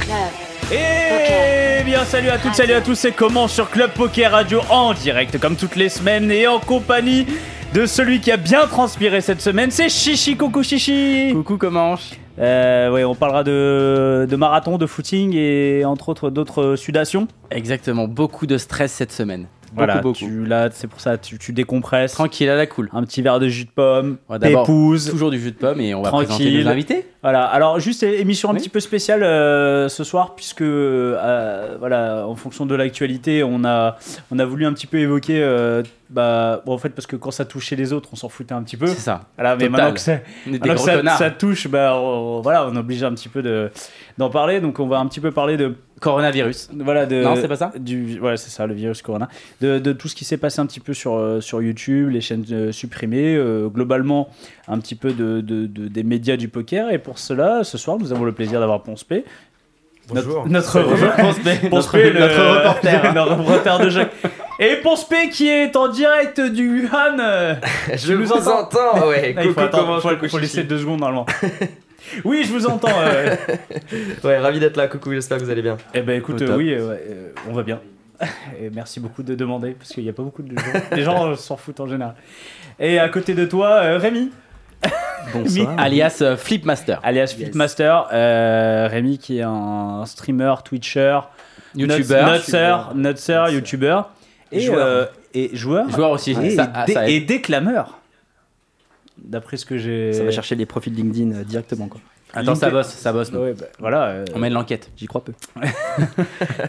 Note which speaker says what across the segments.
Speaker 1: Club.
Speaker 2: Eh bien, salut à toutes, salut à tous, c'est comment sur Club Poker Radio en direct, comme toutes les semaines, et en compagnie de celui qui a bien transpiré cette semaine, c'est Chichi Coucou Chichi
Speaker 3: Coucou Comanche
Speaker 2: euh, Ouais, on parlera de, de marathon, de footing et entre autres d'autres sudations.
Speaker 3: Exactement, beaucoup de stress cette semaine. Beaucoup,
Speaker 2: voilà,
Speaker 3: beaucoup.
Speaker 2: tu- là, c'est pour ça, tu, tu décompresses.
Speaker 3: Tranquille à la cool.
Speaker 2: Un petit verre de jus de pomme,
Speaker 3: Ouais, d'abord,
Speaker 2: épouse.
Speaker 3: Toujours du jus de pomme et on va
Speaker 2: Tranquille.
Speaker 3: présenter nos invités.
Speaker 2: Voilà, alors juste é- émission un
Speaker 3: Oui.
Speaker 2: petit peu spéciale euh, ce soir puisque euh, voilà, en fonction de l'actualité, on a on a voulu un petit peu évoquer euh, bah bon, en fait parce que quand ça touchait les autres, on s'en foutait un petit peu.
Speaker 3: C'est ça.
Speaker 2: Voilà, mais
Speaker 3: Total.
Speaker 2: maintenant que, c'est-
Speaker 3: On est des
Speaker 2: maintenant que
Speaker 3: gros
Speaker 2: ça,
Speaker 3: connards.
Speaker 2: ça touche, bah on- voilà, on est obligé un petit peu de d'en parler. Donc on va un petit peu parler de
Speaker 3: Coronavirus.
Speaker 2: voilà
Speaker 4: Euh,
Speaker 2: de
Speaker 3: Non, c'est pas ça
Speaker 2: du ouais c'est ça le virus corona de, de tout ce qui s'est passé un petit peu sur euh, sur YouTube les chaînes euh, supprimées euh, globalement un petit peu de, de- de- des médias du poker et pour cela ce soir nous avons le plaisir d'avoir Ponce P
Speaker 4: Bonjour.
Speaker 2: notre, notre Ponce P,
Speaker 3: Notre-
Speaker 2: le-
Speaker 3: notre reporter.
Speaker 2: notre reporter de Jacques et Ponce P qui est en direct du Wuhan euh,
Speaker 4: Je
Speaker 2: nous
Speaker 4: vous
Speaker 2: entends
Speaker 4: entends. Ouais,
Speaker 2: Ah, il faut,
Speaker 4: coucou,
Speaker 2: attendre,
Speaker 4: comment
Speaker 2: faut-
Speaker 4: coucou,
Speaker 2: faut
Speaker 4: Chichi.
Speaker 2: laisser deux secondes normalement oui je vous entends euh.
Speaker 4: Ouais, ravi d'être là. Coucou, j'espère que vous allez bien.
Speaker 2: Eh ben écoute,
Speaker 3: Au
Speaker 2: euh,
Speaker 3: top.
Speaker 2: oui, euh, ouais, euh, on va bien. Et merci beaucoup de demander, parce qu'il n'y a pas beaucoup de gens. Les gens euh, s'en foutent en général. Et à côté de toi, euh, Rémi,
Speaker 3: Bonsoir. Alias euh, Flipmaster.
Speaker 4: Ah,
Speaker 2: alias Flipmaster. euh, Rémi qui est un streamer, twitcher,
Speaker 3: YouTuber.
Speaker 2: nutseur, nutseur, youtuber. Et
Speaker 4: Joueur.
Speaker 2: euh, et joueur.
Speaker 3: Joueur aussi.
Speaker 2: Et,
Speaker 3: Ça- ah,
Speaker 2: dé-
Speaker 3: ça aide.
Speaker 2: et déclameur. D'après ce que j'ai.
Speaker 5: Ça va chercher les profils LinkedIn euh, directement quoi.
Speaker 3: Attends, ça
Speaker 2: LinkedIn.
Speaker 3: bosse, ça bosse. nous.
Speaker 2: Ouais, bah, voilà. euh,
Speaker 3: On mène l'enquête.
Speaker 5: J'y crois peu.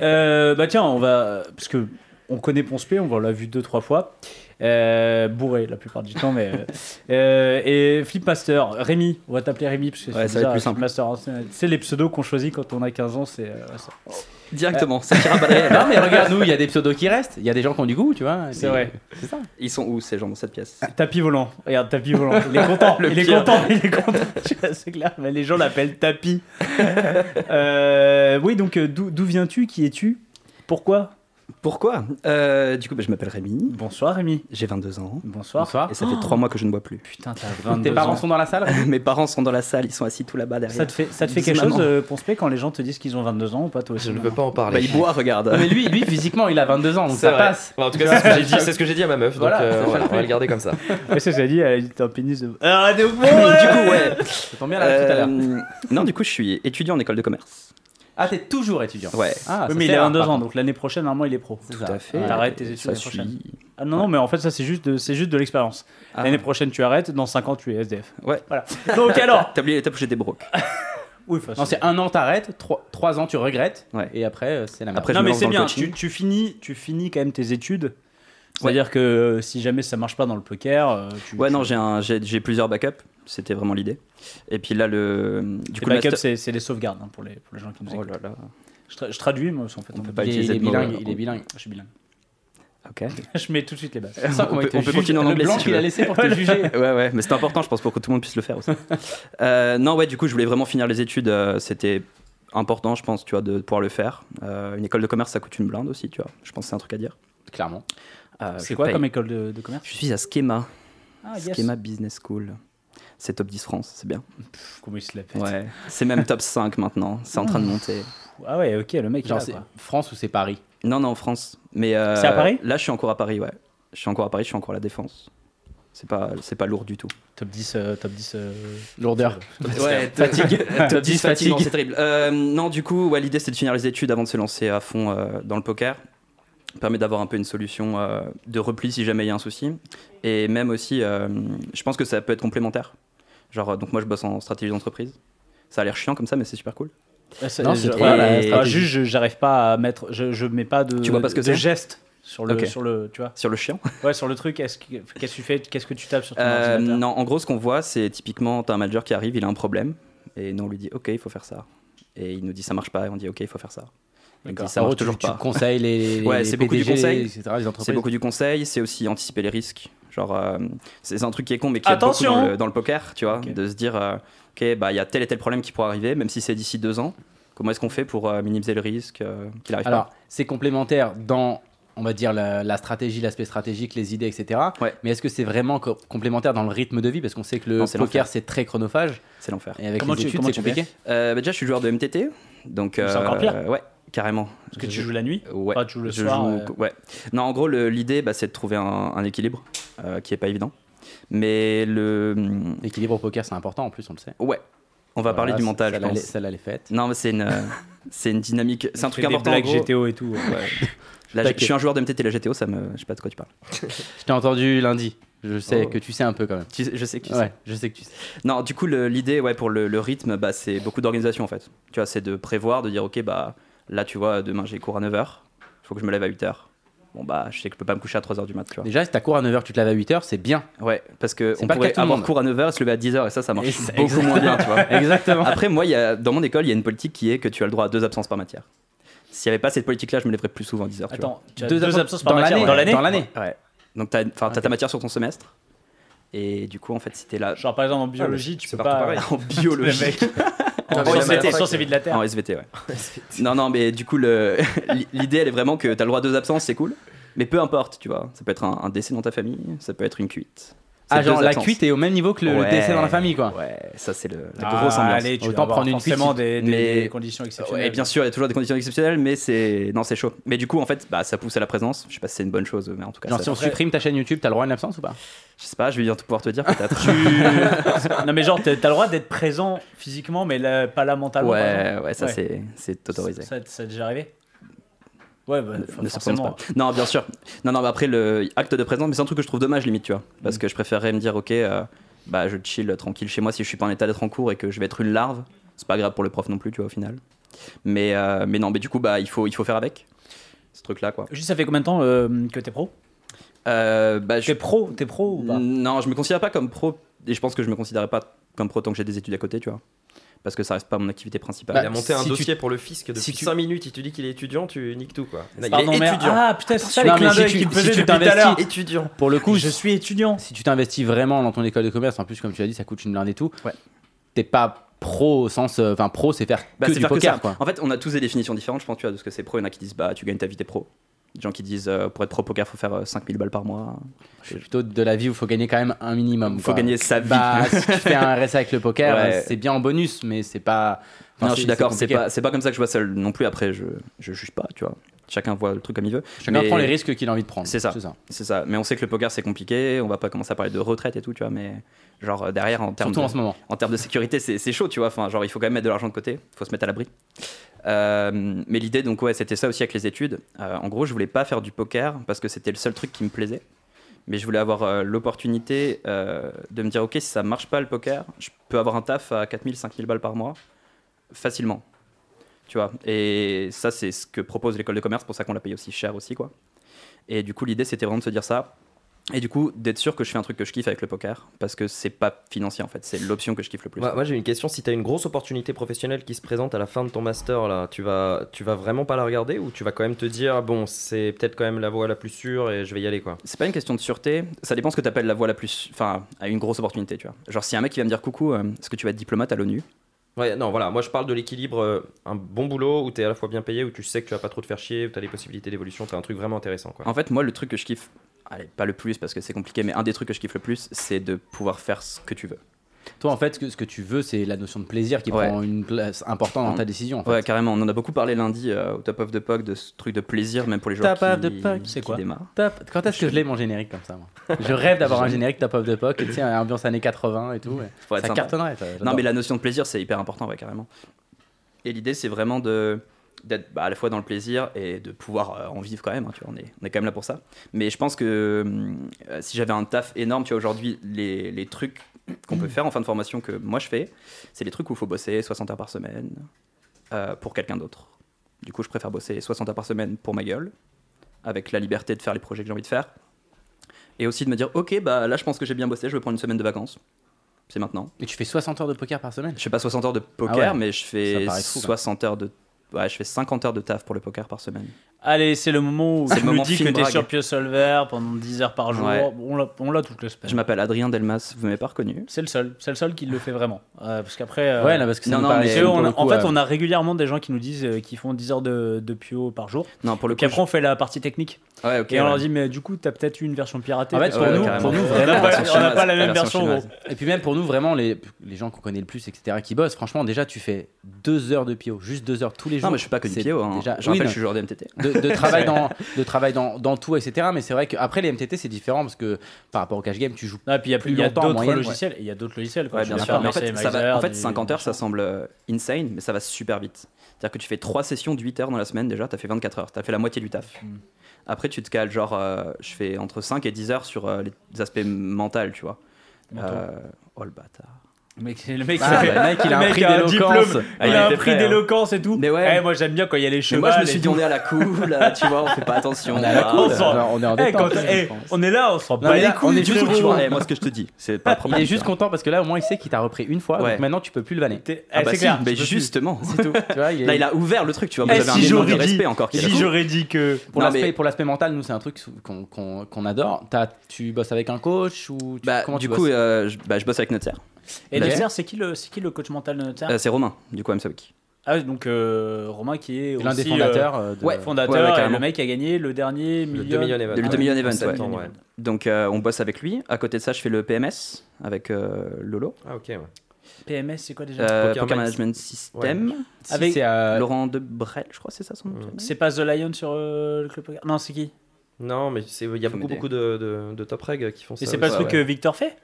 Speaker 2: Euh, bah tiens, on va parce que on connaît Ponce P, on va- on l'a vu deux trois fois, Euh, bourré la plupart du temps, mais euh, euh, et Flipmaster, Rémi, on va t'appeler Rémi parce que
Speaker 5: Ouais,
Speaker 2: c'est
Speaker 5: ça va
Speaker 2: bizarre,
Speaker 5: être plus simple.
Speaker 2: Flipmaster, hein, c'est- c'est les pseudos qu'on choisit quand on a 15 ans, c'est euh, ça.
Speaker 5: Directement, ça tira pas de réel.
Speaker 3: Non mais regarde nous, il y a des pseudos qui restent, il y a des gens qui ont du goût, tu vois.
Speaker 2: C'est
Speaker 3: Et-
Speaker 2: vrai.
Speaker 3: C'est ça.
Speaker 5: Ils sont où ces gens dans cette pièce
Speaker 2: tapis volant. Regarde tapis volant, il est content,
Speaker 3: Le
Speaker 2: il est
Speaker 3: pire.
Speaker 2: content, il est content. Tu vois, c'est clair, mais les gens l'appellent tapis. Euh, oui, donc euh, d'où d'où viens-tu, qui es-tu, pourquoi
Speaker 5: Pourquoi Euh, Du coup, bah, je m'appelle Rémi,
Speaker 2: Bonsoir Rémi.
Speaker 5: j'ai 22 ans
Speaker 2: Bonsoir.
Speaker 3: Bonsoir.
Speaker 5: et ça fait 3 mois que je ne bois plus.
Speaker 2: Putain, t'as
Speaker 3: Tes
Speaker 2: 22
Speaker 3: parents
Speaker 2: ans.
Speaker 3: sont dans la salle
Speaker 5: Mes parents sont dans la salle, ils sont assis tout là-bas derrière.
Speaker 2: Ça te fait, ça te fait
Speaker 5: Bisous,
Speaker 2: quelque chose,
Speaker 5: maman.
Speaker 2: euh, Ponce P, quand les gens te disent qu'ils ont 22 ans ou pas, toi aussi
Speaker 4: Je ne
Speaker 2: maman
Speaker 4: veux pas en
Speaker 5: Bah,
Speaker 4: parler.
Speaker 5: ils boivent,
Speaker 3: Non,
Speaker 5: regarde.
Speaker 3: mais lui, lui physiquement, il a 22 ans, donc
Speaker 4: C'est
Speaker 3: ça
Speaker 4: vrai.
Speaker 3: passe.
Speaker 4: Bah, en tout cas, c'est ce que j'ai dit. C'est ce que j'ai dit à ma meuf. Donc
Speaker 3: Voilà,
Speaker 4: euh,
Speaker 3: c'est
Speaker 4: voilà,
Speaker 3: ça.
Speaker 4: on va le garder comme ça.
Speaker 2: Mais c'est ça dit, elle dit t'es un pénis de. Ah, de bon,
Speaker 5: du coup, ouais.
Speaker 3: Ça tombe bien là tout à l'heure.
Speaker 5: Euh, non, du coup, je suis étudiant en école de commerce.
Speaker 3: Ah, t'es toujours étudiant.
Speaker 5: Ouais.
Speaker 3: Ah,
Speaker 2: Oui,
Speaker 3: ça,
Speaker 2: mais il
Speaker 3: c'est
Speaker 2: a
Speaker 3: rare,
Speaker 2: 22
Speaker 3: par
Speaker 2: ans,
Speaker 3: contre.
Speaker 2: donc l'année prochaine, normalement, il est pro.
Speaker 3: Tout à fait.
Speaker 2: T'arrêtes tes études
Speaker 5: Ça
Speaker 2: l'année prochaine.
Speaker 5: suit.
Speaker 2: Ah non, non, mais en fait, ça, c'est juste de, c'est juste de l'expérience.
Speaker 5: Ah.
Speaker 2: L'année prochaine, tu arrêtes, dans 5 ans, tu es SDF.
Speaker 5: Ouais.
Speaker 2: Voilà. Donc alors.
Speaker 5: T'as oublié l'étape où j'étais broke.
Speaker 2: Oui, enfin,
Speaker 3: Non, c'est un an t'arrêtes, trois, trois ans tu regrettes,
Speaker 5: Ouais.
Speaker 3: et après euh, c'est la merde.
Speaker 5: Après,
Speaker 2: Non,
Speaker 5: je me
Speaker 2: mais
Speaker 5: lance
Speaker 2: c'est
Speaker 5: dans le
Speaker 2: bien,
Speaker 5: coaching.
Speaker 2: tu, tu finis, tu finis quand même tes études. C'est-à-dire que euh, si jamais ça marche pas dans le poker, euh, tu.
Speaker 5: Ouais,
Speaker 2: tu-
Speaker 5: non, j'ai un- j'ai j'ai plusieurs backups. C'était vraiment l'idée. Et puis là, le.
Speaker 2: Les
Speaker 5: Du coup, le
Speaker 2: backups,
Speaker 5: master-
Speaker 2: c'est c'est les sauvegardes hein, pour, les, pour les gens qui nous
Speaker 5: Oh
Speaker 2: écoutent.
Speaker 5: là là.
Speaker 2: Je, tra- je traduis, moi, parce qu'en fait, on,
Speaker 5: On
Speaker 2: peut
Speaker 5: peut
Speaker 2: pas.
Speaker 5: pas
Speaker 3: il, est,
Speaker 5: utiliser
Speaker 3: il
Speaker 5: de
Speaker 3: est
Speaker 5: mots,
Speaker 3: bilingue,
Speaker 5: ouais.
Speaker 3: il est bilingue.
Speaker 2: Je suis bilingue.
Speaker 5: Ok.
Speaker 2: Je mets tout de suite les bases.
Speaker 5: On
Speaker 3: Ça, comment
Speaker 5: peut-
Speaker 3: il te
Speaker 5: on peut
Speaker 3: juge,
Speaker 5: continuer en anglais,
Speaker 3: Le blanc
Speaker 5: si tu
Speaker 3: qu'il a
Speaker 5: veux.
Speaker 3: laissé pour te juger.
Speaker 5: Ouais, ouais, mais c'est important, je pense, pour que tout le monde puisse le faire aussi. Euh, non, ouais, du coup, je voulais vraiment finir les études. euh, C'était important, je pense, tu vois, de pouvoir le faire. Euh, une école de commerce, ça coûte une blinde aussi, tu vois. Je pense que c'est un truc à dire.
Speaker 3: Clairement.
Speaker 5: Euh,
Speaker 2: C'est
Speaker 5: je
Speaker 2: quoi
Speaker 5: paye.
Speaker 2: comme école de, de commerce
Speaker 5: Je suis à Schema.
Speaker 2: Ah,
Speaker 5: Schema Business School. C'est top 10 France, c'est bien.
Speaker 2: Comment il se la pète
Speaker 5: Ouais. C'est même top 5 maintenant. C'est en train de monter.
Speaker 2: Ah ouais, ok, le mec, il
Speaker 3: Genre,
Speaker 2: a,
Speaker 3: c'est
Speaker 2: quoi.
Speaker 3: France ou c'est Paris
Speaker 5: Non, non, en France. Mais euh,
Speaker 2: C'est à Paris
Speaker 5: Là, je suis encore à Paris, ouais. Je suis encore à Paris, je suis encore à la Défense. C'est pas, c'est pas lourd du tout.
Speaker 2: Top 10, euh, top 10. euh,
Speaker 3: Lourdeur.
Speaker 5: Ouais,
Speaker 2: Fatigue.
Speaker 5: top 10 fatigue, non,
Speaker 2: fatigue.
Speaker 5: c'est terrible. Euh, non, du coup, ouais, l'idée c'est de finir les études avant de se lancer à fond euh, dans le poker. Ça permet d'avoir un peu une solution euh, de repli si jamais il y a un souci. Et même aussi, euh, je pense que ça peut être complémentaire. Genre, euh, donc moi je bosse en stratégie d'entreprise. Ça a l'air chiant comme ça, mais c'est super cool.
Speaker 2: Ah, ça-
Speaker 3: Non,
Speaker 2: je-
Speaker 3: c'est trop
Speaker 2: voilà,
Speaker 5: bien, la
Speaker 2: enfin,
Speaker 3: stratégie.
Speaker 2: juste, je- j'arrive pas à mettre. Je, je mets pas de.
Speaker 5: euh, Tu vois pas ce que
Speaker 2: de
Speaker 5: c'est
Speaker 2: geste sur le,
Speaker 5: Ok.
Speaker 2: sur le. Tu vois.
Speaker 5: Sur le chiant.
Speaker 2: Ouais, sur le truc. est-ce que- Qu'est-ce que tu fais Qu'est-ce que tu tapes sur ton
Speaker 5: Euh,
Speaker 2: ordinateur
Speaker 5: non, en gros, ce qu'on voit, c'est typiquement, t'as un manager qui arrive, il a un problème. Et nous on lui dit, ok, il faut faire ça. Et il nous dit, ça marche pas. Et on dit, ok, il faut faire ça. Il
Speaker 2: D'accord.
Speaker 5: dit, ça
Speaker 3: En
Speaker 5: marche
Speaker 3: gros, tu,
Speaker 5: toujours
Speaker 3: tu
Speaker 5: pas.
Speaker 3: conseilles les, les
Speaker 5: Ouais, c'est beaucoup du
Speaker 3: PDG,
Speaker 5: conseil.
Speaker 3: etc., les
Speaker 5: C'est
Speaker 3: entreprises.
Speaker 5: beaucoup du conseil, c'est aussi anticiper les risques. Genre, euh, c'est un truc qui est con, mais qui est
Speaker 2: Attention
Speaker 5: beaucoup dans le, dans le poker, tu vois,
Speaker 2: Ok.
Speaker 5: de se dire, euh, ok, bah il y a tel et tel problème qui pourra arriver, même si c'est d'ici deux ans. Comment est-ce qu'on fait pour euh, minimiser le risque euh, qu'il arrive
Speaker 3: Alors, c'est complémentaire dans, on va dire, la, la stratégie, l'aspect stratégique, les idées, etc.
Speaker 5: Ouais.
Speaker 3: Mais est-ce que c'est vraiment co- complémentaire dans le rythme de vie Parce qu'on sait que le
Speaker 5: Non, c'est
Speaker 3: poker,
Speaker 5: l'enfer.
Speaker 3: c'est très chronophage.
Speaker 5: pas C'est l'enfer.
Speaker 3: Et avec
Speaker 2: Comment
Speaker 3: les
Speaker 2: tu-
Speaker 3: études,
Speaker 2: comment
Speaker 3: c'est
Speaker 2: tu
Speaker 3: compliqué.
Speaker 5: Euh, bah, déjà, je suis joueur de MTT, donc
Speaker 2: C'est encore pire.
Speaker 5: euh, ouais, carrément.
Speaker 2: Parce que tu joues la nuit.
Speaker 5: Ouais.
Speaker 2: Enfin, tu joues le
Speaker 5: Je
Speaker 2: soir.
Speaker 5: joue-
Speaker 2: euh,
Speaker 5: ouais. Non, en gros, le- l'idée, bah, c'est de trouver un, un équilibre euh, qui est pas évident, mais le
Speaker 3: L'équilibre au poker, c'est important en plus, on le sait.
Speaker 5: ouais, on va parler du mental.
Speaker 3: Ça
Speaker 5: je pense.
Speaker 3: l'a les fêtes.
Speaker 5: Non, mais c'est une euh, c'est une dynamique, c'est un
Speaker 2: tu
Speaker 5: truc
Speaker 2: fais des
Speaker 5: important. en
Speaker 2: blagues
Speaker 5: gros.
Speaker 2: GTO et tout.
Speaker 5: Ouais. Là, je je suis un joueur de MTT, la GTO, ça me. Je sais pas de quoi tu parles.
Speaker 3: Je t'ai entendu lundi. Je sais
Speaker 5: Oh.
Speaker 3: que tu sais un peu quand même.
Speaker 5: Tu sais- je sais que tu sais.
Speaker 3: Ouais, je sais que tu sais.
Speaker 5: Non, du coup, le- l'idée, ouais, pour le, le rythme, bah, c'est beaucoup d'organisation en fait. Tu vois, c'est de prévoir, de dire, ok, bah là, tu vois, demain j'ai cours à 9h, il faut que je me lève à 8h. Bon, bah, je sais que je peux pas me coucher à 3h du mat, tu vois.
Speaker 3: Déjà, si t'as cours à 9h, tu te lèves à 8h, c'est bien.
Speaker 5: Ouais, parce que
Speaker 3: C'est
Speaker 5: on
Speaker 3: pas le cas
Speaker 5: pourrait
Speaker 3: de tout le
Speaker 5: avoir
Speaker 3: monde.
Speaker 5: cours à 9h et se lever à 10h, et ça, ça
Speaker 3: Et
Speaker 5: marche
Speaker 3: c'est-
Speaker 5: beaucoup moins bien, tu vois.
Speaker 3: Exactement.
Speaker 5: Après, moi, il y a, dans mon école, il y a une politique qui est que tu as le droit à deux absences par matière. S'il n'y avait pas cette politique-là, je me lèverais plus souvent à 10h. tu vois.
Speaker 2: Attends, tu as deux, absences par
Speaker 3: dans
Speaker 2: matière
Speaker 3: l'année.
Speaker 2: dans l'année
Speaker 3: Dans l'année.
Speaker 5: Ouais. Donc t'as, enfin, t'as ta matière sur ton semestre. Et du coup, en fait, si t'es là
Speaker 2: Genre par exemple en biologie, tu
Speaker 4: c'est
Speaker 2: peux
Speaker 4: partout
Speaker 2: pas.
Speaker 4: pareil.
Speaker 5: en biologie,
Speaker 2: mec. En
Speaker 4: mais la
Speaker 2: SVT,
Speaker 4: matraque,
Speaker 2: sciences et vie de la Terre.
Speaker 5: en SVT, ouais. non, non, mais du coup, le- l'idée, elle est vraiment que t'as le droit à deux absences, c'est cool. Mais peu importe, tu vois. Ça peut être un, un décès dans ta famille, ça peut être une cuite. C'est
Speaker 3: Ah, genre
Speaker 5: deux
Speaker 3: la
Speaker 5: absences.
Speaker 3: cuite est au même niveau que le, le
Speaker 5: Ouais.
Speaker 3: décès dans la famille, quoi.
Speaker 5: Ouais, ça c'est le, la
Speaker 2: Ah,
Speaker 5: grosse ambiance.
Speaker 2: Allez, tu
Speaker 3: Autant
Speaker 2: vas avoir
Speaker 3: prendre une
Speaker 2: forcément des, des-
Speaker 5: Mais-
Speaker 2: des conditions exceptionnelles.
Speaker 5: Et bien sûr, il y a toujours des conditions exceptionnelles, mais c'est non, c'est chaud. Mais du coup, en fait, bah, ça pousse à la présence. Je sais pas si c'est une bonne chose, mais en tout cas,
Speaker 3: Genre,
Speaker 5: ça-
Speaker 3: si on
Speaker 2: après-
Speaker 3: supprime ta chaîne YouTube, t'as le droit à une absence ou pas
Speaker 5: je sais pas. Je vais bien pouvoir te dire peut-être.
Speaker 2: non mais genre t'as t'as le droit d'être présent physiquement, mais là, pas là mentalement. par exemple.
Speaker 5: ouais, ouais, ça
Speaker 2: Ouais.
Speaker 5: c'est c'est autorisé.
Speaker 2: Ça, ça t'est déjà arrivé Ouais, bah,
Speaker 5: ne se prononce
Speaker 2: forcément.
Speaker 5: pas. Non, bien sûr. Non, non, mais après le acte de présence, mais c'est un truc que je trouve dommage limite, tu vois. Parce
Speaker 2: Mm.
Speaker 5: que je préférerais me dire, ok, euh, bah je chill tranquille chez moi si je suis pas en état d'être en cours et que je vais être une larve. C'est pas grave pour le prof non plus, tu vois, au final. Mais, euh, mais non, mais du coup, bah il faut, il faut faire avec ce truc-là, quoi.
Speaker 2: Juste, ça fait combien de temps euh, que t'es pro
Speaker 5: Euh, bah, je...
Speaker 2: T'es pro, t'es pro ou pas
Speaker 5: Non, je me considère pas comme pro et je pense que je me considérais pas comme pro tant que j'ai des études à côté, tu vois. Parce que ça reste pas mon activité principale.
Speaker 2: Bah,
Speaker 4: il a monté un
Speaker 3: si tu-
Speaker 4: dossier pour le fisc depuis
Speaker 3: si tu-
Speaker 4: 5 minutes. Il te dit qu'il est étudiant, tu niques tout quoi. Il
Speaker 2: Pardon,
Speaker 4: est
Speaker 2: mais-
Speaker 4: étudiant.
Speaker 2: Ah putain, c'est ça les
Speaker 3: Non, mais
Speaker 2: clins
Speaker 3: si
Speaker 2: d'œil
Speaker 3: tu-
Speaker 2: qu'il me
Speaker 3: si
Speaker 2: faisait
Speaker 3: tu
Speaker 2: depuis tout à l'heure.
Speaker 3: t'investis-
Speaker 4: Étudiant.
Speaker 3: Pour le coup,
Speaker 2: Je suis étudiant.
Speaker 3: si tu t'investis vraiment dans ton école de commerce, en plus, comme tu l'as dit, ça coûte une blinde et tout.
Speaker 5: Ouais.
Speaker 3: T'es pas pro au sens. euh, Enfin, pro, c'est faire
Speaker 5: Bah,
Speaker 3: que
Speaker 5: c'est
Speaker 3: du
Speaker 5: faire que
Speaker 3: poker,
Speaker 5: ça.
Speaker 3: quoi.
Speaker 5: En fait, on a tous des définitions différentes, je pense, tu vois, de ce que c'est pro. Il y en a qui disent, bah, tu gagnes ta vie, t'es pro. Des gens qui disent, euh, pour être pro poker, faut faire euh, 5000 balles par mois.
Speaker 3: Je suis plutôt de la vie où il faut gagner quand même un minimum.
Speaker 5: Faut
Speaker 3: quoi.
Speaker 5: gagner sa vie.
Speaker 3: Bah, si tu fais un RSA avec le poker,
Speaker 5: Ouais.
Speaker 3: euh, c'est bien en bonus, mais c'est pas. enfin, c'est-
Speaker 5: non, je suis d'accord, c'est
Speaker 3: compliqué.
Speaker 5: pas, c'est pas comme ça que je vois seul non plus. Après, je, je juge pas, tu vois. Chacun voit le truc comme il veut.
Speaker 3: Chacun
Speaker 5: Mais-
Speaker 3: prend les risques qu'il a envie de prendre.
Speaker 5: C'est ça. C'est ça. Mais on sait que le poker, c'est compliqué. On va pas commencer à parler de retraite et tout, tu vois. Mais genre, euh, derrière, en termes
Speaker 3: Surtout
Speaker 5: de,
Speaker 3: en ce moment.
Speaker 5: en termes de sécurité, c'est c'est chaud, tu vois. Enfin, genre, il faut quand même mettre de l'argent de côté, faut se mettre à l'abri. Euh, mais l'idée, donc, ouais, c'était ça aussi avec les études. Euh, en gros, je voulais pas faire du poker parce que c'était le seul truc qui me plaisait. Mais je voulais avoir euh, l'opportunité euh, de me dire, ok, si ça marche pas le poker, je peux avoir un taf à 4000, 5000 balles par mois facilement. Tu vois, et ça, c'est ce que propose l'école de commerce, pour ça qu'on la paye aussi cher aussi, quoi. Et du coup, l'idée, c'était vraiment de se dire ça. Et du coup, d'être sûr que je fais un truc que je kiffe avec le poker, parce que c'est pas financier en fait, c'est l'option que je kiffe le plus.
Speaker 4: Moi, moi, j'ai une question. Si t'as une grosse opportunité professionnelle qui se présente à la fin de ton master là, tu vas, tu vas vraiment pas la regarder ou tu vas quand même te dire ah, bon c'est peut-être quand même la voie la plus sûre et je vais y aller quoi.
Speaker 5: C'est pas une question de sûreté, ça dépend ce que t'appelles la voie la plus. Enfin, à une grosse opportunité, tu vois. Genre, si y a un mec qui vient me dire coucou, euh, est-ce que tu vas être diplomate à l'ONU
Speaker 4: Ouais non voilà moi je parle de l'équilibre euh, un bon boulot où t'es à la fois bien payé où tu sais que tu vas pas trop te faire chier où t'as des possibilités d'évolution t'as un truc vraiment intéressant quoi.
Speaker 5: En fait, moi, le truc que je kiffe, allez, pas le plus parce que c'est compliqué, mais un des trucs que je kiffe le plus, c'est de pouvoir faire ce que tu veux.
Speaker 3: Toi, en fait, ce que, ce que tu veux, c'est la notion de plaisir qui
Speaker 5: Ouais. Mmh.
Speaker 3: prend une place importante dans ta décision. En fait.
Speaker 5: Ouais, carrément. On en a beaucoup parlé lundi euh, au Top of the Pog de ce truc de plaisir, même pour les joueurs
Speaker 3: Top of
Speaker 5: qui,
Speaker 3: the Pog,
Speaker 5: qui
Speaker 3: c'est quoi
Speaker 5: démarrent.
Speaker 3: Top. Quand est-ce que je l'ai mon générique comme ça moi Je rêve d'avoir un générique top of the pop, et tu sais, ambiance années 80 et tout. ouais.
Speaker 5: pourrait être
Speaker 3: Ça
Speaker 5: sympa.
Speaker 3: cartonnerait. ça, j'adore.
Speaker 5: Non, mais la notion de plaisir, c'est hyper important, ouais, carrément. Et l'idée, c'est vraiment de d'être bah, à la fois dans le plaisir et de pouvoir euh, en vivre quand même. hein, tu vois, on est, on est quand même là pour ça. Mais je pense que hum, euh, si j'avais un taf énorme, tu vois, aujourd'hui, les, les trucs qu'on peut faire en fin de formation que moi je fais, c'est les trucs où il faut bosser 60 heures par semaine euh, pour quelqu'un d'autre. Du coup, je préfère bosser 60 heures par semaine pour ma gueule, avec la liberté de faire les projets que j'ai envie de faire. Et aussi de me dire, ok, bah là, je pense que j'ai bien bossé, je vais prendre une semaine de vacances. C'est maintenant.
Speaker 3: Et tu fais 60 heures de poker par semaine
Speaker 5: Je fais pas 60 heures de poker,
Speaker 3: Ah ouais.
Speaker 5: mais je
Speaker 3: Ça
Speaker 5: fais
Speaker 3: paraît fou, quand même.
Speaker 5: 60 heures de. Ouais, je fais 50 heures de taf pour le poker par semaine.
Speaker 2: Allez, c'est le moment où
Speaker 5: C'est
Speaker 2: je
Speaker 5: le
Speaker 2: me
Speaker 5: moment
Speaker 2: dis que
Speaker 5: film
Speaker 2: t'es
Speaker 5: brague.
Speaker 2: sur Pio Solver pendant 10 heures par jour.
Speaker 5: Ouais.
Speaker 2: On l'a- On l'a toute la
Speaker 5: Je
Speaker 2: semaine.
Speaker 5: m'appelle Adrien Delmas, vous m'avez pas reconnu.
Speaker 2: C'est le seul. C'est le seul qui le fait vraiment. Euh, parce qu'après. euh,
Speaker 3: Ouais, là, parce que ça
Speaker 5: non,
Speaker 3: nous
Speaker 5: non,
Speaker 3: paraît-
Speaker 5: mais-
Speaker 2: parce
Speaker 5: c'est
Speaker 2: que
Speaker 3: pour
Speaker 2: on a-
Speaker 3: le coup,
Speaker 2: en fait,
Speaker 3: euh,
Speaker 2: on a régulièrement des gens qui nous disent euh, qu'ils font 10 heures de, de Pio par jour.
Speaker 5: Non, pour le
Speaker 2: Puis
Speaker 5: coup.
Speaker 2: après, on fait la partie technique.
Speaker 5: je- Ouais, ok.
Speaker 2: et on
Speaker 5: ouais.
Speaker 2: leur dit, mais du coup, t'as peut-être eu une version piratée.
Speaker 3: En fait, pour
Speaker 5: Ouais,
Speaker 3: nous,
Speaker 5: carrément.
Speaker 3: pour nous,
Speaker 5: Ouais,
Speaker 2: on
Speaker 3: vraiment,
Speaker 2: n'a
Speaker 5: la
Speaker 2: pas,
Speaker 5: version
Speaker 2: on n'a pas la
Speaker 5: chinoise,
Speaker 2: même
Speaker 5: version
Speaker 2: version. gros.
Speaker 5: chinoise.
Speaker 3: Et puis même pour nous, vraiment, les, les gens qu'on connaît le plus, etc., qui bossent, franchement, déjà, tu fais deux heures de PO, juste deux heures tous les jours.
Speaker 5: Non, mais je suis pas que du
Speaker 3: C'est
Speaker 5: Pio. Hein.
Speaker 3: déjà-
Speaker 5: Je
Speaker 3: oui,
Speaker 5: rappelle,
Speaker 3: non.
Speaker 5: je suis joueur de MTT.
Speaker 3: de, de travail dans de travail dans, dans tout etc mais c'est vrai qu'après les MTT c'est différent parce que par rapport au cash game tu joues
Speaker 2: Ah, puis il y a plus- il y a
Speaker 3: longtemps en
Speaker 2: d'autres
Speaker 3: moyenne,
Speaker 2: logiciels. Il y a d'autres logiciels. quoi.
Speaker 5: Ouais,
Speaker 2: Tu
Speaker 5: bien
Speaker 2: vas
Speaker 5: sûr.
Speaker 2: faire
Speaker 5: Mais en
Speaker 2: du
Speaker 5: fait,
Speaker 2: Maximizer,
Speaker 5: ça va- en fait,
Speaker 2: du-
Speaker 5: 50 heures, ça semble euh, insane, mais ça va super vite. C'est-à-dire que tu fais 3 sessions de 8 heures dans la semaine déjà, t'as fait 24 heures, t'as fait la moitié du taf. Après, tu te cales, genre, euh, je fais entre 5 et 10 heures sur euh, les aspects mentaux, tu vois.
Speaker 2: Mentaux.
Speaker 5: Euh, oh le bâtard.
Speaker 2: Le mec, c'est- le mec,
Speaker 3: Ah,
Speaker 2: ça fait-
Speaker 3: le mec, il a
Speaker 2: le
Speaker 3: un
Speaker 2: mec
Speaker 3: prix
Speaker 2: a un
Speaker 3: d'éloquence.
Speaker 2: diplôme,
Speaker 5: Ah,
Speaker 2: il
Speaker 5: il
Speaker 2: a un
Speaker 5: était
Speaker 2: prix
Speaker 5: prêt, hein.
Speaker 2: d'éloquence et tout.
Speaker 5: Mais ouais.
Speaker 2: Eh, moi j'aime bien quand il y a les
Speaker 5: Mais
Speaker 2: chevaux.
Speaker 5: moi, je me suis dit, on est à la cool, là, tu vois, on fait pas attention.
Speaker 3: on est à la
Speaker 5: Ah,
Speaker 3: cool,
Speaker 2: on sent-
Speaker 3: alors on est en détente, hein, je pense.
Speaker 2: on est là, on se rend pas
Speaker 3: mais
Speaker 2: les
Speaker 3: là,
Speaker 2: couilles,
Speaker 3: on est juste
Speaker 2: frérot.
Speaker 3: au courant.
Speaker 5: Eh, moi, ce que je te dis, c'est pas hein.
Speaker 3: il
Speaker 5: probable.
Speaker 3: est juste content parce que là au moins il sait qu'il t'a repris une fois
Speaker 5: Ouais.
Speaker 3: donc maintenant tu peux plus le vanner
Speaker 2: T'es- eh,
Speaker 5: Ah bah
Speaker 2: c'est
Speaker 5: si,
Speaker 2: clair.
Speaker 5: mais
Speaker 2: tu peux
Speaker 5: justement.
Speaker 3: c'est tout tu vois, il est-
Speaker 5: Là, il a ouvert le truc, tu vois.
Speaker 2: Eh,
Speaker 5: Vous avez
Speaker 2: si
Speaker 5: un minimum de
Speaker 2: j'aurais dit-
Speaker 5: respect encore.
Speaker 2: plus.
Speaker 5: qui est
Speaker 2: Si
Speaker 5: là-dessous.
Speaker 2: j'aurais dit que.
Speaker 3: pour
Speaker 5: Non,
Speaker 3: l'aspect
Speaker 5: mais-
Speaker 3: pour l'aspect mental nous c'est un truc sou- qu'on qu'on- qu'on adore T'as- tu bosses avec un coach ou tu,
Speaker 5: Bah,
Speaker 3: comment
Speaker 5: du
Speaker 3: tu
Speaker 5: coup,
Speaker 3: bosses
Speaker 5: euh, je, bah, je bosse avec Notser.
Speaker 2: Et
Speaker 5: Bah,
Speaker 2: Notser, c'est qui le, c'est qui le coach mental de Notser
Speaker 5: Euh, c'est Romain, du coup, MSAWIC.
Speaker 2: Ah donc euh, Romain qui est
Speaker 3: l'un des
Speaker 2: aussi,
Speaker 3: fondateurs euh, de-
Speaker 2: euh, fondateur.
Speaker 5: Ouais, ouais,
Speaker 2: et
Speaker 5: carrément.
Speaker 2: le mec a gagné le dernier
Speaker 4: Le
Speaker 2: million.
Speaker 4: 2 million event.
Speaker 5: De- le
Speaker 4: ouais.
Speaker 5: 2 million event,
Speaker 4: En
Speaker 5: ouais.
Speaker 4: septembre, ouais.
Speaker 5: Donc, euh, on bosse avec lui. À côté de ça, je fais le PMS avec euh, Lolo.
Speaker 4: Ah, ok, ouais.
Speaker 2: PMS, c'est quoi déjà
Speaker 5: Euh,
Speaker 4: Poker
Speaker 5: Poker
Speaker 4: Mind.
Speaker 5: Management System.
Speaker 3: si
Speaker 2: avec- Hmm.
Speaker 3: c'est, euh,
Speaker 5: Laurent Debrel, je crois, c'est ça son nom.
Speaker 4: Mm.
Speaker 2: C'est pas The Lion sur euh, le club poker Non, c'est qui
Speaker 4: Non, mais c'est- il y a
Speaker 5: Faut
Speaker 4: beaucoup,
Speaker 5: m'aider.
Speaker 4: beaucoup de, de, de top reg qui font ça.
Speaker 2: Et c'est pas le
Speaker 4: aussi,
Speaker 2: truc que
Speaker 4: ouais.
Speaker 2: Victor fait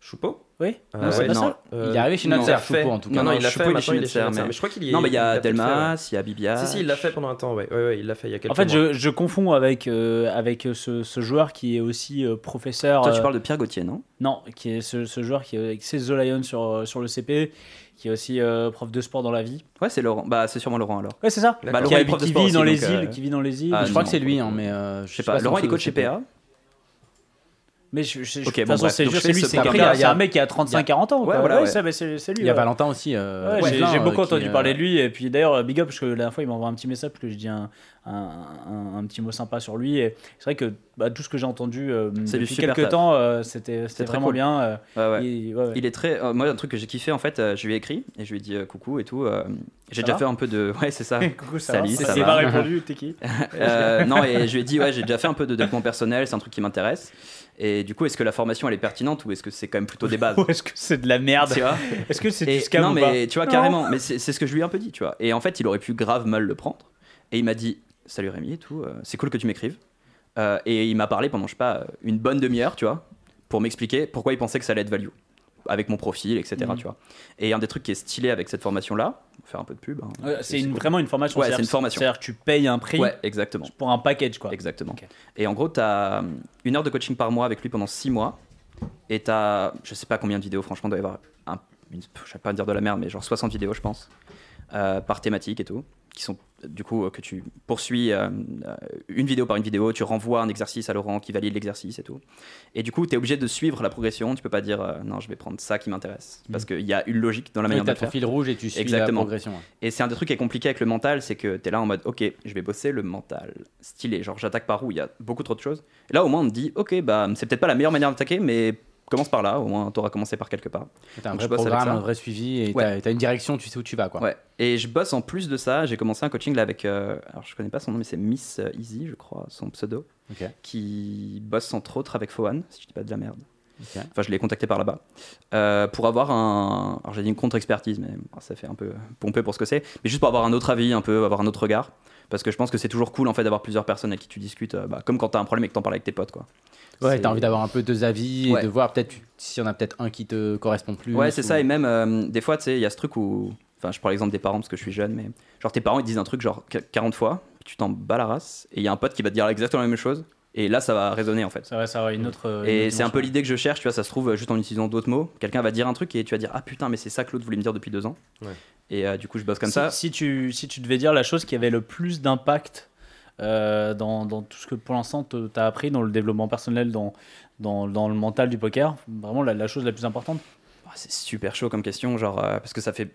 Speaker 4: Choupeau
Speaker 2: Oui
Speaker 4: Euh,
Speaker 2: Non, c'est
Speaker 4: ouais,
Speaker 2: pas
Speaker 5: non.
Speaker 2: ça
Speaker 4: Euh,
Speaker 3: il est arrivé chez
Speaker 5: non,
Speaker 3: Notser
Speaker 4: il a fait.
Speaker 3: Choupo en tout cas
Speaker 4: Non, non, il l'a
Speaker 5: Choupeau, il
Speaker 4: fait,
Speaker 5: est
Speaker 4: maintenant
Speaker 5: chez
Speaker 4: il est chez
Speaker 5: Notser,
Speaker 4: Notser,
Speaker 5: mais-
Speaker 4: Mais je crois qu'il y
Speaker 5: Non, mais il y a
Speaker 4: peut-être fait, ouais.
Speaker 5: Delmas, il y a Bibia.
Speaker 4: Si, si, il l'a fait pendant un temps, ouais. Ouais, ouais, il l'a fait il y a quelques
Speaker 2: En fait,
Speaker 4: mois.
Speaker 2: je, je confonds avec, euh, avec ce, ce joueur qui est aussi euh, professeur.
Speaker 5: Toi,
Speaker 2: euh,
Speaker 5: tu parles de Pierre Gauthier, non
Speaker 2: Non, qui est ce, ce joueur qui est avec The Lion sur, euh, sur le CP, qui est aussi euh, prof de sport dans la vie.
Speaker 5: Ouais, c'est Laurent. Bah, c'est sûrement Laurent alors.
Speaker 2: Ouais, c'est ça.
Speaker 4: Bah,
Speaker 2: Qui,
Speaker 5: Laurent
Speaker 2: a-
Speaker 5: est prof de
Speaker 2: qui
Speaker 5: sport
Speaker 2: vit dans
Speaker 5: aussi,
Speaker 2: les
Speaker 5: donc,
Speaker 2: îles,
Speaker 5: euh,
Speaker 2: qui vit dans les îles.
Speaker 5: Ah,
Speaker 3: je
Speaker 5: non,
Speaker 3: crois que c'est
Speaker 5: pour
Speaker 3: lui
Speaker 5: le
Speaker 3: hein,
Speaker 5: coup.
Speaker 3: mais euh,
Speaker 5: Je sais pas.
Speaker 3: si
Speaker 5: Laurent,
Speaker 3: on
Speaker 5: il est
Speaker 3: sait
Speaker 5: coach chez
Speaker 3: c'est quoi.
Speaker 5: PA.
Speaker 2: Mais je, je- je-
Speaker 5: Ok,
Speaker 2: de toute
Speaker 5: bon,
Speaker 2: façon,
Speaker 5: bref.
Speaker 2: c'est
Speaker 5: Donc,
Speaker 2: juste
Speaker 5: je fais
Speaker 2: lui,
Speaker 5: ce
Speaker 2: c'est après,
Speaker 5: poker
Speaker 2: il y a-
Speaker 5: là,
Speaker 2: c'est un mec qui a 35 40 ans.
Speaker 5: Ouais,
Speaker 2: quoi.
Speaker 5: voilà, ouais.
Speaker 2: ça, bah, c'est c'est lui.
Speaker 3: il y a
Speaker 2: ouais.
Speaker 3: Valentin aussi euh,
Speaker 2: Ouais, j'ai
Speaker 3: Poivlin,
Speaker 2: j'ai
Speaker 3: euh,
Speaker 2: beaucoup
Speaker 3: qui,
Speaker 2: entendu
Speaker 3: euh,
Speaker 2: parler de lui et puis d'ailleurs euh, big up parce que la dernière fois il m'a envoyé un petit message parce que je dis un, un, un- un petit mot sympa sur lui et c'est vrai que bah, tout ce que j'ai entendu euh,
Speaker 5: C'est du
Speaker 2: depuis
Speaker 5: super
Speaker 2: quelques
Speaker 5: taf.
Speaker 2: temps euh, c'était c'était
Speaker 5: très
Speaker 2: vraiment
Speaker 5: cool.
Speaker 2: bien euh,
Speaker 5: Ouais, ouais.
Speaker 2: et- ouais, ouais.
Speaker 5: Il est très. euh, moi, un truc que j'ai kiffé, en fait, euh, je lui ai écrit et je lui ai dit euh, coucou et tout. euh,
Speaker 2: Ça
Speaker 5: j'ai déjà
Speaker 2: va
Speaker 5: fait un peu de. Ouais, c'est ça.
Speaker 2: Coucou, ça
Speaker 5: Salut,
Speaker 2: va
Speaker 5: ça
Speaker 2: Ah, c'est
Speaker 5: va
Speaker 2: pas répondu, t'es qui
Speaker 5: Euh, non, et je lui ai dit, ouais, j'ai déjà fait un peu de développement personnel, c'est un truc qui m'intéresse. Et du coup, est-ce que la formation, elle est pertinente ou est-ce que c'est quand même plutôt des bases
Speaker 2: Ou est-ce que c'est de la merde
Speaker 5: Tu vois
Speaker 2: Est-ce que c'est
Speaker 5: Ah. Et-
Speaker 2: du scam
Speaker 5: Non,
Speaker 2: ou
Speaker 5: mais
Speaker 2: pas
Speaker 5: tu vois,
Speaker 2: Non.
Speaker 5: carrément. Mais c'est c'est ce que je lui ai un peu dit, tu vois. Et en fait, il aurait pu grave mal le prendre. Et il m'a dit, salut Rémi et tout, euh, c'est cool que tu m'écrives. Euh, et il m'a parlé pendant, je sais pas, euh, une bonne demi-heure, tu vois, pour m'expliquer pourquoi il pensait que ça allait être value. Avec mon profil, etc.
Speaker 2: Mhm.
Speaker 5: Tu vois. Et un des trucs qui est stylé avec cette formation-là, on va faire un peu de pub. hein.
Speaker 2: Ouais, C'est une-
Speaker 5: cool.
Speaker 2: vraiment une formation.
Speaker 5: Ouais,
Speaker 2: c'est-à-dire-
Speaker 5: c'est une formation.
Speaker 2: C'est-à-dire que tu payes un prix
Speaker 5: Ouais, exactement.
Speaker 2: pour un package, quoi.
Speaker 5: Exactement.
Speaker 2: Ok.
Speaker 5: Et en gros, tu as une heure de coaching par mois avec lui pendant six mois. Et tu as, je sais pas combien de vidéos, franchement, il doit y avoir, un, une- je vais pas dire de la merde, mais genre 60 vidéos, je pense, euh, par thématique et tout, qui sont du coup euh, que tu poursuis euh, euh, une vidéo par une vidéo, tu renvoies un exercice à Laurent qui valide l'exercice et tout. Et du coup, tu es obligé de suivre la progression, tu peux pas dire euh, non, je vais prendre ça qui m'intéresse, parce qu'il y a une logique dans la
Speaker 3: Oui,
Speaker 5: manière de
Speaker 3: t'as
Speaker 5: le
Speaker 3: ton
Speaker 5: faire.
Speaker 3: fil rouge et tu suis
Speaker 5: Exactement.
Speaker 3: la progression. hein. ouais.
Speaker 5: Et c'est un des trucs qui est compliqué avec le mental, c'est que t'es là en mode, ok, je vais bosser le mental, stylé, genre j'attaque par où, il y a beaucoup trop de choses. Et là au moins on me dit, ok, bah c'est peut-être pas la meilleure manière d'attaquer, mais commence par là, au moins t'auras commencé par quelque part.
Speaker 3: T'as un
Speaker 5: Donc,
Speaker 3: vrai
Speaker 5: je bosse avec
Speaker 3: programme,
Speaker 5: ça.
Speaker 3: un vrai suivi et
Speaker 5: Ouais.
Speaker 3: t'as- t'as une direction, tu sais où tu vas quoi.
Speaker 5: Ouais. Et je bosse en plus de ça, j'ai commencé un coaching là avec, euh, alors je connais pas son nom, mais c'est Miss euh, Easy, je crois, son pseudo,
Speaker 3: Ok.
Speaker 5: qui bosse entre autres avec Foan, si je dis pas de la merde.
Speaker 3: Ok.
Speaker 5: Enfin, je l'ai contacté par là-bas euh, pour avoir un. Alors, j'ai dit une contre-expertise, mais bon, ça fait un peu pompé pour ce que c'est. Mais juste pour avoir un autre avis, un peu, avoir un autre regard. Parce que je pense que c'est toujours cool en fait d'avoir plusieurs personnes avec qui tu discutes, euh, bah, comme quand t'as un problème et que t'en parles avec tes potes, quoi.
Speaker 3: Ouais,
Speaker 5: C'est-
Speaker 3: t'as envie d'avoir un peu deux avis
Speaker 5: Ouais.
Speaker 3: et de voir peut-être tu- s'il y en a peut-être un qui te correspond plus.
Speaker 5: Ouais, c'est
Speaker 3: ou-
Speaker 5: ça. Et même, euh, des fois, tu sais, il y a ce truc où. Enfin, je prends l'exemple des parents parce que je suis jeune, mais genre tes parents ils te disent un truc genre qu- 40 fois, tu t'en bats la race, et il y a un pote qui va te dire exactement la même chose, et là ça va résonner en fait.
Speaker 2: Ça va, ça va, une autre. euh, une
Speaker 5: Et
Speaker 2: autre
Speaker 5: c'est un
Speaker 2: dimension.
Speaker 5: peu l'idée que je cherche, tu vois, ça se trouve euh, juste en utilisant d'autres mots. Quelqu'un va dire un truc et tu vas dire Ah putain, mais c'est ça que l'autre voulait me dire depuis deux ans.
Speaker 4: Ouais.
Speaker 5: Et euh, du coup, je bosse comme
Speaker 2: si,
Speaker 5: ça.
Speaker 2: Si tu, si tu devais dire la chose qui avait le plus d'impact euh, dans, dans tout ce que pour l'instant tu as appris dans le développement personnel, dans, dans, dans le mental du poker, vraiment la, la chose la plus importante.
Speaker 5: Ah, C'est super chaud comme question, genre, euh, parce que ça fait.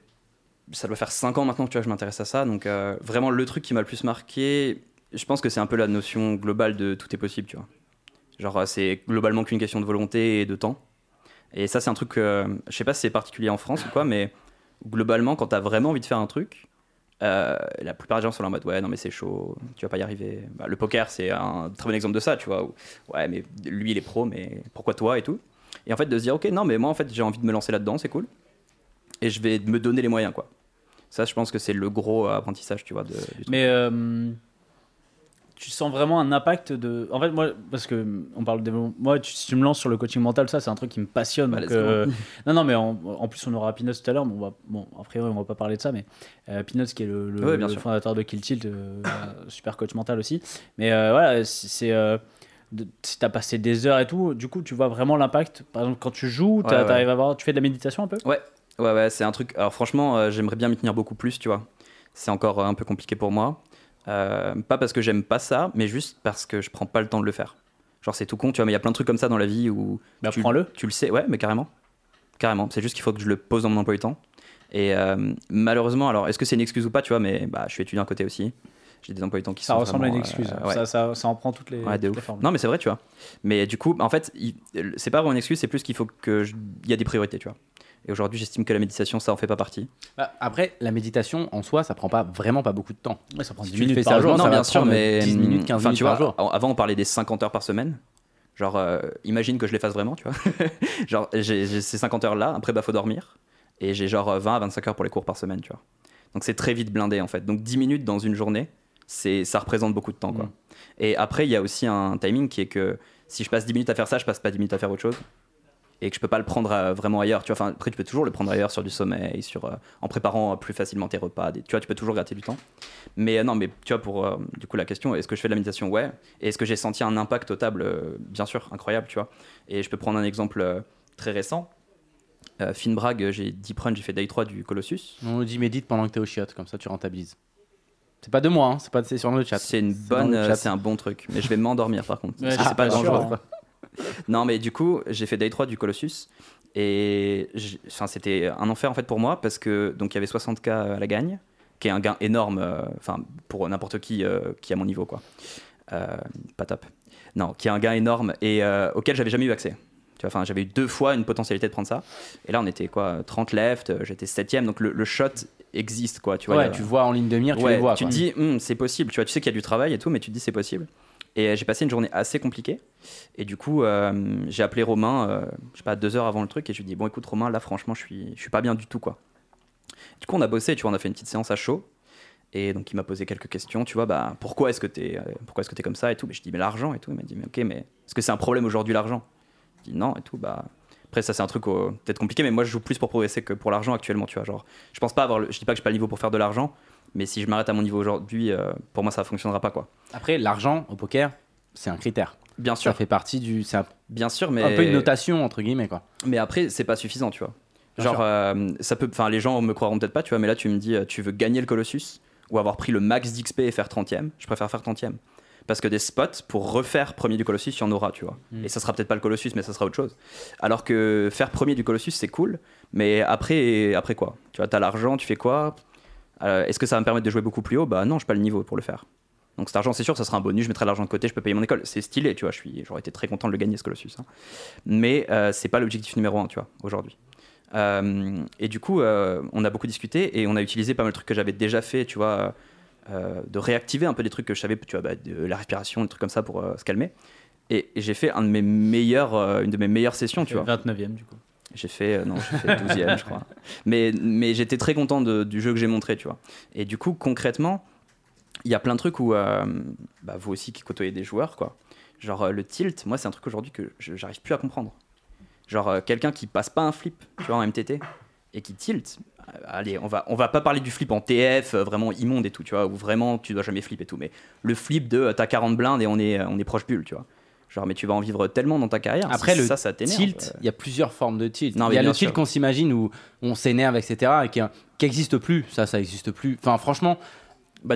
Speaker 5: Ça doit faire 5 ans maintenant que tu vois, je m'intéresse à ça. Donc, euh, vraiment, le truc qui m'a le plus marqué, je pense que c'est un peu la notion globale de tout est possible, tu vois. Genre, euh, c'est globalement qu'une question de volonté et de temps. Et ça, c'est un truc. euh, je sais pas si c'est particulier en France ou quoi, mais globalement, quand t'as vraiment envie de faire un truc, euh, la plupart des gens sont là en mode Ouais, non, mais c'est chaud, tu vas pas y arriver. Bah, le poker, c'est un très bon exemple de ça, tu vois. où, ouais, mais lui, il est pro, mais pourquoi toi et tout et en fait, de se dire, ok, non, mais moi, en fait, j'ai envie de me lancer là-dedans, c'est cool. Et je vais me donner les moyens, quoi. Ça, je pense que c'est le gros apprentissage, tu vois, de, du truc.
Speaker 2: Mais euh, tu sens vraiment un impact de. En fait, moi, parce que on parle de développement. Moi, tu- si tu me lances sur le coaching mental, ça, c'est un truc qui me passionne.
Speaker 5: Bah,
Speaker 2: donc,
Speaker 5: let's go.
Speaker 2: euh, non, non, mais en, en plus, on aura Pinos tout à l'heure. mais on va- Bon, a priori, on va pas parler de ça, mais euh, Pinos, qui est le, le-
Speaker 5: Ouais, bien
Speaker 2: le
Speaker 5: sûr.
Speaker 2: fondateur de Kill Tilt, euh, un super coach mental aussi. Mais euh, voilà, c'est- c'est. euh, de- si t'as passé des heures et tout, du coup tu vois vraiment l'impact. Par exemple, quand tu joues, t'as-
Speaker 5: Ouais, ouais.
Speaker 2: t'arrives à voir, tu fais de la méditation un peu.
Speaker 5: Ouais, ouais, c'est un truc. Alors, franchement, euh, j'aimerais bien m'y tenir beaucoup plus, tu vois. C'est encore euh, un peu compliqué pour moi. Euh, pas parce que j'aime pas ça, mais juste parce que je prends pas le temps de le faire. Genre, c'est tout con, tu vois, mais il y a plein de trucs comme ça dans la vie où
Speaker 2: Bah,
Speaker 5: tu,
Speaker 2: prends-le.
Speaker 5: tu le sais, ouais, mais carrément. Carrément. C'est juste qu'il faut que je le pose dans mon emploi du temps. Et euh, malheureusement, alors, est-ce que c'est une excuse ou pas, tu vois, mais bah, je suis étudiant à côté aussi. J'ai des emplois du temps qui
Speaker 2: Ça
Speaker 5: sont.
Speaker 2: ressemble à une
Speaker 5: vraiment,
Speaker 2: excuse.
Speaker 5: euh, ouais.
Speaker 2: ça, ça, ça en prend toutes les,
Speaker 5: Ouais, de
Speaker 2: toutes les
Speaker 5: ouf.
Speaker 2: formes.
Speaker 5: Non, mais c'est vrai, tu vois. Mais du coup, en fait, il- c'est pas vraiment une excuse, c'est plus qu'il faut que. je- Il y a des priorités, tu vois. Et aujourd'hui, j'estime que la méditation, ça en fait pas partie.
Speaker 3: Bah, après, la méditation en soi, ça prend pas vraiment pas beaucoup de temps.
Speaker 2: Ouais, ça prend
Speaker 3: Si
Speaker 2: 10
Speaker 3: tu le
Speaker 2: minutes
Speaker 3: fais
Speaker 2: par
Speaker 3: ça,
Speaker 2: jour.
Speaker 3: genre,
Speaker 5: non,
Speaker 3: ça va
Speaker 5: bien
Speaker 3: te
Speaker 5: sûr,
Speaker 3: prendre
Speaker 5: mais.
Speaker 3: 10 minutes, 15
Speaker 5: enfin, tu
Speaker 3: minutes
Speaker 5: vois,
Speaker 3: par
Speaker 5: Avant, on parlait des 50 heures par semaine. Genre, euh, imagine que je les fasse vraiment, tu vois. genre, j'ai j'ai ces 50 heures là, après, bah, faut dormir. Et j'ai genre euh, 20 à 25 heures pour les cours par semaine, tu vois. Donc, c'est très vite blindé, en fait. Donc, 10 minutes dans une journée, c'est ça représente beaucoup de temps, quoi.
Speaker 2: Mm.
Speaker 5: Et après, il y a aussi un timing qui est que si je passe 10 minutes à faire ça, je passe pas 10 minutes à faire autre chose. Et que je peux pas le prendre euh, vraiment ailleurs. Tu vois, enfin, après, tu peux toujours le prendre ailleurs sur du sommeil, sur, euh, en préparant euh, plus facilement tes repas. des- tu vois, tu peux toujours gratter du temps. Mais euh, non, mais tu vois, pour euh, du coup, la question, est-ce que je fais de la méditation Ouais. Et est-ce que j'ai senti un impact total Euh, Bien sûr, incroyable, tu vois. Et je peux prendre un exemple euh, très récent. Euh, Finbrag, euh, j'ai deep run, j'ai fait day 3 du Colossus.
Speaker 3: jour. On nous dit médite pendant que t'es au chiottes, comme ça tu rentabilises. C'est pas de moi, hein, c'est pas c'est sur le chat.
Speaker 5: C'est une
Speaker 3: dans
Speaker 5: bonne,
Speaker 3: le
Speaker 5: euh,
Speaker 3: chat.
Speaker 5: c'est un bon truc. Mais je vais m'endormir par contre.
Speaker 2: Ouais,
Speaker 5: Parce que
Speaker 2: je
Speaker 5: c'est pas
Speaker 2: suis pas sûr,
Speaker 5: dangereux.
Speaker 2: hein.
Speaker 5: Non, mais du coup, j'ai fait Day 3 du Colossus. Et j'ai- enfin, c'était un enfer en fait pour moi parce que donc il y avait 60K à la gagne, qui est un gain énorme euh, enfin pour n'importe qui euh, qui est à mon niveau. quoi. Euh, pas top. Non, qui est un gain énorme et euh, auquel j'avais jamais eu accès. Tu vois, Enfin, j'avais eu deux fois une potentialité de prendre ça. Et là, on était quoi 30 left, euh, j'étais 7ème. Donc le, le shot existe. quoi. Tu vois, il y
Speaker 3: Ouais,
Speaker 5: a-
Speaker 3: tu vois en ligne de mire, tu
Speaker 5: Ouais,
Speaker 3: les vois.
Speaker 5: te
Speaker 3: quoi.
Speaker 5: dis, Hum, c'est possible. Tu vois, tu sais qu'il y a du travail et tout, mais tu te dis, c'est possible. Et euh, j'ai passé une journée assez compliquée. Et du coup, euh, j'ai appelé Romain, euh, je sais pas, deux heures avant le truc, et je lui ai dit, bon, écoute, Romain, là, franchement, je suis, je suis pas bien du tout, quoi. Du coup, on a bossé, tu vois, on a fait une petite séance à chaud. Et donc, il m'a posé quelques questions, tu vois, bah, pourquoi est-ce que t'es, euh, pourquoi est-ce que t'es comme ça et tout. Mais je dis, mais l'argent et tout. Il m'a dit, mais ok, mais est-ce que c'est un problème aujourd'hui, l'argent Je dis, non et tout, bah. Après, ça, c'est un truc euh, peut-être compliqué, mais moi, je joue plus pour progresser que pour l'argent actuellement, tu vois. Genre, je pense pas avoir le- je dis pas que j'ai pas le niveau pour faire de l'argent, mais si je m'arrête à mon niveau aujourd'hui, euh, pour moi, ça fonctionnera pas, quoi.
Speaker 3: Après, l'argent au poker, c'est un critère.
Speaker 5: Bien
Speaker 3: Ça
Speaker 5: sûr,
Speaker 3: fait partie du. C'est un,
Speaker 5: bien sûr, mais
Speaker 3: un peu une notation, entre guillemets, quoi.
Speaker 5: Mais après, c'est pas suffisant, tu vois.
Speaker 3: Bien
Speaker 5: Genre,
Speaker 3: sûr.
Speaker 5: euh, ça peut, enfin, les gens me croiront peut-être pas, tu vois, mais là, tu me dis, euh, tu veux gagner le Colossus ou avoir pris le max d'XP et faire 30ème. Je préfère faire 30ème. Parce que des spots pour refaire premier du Colossus, il y en aura, tu vois.
Speaker 3: Hmm.
Speaker 5: Et ça sera peut-être pas le Colossus, mais ça sera autre chose. Alors que faire premier du Colossus, c'est cool, mais après, après quoi Tu vois, t'as l'argent, tu fais quoi Euh, Est-ce que ça va me permettre de jouer beaucoup plus haut Bah non, j'ai pas le niveau pour le faire. Donc cet argent, c'est sûr, ça sera un bonus, je mettrai l'argent de côté, je peux payer mon école. C'est stylé, tu vois, je suis- j'aurais été très content de le gagner, ce Colossus. hein. Mais euh, c'est pas l'objectif numéro un, tu vois, aujourd'hui. Euh, et du coup, euh, on a beaucoup discuté et on a utilisé pas mal de trucs que j'avais déjà fait, tu vois, euh, de réactiver un peu des trucs que je savais, tu vois, bah, de la respiration, des trucs comme ça pour euh, se calmer. Et, et j'ai fait un de mes meilleurs, euh, une de mes meilleures sessions, tu vois.
Speaker 2: 29ème du coup.
Speaker 5: J'ai fait, euh, non, j'ai fait 12e, je crois. Mais, mais j'étais très content de- du jeu que j'ai montré, tu vois. Et du coup, concrètement, il y a plein de trucs où, euh, bah, vous aussi qui côtoyez des joueurs, quoi. Genre, euh, le tilt, moi, c'est un truc aujourd'hui que je- j'arrive plus à comprendre. Genre, euh, quelqu'un qui passe pas un flip, tu vois, en MTT, et qui tilt, euh, allez, on va, on va pas parler du flip en TF, euh, vraiment immonde et tout, tu vois, où vraiment tu dois jamais flip et tout, mais le flip de euh, t'as 40 blindes et on est, euh, on est proche bulle, tu vois. Genre, mais tu vas en vivre tellement dans ta carrière.
Speaker 3: Après,
Speaker 5: si
Speaker 3: le
Speaker 5: ça, ça t'énerve. euh,
Speaker 3: Tilt, il y a plusieurs formes de tilt.
Speaker 5: Non, mais
Speaker 3: Il y a
Speaker 5: bien
Speaker 3: le tilt
Speaker 5: sûr.
Speaker 3: qu'on s'imagine où on s'énerve, etc. et qui qui existe plus. Ça, ça existe plus. Enfin, franchement,
Speaker 5: Bah,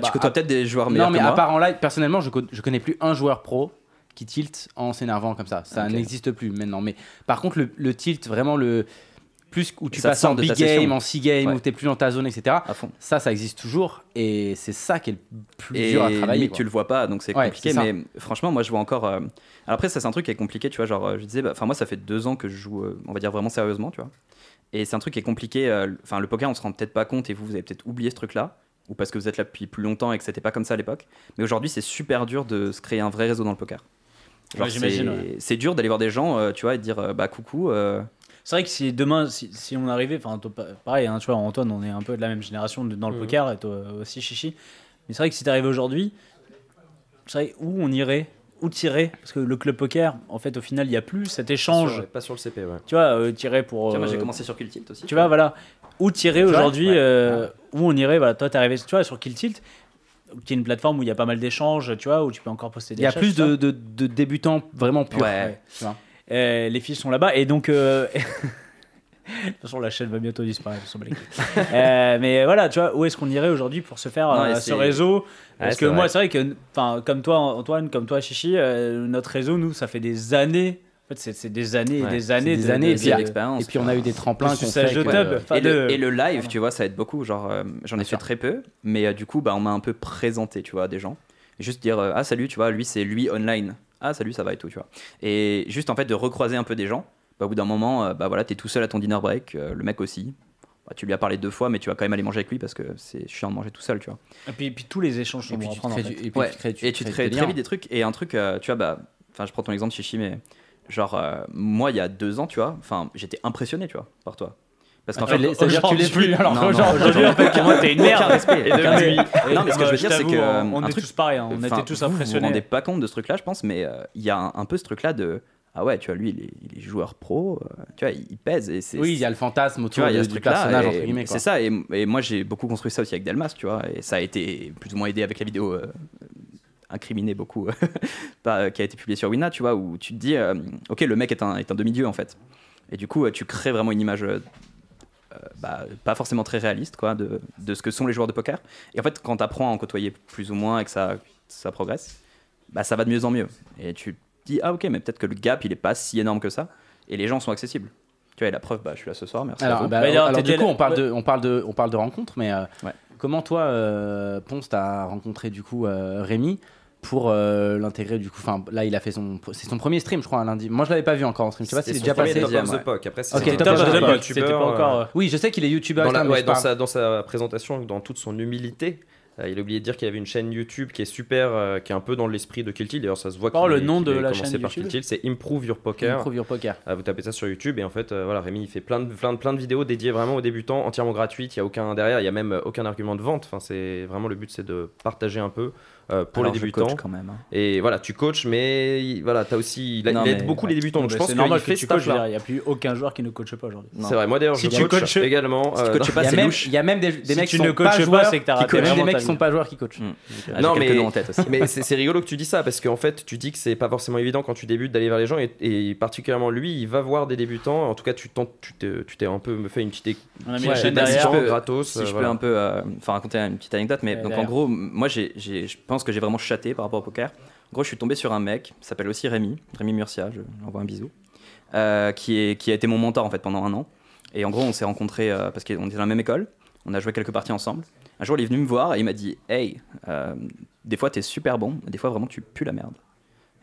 Speaker 3: Bah,
Speaker 5: tu côtoies
Speaker 3: à-
Speaker 5: peut-être des joueurs meilleurs
Speaker 3: non, mais
Speaker 5: que
Speaker 3: à
Speaker 5: moi.
Speaker 3: part en live, personnellement, je, co- je connais plus un joueur pro qui tilt en s'énervant comme ça. Ça
Speaker 5: Ok.
Speaker 3: n'existe plus maintenant. Mais par contre, le, le tilt, vraiment le plus où tu
Speaker 5: ça
Speaker 3: passes
Speaker 5: sort
Speaker 3: en
Speaker 5: de
Speaker 3: big
Speaker 5: ta session.
Speaker 3: game, en sea game,
Speaker 5: Ouais.
Speaker 3: où t'es plus dans ta zone, etc.
Speaker 5: à fond.
Speaker 3: Ça, ça existe toujours. Et c'est ça qui est le plus
Speaker 5: Et
Speaker 3: dur à travailler.
Speaker 5: limite,
Speaker 3: quoi.
Speaker 5: tu le vois pas, donc c'est
Speaker 3: Ouais,
Speaker 5: compliqué.
Speaker 3: c'est ça.
Speaker 5: mais franchement, moi, je vois encore. euh, alors Après, ça, c'est un truc qui est compliqué, tu vois. Genre, euh, je disais, bah, enfin, moi, ça fait deux ans que je joue, euh, on va dire vraiment sérieusement, tu vois. Et c'est un truc qui est compliqué. euh, Enfin, le poker, on se rend peut-être pas compte, et vous, vous avez peut-être oublié ce truc-là, ou parce que vous êtes là depuis plus longtemps et que c'était pas comme ça à l'époque. Mais aujourd'hui, c'est super dur de se créer un vrai réseau dans le poker. Genre,
Speaker 2: Ouais,
Speaker 5: c'est
Speaker 2: j'imagine, ouais.
Speaker 5: c'est dur d'aller voir des gens, euh, tu vois, et de dire, euh, bah, coucou. euh,
Speaker 2: C'est vrai que si demain, si, si on arrivait, enfin, toi, pa- pareil, hein, tu vois, Antoine, on est un peu de la même génération de- dans le
Speaker 4: Mhm.
Speaker 2: poker, et toi aussi, Chichi. Mais c'est vrai que si t'arrives aujourd'hui, c'est vrai où on irait, où tirer, parce que le club poker, en fait, au final, il n'y a plus cet
Speaker 4: Pas
Speaker 2: échange.
Speaker 4: sur, pas sur le CP, ouais.
Speaker 2: Tu vois, euh, tirer pour.
Speaker 5: Tiens, moi, j'ai
Speaker 2: euh,
Speaker 5: commencé sur Kill Tilt aussi.
Speaker 2: Tu vois, voilà. Où tirer
Speaker 5: vrai
Speaker 2: aujourd'hui,
Speaker 5: Ouais.
Speaker 2: euh, où on irait, voilà, toi, t'es arrivé, tu vois, sur Kill Tilt, qui est une plateforme où il y a pas mal d'échanges, tu vois, où tu peux encore poster des
Speaker 3: Il y a
Speaker 2: chats,
Speaker 3: plus
Speaker 2: tout ça.
Speaker 3: de, de- de débutants vraiment purs.
Speaker 5: Ouais.
Speaker 3: tu vois.
Speaker 2: Euh, les filles sont là-bas et donc. euh, de toute façon, la chaîne va bientôt disparaître. on s'en bat les couilles. Euh, mais voilà, tu vois, où est-ce qu'on irait aujourd'hui pour se faire
Speaker 5: Non,
Speaker 2: euh,
Speaker 5: et
Speaker 2: ce
Speaker 5: c'est-
Speaker 2: réseau Parce
Speaker 4: c'est
Speaker 2: que moi,
Speaker 4: vrai.
Speaker 2: c'est vrai que, enfin, comme toi, Antoine, comme toi, Chichi, euh, notre réseau, nous, ça fait des années. En fait, c'est- c'est des années et
Speaker 4: Ouais,
Speaker 2: des
Speaker 3: C'est
Speaker 2: années.
Speaker 3: des
Speaker 2: de-
Speaker 3: années,
Speaker 2: de-
Speaker 3: et puis,
Speaker 2: de-
Speaker 5: de l'expérience,
Speaker 3: et puis on a eu des tremplins
Speaker 2: de
Speaker 3: qu'on
Speaker 2: suçage
Speaker 3: fait
Speaker 2: de
Speaker 3: que- euh,
Speaker 2: tub.
Speaker 3: Ouais.
Speaker 2: Enfin,
Speaker 5: et, le,
Speaker 2: de-
Speaker 5: et le live, tu vois, ça aide beaucoup. Genre, euh, j'en ai fait très peu, mais euh, du coup, bah, on m'a un peu présenté, tu vois, à des gens. Et Juste dire, euh, ah salut, tu vois, lui c'est lui online. Ah salut, ça va et tout, tu vois. Et juste en fait de recroiser un peu des gens. Bah, au bout d'un moment, euh, bah voilà, t'es tout seul à ton dinner break, euh, le mec aussi. Bah, tu lui as parlé deux fois, mais tu vas quand même aller manger avec lui parce que c'est chiant de manger tout seul, tu vois
Speaker 2: et puis, et puis tous les échanges sont
Speaker 3: Et puis
Speaker 2: bons à
Speaker 3: tu te
Speaker 2: prendre,
Speaker 3: crées
Speaker 2: en
Speaker 3: du-
Speaker 2: fait.
Speaker 3: et puis
Speaker 5: Ouais,
Speaker 3: tu crées du-
Speaker 5: et tu te
Speaker 3: crées des
Speaker 5: crées très
Speaker 3: liens.
Speaker 5: vite des trucs. Et un truc, euh, tu vois, bah, enfin, je prends ton exemple, Chichi, mais genre, euh, moi, il y a deux ans, tu vois, enfin, j'étais impressionné, tu vois, par toi. Parce qu'en
Speaker 3: Attends,
Speaker 5: fait,
Speaker 3: les- c'est-à-dire que tu les plus. Alors
Speaker 5: Non, non,
Speaker 3: qu'aujourd'hui-
Speaker 2: Aujourd'hui, en fait, pour moi, t'es une
Speaker 5: aucun
Speaker 2: merde.
Speaker 5: respect.
Speaker 2: Et
Speaker 5: Aucun
Speaker 2: depuis-
Speaker 5: respect.
Speaker 2: et
Speaker 5: Non, mais ce que
Speaker 2: moi,
Speaker 5: je veux dire, c'est
Speaker 2: t'avoue,
Speaker 5: que euh,
Speaker 2: On
Speaker 5: un
Speaker 2: est
Speaker 5: truc-
Speaker 2: tous pareils, hein, on
Speaker 5: Enfin,
Speaker 2: était tous
Speaker 5: vous, Vous vous rendez
Speaker 2: impressionnés.
Speaker 5: pas compte de ce truc-là, je pense, mais euh, il y a un, un peu ce truc-là de ah ouais, tu vois, lui, il est, il est joueur pro, euh, tu vois, il, il pèse et c'est
Speaker 3: Oui, il y a le fantasme
Speaker 5: tu
Speaker 3: autour
Speaker 5: vois, il y a
Speaker 3: de-
Speaker 5: ce
Speaker 3: du
Speaker 5: truc-là.
Speaker 3: personnage,
Speaker 5: et
Speaker 3: entre guillemets. quoi.
Speaker 5: C'est ça, et, et moi j'ai beaucoup construit ça aussi avec Delmas, tu vois, et ça a été plus ou moins aidé avec la vidéo euh, incriminée beaucoup, pas, euh, qui a été publiée sur Wina, tu vois, où tu te dis, euh, ok, le mec est un, est un demi-dieu en fait. Et du coup, euh, tu crées vraiment une image euh, euh, bah, pas forcément très réaliste, quoi, de, de ce que sont les joueurs de poker. Et en fait, quand t'apprends à en côtoyer plus ou moins et que ça, ça progresse, bah ça va de mieux en mieux. Et tu te dis, ah ok, mais peut-être que le gap, il est pas si énorme que ça, et les gens sont accessibles. Tu vois, et la preuve, bah, je suis là ce soir, merci. à vous.
Speaker 3: Alors, bah,
Speaker 2: Bah, d'ailleurs,
Speaker 3: alors,
Speaker 2: t'étais
Speaker 3: du coup,
Speaker 2: là-
Speaker 3: on parle, de, on, parle de, on parle de rencontres, mais euh,
Speaker 5: Ouais.
Speaker 3: comment toi, euh, Ponce, t'as rencontré du coup euh, Rémi pour euh, l'intégrer du coup Enfin, là, il a fait son, c'est son premier stream, je crois, un lundi. Moi, je l'avais pas vu encore en stream. Je sais pas
Speaker 4: C'était
Speaker 3: s'il est déjà
Speaker 4: son premier
Speaker 3: passé.
Speaker 4: Top
Speaker 5: deuxième,
Speaker 4: of
Speaker 5: ouais.
Speaker 4: the Pock. Après, c'est
Speaker 3: Ok,
Speaker 4: un
Speaker 3: Top of the
Speaker 4: youtubeur,
Speaker 3: Pock,
Speaker 4: euh,
Speaker 2: c'était pas encore. euh,
Speaker 3: Oui, je sais qu'il est youtubeur.
Speaker 4: dans,
Speaker 3: et
Speaker 4: la-
Speaker 3: tout, mais
Speaker 4: ouais,
Speaker 3: je
Speaker 4: dans
Speaker 3: parle-
Speaker 4: sa, dans sa présentation, dans toute son humilité, euh, il a oublié de dire qu'il avait une chaîne YouTube qui est super, euh, qui est un peu dans l'esprit de Kill Tilt. D'ailleurs, ça se voit.
Speaker 2: Oh,
Speaker 4: qu'il-
Speaker 2: le nom
Speaker 4: qu'il
Speaker 2: de
Speaker 4: a
Speaker 2: la
Speaker 4: commencé
Speaker 2: chaîne
Speaker 4: par
Speaker 2: YouTube
Speaker 4: Kill Tilt, c'est Improve Your Poker.
Speaker 3: Improve Your Poker.
Speaker 4: Euh, vous tapez ça sur YouTube et en fait, euh, voilà, Rémi, il fait plein de, plein, de, plein de vidéos dédiées vraiment aux débutants, entièrement gratuites. Il y a aucun derrière, il y a même euh, aucun argument de vente. Enfin, c'est vraiment le but, c'est de partager un peu euh, pour
Speaker 5: Alors,
Speaker 4: les
Speaker 5: je coach
Speaker 4: débutants.
Speaker 5: quand même. hein.
Speaker 4: Et voilà, tu coaches, mais il- voilà, t'as aussi, il, a-
Speaker 5: Non,
Speaker 4: il aide
Speaker 5: mais-
Speaker 4: beaucoup les débutants. Donc
Speaker 2: bah,
Speaker 4: je pense
Speaker 2: c'est
Speaker 4: qu'il
Speaker 2: normal
Speaker 4: fait
Speaker 2: que
Speaker 4: ce
Speaker 2: tu coaches. je veux
Speaker 4: taf-là.
Speaker 2: dire, Il n'y a plus aucun joueur qui ne coache pas aujourd'hui.
Speaker 5: Non.
Speaker 4: C'est vrai. Moi d'ailleurs,
Speaker 2: Si
Speaker 4: je
Speaker 2: tu
Speaker 4: coach
Speaker 2: coaches-
Speaker 4: également.
Speaker 5: Si tu
Speaker 4: euh,
Speaker 5: coaches pas,
Speaker 3: Il y, a
Speaker 5: c'est
Speaker 3: même,
Speaker 5: louche.
Speaker 3: il y a même des, des
Speaker 2: Si
Speaker 3: mecs
Speaker 2: tu
Speaker 3: qui sont
Speaker 2: ne
Speaker 3: pas
Speaker 2: coaches
Speaker 3: joueurs,
Speaker 2: pas, c'est que t'as
Speaker 3: qui
Speaker 2: raté
Speaker 3: coachent. Même des
Speaker 2: vraiment
Speaker 3: mecs
Speaker 2: ta
Speaker 3: qui sont
Speaker 2: vie.
Speaker 3: pas joueurs qui coachent.
Speaker 5: Ah,
Speaker 4: Non,
Speaker 5: j'ai quelques
Speaker 4: mais-
Speaker 5: noms en tête aussi.
Speaker 4: mais c'est c'est rigolo que tu dis ça parce qu'en fait, tu dis que c'est pas forcément évident quand tu débutes d'aller vers les gens et, et particulièrement lui, il va voir des débutants. En tout cas, tu tentes- tu t'es tu t'es un peu me fait une petite
Speaker 2: On a mis
Speaker 4: Ouais,
Speaker 2: la chaîne
Speaker 4: bah, si
Speaker 2: derrière.
Speaker 4: tu peux-
Speaker 5: euh,
Speaker 4: gratos.
Speaker 5: si
Speaker 4: euh,
Speaker 5: je peux
Speaker 4: voilà.
Speaker 5: un peu euh, enfin raconter une petite anecdote mais
Speaker 2: Ouais,
Speaker 5: donc en
Speaker 2: d'ailleurs.
Speaker 5: gros m- moi j'ai, j'ai- je pense que j'ai vraiment chaté par rapport au poker en gros je suis tombé sur un mec qui s'appelle aussi Rémi Rémi Murcia je j'envoie un bisou euh, qui est qui a été mon mentor en fait pendant un an et en gros on s'est rencontrés euh, parce qu'on était dans la même école on a joué quelques parties ensemble un jour il est venu me voir et il m'a dit hey euh, des fois t'es super bon des fois vraiment tu pues la merde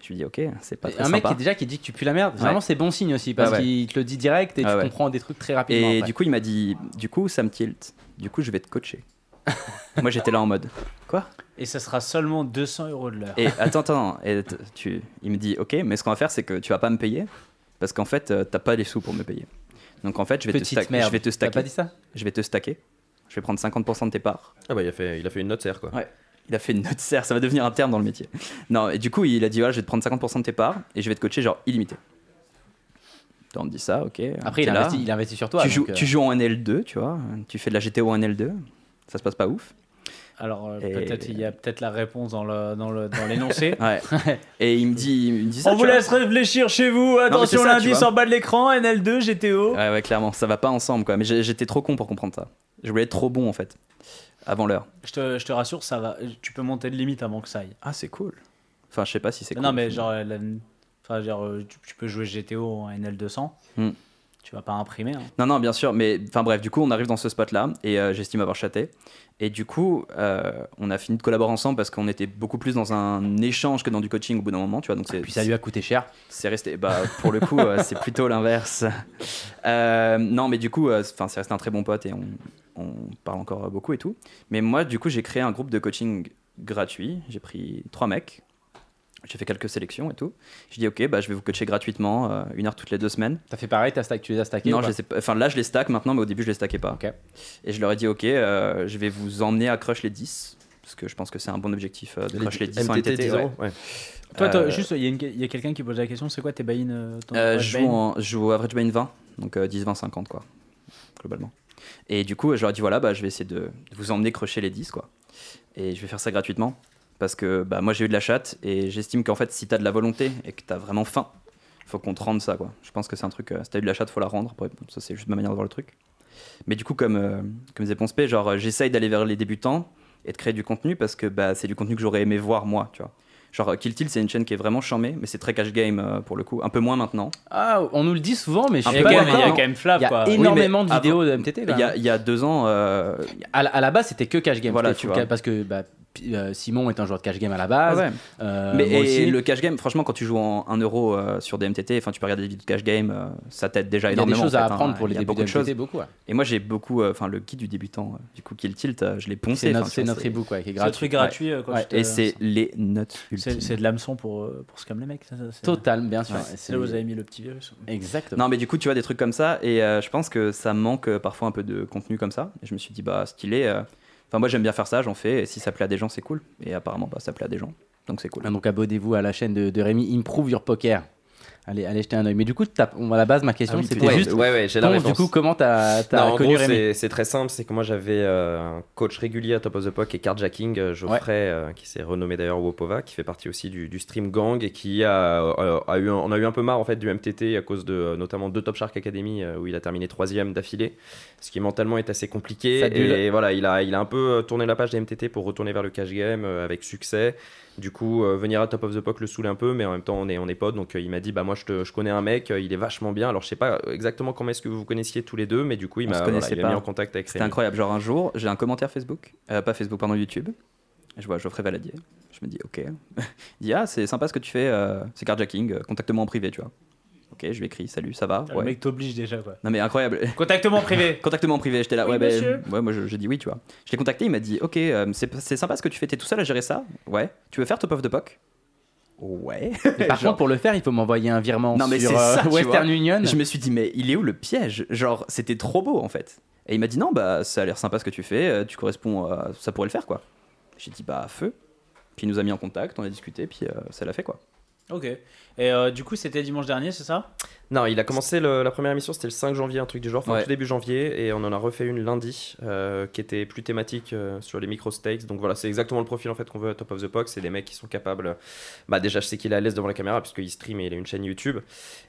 Speaker 5: je lui dis ok c'est pas très
Speaker 3: Un mec
Speaker 5: sympa
Speaker 3: qui, déjà qui dit que tu pues la merde, vraiment, c'est bon signe aussi parce
Speaker 5: Ah ouais.
Speaker 3: qu'il te le dit direct et
Speaker 5: Ah
Speaker 3: tu
Speaker 5: ouais.
Speaker 3: bah. comprends des trucs très rapidement.
Speaker 5: Et
Speaker 3: après.
Speaker 5: du coup, il m'a dit, du coup, ça me tilt. Du coup, je vais te coacher. Moi, j'étais là en mode. Quoi
Speaker 2: Et ça sera seulement 200 euros de l'heure.
Speaker 5: Et attends, attends. Et t- tu, il me dit, ok, mais ce qu'on va faire, c'est que tu vas pas me payer parce qu'en fait, euh, t'as pas les sous pour me payer. Donc en fait, je vais, te,
Speaker 3: Petite
Speaker 5: sta-
Speaker 3: merde.
Speaker 5: je vais te
Speaker 3: T'as
Speaker 5: stacker.
Speaker 3: pas dit ça
Speaker 5: Je vais te stacker. Je vais prendre 50% de tes parts.
Speaker 4: Ah bah il a fait, il a fait une note serre quoi.
Speaker 5: Ouais. Il a fait une note serre, ça va devenir un terme dans le métier. Non, et du coup, il a dit voilà, je vais te prendre 50% de tes parts et je vais te coacher genre illimité. Donc, on me dit ça, ok.
Speaker 3: Après, il
Speaker 5: T'es là.
Speaker 3: investit, il investit sur toi.
Speaker 5: tu,
Speaker 3: donc,
Speaker 5: joues,
Speaker 3: euh,
Speaker 5: tu joues en NL2, tu vois. Tu fais de la GTO en NL2. Ça se passe pas ouf.
Speaker 2: Alors euh,
Speaker 5: Et-
Speaker 2: peut-être il y a peut-être la réponse dans le dans le dans l'énoncé.
Speaker 5: Ouais. et il me dit, il me dit ça.
Speaker 2: On
Speaker 5: tu
Speaker 2: vous
Speaker 5: vois.
Speaker 2: laisse réfléchir chez vous. Attention,
Speaker 5: ça, tu
Speaker 2: l'indice
Speaker 5: vois.
Speaker 2: en bas de l'écran, NL2, GTO.
Speaker 5: Ouais, ouais, clairement, ça va pas ensemble, quoi. Mais j'ai- j'étais trop con pour comprendre ça. Je voulais être trop bon, en fait, avant l'heure.
Speaker 2: Je, te, je te rassure, ça va. Tu peux monter de limite avant que ça aille.
Speaker 5: Ah, c'est cool. Enfin, je sais pas si c'est cool.
Speaker 2: non, mais genre, la- enfin, genre, euh, tu, tu peux jouer GTO en NL200.
Speaker 5: Hmm.
Speaker 2: Tu vas pas imprimer. hein.
Speaker 5: Non, non, bien sûr, mais enfin bref, du coup, on arrive dans ce spot-là et euh, j'estime avoir chaté. Et du coup, euh, on a fini de collaborer ensemble parce qu'on était beaucoup plus dans un échange que dans du coaching au bout d'un moment, tu vois. Donc c'est
Speaker 3: Ah, Puis ça lui a coûté cher.
Speaker 5: c'est resté. Bah, pour le coup, euh, c'est plutôt l'inverse. Euh, non, mais du coup, euh, enfin, c'est resté un très bon pote et on, on parle encore beaucoup et tout. Mais moi, du coup, j'ai créé un groupe de coaching gratuit. J'ai pris trois mecs. J'ai fait quelques sélections et tout. Je dis, ok, bah, je vais vous coacher gratuitement, euh, une heure toutes les deux semaines.
Speaker 3: T'as fait pareil, t'as stack, tu les as stackés.
Speaker 5: Non,
Speaker 3: ou
Speaker 5: je
Speaker 3: pas
Speaker 5: les ai pas- Enfin, là, je les stack maintenant, mais au début, je les stackais pas.
Speaker 3: bah. Ok.
Speaker 5: Et je leur ai dit, ok, euh, je vais vous emmener à crush les 10. Parce que je pense que c'est un bon objectif euh, de crush les 10 en
Speaker 4: MTT,
Speaker 5: NTT,
Speaker 4: 10
Speaker 5: ouais.
Speaker 4: euros, ouais.
Speaker 2: Toi, toi,
Speaker 5: Euh,
Speaker 2: juste, il y a, une- il y a quelqu'un qui pose la question. C'est quoi tes buy-in euh, ton
Speaker 5: Euh,
Speaker 2: average
Speaker 5: je,
Speaker 2: buy-in
Speaker 5: joue en- je joue au average main 20, donc euh, 10, 20, 50, quoi, globalement. Et du coup, je leur ai dit, voilà, bah, je vais essayer de vous emmener crusher les 10, quoi. Et je vais faire ça gratuitement. Parce que bah, moi, j'ai eu de la chatte et j'estime qu'en fait, si t'as de la volonté et que t'as vraiment faim, faut qu'on te rende ça, quoi. Je pense que c'est un truc, euh, si t'as eu de la chatte, faut la rendre. Après, bon, ça, c'est juste ma manière de voir le truc. Mais du coup, comme, euh, comme disait Ponce P, genre, euh, j'essaye d'aller vers les débutants et de créer du contenu parce que bah, c'est du contenu que j'aurais aimé voir moi, tu vois. Genre, euh, Kill Till, c'est une chaîne qui est vraiment chamée, mais c'est très cash game euh, pour le coup. Un peu moins maintenant.
Speaker 3: Ah, on nous le dit souvent, mais je
Speaker 5: Un
Speaker 3: suis
Speaker 2: Il y a
Speaker 5: peu
Speaker 3: pas
Speaker 2: quand
Speaker 5: moins,
Speaker 2: même- il y a
Speaker 3: d'accord,
Speaker 2: quand
Speaker 3: hein.
Speaker 2: même flap.
Speaker 3: Il y
Speaker 2: quoi.
Speaker 3: a
Speaker 5: Oui,
Speaker 3: énormément
Speaker 5: mais
Speaker 3: de vidéos de MTT.
Speaker 5: Il y,
Speaker 3: Là.
Speaker 5: a, il y a deux ans, euh,
Speaker 3: À, la, à la base, c'était que cash game.
Speaker 5: Voilà,
Speaker 3: c'était
Speaker 5: tu
Speaker 3: full
Speaker 5: vois.
Speaker 3: ca- Parce que bah, P- euh, Simon est un joueur de cash game à la base.
Speaker 5: ah ouais.
Speaker 3: euh,
Speaker 5: mais
Speaker 3: moi
Speaker 5: et
Speaker 3: aussi.
Speaker 5: le cash game, franchement, quand tu joues en 1 euro euh, sur des MTT, enfin, tu peux regarder des vidéos de cash game, euh, ça t'aide déjà
Speaker 3: il y a des
Speaker 5: énormément.
Speaker 3: choses
Speaker 5: en
Speaker 3: à
Speaker 5: fait, hein.
Speaker 3: apprendre pour les
Speaker 5: Il y a
Speaker 3: débuts
Speaker 5: beaucoup de choses.
Speaker 3: beaucoup. ouais.
Speaker 5: Et moi, j'ai beaucoup, euh, enfin, le guide du débutant, euh, du coup, Kill Tilt, euh, je l'ai poncé.
Speaker 3: C'est
Speaker 5: enfin,
Speaker 3: notre,
Speaker 5: tu
Speaker 3: c'est
Speaker 5: vois,
Speaker 3: notre ebook ouais, qui est
Speaker 2: C'est un
Speaker 3: gratuit.
Speaker 2: truc gratuit. euh, quand
Speaker 3: Ouais.
Speaker 2: tu te-
Speaker 5: Et c'est les notes
Speaker 2: c'est
Speaker 5: ultimes.
Speaker 2: c'est de l'hameçon pour euh, pour scam les mecs. ça, ça, c'est-
Speaker 3: Total, bien sûr.
Speaker 2: Ouais,
Speaker 3: Et
Speaker 2: c'est
Speaker 3: c'est-
Speaker 2: Là, vous avez mis le petit virus.
Speaker 3: Exactement.
Speaker 5: Non, mais du coup, tu vois des trucs comme ça, et euh, je pense que ça manque euh, parfois un peu de contenu comme ça. Et je me suis dit, bah, stylé. euh, Enfin, moi, j'aime bien faire ça, j'en fais, et si ça plaît à des gens, c'est cool. Et apparemment, bah, ça plaît à des gens, donc c'est cool.
Speaker 3: Ah, Donc abonnez-vous à la chaîne de, de Rémi Improve Your Poker. Allez, allez jeter un oeil. Mais du coup, t'as- on va à la base, ma question,
Speaker 2: Ah oui,
Speaker 3: c'était
Speaker 2: putain.
Speaker 4: Ouais,
Speaker 3: juste.
Speaker 4: ouais, ouais, j'ai la
Speaker 3: Ponce,
Speaker 4: réponse.
Speaker 3: du coup, comment t'as
Speaker 4: Non,
Speaker 3: t'as
Speaker 4: en
Speaker 3: connu
Speaker 4: gros,
Speaker 3: Rémi
Speaker 4: c'est c'est très simple, c'est que moi j'avais euh, un coach régulier à Top of the Puck et Carjacking, euh, Geoffrey, euh, qui s'est renommé d'ailleurs Wopova, qui fait partie aussi du, du Stream Gang et qui a, euh, a eu, un- on a eu un peu marre en fait du MTT à cause de euh, notamment de Top Shark Academy euh, où il a terminé troisième d'affilée, ce qui mentalement est assez compliqué.
Speaker 3: Ça dure.
Speaker 4: Et voilà, il a, il a un peu euh, tourné la page des MTT pour retourner vers le cash game euh, avec succès. Du coup, euh, venir à Top of the Pop le saoule un peu, mais en même temps, on est, on est potes. Donc, euh, il m'a dit Bah, moi, je, te- je connais un mec, euh, il est vachement bien. Alors, je sais pas euh, exactement comment est-ce que vous vous connaissiez tous les deux, mais du coup, il
Speaker 5: On
Speaker 4: m'a
Speaker 5: se
Speaker 4: voilà,
Speaker 5: connaissait
Speaker 4: il m'a mis
Speaker 5: pas.
Speaker 4: en contact avec
Speaker 5: C'était
Speaker 4: Rémi.
Speaker 5: incroyable. Genre un jour, j'ai un commentaire Facebook, euh, pas Facebook, pardon, YouTube. Je vois Geoffrey Valadier. Je me dis, ok. Il dit, ah, c'est sympa ce que tu fais, euh, c'est carjacking, euh, contacte-moi en privé, tu vois. Ok, je lui écris, salut, ça va
Speaker 2: Le
Speaker 5: ouais.
Speaker 2: mec t'oblige déjà quoi.
Speaker 5: Non mais incroyable.
Speaker 2: Contactement privé.
Speaker 5: Contacte-moi en privé, j'étais là,
Speaker 2: Oui,
Speaker 5: ouais, ben,
Speaker 2: monsieur.
Speaker 5: ouais, moi je- j'ai dit oui, tu vois. Je l'ai contacté, il m'a dit, ok, euh, c'est c'est sympa ce que tu fais, t'es tout seul à gérer ça Ouais. Tu veux faire Top of the POC Ouais.
Speaker 3: Mais Par contre, pour le faire, il faut m'envoyer un virement
Speaker 5: Non, mais
Speaker 3: sur
Speaker 5: c'est
Speaker 3: euh,
Speaker 5: ça, tu
Speaker 3: Western
Speaker 5: vois.
Speaker 3: Union.
Speaker 5: Je me suis dit, mais il est où le piège Genre, c'était trop beau en fait. Et il m'a dit, non, bah ça a l'air sympa ce que tu fais, euh, tu corresponds, à- ça pourrait le faire quoi. J'ai dit, bah feu. Puis il nous a mis en contact, on a discuté, puis euh, ça l'a fait quoi.
Speaker 2: Ok. Et euh, du coup, c'était dimanche dernier, c'est ça
Speaker 4: Non, il a commencé le- la première émission, c'était le 5 janvier, un truc du genre, enfin
Speaker 5: Ouais.
Speaker 4: tout début janvier, et on en a refait une lundi euh, qui était plus thématique euh, sur les micro-stakes. Donc voilà, c'est exactement le profil en fait qu'on veut à Top of the Box. C'est des mecs qui sont capables. euh, Bah déjà, je sais qu'il est à l'aise devant la caméra puisqu'il stream et il a une chaîne YouTube.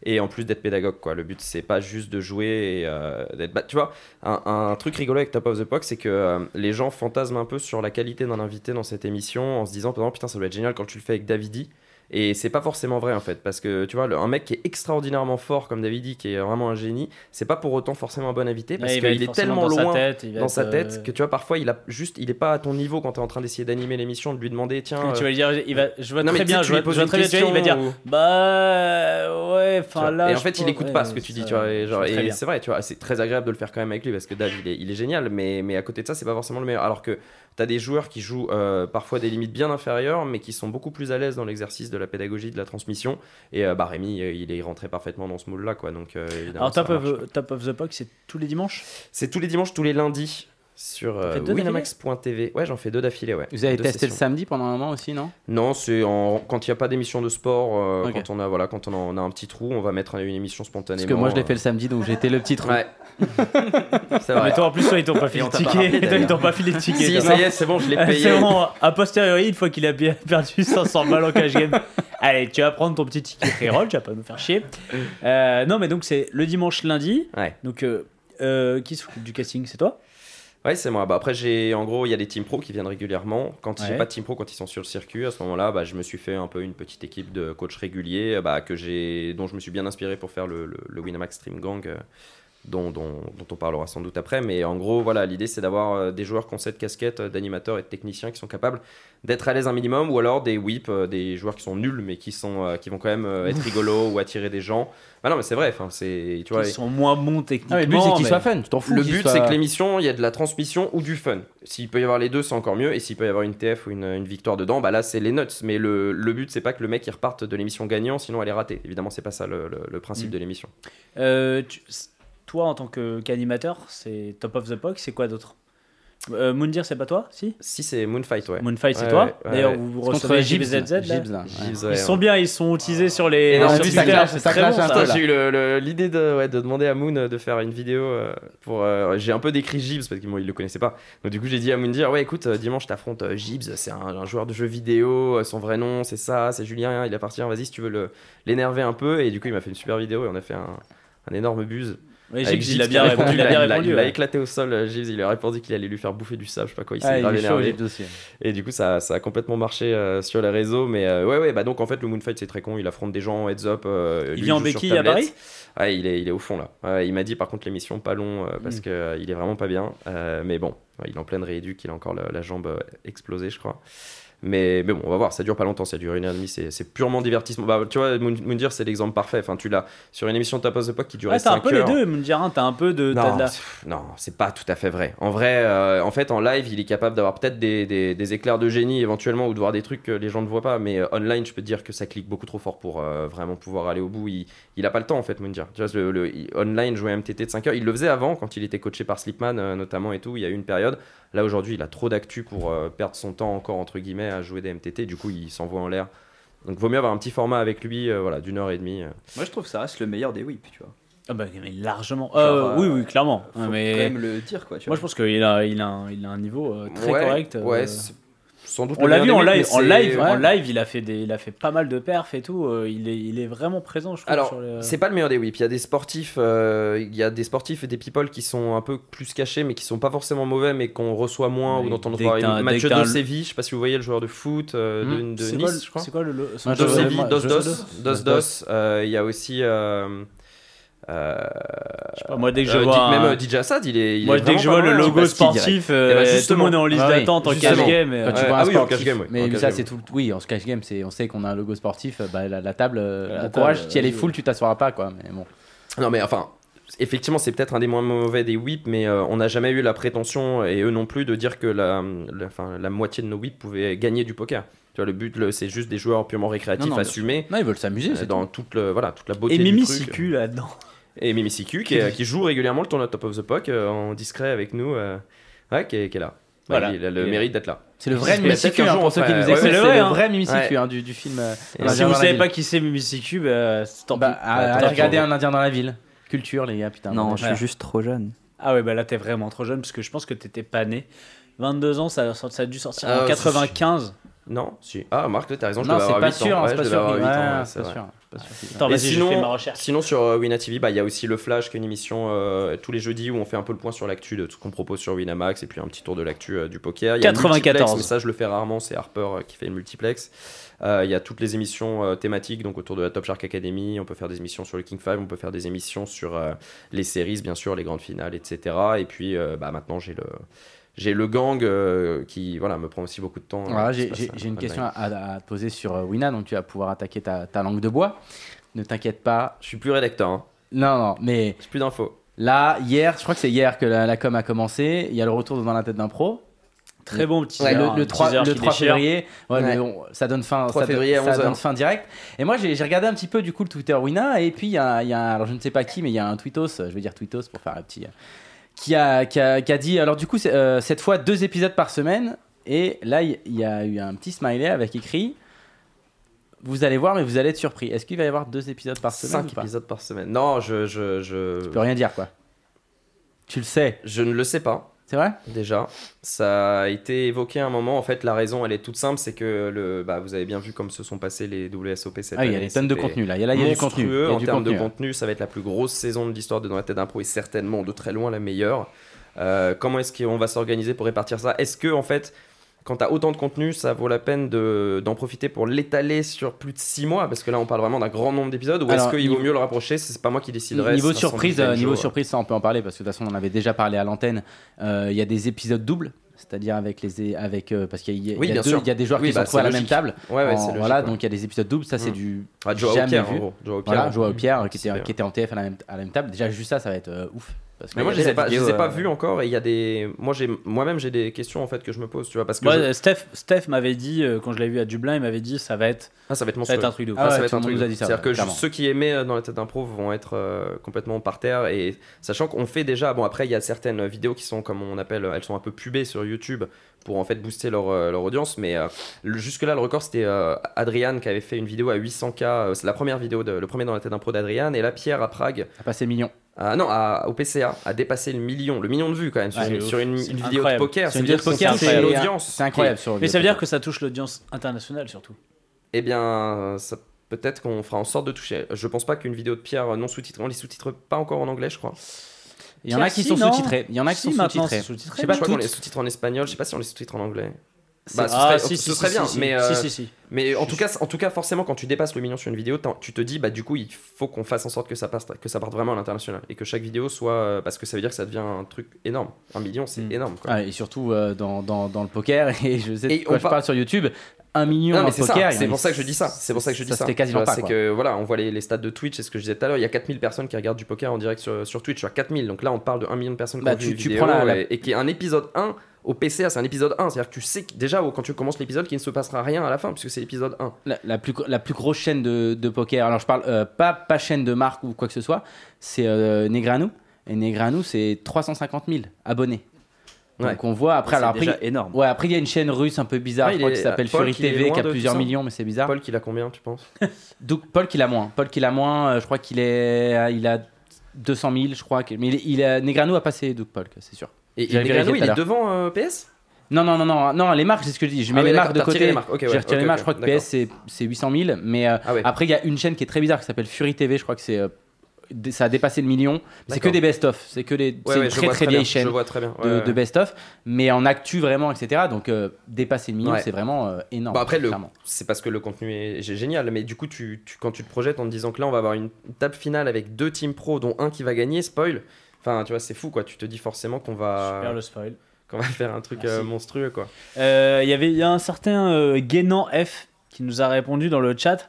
Speaker 4: Et en plus d'être pédagogue, quoi. Le but, c'est pas juste de jouer et euh, d'être. Bah, tu vois, un, un truc rigolo avec Top of the Box, c'est que euh, les gens fantasment un peu sur la qualité d'un invité dans cette émission en se disant, par exemple, putain, ça doit être génial quand tu le fais avec Davidi. Et c'est pas forcément vrai en fait, parce que tu vois, le- un mec qui est extraordinairement fort, comme David dit, qui est vraiment un génie, c'est pas pour autant forcément un bon invité, parce
Speaker 2: Ouais, il va
Speaker 4: qu'il
Speaker 2: être
Speaker 4: est
Speaker 2: forcément
Speaker 4: tellement
Speaker 2: dans
Speaker 4: loin
Speaker 2: sa tête, il va
Speaker 4: dans
Speaker 2: être,
Speaker 4: sa tête
Speaker 2: euh,
Speaker 4: que tu vois, parfois il a juste, il est pas à ton niveau quand t'es en train d'essayer d'animer l'émission, de lui demander, tiens,
Speaker 2: Tu
Speaker 4: euh,
Speaker 2: vas lui dire, il va, je vois
Speaker 4: Non,
Speaker 2: très
Speaker 4: mais tu sais,
Speaker 2: bien,
Speaker 4: tu
Speaker 2: je vois,
Speaker 4: lui
Speaker 2: je
Speaker 4: poses
Speaker 2: vois
Speaker 4: une
Speaker 2: très bien, tu vois, il va dire,
Speaker 4: question ou-
Speaker 2: bah ouais,
Speaker 4: tu
Speaker 2: enfin
Speaker 4: vois.
Speaker 2: là.
Speaker 4: et en
Speaker 2: je
Speaker 4: fait, il
Speaker 2: pense-
Speaker 4: écoute
Speaker 2: ouais,
Speaker 4: pas ce que tu dis, tu vois. Et, genre,
Speaker 2: je vois très
Speaker 4: et
Speaker 2: bien.
Speaker 4: c'est vrai, tu vois, c'est très agréable de le faire quand même avec lui parce que Dave, il est, il est génial, mais, mais à côté de ça, c'est pas forcément le meilleur. Alors que t'as des joueurs qui jouent euh, parfois des limites bien inférieures, mais qui sont beaucoup plus à l'aise dans l'exercice de la pédagogie, de la transmission. Et euh, bah, Rémi, euh, il est rentré parfaitement dans ce moule-là, quoi. Donc, euh, évidemment,
Speaker 2: Alors,
Speaker 4: ça
Speaker 2: top
Speaker 4: marche.
Speaker 2: of, Top of the Box, c'est tous les dimanches
Speaker 4: C'est tous les dimanches, tous les lundis sur euh,
Speaker 2: fais deux
Speaker 4: winamax.tv. Ouais, j'en fais deux d'affilée, ouais.
Speaker 3: Vous avez
Speaker 4: Deux
Speaker 3: testé le
Speaker 4: sessions.
Speaker 3: samedi pendant un moment aussi, non
Speaker 4: Non, c'est en- quand il n'y a pas d'émission de sport, euh,
Speaker 3: Ok.
Speaker 4: quand on a voilà, quand on a, on a un petit trou, on va mettre une émission spontanément.
Speaker 3: Parce que moi, je l'ai
Speaker 4: euh.
Speaker 3: fait le samedi, donc j'étais le petit trou.
Speaker 4: Ouais. c'est vrai.
Speaker 2: Mais toi, en plus, toi, ils t'ont pas filé
Speaker 5: on
Speaker 2: le
Speaker 5: t'a pas
Speaker 2: ticket.
Speaker 5: rappelé,
Speaker 2: Toi, Ils
Speaker 5: d'ailleurs.
Speaker 2: t'ont pas filé le ticket.
Speaker 4: Si,
Speaker 2: toi.
Speaker 4: ça y est, c'est bon, je l'ai
Speaker 2: Ah,
Speaker 4: payé.
Speaker 2: C'est bon, a posteriori, une fois qu'il a bien perdu 500 balles en cash game, allez, tu vas prendre ton petit ticket reroll, tu vas pas nous faire chier. Euh, non, mais donc c'est le dimanche lundi.
Speaker 4: Ouais,
Speaker 2: Donc, euh, euh, qui s'occupe du casting C'est toi
Speaker 4: ouais c'est moi. Bah, après, j'ai en gros, il y a des team pro qui viennent régulièrement. Quand j'ai
Speaker 2: Ouais.
Speaker 4: pas de team pro, quand ils sont sur le circuit, à ce moment-là, bah, je me suis fait un peu une petite équipe de coachs réguliers bah, que j'ai, dont je me suis bien inspiré pour faire le, le- le Winamax Stream Gang. euh, dont, dont, dont on parlera sans doute après, mais en gros, voilà, l'idée c'est d'avoir euh, des joueurs qui ont cette casquette euh, d'animateurs et de techniciens qui sont capables d'être à l'aise un minimum, ou alors des whips, euh, des joueurs qui sont nuls mais qui, sont, euh, qui vont quand même euh, être rigolos ou attirer des gens. Bah non, mais c'est vrai, enfin, c'est. Tu vois,
Speaker 2: Ils sont moins bons
Speaker 3: Ah,
Speaker 2: techniquement.
Speaker 3: mais le but, c'est qu'il
Speaker 2: mais-
Speaker 3: soit fun, tu t'en fous.
Speaker 4: Le
Speaker 3: qu'il
Speaker 4: but,
Speaker 3: soit-
Speaker 4: c'est que l'émission, il y a de la transmission ou du fun. S'il peut y avoir les deux, c'est encore mieux. Et s'il peut y avoir une TF ou une, une victoire dedans, bah là, c'est les nuts. Mais le, le but, c'est pas que le mec il reparte de l'émission gagnant, sinon elle est ratée. Évidemment, c'est pas ça le, le- le principe
Speaker 2: Mm.
Speaker 4: de l'émission.
Speaker 2: Euh, tu- s- toi, en tant que- qu'animateur, c'est Top of the Box, c'est quoi d'autre euh, Moundir, c'est pas toi Si
Speaker 4: Si c'est Moonfight, ouais.
Speaker 2: Moonfight, c'est
Speaker 4: Ouais,
Speaker 2: toi.
Speaker 4: ouais, ouais,
Speaker 2: D'ailleurs,
Speaker 4: ouais.
Speaker 2: vous, vous
Speaker 3: C'est
Speaker 2: recevez
Speaker 3: Gibbs,
Speaker 2: JBZZ. là.
Speaker 3: Gibbs, là. ouais.
Speaker 4: Jeeves,
Speaker 2: Ils
Speaker 4: ouais,
Speaker 2: sont bien, ils sont outisés sur les.
Speaker 4: Et non,
Speaker 2: sur
Speaker 4: lui, ça
Speaker 2: Twitter,
Speaker 3: clash,
Speaker 2: c'est
Speaker 3: ça
Speaker 2: très
Speaker 3: clash
Speaker 2: bon,
Speaker 3: un
Speaker 2: ça.
Speaker 3: peu,
Speaker 4: Putain,
Speaker 3: là.
Speaker 4: j'ai eu le- le- l'idée de, ouais, de demander à Moon euh, de faire une vidéo euh, pour. euh, j'ai un peu décrit Gibbs parce qu'il ne le connaissait pas. Donc, du coup, j'ai dit à Moon de dire Ouais, écoute, euh, dimanche, t'affrontes euh, Gibbs, c'est un, un joueur de jeux vidéo, euh, son vrai nom, c'est ça, c'est Julien, il appartient, vas-y si tu veux le- l'énerver un peu. Et du coup, il m'a fait une super vidéo et on a fait un, un énorme buzz.
Speaker 2: Ouais,
Speaker 4: Avec
Speaker 2: Gibbs,
Speaker 4: Gibbs
Speaker 2: il a
Speaker 4: qui
Speaker 2: bien
Speaker 4: répondu,
Speaker 2: répondu. Il a bien
Speaker 4: il
Speaker 2: répondu.
Speaker 4: il a
Speaker 2: ouais.
Speaker 4: éclaté au sol, euh, Gibbs, il lui a répondu qu'il allait lui faire bouffer du sable, je sais pas quoi, il s'est
Speaker 3: Ah, il
Speaker 4: grave
Speaker 3: est chaud,
Speaker 4: énervé.
Speaker 3: Gibbs aussi.
Speaker 4: Et du coup, ça, ça a complètement marché euh, sur les réseaux. Mais euh, ouais, ouais, bah donc en fait, le Moonfight, c'est très con. Il affronte des gens en heads up. euh, lui,
Speaker 2: Il vient en
Speaker 4: joue sur
Speaker 2: béquille à
Speaker 4: tablette.
Speaker 2: Paris
Speaker 4: Ouais, il est, il est au fond là. Ouais, il m'a dit par contre l'émission pas long euh,
Speaker 2: Hmm.
Speaker 4: parce que euh, il est vraiment pas bien. Euh, mais bon, ouais, il est en pleine rééduque, il a encore la, la jambe euh, explosée, je crois. Mais, mais bon, on va voir, ça dure pas longtemps, ça dure une heure et demie, c'est c'est purement divertissement. Bah, tu vois, Moon- Moundir, c'est l'exemple parfait. Enfin, tu l'as sur une émission de Tapas de Poc qui durait
Speaker 2: Ouais, t'as un
Speaker 4: 5
Speaker 2: peu les
Speaker 4: heures.
Speaker 2: deux, Moundir, hein, t'as un peu de. t'as
Speaker 4: Non,
Speaker 2: de la-
Speaker 4: pff, non, c'est pas tout à fait vrai. En vrai, euh, en fait, en live, il est capable d'avoir peut-être des, des- des éclairs de génie éventuellement ou de voir des trucs que les gens ne voient pas. Mais euh, online, je peux te dire que ça clique beaucoup trop fort pour euh, vraiment pouvoir aller au bout. Il, il a pas le temps en fait, Mundir. Tu vois, le, le- il- online, jouer à MTT de 5 heures, il le faisait avant quand il était coaché par Slipman euh, notamment et tout. Il y a eu une période. Là aujourd'hui, il a trop d'actu pour euh, perdre son temps encore entre guillemets à jouer des MTT. Du coup, il s'envoie en l'air. Donc, vaut mieux avoir un petit format avec lui, euh, voilà, d'une heure et demie. euh.
Speaker 5: Moi, je trouve que ça reste le meilleur des whips, tu vois.
Speaker 2: Ah bah, mais largement.
Speaker 5: Genre,
Speaker 2: Euh,
Speaker 5: euh,
Speaker 2: oui, oui, clairement.
Speaker 5: Faut
Speaker 2: Ouais,
Speaker 5: quand
Speaker 2: mais
Speaker 5: même le dire, quoi. Tu
Speaker 2: moi,
Speaker 5: vois.
Speaker 2: je pense qu'il a, il a, un, il a un niveau euh, très
Speaker 4: Ouais,
Speaker 2: correct. euh,
Speaker 4: Ouais, c'est sans doute.
Speaker 2: On
Speaker 4: le
Speaker 2: l'a vu
Speaker 4: meilleur
Speaker 2: en
Speaker 4: des mecs,
Speaker 2: live, en
Speaker 4: mais c'est-
Speaker 2: live,
Speaker 4: ouais.
Speaker 2: en live, il a fait des, il a fait pas mal de perfs et tout. euh, il est, il est vraiment présent, je trouve.
Speaker 4: Alors,
Speaker 2: sur le-
Speaker 4: Euh, c'est pas le meilleur des whips. Il y a des sportifs, euh, il y a des sportifs et des people qui sont un peu plus cachés, mais qui sont pas forcément mauvais, mais qu'on reçoit moins
Speaker 2: Mais
Speaker 4: ou dont
Speaker 2: dès
Speaker 4: on entend
Speaker 2: que t'as-
Speaker 4: parler.
Speaker 2: dès
Speaker 4: Match
Speaker 2: que t'as
Speaker 4: de
Speaker 2: un-
Speaker 4: Séville, je sais pas si vous voyez le joueur de foot euh, de,
Speaker 3: Hmm.
Speaker 4: de
Speaker 2: C'est quoi le-
Speaker 4: Nice, je crois.
Speaker 2: C'est quoi le, le- son
Speaker 3: Moi, je-
Speaker 4: Dos
Speaker 2: dos-
Speaker 3: Ouais,
Speaker 4: Séville,
Speaker 3: moi,
Speaker 4: Dos
Speaker 3: je-
Speaker 4: Dos,
Speaker 3: je-
Speaker 4: Dos
Speaker 3: je-
Speaker 4: Dos. Euh, Il y a aussi. euh, euh,
Speaker 2: je sais pas, Moi, dès que je
Speaker 4: euh,
Speaker 2: vois,
Speaker 4: Di- même
Speaker 2: un-
Speaker 4: euh, DJ Assad, il est. il
Speaker 2: moi,
Speaker 4: est
Speaker 2: dès que je vois
Speaker 4: vraiment pas
Speaker 2: le
Speaker 4: mal, hein.
Speaker 2: logo
Speaker 5: Parce qu'il
Speaker 2: sportif, euh,
Speaker 4: Eh ben,
Speaker 2: tout le monde est en
Speaker 4: justement.
Speaker 2: liste
Speaker 3: Ah oui,
Speaker 2: d'attente en cash
Speaker 4: justement.
Speaker 2: game. et, euh,
Speaker 3: Quand tu
Speaker 4: Ouais.
Speaker 3: vois un
Speaker 4: Ah oui, en
Speaker 3: sportif,
Speaker 4: cash game, oui. En
Speaker 3: mais
Speaker 4: cash
Speaker 3: ça
Speaker 4: game.
Speaker 3: c'est tout. Oui, en cash game, c'est on sait qu'on a un logo sportif. euh, bah, la, la table, euh,
Speaker 2: La
Speaker 3: bon
Speaker 2: table,
Speaker 3: courage. si elle est
Speaker 2: vas-y.
Speaker 3: full, tu t'assoiras pas quoi. Mais bon.
Speaker 4: Non mais enfin, effectivement c'est peut-être un des moins mauvais des whips, mais euh, on n'a jamais eu la prétention, et eux non plus, de dire que la, la- enfin, la moitié de nos whips pouvaient gagner du poker. Tu vois, le but le- c'est juste des joueurs purement récréatifs
Speaker 3: Non, non, mais-
Speaker 4: assumés.
Speaker 3: Non, ils veulent s'amuser.
Speaker 4: euh,
Speaker 3: c'est
Speaker 4: dans
Speaker 3: tout.
Speaker 4: toute, le, voilà, toute la beauté
Speaker 2: Et
Speaker 4: du
Speaker 2: Mimi
Speaker 4: truc.
Speaker 2: Siku là-dedans.
Speaker 4: Et Mimi Siku qui, est- qui joue régulièrement le tournoi Top of the Poc euh, en discret avec nous. euh, ouais, qui est, qui est là. Ouais,
Speaker 2: Voilà.
Speaker 4: il a le
Speaker 2: Et-
Speaker 3: euh,
Speaker 4: mérite d'être là.
Speaker 3: C'est le vrai
Speaker 4: Mais
Speaker 3: Mimicicu
Speaker 4: peut-être qu'un
Speaker 3: hein,
Speaker 4: jour, on
Speaker 3: pour ceux qui
Speaker 4: fera-
Speaker 3: nous
Speaker 4: ouais,
Speaker 3: écoutent.
Speaker 2: c'est
Speaker 3: C'est
Speaker 2: le
Speaker 3: le
Speaker 2: vrai, hein.
Speaker 3: vrai Mimicicu
Speaker 4: Ouais.
Speaker 3: hein, du du film. euh,
Speaker 4: Et
Speaker 2: Alors, si
Speaker 3: Indien
Speaker 2: vous
Speaker 3: dans la
Speaker 2: savez
Speaker 3: ville.
Speaker 2: pas qui c'est Mimi Siku, bah, c'est tant
Speaker 3: Bah,
Speaker 2: pis.
Speaker 3: à-
Speaker 2: Tant
Speaker 3: allez
Speaker 2: pis.
Speaker 3: regarder un Indien dans la ville. Culture, les gars, putain.
Speaker 5: Non,
Speaker 3: bon,
Speaker 5: je
Speaker 2: voilà.
Speaker 5: suis juste trop jeune.
Speaker 2: Ah ouais, bah là t'es vraiment trop jeune parce que je pense que t'étais pas né. 22 ans, ça, ça a dû sortir
Speaker 4: Ah
Speaker 2: en
Speaker 4: ouais,
Speaker 2: 95.
Speaker 4: Non, si. Ah, Marc, t'as raison, je
Speaker 3: non,
Speaker 4: devais
Speaker 3: c'est
Speaker 4: avoir
Speaker 3: pas
Speaker 4: 8 ans.
Speaker 3: sûr, hein,
Speaker 4: Ouais,
Speaker 3: c'est
Speaker 4: je
Speaker 3: pas
Speaker 4: devais
Speaker 3: sûr.
Speaker 4: avoir
Speaker 3: Ouais,
Speaker 4: huit ans, ouais,
Speaker 3: c'est pas
Speaker 4: vrai.
Speaker 3: sûr, c'est pas sûr.
Speaker 2: Attends,
Speaker 4: Et
Speaker 2: vas-y, je
Speaker 4: sinon-
Speaker 2: fais ma recherche.
Speaker 4: Sinon, sur euh, WinaTV, bah, il y a aussi Le Flash, qui est une émission euh, tous les jeudis où on fait un peu le point sur l'actu de tout ce qu'on propose sur Winamax et puis un petit tour de l'actu euh, du poker. Il y a le
Speaker 2: 94.
Speaker 4: multiplex, Mais ça, je le fais rarement, c'est Harper euh, qui fait le multiplex. Euh, Il y a toutes les émissions euh, thématiques, donc autour de la Top Shark Academy. On peut faire des émissions sur le King 5, on peut faire des émissions sur euh, les séries, bien sûr, les grandes finales, etc. Et puis, euh, bah, maintenant, j'ai le. J'ai le gang euh, qui voilà, me prend aussi beaucoup de temps. euh,
Speaker 3: Voilà,
Speaker 4: qui se
Speaker 3: j'ai-
Speaker 4: passe
Speaker 3: J'ai
Speaker 4: à-
Speaker 3: j'ai une
Speaker 4: à
Speaker 3: question à, à- à te poser sur euh, Wina, donc tu vas pouvoir attaquer ta, ta langue de bois. Ne t'inquiète pas.
Speaker 4: Je suis plus rédacteur, hein.
Speaker 3: Non, non, mais
Speaker 4: j'ai plus d'infos.
Speaker 3: là, hier, je crois que c'est hier que la, la com a commencé. Il y a le retour de dans la tête d'un pro.
Speaker 2: Très bon petit
Speaker 3: Ouais,
Speaker 2: teaser,
Speaker 3: le,
Speaker 2: hein,
Speaker 3: le
Speaker 2: petit
Speaker 3: 3,
Speaker 2: teaser
Speaker 3: le
Speaker 2: qui
Speaker 3: 3
Speaker 2: déchire.
Speaker 3: février, Ouais,
Speaker 4: Ouais.
Speaker 3: le- on- ça donne fin,
Speaker 4: 3
Speaker 3: ça, donne-
Speaker 4: février à
Speaker 3: ça
Speaker 4: 11 heures.
Speaker 3: donne fin direct. Et moi, j'ai j'ai regardé un petit peu du coup le Twitter Wina, et puis il y a, un- il y a un- alors je ne sais pas qui, mais il y a un tweetos, je vais dire tweetos pour faire un petit, euh, qui a, qui a, qui a dit, alors du coup, c'est, euh, cette fois deux épisodes par semaine, et là, il il y a eu un petit smiley avec écrit, vous allez voir, mais vous allez être surpris. Est-ce qu'il va y avoir deux épisodes par semaine
Speaker 4: 5
Speaker 3: ou pas
Speaker 4: épisodes par semaine. Non, je, je, je,
Speaker 3: Tu peux rien dire quoi. Tu le sais,
Speaker 4: je ne le sais pas.
Speaker 3: c'est vrai
Speaker 4: Déjà, ça a été évoqué à un moment. En fait, la raison, elle est toute simple, c'est que le, bah, vous avez bien vu comme se sont passés les WSOP cette
Speaker 3: Ah oui,
Speaker 4: année.
Speaker 3: il y a des tonnes de
Speaker 4: C'était
Speaker 3: contenu là, il y a, là, il y a du contenu. Il y
Speaker 4: monstrueux
Speaker 3: a
Speaker 4: en
Speaker 3: du
Speaker 4: termes
Speaker 3: contenu,
Speaker 4: de
Speaker 3: hein.
Speaker 4: contenu, ça va être la plus grosse saison de l'histoire de Dans la tête d'un pro et certainement de très loin la meilleure. Euh, comment est-ce qu'on va s'organiser pour répartir ça Est-ce que en fait, quand t'as autant de contenu, ça vaut la peine de- d'en profiter pour l'étaler sur plus de 6 mois Parce que là, on parle vraiment d'un grand nombre d'épisodes. Ou est-ce
Speaker 3: Alors,
Speaker 4: qu'il vaut
Speaker 3: niveau-
Speaker 4: mieux le rapprocher C'est pas moi qui déciderai.
Speaker 3: Niveau
Speaker 4: ce sera sans doute
Speaker 3: surprise,
Speaker 4: Benjo.
Speaker 3: euh, niveau surprise, ça on peut en parler parce que de toute façon on en avait déjà parlé à l'antenne. Euh, Il y a des épisodes doubles, c'est-à-dire avec les avec euh, parce qu'il y, a- il
Speaker 4: Oui,
Speaker 3: y a
Speaker 4: bien
Speaker 3: deux-
Speaker 4: sûr.
Speaker 3: il y a des joueurs
Speaker 4: Oui,
Speaker 3: qui
Speaker 4: bah,
Speaker 3: sont retrouvés à
Speaker 4: c'est
Speaker 3: la même
Speaker 4: logique.
Speaker 3: table.
Speaker 4: Ouais, ouais,
Speaker 3: En-
Speaker 4: c'est logique.
Speaker 3: voilà,
Speaker 4: ouais.
Speaker 3: donc il y a des épisodes doubles, ça c'est
Speaker 4: Mm.
Speaker 3: du
Speaker 4: Ah, Joao
Speaker 3: jamais
Speaker 4: Pierre, en
Speaker 3: vu.
Speaker 4: gros. Joao Pierre, hmm.
Speaker 3: Voilà,
Speaker 4: en
Speaker 3: Joao
Speaker 4: gros.
Speaker 3: Pierre qui était,
Speaker 4: Super.
Speaker 3: qui était en TF à la même, à la même table. Déjà juste ça, ça va être euh, ouf. Parce que
Speaker 4: Mais moi,
Speaker 3: il
Speaker 4: je
Speaker 3: y a
Speaker 4: les ai
Speaker 3: la
Speaker 4: pas, je
Speaker 3: vidéo,
Speaker 4: les ai pas
Speaker 3: euh,
Speaker 4: vus encore. Et il y a des, moi, j'ai, moi-même, j'ai des questions en fait que je me pose, tu vois, parce que
Speaker 2: Moi,
Speaker 3: euh,
Speaker 2: euh,
Speaker 4: je-
Speaker 2: Steph, Steph m'avait dit, euh, quand je l'ai vu à Dublin, il m'avait dit ça va être,
Speaker 4: Ah, ça va être
Speaker 2: ça
Speaker 4: monstrueux.
Speaker 2: va être un truc de ouf.
Speaker 3: Ah
Speaker 4: Ah, ça
Speaker 3: ouais,
Speaker 4: va être
Speaker 3: tout
Speaker 4: un
Speaker 3: le monde
Speaker 4: truc.
Speaker 3: nous a dit ça,
Speaker 4: C'est-à-dire que
Speaker 3: clairement.
Speaker 4: ceux qui aimaient euh, dans la tête d'impro vont être euh, complètement par terre. Et sachant qu'on fait déjà, bon après il y a certaines vidéos qui sont comme on appelle, elles sont un peu pubées sur YouTube pour en fait booster leur, euh, leur audience. Mais euh, le- jusque-là le record c'était euh, Adrian qui avait fait une vidéo à 800K. euh, C'est la première vidéo, de, le premier dans la tête d'impro d'Adrian. Et là Pierre à Prague,
Speaker 3: ça passait mignon.
Speaker 4: ah non, à- au PCA, a dépassé le million, le million de vues quand même sur,
Speaker 2: Ouais,
Speaker 4: une-
Speaker 2: c'est ouf.
Speaker 4: sur une,
Speaker 2: C'est
Speaker 4: une vidéo de
Speaker 2: incroyable.
Speaker 4: poker.
Speaker 2: C'est une
Speaker 4: C'est-à-dire
Speaker 2: vidéo de
Speaker 4: qu'ils
Speaker 2: poker,
Speaker 4: sont
Speaker 2: c'est-
Speaker 4: touchés une audience.
Speaker 3: C'est incroyable sur.
Speaker 2: Mais ça veut dire que ça touche l'audience internationale surtout.
Speaker 4: Eh bien, euh, ça- peut-être qu'on fera en sorte de toucher. Je pense pas qu'une vidéo de Pierre euh, non sous-titrée, on les sous-titre pas encore en anglais, je crois.
Speaker 3: Il y en a qui
Speaker 2: Si,
Speaker 3: sont
Speaker 2: non.
Speaker 3: sous-titrés. Il y en a qui
Speaker 2: Si,
Speaker 3: sont
Speaker 2: maintenant,
Speaker 3: sous-titrés.
Speaker 2: c'est sous-titré.
Speaker 3: Je sais
Speaker 4: je
Speaker 3: pas
Speaker 4: crois qu'on
Speaker 3: toutes.
Speaker 4: les sous-titre en espagnol, je sais pas si on les sous-titre en anglais.
Speaker 2: C'est-
Speaker 4: Bah, ce
Speaker 2: ah,
Speaker 4: serait,
Speaker 2: si,
Speaker 4: ce
Speaker 2: si,
Speaker 4: serait
Speaker 2: si,
Speaker 4: bien,
Speaker 2: si, si.
Speaker 4: mais,
Speaker 2: Si,
Speaker 4: euh,
Speaker 2: si, si.
Speaker 4: mais en,
Speaker 2: Je-
Speaker 4: tout cas, en tout cas, forcément, quand tu dépasses le million sur une vidéo, t'en- tu te dis, bah du coup, il faut qu'on fasse en sorte que ça, passe, que ça parte vraiment à l'international et que chaque vidéo soit. euh, parce que ça veut dire que ça devient un truc énorme. Un million, c'est
Speaker 3: Mm.
Speaker 4: énorme. Quoi.
Speaker 3: Ah, et surtout euh, dans, dans, dans le poker, et je sais
Speaker 4: Et
Speaker 3: de quoi
Speaker 4: on
Speaker 3: je
Speaker 4: par-
Speaker 3: parle sur YouTube, un million
Speaker 4: Non, mais
Speaker 3: en
Speaker 4: c'est ça,
Speaker 3: poker. il y en
Speaker 4: c'est
Speaker 3: a-
Speaker 4: pour ça que je dis ça. C'est pour ça que je dis ça.
Speaker 3: Ça se fait quasiment
Speaker 4: Tu vois,
Speaker 3: pas.
Speaker 4: C'est
Speaker 3: quoi.
Speaker 4: que voilà, on voit les, les stats de Twitch, c'est ce que je disais tout à l'heure. Il y a 4000 personnes qui regardent du poker en direct sur, sur Twitch. Tu as 4000, donc là on parle de 1 million de personnes qui
Speaker 3: Bah,
Speaker 4: ont vu
Speaker 3: tu-
Speaker 4: une
Speaker 3: tu
Speaker 4: vidéo
Speaker 3: prends la- la-
Speaker 4: et, et qui est un épisode 1 au PCA, c'est un épisode 1. C'est-à-dire que tu sais que déjà au- quand tu commences l'épisode qu'il ne se passera rien à la fin puisque c'est l'épisode 1.
Speaker 3: La, la plus, la plus grosse chaîne de, de poker, alors je parle euh, pas, pas chaîne de marque ou quoi que ce soit, c'est euh, Negranou. Et Negranou, c'est 350 000 abonnés.
Speaker 4: Ouais.
Speaker 3: Donc on voit après. Alors
Speaker 5: C'est
Speaker 3: après,
Speaker 5: déjà énorme.
Speaker 3: ouais, après, il y a une chaîne russe un peu bizarre
Speaker 4: Ouais,
Speaker 3: je
Speaker 4: il
Speaker 3: crois,
Speaker 4: est- euh,
Speaker 3: qui s'appelle
Speaker 4: Paul,
Speaker 3: Fury
Speaker 4: qui est
Speaker 3: TV, qui
Speaker 4: loin
Speaker 3: a
Speaker 4: de tout
Speaker 3: plusieurs
Speaker 4: ça.
Speaker 3: millions, mais c'est bizarre.
Speaker 4: Paul, qu'il a combien, tu penses
Speaker 3: Donc Paul qui l'a moins. Paul qui l'a moins, euh, je crois qu'il est, à- il a 200 000, je crois. que- Mais il, est- il a, Negranou a passé Doug Paul, c'est sûr.
Speaker 4: Et, et
Speaker 3: J'avais vérifié
Speaker 4: Negreanu,
Speaker 3: tout à
Speaker 4: il est
Speaker 3: l'heure.
Speaker 4: devant euh, PS
Speaker 3: Non, non, non, non, non, les marques, c'est ce que je dis. Je mets
Speaker 4: Ah oui,
Speaker 3: les
Speaker 4: d'accord,
Speaker 3: marques de
Speaker 4: t'as retiré
Speaker 3: côté.
Speaker 4: les marques. Ok, ouais,
Speaker 3: J'ai retiré
Speaker 4: ok,
Speaker 3: les marques,
Speaker 4: ok,
Speaker 3: je crois que
Speaker 4: d'accord.
Speaker 3: PS c'est c'est 800 000, mais euh,
Speaker 4: Ah ouais.
Speaker 3: après il y a une chaîne qui est très bizarre qui s'appelle Fury TV, je crois que c'est euh, dé- ça a dépassé le million. C'est que
Speaker 4: D'accord.
Speaker 3: des best-of, c'est que des
Speaker 4: Ouais,
Speaker 3: c'est
Speaker 4: ouais,
Speaker 3: une
Speaker 4: je
Speaker 3: très
Speaker 4: vois
Speaker 3: très vieille
Speaker 4: bien,
Speaker 3: chaîne
Speaker 4: Je vois très bien. ouais,
Speaker 3: de,
Speaker 4: ouais.
Speaker 3: de best-of, mais en actu vraiment, etc. Donc euh, dépasser le million,
Speaker 4: Ouais.
Speaker 3: c'est vraiment euh, énorme.
Speaker 4: Bah après, le,
Speaker 3: clairement.
Speaker 4: c'est parce que le contenu est gé- génial, mais du coup, tu, tu- quand tu te projettes en te disant que là, on va avoir une table finale avec deux teams pro, dont un qui va gagner, spoil. Enfin, tu vois, c'est fou, quoi. Tu te dis forcément qu'on
Speaker 2: Super
Speaker 4: va,
Speaker 2: le spoil.
Speaker 4: qu'on va faire un truc
Speaker 2: Merci.
Speaker 4: euh, monstrueux, quoi.
Speaker 2: Euh, Il y avait il y a un certain euh, Guénan F qui nous a répondu dans le chat.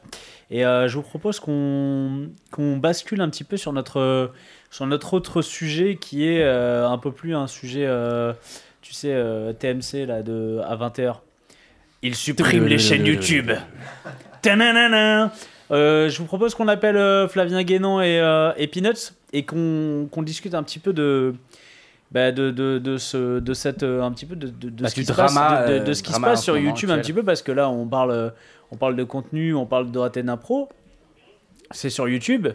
Speaker 2: Et euh, je vous propose qu'on qu'on bascule un petit peu sur notre, sur notre autre sujet qui est euh, un peu plus un sujet, euh, tu sais, euh, TMC là, de, à 20h. Il supprime les chaînes YouTube. Tananana. Euh, je vous propose qu'on appelle euh, Flavien Guénon et, euh, et Peanuts et qu'on qu'on discute un petit peu de, bah, de, de, de ce, de cette, euh, un petit peu de, de, de
Speaker 3: Bah,
Speaker 2: ce
Speaker 3: du
Speaker 2: qui se
Speaker 3: drama,
Speaker 2: passe, de, de- de
Speaker 3: euh,
Speaker 2: ce qui se
Speaker 3: drama en
Speaker 2: passe
Speaker 3: ce
Speaker 2: sur
Speaker 3: moment
Speaker 2: YouTube un
Speaker 3: actuel.
Speaker 2: petit peu parce que là on parle, euh, on parle de contenu, on parle de Raten Impro, c'est sur YouTube.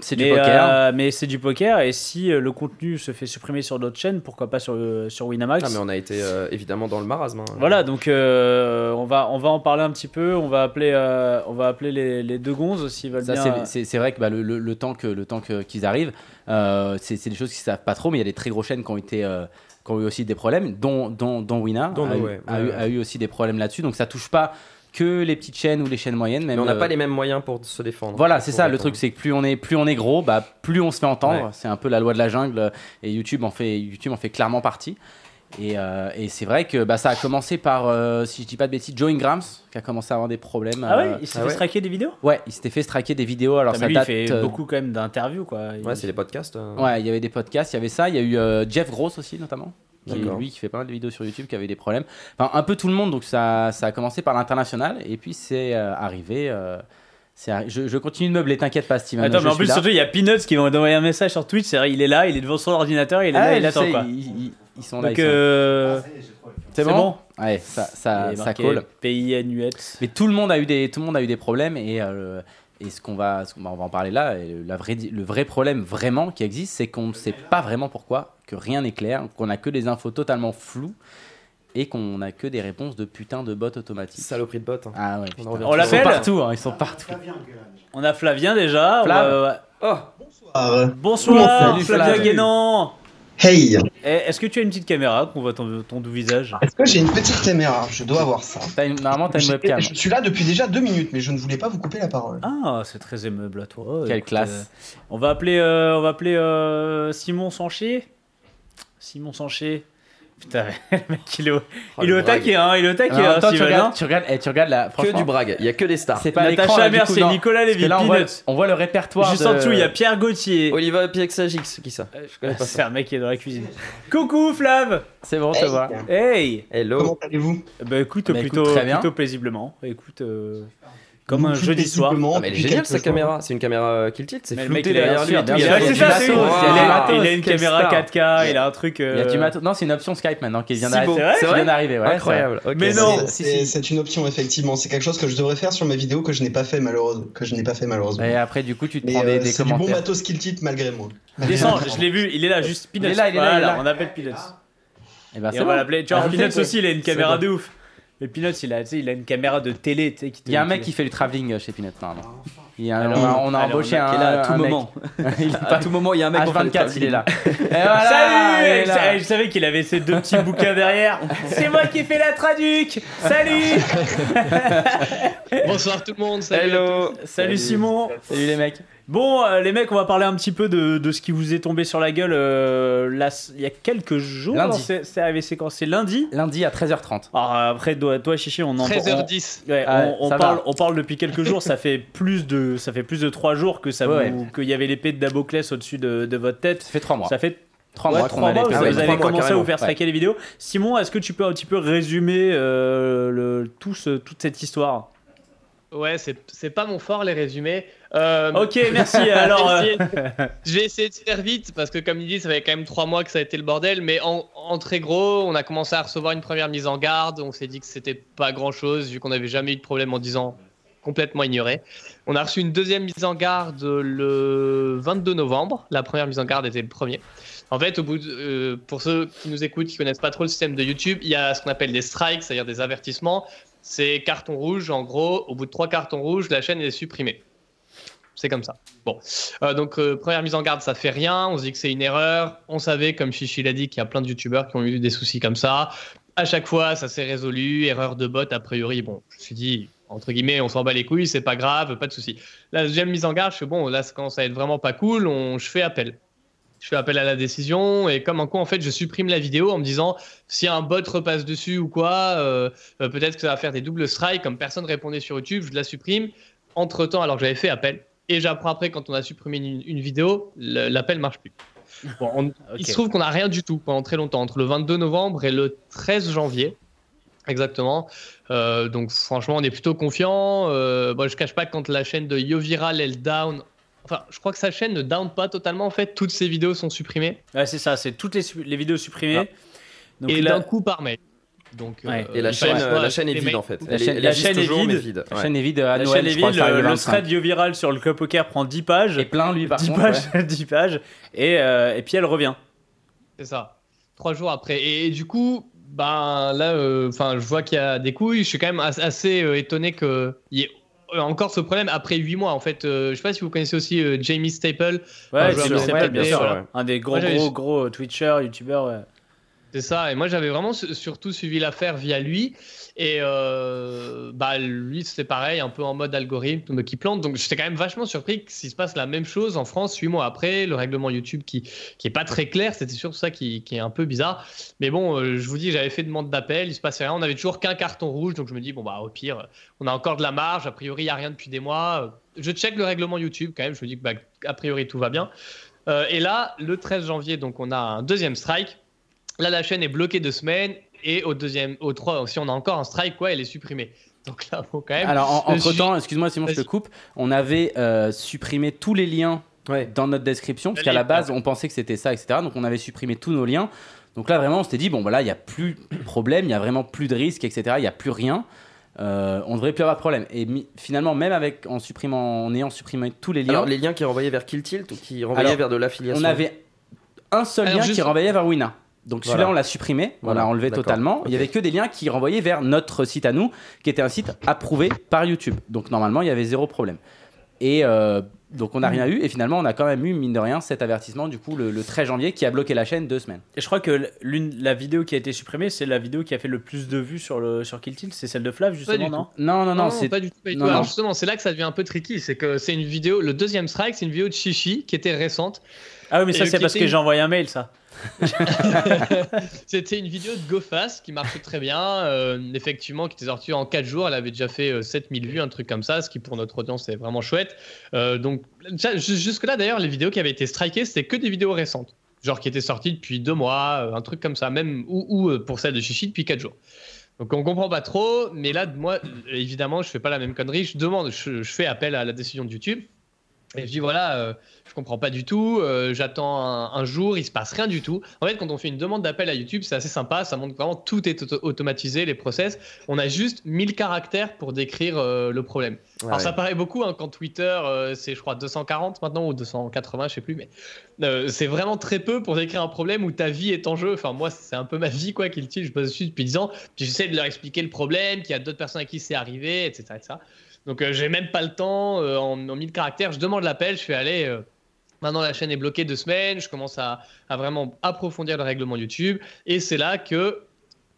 Speaker 3: C'est du
Speaker 2: mais,
Speaker 3: poker.
Speaker 2: euh, mais c'est du poker et si euh, le contenu se fait supprimer sur d'autres chaînes, pourquoi pas sur, euh, sur Winamax
Speaker 4: Ah, mais on a été euh, évidemment dans le marasme. hein.
Speaker 2: Voilà, donc euh, on, va, on va en parler un petit peu. On va appeler, euh, on va appeler les, les deux gonzes s'ils veulent
Speaker 3: Ça,
Speaker 2: bien. euh,
Speaker 3: c'est- c'est c'est vrai que bah, le, le- le temps que le temps que- qu'ils arrivent, euh, c'est c'est des choses qu'ils savent pas trop, mais il y a des très grosses chaînes qui ont été euh, qui ont eu aussi des problèmes, dont dont, dont Wina
Speaker 4: Dont
Speaker 3: a,
Speaker 4: nous,
Speaker 3: eu,
Speaker 4: ouais,
Speaker 3: a,
Speaker 4: ouais,
Speaker 3: eu,
Speaker 4: ouais.
Speaker 3: a eu aussi des problèmes là-dessus, donc ça touche pas que les petites chaînes ou les chaînes moyennes. Même,
Speaker 4: Mais on n'a
Speaker 3: euh,
Speaker 4: pas les mêmes moyens pour se défendre. hein,
Speaker 3: Voilà, c'est
Speaker 4: Pour
Speaker 3: ça. Le
Speaker 4: répondre.
Speaker 3: truc, c'est que plus on est, plus on est gros, bah, plus on se fait entendre.
Speaker 4: Ouais.
Speaker 3: C'est un peu la loi de la jungle. Et YouTube en fait, YouTube en fait clairement partie. Et, euh, et c'est vrai que bah, ça a commencé par, euh, si je dis pas de bêtises, Joe Ingrams, qui a commencé à avoir des problèmes.
Speaker 2: Ah ouais,
Speaker 3: euh,
Speaker 2: il s'est
Speaker 4: ah
Speaker 2: fait
Speaker 4: ouais.
Speaker 2: straquer des vidéos
Speaker 3: ouais, il s'était fait straquer des vidéos. Alors
Speaker 2: Putain, mais
Speaker 3: ça
Speaker 2: lui,
Speaker 3: date.
Speaker 2: il fait
Speaker 3: euh,
Speaker 2: beaucoup quand même d'interviews quoi. Il-
Speaker 4: Ouais, c'est les podcasts. euh.
Speaker 3: Ouais, il y avait des podcasts, il y avait ça. Il y a eu euh, Jeff Gross aussi, notamment. Qui,
Speaker 4: D'accord.
Speaker 3: lui qui fait pas mal de vidéos sur YouTube, qui avait des problèmes. Enfin, un peu tout le monde, donc ça, ça a commencé par l'international. Et puis c'est euh, arrivé. euh, c'est arri- je, je continue de meubler, t'inquiète pas, Steven.
Speaker 2: Attends,
Speaker 3: je
Speaker 2: mais en
Speaker 3: suis
Speaker 2: plus,
Speaker 3: là.
Speaker 2: surtout, il y a Peanuts qui vont envoyer un message sur Twitch. C'est vrai, il est là, il est devant son ordinateur, il est là,
Speaker 3: Ah,
Speaker 2: il
Speaker 3: je
Speaker 2: attend
Speaker 3: sais,
Speaker 2: quoi.
Speaker 3: Ils, ils- ils sont là.
Speaker 2: Donc,
Speaker 3: ils sont là.
Speaker 2: euh,
Speaker 3: hein. c'est
Speaker 2: c'est
Speaker 3: bon,
Speaker 2: bon
Speaker 3: Ouais, ça,
Speaker 2: il
Speaker 3: ça,
Speaker 2: est
Speaker 3: ça
Speaker 2: marqué
Speaker 3: colle.
Speaker 2: Pays à nuette.
Speaker 3: Mais tout le monde a eu des, tout le monde a eu des problèmes et, euh, et ce qu'on va, ce qu'on va- on va en parler là. et la vraie, le vrai problème vraiment qui existe, c'est qu'on ne sait pas vraiment pourquoi, que rien n'est clair, qu'on a que des infos totalement floues et qu'on a que des réponses de putain de bots automatiques.
Speaker 4: Saloperie de bot. hein.
Speaker 3: Ah ouais.
Speaker 4: On
Speaker 3: putain.
Speaker 4: en revient
Speaker 2: On
Speaker 4: toujours.
Speaker 3: Ils sont
Speaker 2: l'appelle
Speaker 3: partout, hein, ils sont partout.
Speaker 2: On a Flavien déjà. on
Speaker 3: Flav.
Speaker 2: va-
Speaker 3: Oh,
Speaker 6: Par- euh,
Speaker 2: Bonsoir,
Speaker 3: Salut,
Speaker 2: Flavien
Speaker 3: Flav.
Speaker 2: Guénan.
Speaker 6: Hey,
Speaker 2: Eh, Est-ce que tu as une petite caméra qu'on voit ton, ton doux visage
Speaker 6: est-ce que j'ai une petite caméra Je dois avoir ça.
Speaker 3: T'as une- normalement, t'as une
Speaker 6: J'ai-
Speaker 3: webcam.
Speaker 6: Je suis là depuis déjà deux minutes, mais je ne voulais pas vous couper la parole.
Speaker 2: Ah, c'est très aimable à toi.
Speaker 3: Quelle classe.
Speaker 2: euh, on va appeler, euh, on va appeler euh, Simon Sanché. Simon Sanché. Putain, le mec, il est au,
Speaker 4: Oh,
Speaker 2: il est
Speaker 4: le
Speaker 2: au
Speaker 4: brague.
Speaker 2: taquet, hein, il est au taquet,
Speaker 3: Alors,
Speaker 2: hein,
Speaker 3: attends, tu
Speaker 2: Steven, hein.
Speaker 3: regardes, tu regardes, eh, tu regardes là.
Speaker 4: Que
Speaker 3: franchement,
Speaker 4: du brag. Il y a que des stars.
Speaker 3: C'est pas à l'écran,
Speaker 2: Natacha
Speaker 3: là, du coup,
Speaker 2: Mercier,
Speaker 3: non.
Speaker 2: Nicolas
Speaker 3: Parce que
Speaker 2: Lévy,
Speaker 3: là, on voit,
Speaker 2: Peanuts.
Speaker 3: on voit le répertoire.
Speaker 2: Juste
Speaker 3: de-
Speaker 2: en dessous, il y a Pierre Gauthier.
Speaker 4: Oliva Piexagix, c'est qui ça
Speaker 3: Euh,
Speaker 4: connais pas
Speaker 2: C'est un mec qui est dans la cuisine. Coucou Flav
Speaker 3: C'est bon, on te
Speaker 6: Hey.
Speaker 3: voit.
Speaker 2: Hey
Speaker 4: Hello.
Speaker 6: Comment allez-vous
Speaker 2: Bah écoute,
Speaker 3: Bah, écoute,
Speaker 2: plutôt,
Speaker 3: très bien.
Speaker 2: plutôt paisiblement. Écoute, euh, comme un
Speaker 6: Tout
Speaker 2: jeudi soir.
Speaker 6: paisiblement,
Speaker 4: Ah, mais elle est
Speaker 6: depuis
Speaker 4: géniale
Speaker 6: quelques
Speaker 4: cette
Speaker 6: jours.
Speaker 4: caméra. C'est une caméra euh, kill tilt. C'est
Speaker 2: Mais le
Speaker 4: flouté
Speaker 2: mec, il est bien
Speaker 4: derrière lui.
Speaker 3: sûr,
Speaker 4: et tout.
Speaker 3: bien
Speaker 4: Il
Speaker 2: Il
Speaker 4: y
Speaker 3: sûr,
Speaker 4: a
Speaker 2: a,
Speaker 4: du
Speaker 2: c'est
Speaker 3: du
Speaker 2: ça,
Speaker 4: matos.
Speaker 2: c'est-
Speaker 3: matos,
Speaker 2: il a-
Speaker 4: Waouh.
Speaker 2: il a une
Speaker 3: Quelle
Speaker 2: caméra
Speaker 3: star.
Speaker 2: 4K, il a un truc.
Speaker 3: Il y a du
Speaker 2: euh,
Speaker 3: matos. Non, c'est une option Skype maintenant qui vient
Speaker 2: Si beau.
Speaker 3: d'arriver.
Speaker 2: C'est vrai
Speaker 3: Qui vient d'arriver, ouais,
Speaker 4: Incroyable. ok.
Speaker 2: Mais
Speaker 6: C'est-
Speaker 2: non.
Speaker 6: c'est- c'est- C'est une option effectivement. C'est quelque chose que je devrais faire sur ma vidéo que je n'ai pas fait malheureusement. Que je n'ai pas fait
Speaker 3: c'est
Speaker 6: malheureusement.
Speaker 3: vrai. Et après, du coup, tu te
Speaker 6: mais
Speaker 3: prends
Speaker 6: euh,
Speaker 3: des, des
Speaker 6: c'est du bon
Speaker 3: commentaires.
Speaker 6: matos skill tip malgré moi.
Speaker 2: Descends, je l'ai vu, il est là, juste Peanuts.
Speaker 3: Il est là, il est là, il est
Speaker 2: Voilà,
Speaker 3: là.
Speaker 2: On appelle Peanuts.
Speaker 3: Eh ben,
Speaker 2: Et
Speaker 3: c'est
Speaker 2: on va
Speaker 3: bon.
Speaker 2: l'appeler. Tu vois,
Speaker 3: Ah,
Speaker 2: Peanuts
Speaker 3: c'est
Speaker 2: aussi, il a une
Speaker 3: C'est
Speaker 2: caméra
Speaker 3: bon.
Speaker 2: de ouf. Mais Peanuts, il a, tu sais, il a une caméra de télé. tu sais, qui te-
Speaker 3: Il y a un mec qui fait du traveling euh, chez Peanut. normalement. Il y a un-
Speaker 2: Alors,
Speaker 3: on a- on a
Speaker 2: alors,
Speaker 3: embauché
Speaker 2: le
Speaker 3: un.
Speaker 5: qui est là à tout
Speaker 3: un mec.
Speaker 5: moment.
Speaker 3: il est
Speaker 5: À
Speaker 3: pas
Speaker 5: tout moment, il y a un mec pour faire des
Speaker 3: H24, il est là. Et Ah, voilà,
Speaker 2: Salut
Speaker 3: il est là.
Speaker 2: Eh, Je savais qu'il avait ses deux petits bouquins derrière. C'est moi qui ai fait la traduc Salut
Speaker 7: Bonsoir tout le monde, salut.
Speaker 4: Hello.
Speaker 2: Salut Simon
Speaker 3: Salut les mecs.
Speaker 2: Bon, euh, les mecs, on va parler un petit peu de, de ce qui vous est tombé sur la gueule euh, la- il y a quelques jours.
Speaker 3: Lundi.
Speaker 2: Alors, c'est- C'est arrivé, c'est quand C'est lundi
Speaker 3: Lundi à 13h30.
Speaker 2: Alors après, toi, toi, Chichi, on en on-
Speaker 7: 13h10.
Speaker 2: Ouais,
Speaker 3: Ah ouais,
Speaker 2: on, on
Speaker 3: ça
Speaker 2: parle,
Speaker 3: va.
Speaker 2: on parle depuis quelques jours, ça fait plus de ça fait plus de trois jours que ça
Speaker 3: Ouais.
Speaker 2: vous- qu'il y avait l'épée de Damoclès au-dessus de, de votre tête.
Speaker 3: Ça fait 3 mois.
Speaker 2: Ça fait
Speaker 3: Trois
Speaker 2: ouais,
Speaker 3: mois qu'on
Speaker 2: trois
Speaker 3: a les
Speaker 2: mois que
Speaker 4: Ah
Speaker 2: vous
Speaker 4: ouais,
Speaker 2: avez
Speaker 4: trois mois,
Speaker 2: commencé à vous
Speaker 4: carrément.
Speaker 2: faire straquer les vidéos. Simon, est-ce que tu peux un petit peu résumer euh, le, tout ce- toute cette histoire
Speaker 7: Ouais, c'est c'est pas mon fort les résumés. Euh,
Speaker 2: Ok, merci. Alors,
Speaker 7: je
Speaker 2: euh,
Speaker 7: vais essayer- je vais essayer de faire vite parce que comme il dit, ça fait quand même trois mois que ça a été le bordel. Mais en, en très gros, on a commencé à recevoir une première mise en garde. On s'est dit que c'était pas grand chose vu qu'on n'avait jamais eu de problème en 10 ans complètement ignoré. On a reçu une deuxième mise en garde le 22 novembre. La première mise en garde était le premier. En fait, au bout de- euh, pour ceux qui nous écoutent, qui connaissent pas trop le système de YouTube, il y a ce qu'on appelle des strikes, c'est-à-dire des avertissements. C'est carton rouge, en gros, au bout de trois cartons rouges, la chaîne est supprimée. C'est comme ça. Bon, Euh, donc euh, première mise en garde, ça fait rien. On se dit que c'est une erreur. On savait, comme Chichi l'a dit, qu'il y a plein de youtubeurs qui ont eu des soucis comme ça. À chaque fois, ça s'est résolu. Erreur de bot, a priori. Bon, je me suis dit, entre guillemets, on s'en bat les couilles, c'est pas grave, pas de souci. La deuxième mise en garde, je fais bon, là, ça commence à être vraiment pas cool. On, je fais appel. Je fais appel à la décision et comme un coup, en fait, je supprime la vidéo en me disant si un bot repasse dessus ou quoi, euh, euh, peut-être que ça va faire des doubles strikes. Comme personne répondait sur YouTube, je la supprime. Entre temps, alors que j'avais fait appel, et j'apprends après, quand on a supprimé une, une vidéo, le- l'appel marche plus. Bon, on- Il se trouve qu'on n'a rien du tout pendant très longtemps, entre le 22 novembre et le 13 janvier. Exactement. Euh, donc franchement, on est plutôt confiant. Euh, bon, je cache pas que quand la chaîne de YoViral elle down. Enfin, je crois que sa chaîne ne down pas totalement. En fait, toutes ses vidéos sont supprimées
Speaker 2: ouais, c'est ça, c'est toutes les, su- les vidéos supprimées. Donc
Speaker 7: et
Speaker 2: là-
Speaker 7: d'un coup par mail. Donc, euh,
Speaker 2: Ouais.
Speaker 4: Et la
Speaker 7: il
Speaker 4: chaîne,
Speaker 7: fallait
Speaker 4: euh,
Speaker 7: que ce soit
Speaker 4: la chaîne est
Speaker 7: les
Speaker 4: vide
Speaker 7: mecs-
Speaker 4: en fait.
Speaker 2: La
Speaker 4: Elle est-
Speaker 2: chaîne-
Speaker 4: elle
Speaker 2: la
Speaker 4: existe
Speaker 2: chaîne est
Speaker 4: toujours, mais
Speaker 2: vide.
Speaker 4: vide.
Speaker 3: La
Speaker 4: Ouais.
Speaker 3: chaîne est vide à
Speaker 2: La
Speaker 3: Noël,
Speaker 2: chaîne est
Speaker 3: je crois
Speaker 2: vide,
Speaker 3: que ça arrive
Speaker 2: le,
Speaker 3: le
Speaker 2: le
Speaker 3: 25.
Speaker 2: thread du viral sur le club poker prend 10 pages.
Speaker 3: Et plein lui par
Speaker 2: 10
Speaker 3: contre.
Speaker 2: pages,
Speaker 3: ouais.
Speaker 2: 10 pages. Et, euh, et puis elle revient.
Speaker 7: C'est ça. Trois jours après. Et, et du coup, ben là, euh, enfin, je vois qu'il y a des couilles. Je suis quand même as- assez euh, étonné qu'il y ait euh, encore ce problème après huit mois. En fait, Euh, je sais pas si vous connaissez aussi euh, Jamie Staple.
Speaker 2: Ouais,
Speaker 7: je vois
Speaker 2: c'est
Speaker 7: bien,
Speaker 2: c'est
Speaker 7: ouais,
Speaker 2: pas-
Speaker 7: bien
Speaker 2: bien
Speaker 7: sûr,
Speaker 2: sûr.
Speaker 4: ouais.
Speaker 2: Un des gros,
Speaker 7: Moi, j'avais-
Speaker 2: gros, gros euh, Twitchers, YouTubers. ouais.
Speaker 7: C'est ça. Et moi, j'avais vraiment su- surtout suivi l'affaire via lui. Et euh, bah, lui, c'était pareil, un peu en mode algorithme qui plante. Donc, j'étais quand même vachement surpris que s'il se passe la même chose en France huit mois après, le règlement YouTube qui qui est pas très clair, c'était surtout ça qui, qui est un peu bizarre. Mais bon, euh, je vous dis, j'avais fait demande d'appel, il se passait rien. On avait toujours qu'un carton rouge, donc je me dis bon bah au pire, euh, on a encore de la marge. A priori, il y a rien depuis des mois. Euh, Je check le règlement YouTube quand même. Je me dis que bah, a priori tout va bien. Euh, et là, le 13 janvier, donc on a un deuxième strike. Là, la chaîne est bloquée deux semaines et au deuxième, au 3, si on a encore un strike, ouais, elle est supprimée. Donc là, bon quand même.
Speaker 3: Alors, en-
Speaker 7: Le
Speaker 3: entre-temps, excuse-moi Simon, je te
Speaker 7: Vas-y.
Speaker 3: coupe. On avait euh, supprimé tous les liens dans notre description, parce qu'à la
Speaker 7: Allez,
Speaker 3: base, on pensait que c'était ça, etc. Donc, on avait supprimé tous nos liens. Donc là, vraiment, on s'était dit, bon, voilà, il n'y a plus de problème, il n'y a vraiment plus de risque, etc. Il n'y a plus rien. Euh, on devrait plus avoir de problème. Et mi- finalement, même avec, en, supprimant, en ayant supprimé tous les liens,
Speaker 4: Alors, les liens qui renvoyaient vers Kill Tilt ou qui renvoyaient
Speaker 3: Alors,
Speaker 4: vers de l'affiliation
Speaker 3: on avait un seul
Speaker 7: Alors,
Speaker 3: lien
Speaker 7: juste-
Speaker 3: qui renvoyait vers Wina. Donc celui-là,
Speaker 4: Voilà.
Speaker 3: on l'a supprimé,
Speaker 4: Voilà,
Speaker 3: on l'a enlevé
Speaker 4: d'accord.
Speaker 3: totalement. Il y
Speaker 4: Ok.
Speaker 3: avait que des liens qui renvoyaient vers notre site à nous, qui était un site approuvé par YouTube. Donc normalement, il y avait zéro problème. Et euh, donc on n'a rien eu. Et finalement, on a quand même eu, mine de rien, cet avertissement, du coup, le, le 13 janvier, qui a bloqué la chaîne deux semaines.
Speaker 2: Et je crois que l'une, la vidéo qui a été supprimée, c'est la vidéo qui a fait le plus de vues sur, le, sur Kill Tilt. C'est celle de Flav,
Speaker 7: du
Speaker 2: justement,
Speaker 7: tout.
Speaker 2: non
Speaker 3: Non, non, non,
Speaker 7: Non,
Speaker 3: c'est...
Speaker 7: pas du tout. pas du
Speaker 3: non,
Speaker 7: tout. Alors
Speaker 3: non.
Speaker 7: justement, c'est là que ça devient un peu tricky. C'est que c'est une vidéo, le deuxième strike, c'est une vidéo de Chichi qui était récente.
Speaker 2: Ah oui, mais
Speaker 7: Et
Speaker 2: ça,
Speaker 7: le
Speaker 2: c'est parce
Speaker 7: Kill Tilt-
Speaker 2: que j'ai envoyé un mail, ça.
Speaker 7: C'était une vidéo de GoFast qui marchait très bien. euh, effectivement, qui était sortie en 4 jours. Elle avait déjà fait euh, 7000 vues, un truc comme ça, ce qui pour notre audience est vraiment chouette. Euh, donc, ça, jus- jusque-là, d'ailleurs, les vidéos qui avaient été strikées, c'était que des vidéos récentes. Genre qui étaient sorties depuis 2 mois, euh, un truc comme ça, même, ou, ou, euh, pour celle de Chichi depuis 4 jours. Donc on comprend pas trop, mais là, moi, euh, évidemment, je fais pas la même connerie. Je demande, je, je fais appel à la décision de YouTube. Et je dis, voilà, euh, je comprends pas du tout, euh, j'attends un, un jour, il se passe rien du tout. En fait, quand on fait une demande d'appel à YouTube, c'est assez sympa, ça montre vraiment tout est auto- automatisé, les process. On a juste 1000 caractères pour décrire euh, le problème.
Speaker 4: Ouais,
Speaker 7: Alors
Speaker 4: ouais.
Speaker 7: ça paraît beaucoup hein, quand Twitter euh, c'est je crois 240 maintenant ou 280 je sais plus mais euh, c'est vraiment très peu pour décrire un problème où ta vie est en jeu. Enfin moi c'est un peu ma vie quoi qu'il tire je passe dessus depuis 10 ans puis j'essaie de leur expliquer le problème qu'il y a d'autres personnes à qui c'est arrivé etc etc. Donc euh, j'ai même pas le temps euh, en, en 1000 caractères je demande l'appel je fais aller euh, Maintenant, la chaîne est bloquée deux semaines. Je commence à, à vraiment approfondir le règlement YouTube. Et c'est là que,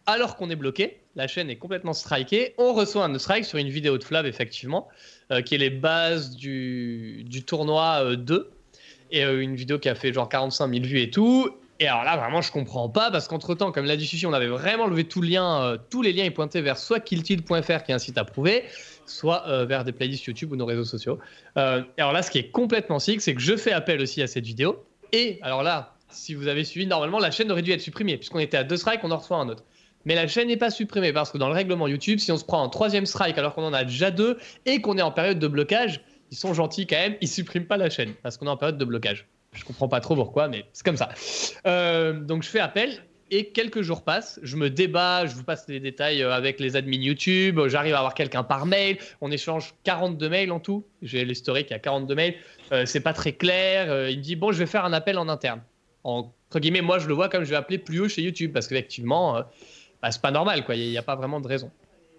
Speaker 7: alors qu'on est bloqué, la chaîne est complètement strikée. On reçoit un strike sur une vidéo de Flav, effectivement, euh, qui est les bases du, du tournoi euh, 2. Et euh, une vidéo qui a fait genre 45 000 vues et tout. Et alors là, vraiment, je comprends pas parce qu'entre temps, comme l'a dit Chichi, on avait vraiment levé tout le lien, euh, tous les liens, ils pointaient vers soit killtilt.fr qui est un site approuvé, soit euh, vers des playlists YouTube ou nos réseaux sociaux. Euh, et alors là, ce qui est complètement sick, c'est que je fais appel aussi à cette vidéo. Et alors là, si vous avez suivi, normalement, la chaîne aurait dû être supprimée, puisqu'on était à deux strikes, on en reçoit un autre. Mais la chaîne n'est pas supprimée, parce que dans le règlement YouTube, si on se prend un troisième strike alors qu'on en a déjà deux et qu'on est en période de blocage, ils sont gentils quand même, ils suppriment pas la chaîne, parce qu'on est en période de blocage. Je comprends pas trop pourquoi, mais c'est comme ça. Euh, donc je fais appel. Et quelques jours passent, je me débat, je vous passe les détails euh, avec les admins YouTube, euh, j'arrive à avoir quelqu'un par mail, on échange 42 mails en tout, j'ai l'historique à 42 mails, Euh, c'est pas très clair, euh, il me dit bon je vais faire un appel en interne. Entre guillemets, moi je le vois comme je vais appeler plus haut chez YouTube, parce qu'effectivement, euh, bah, c'est pas normal, quoi. il n'y a, pas vraiment de raison.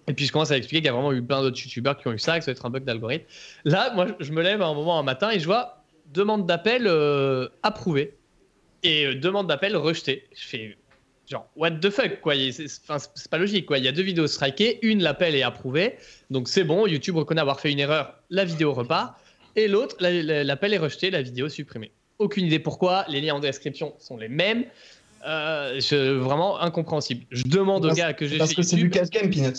Speaker 7: Et puis je commence à expliquer qu'il y a vraiment eu plein d'autres YouTubeurs qui ont eu ça, que ça doit être un bug d'algorithme. Là, moi je je me lève à un moment un matin et je vois demande d'appel euh, approuvée et euh, demande d'appel rejetée. Je fais genre what the fuck quoi. Il- c'est- c'est- enfin, c'est c'est pas logique quoi. Il y a deux vidéos strikées, une l'appel est approuvée, donc c'est bon. YouTube reconnaît avoir fait une erreur, la vidéo repart, et l'autre la- la- l'appel est rejeté, la vidéo supprimée. Aucune idée pourquoi. Les liens en description sont les mêmes. Euh, je- vraiment incompréhensible. Je demande au
Speaker 6: Parce-
Speaker 7: gars que j'ai
Speaker 6: Parce
Speaker 7: chez
Speaker 6: que c'est du
Speaker 7: YouTube-
Speaker 6: cash game, Peanuts.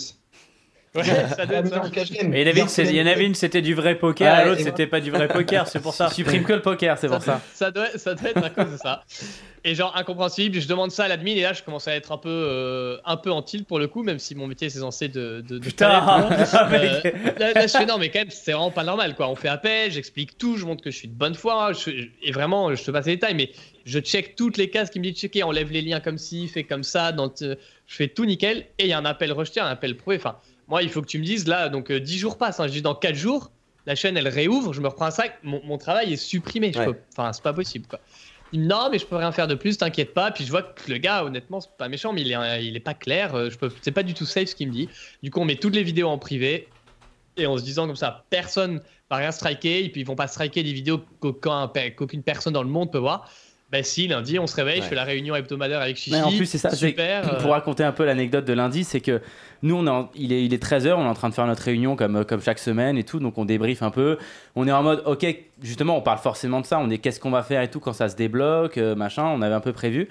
Speaker 7: Ouais, ça doit être
Speaker 6: Ah,
Speaker 7: ça.
Speaker 2: Mais il y en avait une, c'est- il y en avait une, c'était du vrai poker,
Speaker 3: Ouais,
Speaker 2: et l'autre,
Speaker 6: et-
Speaker 2: c'était pas du vrai poker, c'est pour ça.
Speaker 3: Supprime que le poker, c'est pour ça.
Speaker 7: Ça doit, ça doit être à cause de ça. Et genre incompréhensible, je demande ça à l'admin et là je commence à être un peu, euh, un peu en tilt pour le coup, même si mon métier c'est censé de, de, de
Speaker 2: Putain, Ah,
Speaker 7: Euh,
Speaker 2: mec.
Speaker 7: là, là, je fais non, mais quand même, c'est vraiment pas normal quoi. On fait appel, j'explique tout, je montre que je suis de bonne foi, hein. je- et vraiment, je te passe les détails, mais je check toutes les cases qui me dit de checker, enlève les liens comme ci, fais comme ça, dans le- je fais tout nickel, et il y a un appel rejeté, un appel prouvé. Enfin, moi, il faut que tu me dises, là, donc euh, 10 jours passent, hein, je dis dans 4 jours, la chaîne, elle réouvre, je me reprends un sac, mon, mon travail est supprimé. Je
Speaker 4: Ouais.
Speaker 7: peux- Enfin, c'est pas possible, quoi. Il me dit, non, mais je peux rien faire de plus, t'inquiète pas. Puis je vois que le gars, honnêtement, c'est pas méchant, mais il est, un- il est pas clair, euh, je peux, c'est pas du tout safe ce qu'il me dit. Du coup, on met toutes les vidéos en privé, et en se disant comme ça, personne va rien striker, et puis ils vont pas striker des vidéos qu'aucun- qu'aucune personne dans le monde peut voir. Bah si, lundi, on se réveille, je
Speaker 4: Ouais.
Speaker 7: fais la réunion hebdomadaire avec Chichi.
Speaker 3: Ouais, en plus, c'est ça. c'est-
Speaker 7: Super. euh,
Speaker 3: Pour raconter un peu l'anecdote de lundi, c'est que nous, on est en- il, est, il est 13h, on est en train de faire notre réunion comme, euh, comme chaque semaine et tout, donc on débriefe un peu. On est en mode, ok, justement, on parle forcément de ça, on est qu'est-ce qu'on va faire et tout quand ça se débloque, euh, machin, on avait un peu prévu.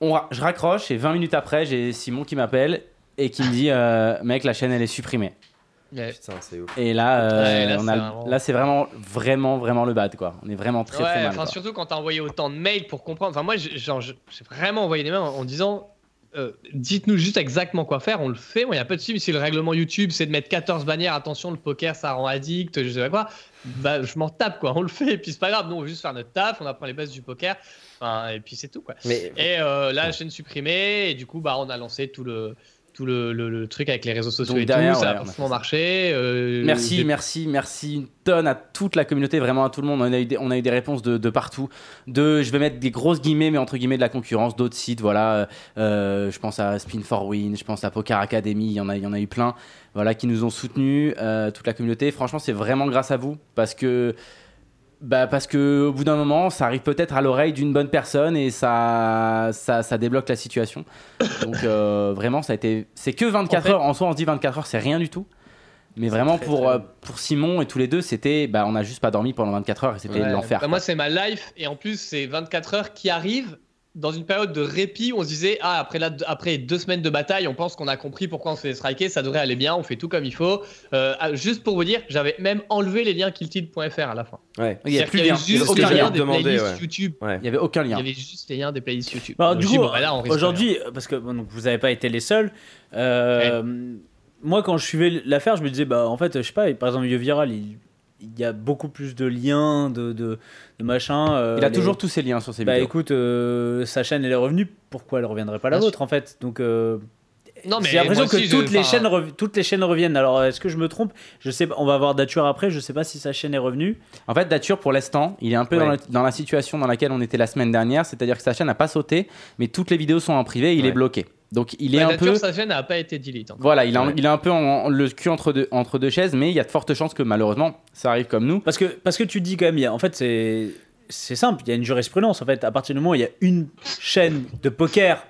Speaker 3: On, ra- je raccroche et 20 minutes après, j'ai Simon qui m'appelle et qui me dit, euh, mec, la chaîne, elle est supprimée.
Speaker 7: ouais.
Speaker 4: Putain, c'est ouf.
Speaker 3: Et là, euh,
Speaker 7: Ouais, là,
Speaker 3: on
Speaker 7: c'est
Speaker 3: a-
Speaker 7: vraiment-
Speaker 3: là, c'est vraiment... vraiment, vraiment, le bad, quoi. On est vraiment très, très
Speaker 7: ouais,
Speaker 3: mal.
Speaker 7: enfin,
Speaker 3: quoi.
Speaker 7: surtout quand t'as envoyé autant de mails pour comprendre. Enfin, moi, j'ai genre, j'ai vraiment envoyé des mails en, en disant euh, dites-nous juste exactement quoi faire, on le fait. Moi, il n'y a pas de souci. mais Si le règlement YouTube, c'est de mettre 14 bannières, attention, le poker, ça rend addict, je sais pas quoi, bah, je m'en tape, quoi. On le fait, et puis c'est pas grave. Nous, on veut juste faire notre taf, on apprend les bases du poker, Enfin, et puis c'est tout, quoi.
Speaker 4: Mais
Speaker 7: Et euh, là, la chaîne supprimée, et du coup, bah, on a lancé tout le. Tout le, le- le truc avec les réseaux sociaux
Speaker 3: Donc
Speaker 7: et
Speaker 3: derrière,
Speaker 7: tout,
Speaker 3: ouais,
Speaker 7: ça a
Speaker 3: on a
Speaker 7: parfaitement
Speaker 3: fait ça.
Speaker 7: marché. euh,
Speaker 3: Merci,
Speaker 7: j'ai-
Speaker 3: merci, merci une tonne à toute la communauté, vraiment à tout le monde. On a eu des, on a eu des réponses de, de partout. De, je vais mettre des grosses guillemets, mais entre guillemets de la concurrence, d'autres sites, voilà. Euh, euh, je pense à Spin for Win, je pense à Poker Academy, il y en a, il y en a eu plein, voilà, qui nous ont soutenus, euh, toute la communauté. Franchement, c'est vraiment grâce à vous, parce que, bah, parce que au bout d'un moment, ça arrive peut-être à l'oreille d'une bonne personne et ça, ça, ça débloque la situation. Donc euh, vraiment, ça a été, c'est que 24
Speaker 7: En fait-
Speaker 3: heures. En soi, on se dit 24 heures, c'est rien du tout. Mais vraiment
Speaker 4: très,
Speaker 3: pour,
Speaker 4: très
Speaker 3: euh, pour Simon et tous les deux, c'était bah, on n'a juste pas dormi pendant 24 heures et c'était
Speaker 7: Ouais.
Speaker 3: l'enfer.
Speaker 7: Bah, moi, c'est ma life. Et en plus, c'est 24 heures qui arrivent dans une période de répit. où On se disait, ah, après, la, après deux semaines de bataille, on pense qu'on a compris pourquoi on se fait striker. Ça devrait aller bien. On fait tout comme il faut. Euh, ah, juste pour vous dire, j'avais même enlevé les liens killtid.fr à la fin.
Speaker 4: ouais.
Speaker 3: Il y avait plus de lien.
Speaker 7: C'est-à-dire qu'il
Speaker 3: Il
Speaker 7: avait
Speaker 3: y
Speaker 7: juste
Speaker 3: avait
Speaker 7: les
Speaker 3: aucun
Speaker 4: j'allais
Speaker 7: liens
Speaker 3: lien.
Speaker 4: te
Speaker 7: des
Speaker 4: demander,
Speaker 7: playlists
Speaker 4: ouais.
Speaker 7: YouTube.
Speaker 3: Il y avait aucun
Speaker 7: Il y
Speaker 3: lien.
Speaker 7: avait juste les liens des playlists YouTube.
Speaker 2: Alors,
Speaker 7: Donc,
Speaker 2: du
Speaker 7: j'ai dit,
Speaker 2: coup,
Speaker 7: bon, bah, là, on
Speaker 3: Euh,
Speaker 7: risque
Speaker 2: aujourd'hui, euh, parce que bon, donc, vous n'avez pas été les seuls, euh, moi quand je suivais l'affaire, je me disais, bah en fait, je sais pas, par exemple, Vieux Viral, il, il y a beaucoup plus de liens, de, de, de machins. euh,
Speaker 3: Il a
Speaker 2: les-
Speaker 3: toujours tous ses liens sur ses
Speaker 2: Bah
Speaker 3: vidéos.
Speaker 2: écoute, euh, sa chaîne, elle est revenue, pourquoi elle reviendrait pas la
Speaker 7: Bien
Speaker 2: vôtre en fait Donc. euh,
Speaker 7: rien. Non, mais
Speaker 2: J'ai l'impression
Speaker 7: moi
Speaker 2: que
Speaker 7: aussi, je-
Speaker 2: toutes, les
Speaker 7: enfin,
Speaker 2: chaînes rev- toutes les chaînes reviennent. Alors, est-ce que je me trompe Je sais pas, on va voir Dature après. Je sais pas si sa chaîne est revenue.
Speaker 3: En fait, Dature, pour l'instant, il est un peu
Speaker 4: Ouais.
Speaker 3: dans, la, dans la situation dans laquelle on était la semaine dernière, c'est-à-dire que sa chaîne n'a pas sauté, mais toutes les vidéos sont en privé et il
Speaker 4: Ouais.
Speaker 3: est bloqué. Donc il est
Speaker 7: la
Speaker 3: un
Speaker 7: nature,
Speaker 3: peu.
Speaker 7: Sa chaîne n'a pas été delete. encore.
Speaker 3: Voilà, il, a,
Speaker 4: Ouais.
Speaker 3: il a un peu en- en- le cul entre deux, entre deux chaises, mais il y a de fortes chances que malheureusement, ça arrive comme nous.
Speaker 2: Parce que, parce que tu dis quand même, il y a- en fait, c'est, c'est simple. Il y a une jurisprudence. En fait, à partir du moment où il y a une chaîne de poker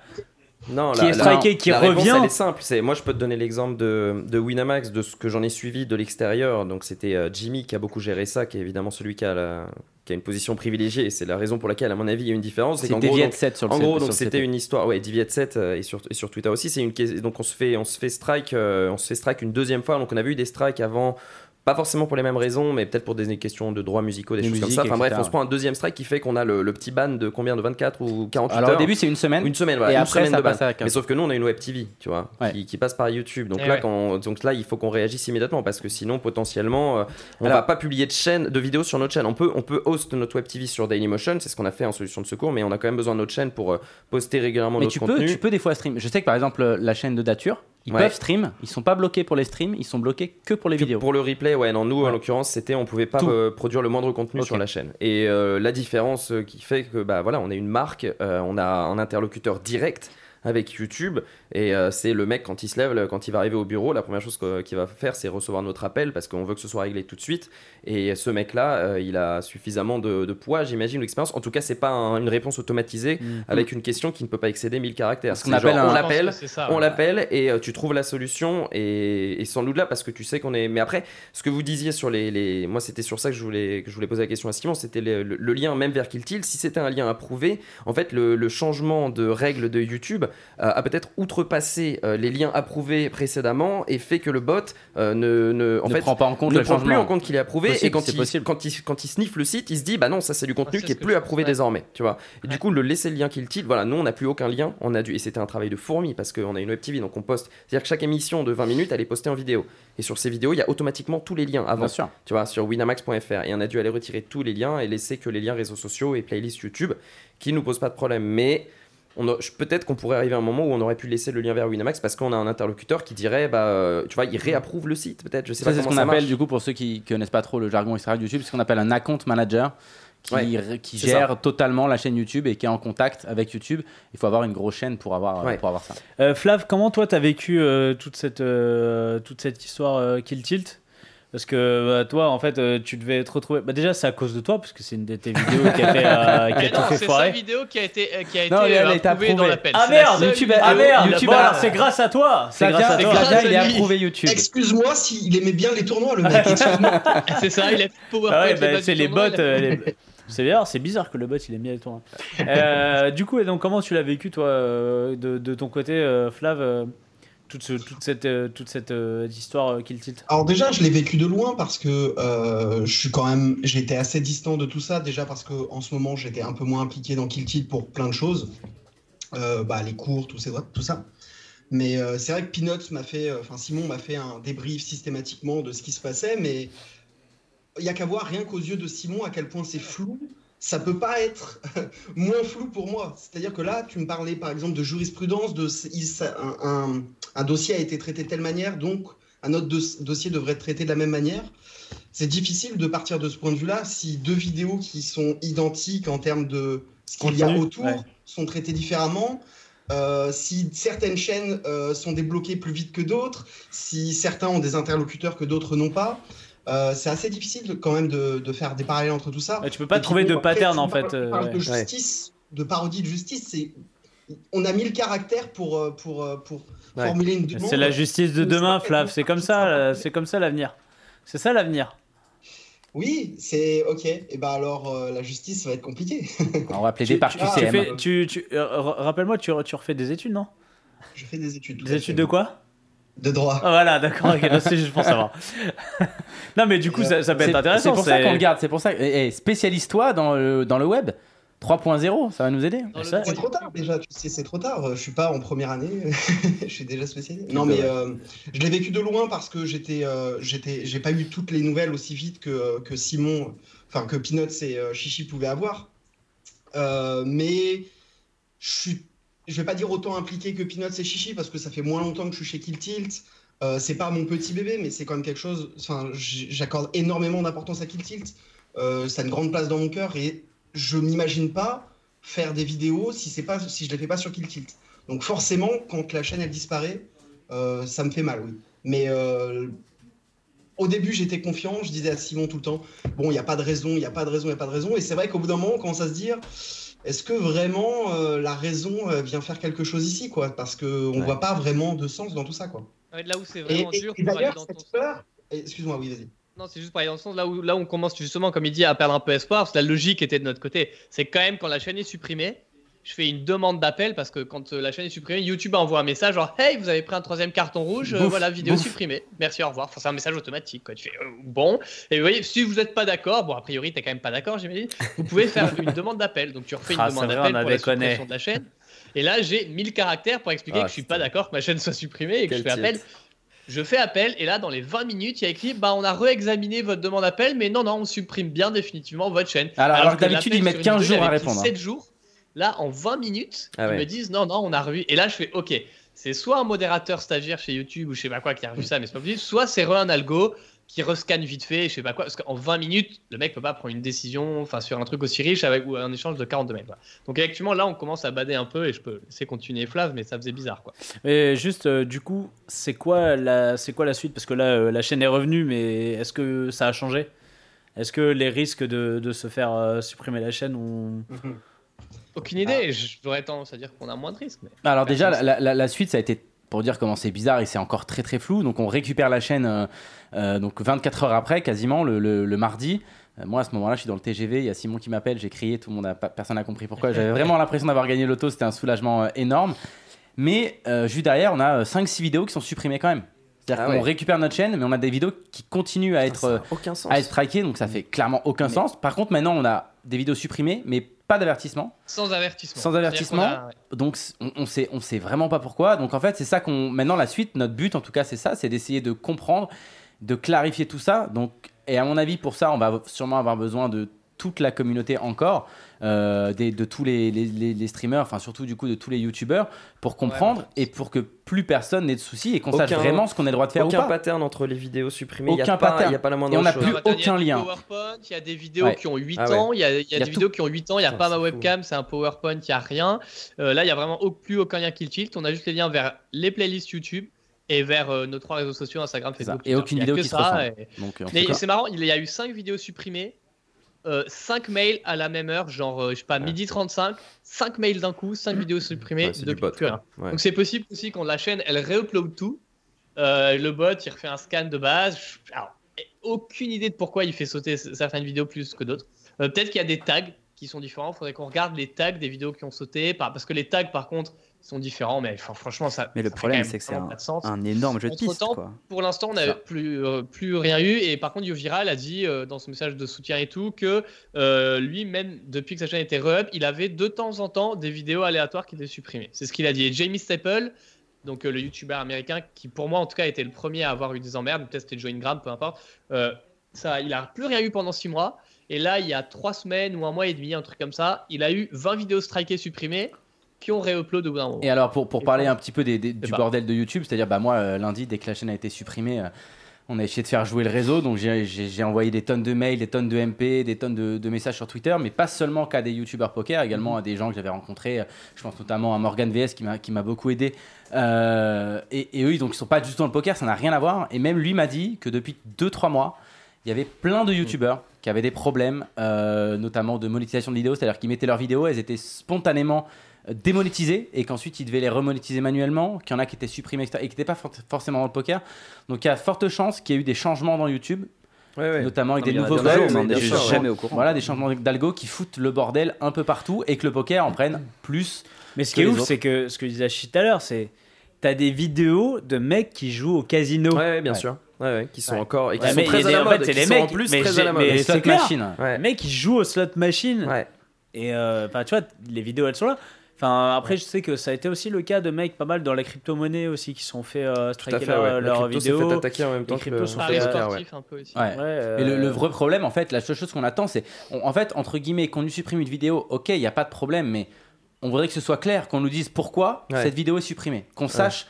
Speaker 4: Non,
Speaker 2: qui
Speaker 4: la-
Speaker 2: est
Speaker 4: la-
Speaker 2: strikée, qui
Speaker 4: la réponse,
Speaker 2: revient.
Speaker 4: elle est simple. C'est, moi, je peux te donner l'exemple de, de Winamax, de ce que j'en ai suivi de l'extérieur. Donc, c'était euh, Jimmy qui a beaucoup géré ça, qui est évidemment celui qui a, la- qui a une position privilégiée. Et c'est la raison pour laquelle, à mon avis, il y a une différence. C'est
Speaker 3: C'est
Speaker 4: qu'en gros,
Speaker 3: Deviette
Speaker 4: donc-
Speaker 3: 7 sur le
Speaker 4: en gros,
Speaker 3: sur
Speaker 4: donc
Speaker 3: le
Speaker 4: c'était
Speaker 3: CP.
Speaker 4: une histoire, ouais, Diviet 7 euh, et sur, et sur Twitter aussi, c'est une caisse- donc on se fait on se fait strike, euh, on se fait strike une deuxième fois. Donc on avait eu des strikes avant, pas forcément pour les mêmes raisons, mais peut-être pour des questions de droits musicaux, des,
Speaker 3: Des
Speaker 4: choses comme
Speaker 3: musiques,
Speaker 4: ça. Enfin bref,
Speaker 3: etc.,
Speaker 4: on se prend un deuxième strike qui fait qu'on a le, le petit ban de combien de 24 ou 48
Speaker 3: Alors au
Speaker 4: heures.
Speaker 3: début, c'est une semaine.
Speaker 4: Une semaine, voilà,
Speaker 3: et
Speaker 4: une
Speaker 3: après,
Speaker 4: semaine
Speaker 3: ça
Speaker 4: de ban.
Speaker 3: passe à quinze.
Speaker 4: Mais sauf que nous, on a une web TV, tu
Speaker 3: hein.
Speaker 4: vois,
Speaker 3: Ouais.
Speaker 4: qui, qui passe par YouTube. Donc
Speaker 7: Eh
Speaker 4: là,
Speaker 7: ouais.
Speaker 4: quand, donc là, il faut qu'on réagisse immédiatement parce que sinon, potentiellement, euh, on
Speaker 3: Alors-
Speaker 4: va pas publier de chaîne, de vidéos sur notre chaîne. On peut, on peut host notre web TV sur Dailymotion, c'est ce qu'on a fait en solution de secours, mais on a quand même besoin de notre chaîne pour euh, poster régulièrement
Speaker 3: Mais
Speaker 4: notre
Speaker 3: tu peux,
Speaker 4: contenu.
Speaker 3: tu peux des fois stream. Je sais que par exemple, euh, la chaîne de Dature, ils
Speaker 4: Ouais.
Speaker 3: peuvent stream, ils sont pas bloqués pour les streams, ils sont bloqués que pour les
Speaker 4: Que
Speaker 3: vidéos.
Speaker 4: Pour le replay, ouais, non, nous en l'occurrence, c'était on pouvait pas
Speaker 3: Tout.
Speaker 4: euh, produire le moindre contenu
Speaker 3: Ok.
Speaker 4: sur la chaîne. Et euh, la différence euh, qui fait que bah voilà, on est une marque, euh, on a un interlocuteur direct avec YouTube et euh, c'est le mec quand il se lève, le- quand il va arriver au bureau, la première chose que- qu'il va faire, c'est recevoir notre appel parce qu'on veut que ce soit réglé tout de suite. Et ce mec-là, euh, il a suffisamment de, de poids, j'imagine, ou d'expérience. En tout cas, c'est pas un- une réponse automatisée avec une question qui ne peut pas excéder 1000 caractères.
Speaker 3: Ce Mm. qu'on
Speaker 4: C'est
Speaker 3: appelle
Speaker 4: genre,
Speaker 3: un-
Speaker 4: on
Speaker 7: Je pense
Speaker 4: l'appelle,
Speaker 7: que c'est ça,
Speaker 4: on
Speaker 7: ouais.
Speaker 4: l'appelle et euh, tu trouves la solution et, et sans doute là parce que tu sais qu'on est. Mais après, ce que vous disiez sur les, les- moi c'était sur ça que je voulais que je voulais poser la question à Simon, c'était le, le- le lien même vers Kill Till. Si c'était un lien approuvé, en fait le, le changement de règles de YouTube euh, a peut-être outrepassé euh, les liens approuvés précédemment et fait que le bot euh, ne, ne- en
Speaker 3: ne
Speaker 4: fait
Speaker 3: prend pas en compte
Speaker 4: ne
Speaker 3: le
Speaker 4: prend plus en
Speaker 3: changement.
Speaker 4: compte qu'il est approuvé
Speaker 3: Possible,
Speaker 4: et quand
Speaker 3: c'est
Speaker 4: il,
Speaker 3: possible.
Speaker 4: quand, il, quand il sniffe le site, il se dit bah non, ça c'est du contenu
Speaker 7: Ah, c'est
Speaker 4: qui est
Speaker 7: ce que
Speaker 4: plus
Speaker 7: je-
Speaker 4: approuvé
Speaker 7: ouais.
Speaker 4: désormais, tu vois. Et
Speaker 7: Ouais.
Speaker 4: du coup, le laisser le lien qu'il tilt, voilà, nous on n'a plus aucun lien, on a dû et c'était un travail de fourmi parce qu'on a une web TV donc on poste, c'est-à-dire que chaque émission de 20 minutes, elle est postée en vidéo et sur ces vidéos, il y a automatiquement tous les liens avant,
Speaker 3: Ah, Bien sûr.
Speaker 4: tu vois, sur winamax.fr et on a dû aller retirer tous les liens et laisser que les liens réseaux sociaux et playlists YouTube qui nous posent pas de problème mais on a- je- peut-être qu'on pourrait arriver à un moment où on aurait pu laisser le lien vers Winamax parce qu'on a un interlocuteur qui dirait, bah, euh, tu vois, il réapprouve le site peut-être. Je sais
Speaker 3: Ça,
Speaker 4: pas
Speaker 3: c'est ce
Speaker 4: comment
Speaker 3: qu'on
Speaker 4: ça
Speaker 3: appelle,
Speaker 4: marche.
Speaker 3: du coup, pour ceux qui connaissent pas trop le jargon extérieur de YouTube, c'est ce qu'on appelle un account manager qui,
Speaker 4: Ouais,
Speaker 3: qui
Speaker 4: c'est
Speaker 3: gère totalement la chaîne YouTube et qui est en contact avec YouTube. Il faut avoir une grosse chaîne pour avoir,
Speaker 4: Ouais.
Speaker 3: pour avoir ça.
Speaker 2: Euh, Flav, comment toi t'as vécu euh, toute, cette, euh, toute cette histoire euh, Kill Tilt parce que bah, toi, en fait, euh, tu devais te retrouver. Bah, déjà, c'est à cause de toi, parce que c'est une de tes vidéos qui a, fait, euh, qui a
Speaker 7: Mais
Speaker 2: tout
Speaker 7: non,
Speaker 2: fait
Speaker 7: c'est sa
Speaker 2: foirer.
Speaker 7: vidéo qui a été, euh, qui a été
Speaker 3: Non, elle a
Speaker 7: euh,
Speaker 3: été
Speaker 7: approuvée dans
Speaker 3: approuvée.
Speaker 7: l'appel.
Speaker 2: Ah
Speaker 7: C'est la
Speaker 2: merde,
Speaker 7: seule
Speaker 3: YouTube a-
Speaker 7: vidéo-
Speaker 2: Ah merde,
Speaker 3: YouTube,
Speaker 2: bon,
Speaker 3: a-
Speaker 2: alors c'est grâce à toi C'est grâce à
Speaker 7: c'est
Speaker 2: toi
Speaker 7: grâce à
Speaker 3: il
Speaker 7: lui.
Speaker 3: a approuvé YouTube.
Speaker 6: Excuse-moi s'il aimait bien les tournois, le mec. excuse-moi.
Speaker 7: C'est ça, il a fait PowerPoint.
Speaker 2: Ah ouais,
Speaker 7: les
Speaker 2: bah,
Speaker 7: notes
Speaker 2: c'est
Speaker 7: du
Speaker 2: les bots.
Speaker 7: tournoi, il a-
Speaker 2: euh, les- C'est d'ailleurs, c'est bizarre que le bot il ait mis à toi. hein. Euh, du coup, et donc comment tu l'as vécu toi euh, de, de ton côté, euh, Flav, euh, toute, ce- toute cette, euh, toute cette euh, histoire euh, Kill Tilt
Speaker 6: Alors déjà, je l'ai vécu de loin parce que euh, je suis quand même, j'étais assez distant de tout ça déjà parce que en ce moment j'étais un peu moins impliqué dans Kill Tilt pour plein de choses, Euh, bah, les cours, tout, ces- tout ça. Mais euh, c'est vrai que Peanuts m'a fait, euh, enfin Simon m'a fait un débrief systématiquement de ce qui se passait, mais il y a qu'à voir rien qu'aux yeux de Simon à quel point c'est flou. Ça peut pas être moins flou pour moi. C'est-à-dire que là, tu me parlais par exemple de jurisprudence, de il- ça- un, un- un dossier a été traité de telle manière, donc un autre dos- dossier devrait être traité de la même manière. C'est difficile de partir de ce point de vue-là si deux vidéos qui sont identiques en termes de ce qu'il y a
Speaker 2: Contenu,
Speaker 6: autour
Speaker 2: ouais.
Speaker 6: sont traitées différemment, euh, si certaines chaînes euh, sont débloquées plus vite que d'autres, si certains ont des interlocuteurs que d'autres n'ont pas. Euh, c'est assez difficile quand même de, de faire des parallèles entre tout ça.
Speaker 2: Euh, Tu peux pas
Speaker 6: Et puis
Speaker 2: trouver
Speaker 6: bon,
Speaker 2: de
Speaker 6: après,
Speaker 2: pattern
Speaker 6: tu
Speaker 2: en
Speaker 6: parles-
Speaker 2: fait.
Speaker 6: tu
Speaker 2: euh,
Speaker 6: parles
Speaker 2: ouais.
Speaker 6: de justice, de parodie de justice, c'est on a mis le caractère pour euh, pour euh, pour
Speaker 4: Ouais.
Speaker 6: formuler une demande.
Speaker 2: C'est la justice de
Speaker 6: Mais euh, c'est
Speaker 2: demain,
Speaker 6: pas fait
Speaker 2: Flav.
Speaker 6: pour
Speaker 2: C'est
Speaker 6: ça.
Speaker 2: comme ça, là, c'est comme ça l'avenir. C'est ça l'avenir.
Speaker 6: Oui, c'est ok. Et ben alors euh, la justice ça va être compliquée.
Speaker 3: Alors, on va plaider par
Speaker 2: tu,
Speaker 6: Ah,
Speaker 2: tu
Speaker 3: QCM.
Speaker 2: fais- tu- tu- euh, r- rappelle-moi, tu, re- tu refais des études, non
Speaker 6: Je fais des études. tout
Speaker 2: Des
Speaker 6: à
Speaker 2: études
Speaker 6: fait.
Speaker 2: de quoi
Speaker 6: de droit.
Speaker 2: Ah, Voilà, d'accord. ok, non, c'est juste pour savoir. non, mais du coup, ça, ça peut être
Speaker 3: Euh, C'est-
Speaker 2: intéressant.
Speaker 3: C'est pour ça qu'on le garde. C'est pour ça. eh, eh, Spécialise-toi dans le, dans le web 3.0, ça va nous aider.
Speaker 7: dans le
Speaker 2: Ça,
Speaker 7: droit
Speaker 6: C'est
Speaker 7: du
Speaker 6: trop tard
Speaker 7: public.
Speaker 6: déjà, tu sais, c'est trop tard. Euh, Je suis pas en première année, je suis déjà spécialisé. Non, mais euh, je l'ai vécu de loin parce que j'étais, euh, j'étais, j'ai pas eu toutes les nouvelles aussi vite que, euh, que Simon, enfin que Peanuts et euh, Chichi pouvaient avoir. Euh, mais je suis, je vais pas dire autant impliqué que Peanuts et Chichi parce que ça fait moins longtemps que je suis chez Kill Tilt. Euh, c'est pas mon petit bébé, mais c'est quand même quelque chose. Enfin, j- j'accorde énormément d'importance à Kill Tilt. Euh, ça a une grande place dans mon cœur et je m'imagine pas faire des vidéos si c'est pas si je les fais pas sur Kill Tilt. Donc forcément, quand la chaîne elle disparaît, euh, ça me fait mal, oui. Mais euh, au début, j'étais confiant, je disais à Simon tout le temps, bon, il n'y a pas de raison, il n'y a pas de raison, il n'y a pas de raison. Et c'est vrai qu'au bout d'un moment, on commence à se dire, est-ce que vraiment euh, la raison euh, vient faire quelque chose ici, quoi Parce qu'on
Speaker 3: Ouais.
Speaker 6: voit pas vraiment de sens dans tout ça, quoi.
Speaker 7: Ouais, Là où c'est
Speaker 6: Et,
Speaker 7: vraiment
Speaker 6: et-
Speaker 7: dur
Speaker 6: et
Speaker 7: pour aller
Speaker 6: d'ailleurs,
Speaker 7: dans ton
Speaker 6: cette peur, et- excuse-moi, oui, vas-y.
Speaker 7: Non, c'est juste pour aller dans le sens là où, là où on commence justement, comme il dit, à perdre un peu espoir, parce que la logique était de notre côté. C'est quand même quand la chaîne est supprimée, je fais une demande d'appel parce que quand euh, la chaîne est supprimée, YouTube envoie un message genre Hey, vous avez pris un troisième carton rouge, euh,
Speaker 3: Bouffe,
Speaker 7: voilà, vidéo
Speaker 3: bouffe.
Speaker 7: supprimée, merci, au revoir. Enfin, c'est un message automatique, quoi. Tu fais euh, Bon, et vous voyez, si vous n'êtes pas d'accord, bon, a priori, t'es quand même pas d'accord, j'imagine, vous pouvez faire une demande d'appel. Donc tu refais une
Speaker 2: Ah,
Speaker 7: demande
Speaker 2: c'est vrai, on
Speaker 7: d'appel
Speaker 2: a
Speaker 7: pour la
Speaker 2: déconné.
Speaker 7: suppression de la chaîne. Et là, j'ai 1000 caractères pour expliquer
Speaker 3: Ah,
Speaker 7: que je suis pas d'accord que ma chaîne soit supprimée et que
Speaker 4: Quel
Speaker 7: je fais appel.
Speaker 4: tilt.
Speaker 7: Je fais appel et là, dans les 20 minutes, il y a écrit Bah, on a réexaminé votre demande d'appel, mais non, non, on supprime bien définitivement votre chaîne.
Speaker 3: Alors, alors que d'habitude, ils mettent 15 jours à répondre. hein.
Speaker 7: 7 jours. Là, en 20 minutes,
Speaker 4: Ah ouais.
Speaker 7: ils me disent Non, non, on a revu. Et là, je fais Ok, c'est soit un modérateur stagiaire chez YouTube ou je sais pas quoi qui a
Speaker 3: Mm.
Speaker 7: revu ça, mais c'est pas possible, soit c'est re un algo qui rescanne vite fait, je sais pas quoi, parce qu'en 20 minutes, le mec peut pas prendre une décision enfin sur un truc aussi riche avec ou un échange de 42 mails. voilà. Donc effectivement, là, on commence à bader un peu et je peux laisser continuer Flav, mais ça faisait bizarre quoi.
Speaker 2: Mais juste, euh, du coup, c'est quoi, la, c'est quoi la suite Parce que là, euh, la chaîne est revenue, mais est-ce que ça a changé Est-ce que les risques de, de se faire euh, supprimer la chaîne ont.
Speaker 7: Aucune idée,
Speaker 3: Ah.
Speaker 7: je- j'aurais tendance à dire qu'on a moins de risques. Mais...
Speaker 3: Alors déjà, la, la- la suite, ça a été pour dire comment c'est bizarre et c'est encore très très flou. Donc on récupère la chaîne euh, euh, donc 24 heures après, quasiment le, le- le mardi. Euh, moi à ce moment-là, je suis dans le TGV, il y a Simon qui m'appelle, j'ai crié, tout le monde, a, pas- personne n'a compris pourquoi. J'avais vraiment l'impression d'avoir gagné l'auto, c'était un soulagement euh, énorme. Mais euh, juste derrière, on a 5-6 vidéos qui sont supprimées quand même. C'est-à-dire
Speaker 4: Ah
Speaker 3: qu'on
Speaker 4: ouais.
Speaker 3: récupère notre chaîne, mais on a des vidéos qui continuent à être...
Speaker 4: Ça
Speaker 3: euh,
Speaker 4: n'a aucun sens.
Speaker 3: à être traquées, donc ça fait clairement aucun
Speaker 4: Mais-
Speaker 3: sens. Par contre, maintenant, on a des vidéos supprimées, mais pas d'avertissement.
Speaker 7: Sans avertissement.
Speaker 3: Sans avertissement.
Speaker 7: C'est-à-dire qu'on a- ouais.
Speaker 3: Donc c- on, on sait on sait vraiment pas pourquoi. Donc en fait c'est ça qu'on maintenant la suite notre but en tout cas c'est ça c'est d'essayer de comprendre de clarifier tout ça. Donc et à mon avis pour ça on va sûrement avoir besoin de toute la communauté encore, euh, des- de tous les, les- les- les streamers, enfin surtout du coup de tous les youtubeurs, pour comprendre et pour que plus personne n'ait de soucis et qu'on sache
Speaker 4: Aucun-
Speaker 3: vraiment ce qu'on a le droit de faire ou
Speaker 4: Aucun
Speaker 3: pas.
Speaker 4: pattern entre les vidéos supprimées.
Speaker 3: Aucun
Speaker 4: y a pas-
Speaker 3: pattern.
Speaker 4: y a pas la moindre
Speaker 3: Et on a
Speaker 4: chose.
Speaker 3: plus-
Speaker 7: Attends, il y a
Speaker 3: aucun
Speaker 7: du
Speaker 3: lien.
Speaker 7: PowerPoint, il y a des vidéos
Speaker 3: Ouais.
Speaker 7: qui ont 8
Speaker 4: Ah ouais.
Speaker 7: ans, il y a, il y a
Speaker 3: Il y a
Speaker 7: des vidéos qui ont 8 ans, il n'y a
Speaker 4: Putain,
Speaker 7: pas ma
Speaker 4: c'est fou.
Speaker 7: webcam, c'est un PowerPoint, il n'y a rien. Euh, là, il n'y a vraiment au- plus aucun lien qui tilt. On a juste les liens vers les playlists YouTube et vers euh, nos trois réseaux sociaux, Instagram,
Speaker 3: C'est ça.
Speaker 7: Facebook.
Speaker 3: Et aucune
Speaker 7: Il y a
Speaker 3: vidéo
Speaker 7: que
Speaker 3: qui se
Speaker 7: ça,
Speaker 3: ressemble.
Speaker 7: et-
Speaker 3: Donc, on fait
Speaker 7: Mais
Speaker 3: quoi
Speaker 7: c'est marrant, il y a eu 5 vidéos supprimées, 5 mails à la même heure, genre, euh, je sais pas, midi 35, 5 mails d'un coup, 5 vidéos supprimées,
Speaker 4: Ouais, c'est
Speaker 7: depuis
Speaker 4: du bot,
Speaker 7: plus rien.
Speaker 4: Ouais.
Speaker 7: Donc c'est possible aussi quand la chaîne elle réupload tout. Euh, le bot il refait un scan de base. Je- Alors, eh, aucune idée de pourquoi il fait sauter c- certaines vidéos plus que d'autres. Euh, Peut-être qu'il y a des tags qui sont différents. Il faudrait qu'on regarde les tags des vidéos qui ont sauté. par- Parce que les tags par contre sont différents. Mais enfin, franchement, ça.
Speaker 5: Mais le
Speaker 7: ça fait
Speaker 5: problème,
Speaker 7: quand même
Speaker 5: c'est que c'est
Speaker 7: vraiment pas de sens.
Speaker 5: Un énorme jeu de piste,
Speaker 7: Entre-temps,
Speaker 5: quoi.
Speaker 7: Pour l'instant, on n'a
Speaker 5: Ça.
Speaker 7: plus, euh, plus rien eu. Et par contre, Yoviral a dit euh, dans son message de soutien et tout que euh, lui, même depuis que sa chaîne était re-up, il avait de temps en temps des vidéos aléatoires qui étaient supprimées. C'est ce qu'il a dit. Et Jamie Staple, donc euh, le youtubeur américain, qui pour moi en tout cas était le premier à avoir eu des emmerdes, peut-être c'était Joe Ingram, peu importe, euh, ça, il a plus rien eu pendant six mois. Et là, il y a trois semaines ou un mois et demi, un truc comme ça, il a eu 20 vidéos strikées supprimées qui ont réupload au bout d'un moment.
Speaker 3: Et euh, alors, pour, pour
Speaker 7: Et
Speaker 3: parler
Speaker 7: voilà.
Speaker 3: un petit peu des- des- du
Speaker 7: pas.
Speaker 3: bordel de YouTube, c'est-à-dire, bah, moi, euh, lundi, dès que la chaîne a été supprimée, euh, on a essayé de faire jouer le réseau. Donc, j'ai- j'ai j'ai envoyé des tonnes de mails, des tonnes de MP, des tonnes de, de messages sur Twitter, mais pas seulement qu'à des YouTubeurs poker,
Speaker 7: Mhm.
Speaker 3: également à des gens que j'avais rencontrés. euh, Je pense notamment à Morgan VS qui m'a- qui m'a beaucoup aidé. Euh, et, et eux, ils- donc, ils sont pas du tout dans le poker, ça n'a rien à voir. Et même lui m'a dit que depuis 2-3 mois, il y avait plein
Speaker 7: Mhm.
Speaker 3: de youtubeurs qui avaient des problèmes, euh, notamment de monétisation de vidéos, c'est-à-dire qu'ils mettaient leurs vidéos, elles étaient spontanément euh, démonétisées et qu'ensuite ils devaient les remonétiser manuellement, qu'il y en a qui étaient supprimés etc., et qui n'étaient pas for- forcément dans le poker. Donc il y a forte chance qu'il y ait eu des changements dans YouTube,
Speaker 4: Ouais, ouais.
Speaker 3: notamment avec des
Speaker 5: Non, mais il y en a
Speaker 3: nouveaux
Speaker 5: toujours,
Speaker 3: algos,
Speaker 5: mais hein. on
Speaker 3: des
Speaker 5: n'est
Speaker 4: bien sûr,
Speaker 3: changements-
Speaker 5: jamais au courant.
Speaker 3: Voilà, des changements d'algo qui foutent le bordel un peu partout et que le poker en prenne plus.
Speaker 2: Mais ce
Speaker 3: que
Speaker 2: qui est
Speaker 3: les
Speaker 2: ouf,
Speaker 3: autres.
Speaker 2: c'est que ce que disait Chi tout à l'heure, c'est t'as des vidéos de mecs qui jouent au casino.
Speaker 4: Ouais, ouais, bien
Speaker 3: Ouais.
Speaker 4: sûr. Ouais, ouais, qui sont
Speaker 2: Ouais.
Speaker 4: encore et qui
Speaker 2: Ouais,
Speaker 4: sont
Speaker 2: mais
Speaker 4: très
Speaker 2: il
Speaker 4: à
Speaker 2: est-
Speaker 4: la
Speaker 2: en
Speaker 4: mode.
Speaker 2: fait, c'est
Speaker 4: qui
Speaker 2: les
Speaker 4: sont en
Speaker 2: mecs,
Speaker 4: plus
Speaker 2: mais
Speaker 4: très
Speaker 2: j'ai-
Speaker 4: à la mode.
Speaker 2: mais
Speaker 3: Les
Speaker 2: c'est
Speaker 3: slot
Speaker 2: clair.
Speaker 3: machines.
Speaker 4: Ouais.
Speaker 2: Les mecs, ils jouent au slot machine.
Speaker 4: Ouais.
Speaker 2: Et euh, enfin, tu vois, les vidéos, elles sont là. Enfin, après, je sais que ça a été aussi le cas de mecs pas mal dans la crypto-monnaie aussi qui se sont fait euh,
Speaker 4: Tout à
Speaker 2: striker
Speaker 4: fait.
Speaker 2: leur-
Speaker 4: ouais. La
Speaker 2: leurs
Speaker 4: crypto s'est fait
Speaker 2: vidéos.
Speaker 4: attaquer en même temps que
Speaker 2: cryptos
Speaker 4: le-
Speaker 2: sont
Speaker 7: Paris
Speaker 2: Ouais,
Speaker 7: sportif un peu aussi.
Speaker 3: Ouais.
Speaker 2: Ouais,
Speaker 3: Mais le, le
Speaker 2: euh,
Speaker 3: vrai problème, en fait, la seule chose qu'on attend, c'est, on- en fait, entre guillemets, qu'on nous supprime une vidéo, ok, il n'y a pas de problème, mais on voudrait que ce soit clair, qu'on nous dise pourquoi
Speaker 4: Ouais.
Speaker 3: cette vidéo est supprimée, qu'on sache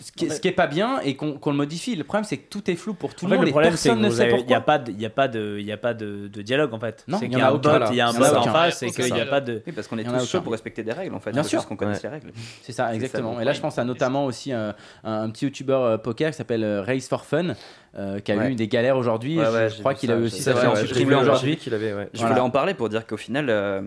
Speaker 3: ce, qui, ce qui est pas bien et qu'on qu'on le modifie. Le problème, c'est que tout est flou pour tout
Speaker 2: En
Speaker 3: le
Speaker 2: fait,
Speaker 3: monde
Speaker 2: le problème,
Speaker 3: et
Speaker 2: c'est
Speaker 3: personne ne sait
Speaker 2: qu'il n'y
Speaker 3: pourquoi.
Speaker 2: a pas, de, y a pas, de, y a pas de, de dialogue en fait.
Speaker 3: Non,
Speaker 2: c'est
Speaker 3: il y
Speaker 2: qu'il y
Speaker 3: en
Speaker 2: a
Speaker 3: a
Speaker 2: un
Speaker 3: aucun.
Speaker 2: bot, il y a un
Speaker 3: Il y en a
Speaker 2: bot en
Speaker 3: aucun.
Speaker 2: face et
Speaker 7: C'est
Speaker 2: qu'il n'y a
Speaker 7: ça.
Speaker 2: pas de.
Speaker 5: Oui, parce qu'on est
Speaker 3: Il y en a
Speaker 5: tous chauds
Speaker 3: aucun.
Speaker 5: pour respecter des règles, en fait.
Speaker 3: Bien
Speaker 5: faut
Speaker 3: sûr.
Speaker 5: juste qu'on connaisse les
Speaker 4: Ouais.
Speaker 5: règles.
Speaker 3: C'est ça,
Speaker 5: C'est
Speaker 3: exactement.
Speaker 5: ça,
Speaker 3: et là, je pense à notamment aussi euh, un, un petit youtubeur euh, poker qui s'appelle euh, Race for Fun, euh, qui a
Speaker 4: Ouais.
Speaker 3: eu des galères aujourd'hui.
Speaker 4: Ouais,
Speaker 3: Je-
Speaker 4: ouais,
Speaker 3: je
Speaker 4: j'ai
Speaker 3: crois
Speaker 4: vu
Speaker 3: qu'il a eu aussi
Speaker 4: j'ai
Speaker 3: sa
Speaker 4: vu
Speaker 5: ouais,
Speaker 3: chaîne
Speaker 4: ouais,
Speaker 5: j'ai
Speaker 4: j'ai vu
Speaker 3: supprimée
Speaker 4: le
Speaker 3: aujourd'hui.
Speaker 4: article qu'il avait, ouais.
Speaker 5: Je
Speaker 3: Voilà.
Speaker 5: voulais en parler pour dire qu'au final, euh,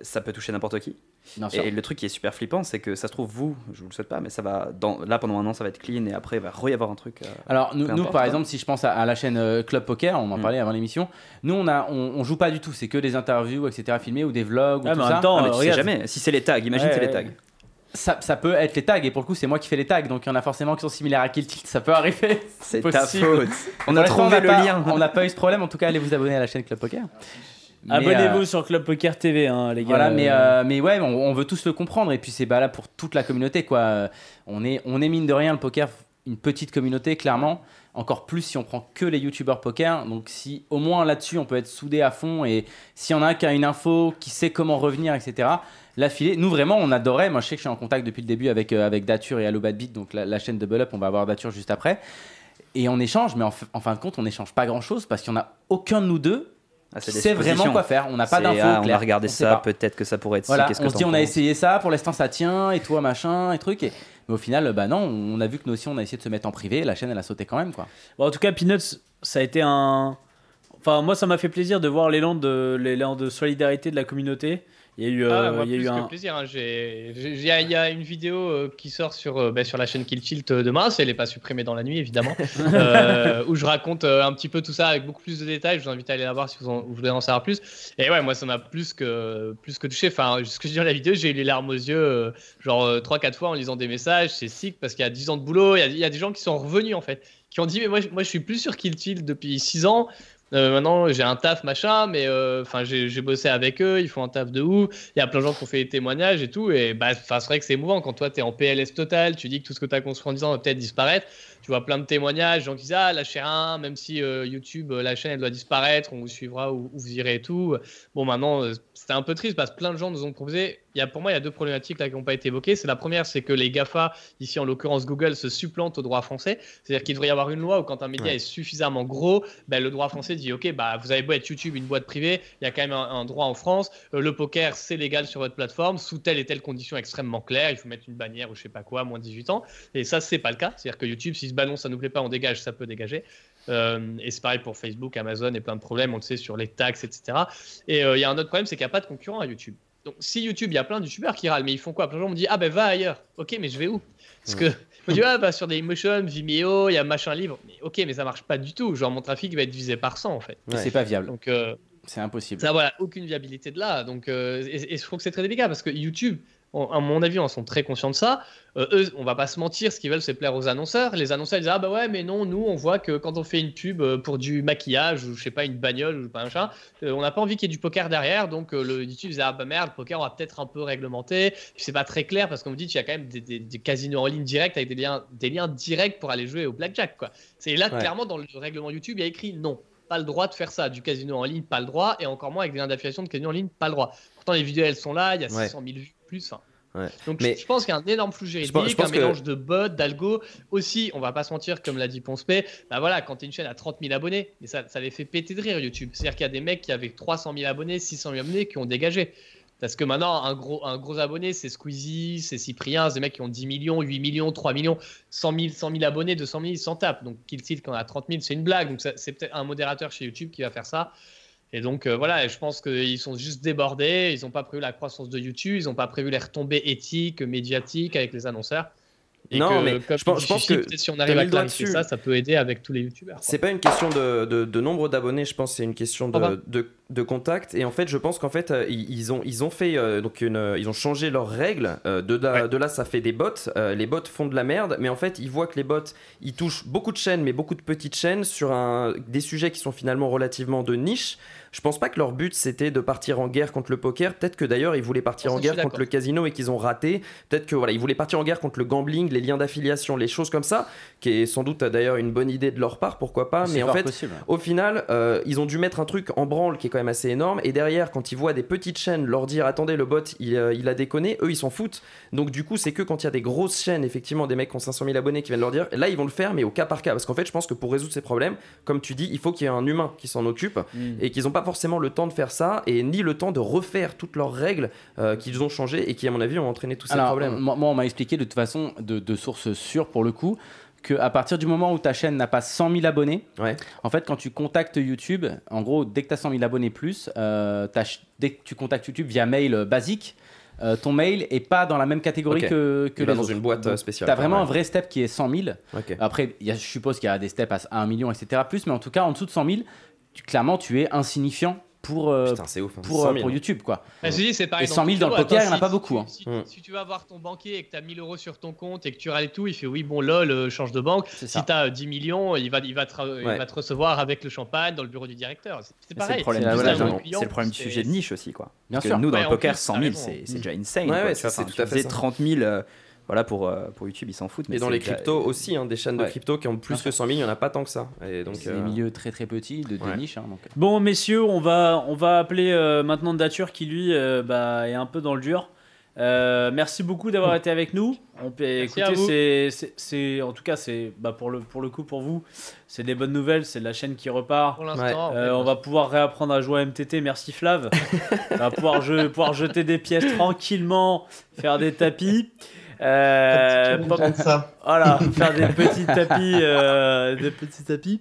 Speaker 5: ça peut toucher n'importe qui.
Speaker 3: Bien sûr.
Speaker 5: Et, et le truc qui est super flippant, c'est que ça se trouve, vous, je vous le souhaite pas, mais ça va. Dans, là, pendant un an, ça va être clean et après, il va re y avoir un truc. euh,
Speaker 3: Alors nous,
Speaker 5: Peu
Speaker 3: nous,
Speaker 5: importe,
Speaker 3: par
Speaker 5: hein.
Speaker 3: exemple, si je pense à, à la chaîne euh, Club Poker, on en
Speaker 5: Mm.
Speaker 3: parlait avant l'émission. Nous, on a, on, on joue pas du tout. C'est que des interviews, etc. filmées ou des vlogs ou
Speaker 2: Ah,
Speaker 3: tout
Speaker 2: mais en
Speaker 3: ça.
Speaker 2: même temps,
Speaker 5: ah, mais
Speaker 2: euh,
Speaker 5: tu sais
Speaker 2: regarde.
Speaker 5: jamais. Si c'est les tags, imagine
Speaker 2: Ouais,
Speaker 5: c'est les
Speaker 2: ouais.
Speaker 5: tags.
Speaker 3: ça. Ça peut être les tags. Et pour le coup, c'est moi qui fais les tags. Donc il y en a forcément qui sont similaires à Kill Tilt. Ça peut arriver.
Speaker 5: C'est
Speaker 3: ta
Speaker 5: ta faute.
Speaker 3: Pour
Speaker 5: On a
Speaker 3: l'instant,
Speaker 5: trouvé le
Speaker 3: pas-
Speaker 5: lien.
Speaker 3: On n'a pas eu ce problème. En tout cas, allez vous abonner à la chaîne Club Poker. Mais,
Speaker 2: Abonnez-vous
Speaker 3: euh,
Speaker 2: sur Club Poker TV, hein, les gars.
Speaker 3: Voilà, mais, euh, mais ouais, on, on veut tous le comprendre. Et puis c'est bah, là pour toute la communauté, quoi. Euh, On est, on est mine de rien le poker, une petite communauté, clairement. Encore plus si on prend que les youtubeurs poker. Donc si au moins là-dessus, on peut être soudé à fond. Et s'il y en a un qui a une info, qui sait comment revenir, etc. L'affilée, nous vraiment, on adorait. Moi, je sais que je suis en contact depuis le début avec, euh, avec Dature et Allo Bad Beat, donc la, la chaîne Double Up. On va avoir Dature juste après. Et on échange, mais en, f- en fin de compte, on n'échange pas grand-chose parce qu'il n'y en a aucun de nous deux
Speaker 5: Ah,
Speaker 3: qui
Speaker 5: des
Speaker 3: sait vraiment
Speaker 5: suppositions.
Speaker 3: quoi faire. On n'a pas
Speaker 5: C'est,
Speaker 3: d'infos.
Speaker 5: ah, on a
Speaker 3: claires.
Speaker 5: regardé
Speaker 3: On sait
Speaker 5: ça,
Speaker 3: pas.
Speaker 5: peut-être que ça pourrait être
Speaker 3: Voilà,
Speaker 5: si, qu'est-ce
Speaker 3: on
Speaker 5: que
Speaker 3: se dit
Speaker 5: t'en
Speaker 3: on a
Speaker 5: penses
Speaker 3: essayé ça, pour l'instant ça tient, et toi machin, et truc. Et... Mais au final, bah non, on a vu que nous aussi on a essayé de se mettre en privé, la chaîne elle a sauté quand même quoi.
Speaker 2: Bon, en tout cas, Peanuts, ça a été un. Enfin, moi, ça m'a fait plaisir de voir l'élan de, l'élan de solidarité de la communauté. Il y a eu, euh,
Speaker 7: Ah, moi,
Speaker 2: il y a
Speaker 7: plus
Speaker 2: eu
Speaker 7: que
Speaker 2: un.
Speaker 7: plaisir. hein. J'ai- j'ai- j'ai- Il y a une vidéo euh, qui sort sur, euh, bah, sur la chaîne Kill Tilt euh, demain, si elle n'est pas supprimée dans la nuit, évidemment, euh, où je raconte euh, un petit peu tout ça avec beaucoup plus de détails. Je vous invite à aller la voir si vous, en- vous voulez en savoir plus. Et ouais, moi, ça m'a plus que, plus que touché. Enfin, ce que je dis dans la vidéo, j'ai eu les larmes aux yeux, euh, genre 3-4 fois en lisant des messages. C'est sick parce qu'il y a 10 ans de boulot, il y a, il y a des gens qui sont revenus en fait, qui ont dit Mais moi, je- moi je suis plus sur Kill Tilt depuis 6 ans. Euh, maintenant, j'ai un taf machin, mais euh, enfin, j'ai j'ai bossé avec eux. Ils font un taf de ouf il y a plein de gens qui ont fait des témoignages et tout. Et bah, enfin, c'est vrai que c'est émouvant quand toi, tu es en PLS total, tu dis que tout ce que tu as construit en 10 ans va peut-être disparaître. Tu tu vois plein de témoignages, gens qui disent ah lâchez un, même si euh, YouTube, euh, la chaîne elle doit disparaître, on vous suivra ou vous irez et tout. Bon maintenant euh, c'était un peu triste parce que plein de gens nous ont proposé. Il y a pour moi il y a deux problématiques là qui n'ont pas été évoquées. C'est la première c'est que les Gafa ici en l'occurrence Google se supplantent au droit français, c'est-à-dire qu'il devrait y avoir une loi où quand un média ouais. est suffisamment gros, ben, le droit français dit ok bah vous avez beau être YouTube une boîte privée, il y a quand même un, un droit en France. Euh, le poker c'est légal sur votre plateforme sous telle et telle condition extrêmement claire, il faut mettre une bannière ou je sais pas quoi, moins 18 ans. Et ça c'est pas le cas, c'est-à-dire que YouTube si ballon, ça nous plaît pas, on dégage, ça peut dégager. Euh, et c'est pareil pour Facebook, Amazon et plein de problèmes, on le sait sur les taxes, etc. Et il euh, y a un autre problème, c'est qu'il n'y a pas de concurrent à YouTube. Donc si YouTube, il y a plein de youtubeurs qui râlent, mais ils font quoi Plein de gens me disent ah ben va ailleurs. Ok, mais je vais où Parce que on dit ah bah sur des Emotion, Vimeo, il y a machin libre. Mais, ok, mais ça marche pas du tout. Genre mon trafic va être divisé par 100 en fait.
Speaker 3: Ouais. C'est pas viable.
Speaker 7: Donc euh,
Speaker 3: c'est impossible.
Speaker 7: Ça voilà, aucune viabilité de là. Donc euh, et, et je trouve que c'est très délicat parce que YouTube, à mon avis, en sont très conscients de ça. Euh, eux, on va pas se mentir, ce qu'ils veulent, c'est plaire aux annonceurs. Les annonceurs, ils disent Ah bah ouais, mais non, nous, on voit que quand on fait une pub euh, pour du maquillage ou je sais pas, une bagnole ou pas un chat, euh, on n'a pas envie qu'il y ait du poker derrière. Donc euh, le YouTube disait Ah bah merde, le poker, on va peut-être un peu réglementer. c'est pas très clair parce qu'on vous dit qu'il y a quand même des, des, des, casinos en ligne direct avec des liens, des liens directs pour aller jouer au blackjack. quoi. C'est là, ouais. clairement, dans le règlement YouTube, il y a écrit non pas le droit de faire ça. Du casino en ligne, pas le droit. Et encore moins avec des liens d'affiliation de casino en ligne, pas le droit. Pourtant, les vidéos, elles sont là, il y a ouais. 600 000 vues plus. Hein. Ouais. Donc mais je, je pense qu'il y a un énorme flou juridique, je pense, je pense un que... mélange de bots, d'algo. Aussi, on va pas se mentir, comme l'a dit Ponspé, bah voilà, quand tu es une chaîne à 30 000 abonnés, mais ça, ça les fait péter de rire YouTube. C'est-à-dire qu'il y a des mecs qui avaient 300 000 abonnés, 600 000 abonnés qui ont dégagé. Parce que maintenant, un gros, un gros abonné, c'est Squeezie, c'est Cyprien, c'est des mecs qui ont 10 millions, 8 millions, 3 millions, 100 000, 100 000 abonnés, 200 000, ils s'en tapent. Donc, Kill Tilt, quand on a 30 000, c'est une blague. Donc, c'est peut-être un modérateur chez YouTube qui va faire ça. Et donc, euh, voilà, je pense qu'ils sont juste débordés, ils n'ont pas prévu la croissance de YouTube, ils n'ont pas prévu les retombées éthiques, médiatiques avec les annonceurs. Et non, que, mais comme je pense, je pense que si on arrive à clarifier ça, ça peut aider avec tous les youtubeurs.
Speaker 4: C'est pas une question de, de, de nombre d'abonnés, je pense, c'est une question
Speaker 2: Ah bah.
Speaker 4: de, enfin. de, de, contact. Et en fait, je pense qu'en fait, euh, ils ont, ils ont fait euh, donc une, ils ont changé leurs règles. Euh, de, la, ouais. de là, ça fait des bots. Euh, les bots font de la merde, mais en fait, ils voient que les bots, ils touchent beaucoup de chaînes, mais beaucoup de petites chaînes sur un, des sujets qui sont finalement relativement de niche. Je pense pas que leur but c'était de partir en guerre contre le poker. Peut-être que d'ailleurs ils voulaient partir en guerre contre le casino et qu'ils ont raté. Peut-être que voilà, ils voulaient partir en guerre contre le gambling, les liens d'affiliation, les choses comme ça, qui est sans doute d'ailleurs une bonne idée de leur part, pourquoi pas. Mais en fait, possible. au final, euh, ils ont dû mettre un truc en branle qui est quand même assez énorme. Et derrière, quand ils voient des petites chaînes leur dire attendez, le bot il, euh, il a déconné, eux ils s'en foutent. Donc du coup, c'est que quand il y a des grosses chaînes, effectivement, des mecs qui ont 500 000 abonnés qui viennent leur dire là ils vont le faire, mais au cas par cas. Parce qu'en fait, je pense que pour résoudre ces problèmes, comme tu dis, il faut qu'il y ait un humain qui s'en occupe mmh. et qu'ils ont pas forcément le temps de faire ça et ni le temps de refaire toutes leurs règles euh, qu'ils ont changées et qui, à mon avis, ont entraîné tous ces
Speaker 3: Alors,
Speaker 4: problèmes.
Speaker 3: Moi, on m'a expliqué de toute façon, de, de sources sûres pour le coup, qu'à partir du moment où ta chaîne n'a pas 100 000 abonnés,
Speaker 4: ouais.
Speaker 3: en fait, quand tu contactes YouTube, en gros, dès que tu as 100 000 abonnés plus, euh, dès que tu contactes YouTube via mail euh, basique, euh, ton mail est pas dans la même catégorie okay. que, que
Speaker 4: les dans autres. une boîte euh, spéciale.
Speaker 3: Tu as vraiment ouais. un vrai step qui est 100 000.
Speaker 4: Okay.
Speaker 3: Après, y a, je suppose qu'il y a des steps à 1 million, etc. Plus, mais en tout cas, en dessous de 100 000, clairement, tu es insignifiant pour, euh,
Speaker 4: Putain, ouf, hein.
Speaker 3: pour, pour, YouTube. Quoi.
Speaker 7: Bah, dis,
Speaker 3: et 100 000 dans le poker, il n'y en a pas beaucoup. Hein.
Speaker 7: Si, si, si, tu vas voir ton banquier et que tu as 1000 euros sur ton compte et que tu râles tout, il fait oui, bon, lol, euh, change de banque. Si tu as 10 millions, il va, il, va te, ouais. il va te recevoir avec le champagne dans le bureau du directeur. C'est pareil.
Speaker 5: hein. C'est le, le problème, du sujet de niche aussi. Quoi. Bien Parce sûr. que nous, dans ouais, le poker, plus, 100 000, c'est déjà insane.
Speaker 4: C'est
Speaker 5: 30 000 voilà, pour, euh, pour YouTube, ils s'en foutent. Mais
Speaker 4: et dans les cryptos aussi, hein, des chaînes ouais. de crypto qui ont plus enfin, que 100 000, il n'y en a pas tant que ça. Et donc,
Speaker 3: c'est euh... des milieux très très petits, de, de ouais. niche. Hein, donc.
Speaker 2: Bon, messieurs, on va, on va appeler euh, maintenant Dature qui, lui, bah, est un peu dans le dur. Euh, merci beaucoup d'avoir été avec nous. On peut écouter, c'est en tout cas c'est bah, pour le pour le coup pour vous, c'est des bonnes nouvelles, c'est la chaîne qui repart.
Speaker 7: Pour l'instant,
Speaker 2: ouais. Euh, on va pouvoir réapprendre à jouer à MTT. Merci Flav. on va pouvoir, je, pouvoir jeter des pièces tranquillement, faire des tapis.
Speaker 6: Euh, ça.
Speaker 2: Voilà, faire des petits tapis, euh, des petits tapis.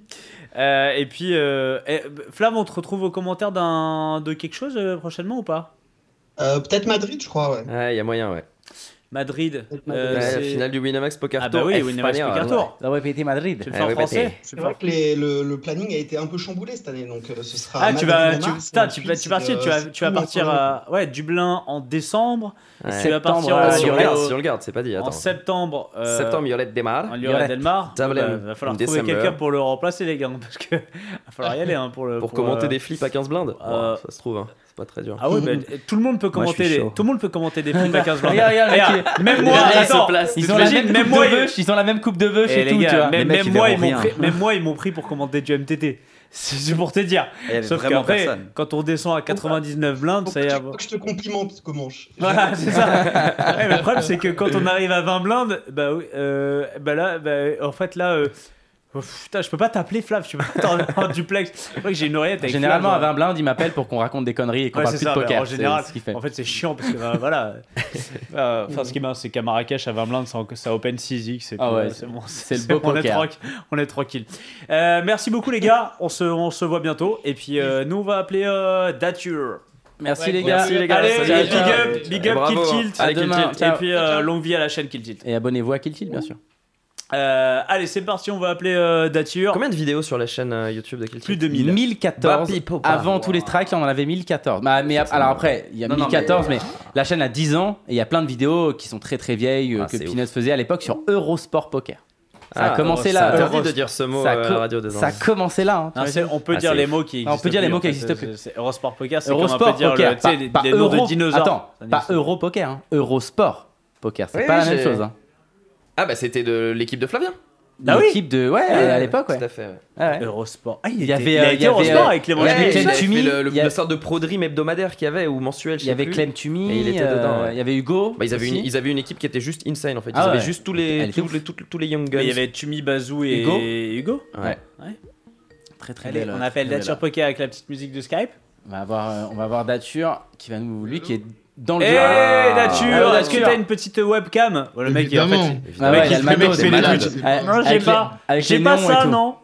Speaker 2: Euh, et puis, et, Flav, on te retrouve aux commentaires d'un, de quelque chose euh, prochainement ou pas
Speaker 6: Euh, Peut-être Madrid, je crois. Ouais.
Speaker 4: Il ouais, y a moyen, ouais.
Speaker 2: Madrid.
Speaker 4: Madrid. Ouais, la finale du Winamax Poker
Speaker 2: Tour. Euh, Ah bah oui, Winamax Poker Tour.
Speaker 3: La WPT Madrid.
Speaker 4: Ah
Speaker 2: Tu le fais en français.
Speaker 6: C'est vrai que les, le, le, planning a été un peu chamboulé cette année, donc euh, ce sera.
Speaker 2: Ah, tu vas, tu, tain, tu, tu, partir, euh, tu, vas, tu vas
Speaker 6: hein.
Speaker 2: partir à ouais, Dublin en décembre.
Speaker 4: Ouais. Tu vas partir euh, si, on regarde, si on regarde, c'est pas dit. Attends.
Speaker 2: En septembre.
Speaker 4: Euh, septembre, Yolette Delmar.
Speaker 2: Yolette Delmar. Il va falloir trouver quelqu'un pour le remplacer, les gars, parce que va falloir y aller hein, pour le.
Speaker 4: hein. Pour commenter des flips à 15 blindes. Ça se trouve. Pas très dur.
Speaker 2: Ah ouais, tout le monde peut commenter, tout le monde peut commenter des flips à 15 blindes. Même
Speaker 8: Les
Speaker 2: moi,
Speaker 8: gars, ils se
Speaker 2: attends,
Speaker 8: placent.
Speaker 3: Ils ont, la
Speaker 2: T'imagines, même
Speaker 3: même coupe
Speaker 2: moi,
Speaker 3: de
Speaker 2: ils-
Speaker 3: bœuf, ils ont la même coupe de bœuf
Speaker 2: Eh,
Speaker 3: et,
Speaker 2: les
Speaker 3: tout,
Speaker 2: gars,
Speaker 3: tu vois.
Speaker 2: Même,
Speaker 8: Les mecs,
Speaker 2: même
Speaker 8: ils
Speaker 2: moi, ils
Speaker 8: verront
Speaker 2: m'ont
Speaker 8: rien.
Speaker 2: pris, même moi, ils m'ont pris pour commander du MTT. C'est pour te dire.
Speaker 8: Il y avait
Speaker 2: Sauf
Speaker 8: vraiment
Speaker 2: qu'après,
Speaker 8: personne.
Speaker 2: quand on descend à 99 blindes,
Speaker 6: Faut
Speaker 2: ça
Speaker 6: que
Speaker 2: y est.
Speaker 6: tu-
Speaker 2: bon.
Speaker 6: faut que je te complimente, Comanche.
Speaker 2: Voilà, c'est ça. Ouais, mais le problème, c'est que quand on arrive à 20 blindes, bah, oui, euh, bah là, bah, en fait, là. euh, oh, putain, je peux pas t'appeler Flav, je suis pas en, en duplex. C'est vrai que j'ai une oreillette avec
Speaker 3: Généralement, à
Speaker 2: Flav,
Speaker 3: 20 blindes, ils m'appellent pour qu'on raconte des conneries et qu'on
Speaker 2: Ouais,
Speaker 3: parle
Speaker 2: c'est
Speaker 3: plus
Speaker 2: ça,
Speaker 3: de
Speaker 2: bah,
Speaker 3: poker.
Speaker 2: en
Speaker 3: c'est
Speaker 2: général,
Speaker 3: ce qu'il fait.
Speaker 2: En fait, c'est chiant parce que bah, voilà. Euh, Enfin, ce qui est marrant, c'est qu'à Marrakech, à 20 blindes, ça, ça open 6x. et
Speaker 3: Ah
Speaker 2: tout,
Speaker 3: ouais,
Speaker 2: euh,
Speaker 3: c'est-
Speaker 2: bon,
Speaker 3: c'est le beau
Speaker 2: bon, on est,
Speaker 3: poker.
Speaker 2: tranqu- on est tranquille. Euh, merci beaucoup, les gars. On se, on se voit bientôt. Et puis, euh, nous, on va appeler euh, Dature.
Speaker 3: Merci
Speaker 7: Ouais,
Speaker 3: les gars.
Speaker 7: merci, les gars.
Speaker 2: Allez,
Speaker 7: salut,
Speaker 2: big
Speaker 7: ciao.
Speaker 2: up, big up,
Speaker 4: Et
Speaker 2: Kill
Speaker 4: bravo, hein.
Speaker 2: Tilt.
Speaker 3: Allez,
Speaker 2: À
Speaker 3: Kill
Speaker 2: demain.
Speaker 3: Tilt, ciao.
Speaker 2: Et puis, euh, longue vie à la chaîne Kill Tilt.
Speaker 3: Et abonnez-vous à Kill Kill, bien sûr.
Speaker 2: Euh, allez, c'est parti, on va appeler euh, Dature.
Speaker 4: Combien de vidéos sur la chaîne euh, YouTube de Kill
Speaker 2: Plus
Speaker 4: Team
Speaker 2: de 1000.
Speaker 3: 1014
Speaker 4: Bah, pipo, bah.
Speaker 3: avant tous les strikes on en avait 1014 bah, mais ap- alors après il y a
Speaker 8: Non, non,
Speaker 3: 1014 mais... la chaîne a 10 ans et il y a plein de vidéos qui sont très très vieilles euh,
Speaker 4: Ah,
Speaker 3: que
Speaker 4: c'est
Speaker 3: Pinot faisait à l'époque sur Eurosport Poker ça a
Speaker 4: Ah,
Speaker 3: commencé
Speaker 4: C'est
Speaker 3: là euh,
Speaker 4: interdit de dire ce mot
Speaker 3: ça a
Speaker 4: euh, à
Speaker 3: co-
Speaker 4: la radio des
Speaker 3: ça a commencé là hein, tu
Speaker 2: Non,
Speaker 3: vois.
Speaker 2: c'est- on peut
Speaker 4: Ah,
Speaker 2: dire
Speaker 4: c'est
Speaker 2: les
Speaker 4: ouf.
Speaker 2: mots qui
Speaker 3: Ah, on
Speaker 2: existent.
Speaker 3: peut dire les
Speaker 2: plus,
Speaker 3: mots
Speaker 2: en
Speaker 3: qui
Speaker 2: fait,
Speaker 3: existent
Speaker 2: c'est-
Speaker 3: plus.
Speaker 2: c'est- Eurosport Poker, c'est comme on peut
Speaker 3: Eurosport
Speaker 2: dire
Speaker 3: Poker
Speaker 2: le- tu sais,
Speaker 3: pas-
Speaker 2: les,
Speaker 3: pas
Speaker 2: les noms de
Speaker 3: Euro-
Speaker 2: dinosaures.
Speaker 3: attends
Speaker 2: Ça
Speaker 3: pas
Speaker 2: n'existe
Speaker 3: Euro Poker hein, Eurosport Poker c'est
Speaker 4: Oui,
Speaker 3: pas la
Speaker 4: oui,
Speaker 3: même
Speaker 4: j'ai-
Speaker 3: chose hein.
Speaker 4: Ah bah c'était de l'équipe de Flavien.
Speaker 2: Ah oui.
Speaker 3: l'équipe de ouais à l'époque ouais,
Speaker 4: Tout à fait. ouais.
Speaker 3: Ouais, ouais.
Speaker 2: Eurosport. Ah, il,
Speaker 3: y
Speaker 2: était-
Speaker 3: avait,
Speaker 2: il
Speaker 3: euh,
Speaker 2: a
Speaker 3: il
Speaker 2: été
Speaker 3: y avait,
Speaker 2: Eurosport
Speaker 3: euh,
Speaker 2: avec les
Speaker 3: Ouais,
Speaker 2: manches
Speaker 3: Clem
Speaker 4: il avait
Speaker 3: Tumi,
Speaker 4: fait le, le-
Speaker 3: il y a-
Speaker 4: le sorte de prodrime hebdomadaire qu'il y avait ou mensuel.
Speaker 3: il y
Speaker 4: je sais
Speaker 3: avait
Speaker 4: plus.
Speaker 3: Clem Tumi
Speaker 4: Et il était dedans,
Speaker 3: euh,
Speaker 4: ouais.
Speaker 3: il y avait Hugo
Speaker 4: Bah, ils, avaient une,
Speaker 3: aussi.
Speaker 4: ils avaient une équipe qui était juste insane en fait. Ils
Speaker 3: Ah
Speaker 4: avaient
Speaker 3: ouais.
Speaker 4: juste tous
Speaker 3: Elle
Speaker 4: les,
Speaker 3: était
Speaker 4: tous,
Speaker 3: ouf.
Speaker 4: les, tous, tous les Young Guns.
Speaker 2: Mais il y avait Tumi Bazou et
Speaker 3: Hugo.
Speaker 2: Hugo.
Speaker 4: Ouais.
Speaker 3: très très
Speaker 2: Allez,
Speaker 3: belle,
Speaker 2: on
Speaker 3: très,
Speaker 2: appelle
Speaker 3: très belle.
Speaker 2: Dature Poker avec la petite musique de Skype.
Speaker 3: on va avoir euh, on va avoir Dature qui va nous lui qui est dans
Speaker 2: Eh
Speaker 3: le jeu. Ah
Speaker 2: hey, Dature,
Speaker 3: Allô,
Speaker 2: est-ce que
Speaker 3: Dature.
Speaker 2: t'as une petite webcam Voilà, Le mec, il- en
Speaker 6: Évidemment.
Speaker 2: fait,
Speaker 3: Ah
Speaker 2: Le
Speaker 3: ouais,
Speaker 2: mec,
Speaker 3: il y a
Speaker 2: il se
Speaker 3: le
Speaker 2: met
Speaker 3: matos,
Speaker 2: au
Speaker 3: c'est
Speaker 2: fait des
Speaker 3: malade.
Speaker 2: trucs.
Speaker 6: C'est
Speaker 3: Avec-
Speaker 6: pas-
Speaker 2: Non, j'ai
Speaker 3: avec les-
Speaker 2: pas.
Speaker 3: avec
Speaker 2: j'ai
Speaker 3: les
Speaker 2: pas
Speaker 3: noms et
Speaker 2: ça,
Speaker 3: tout.
Speaker 2: non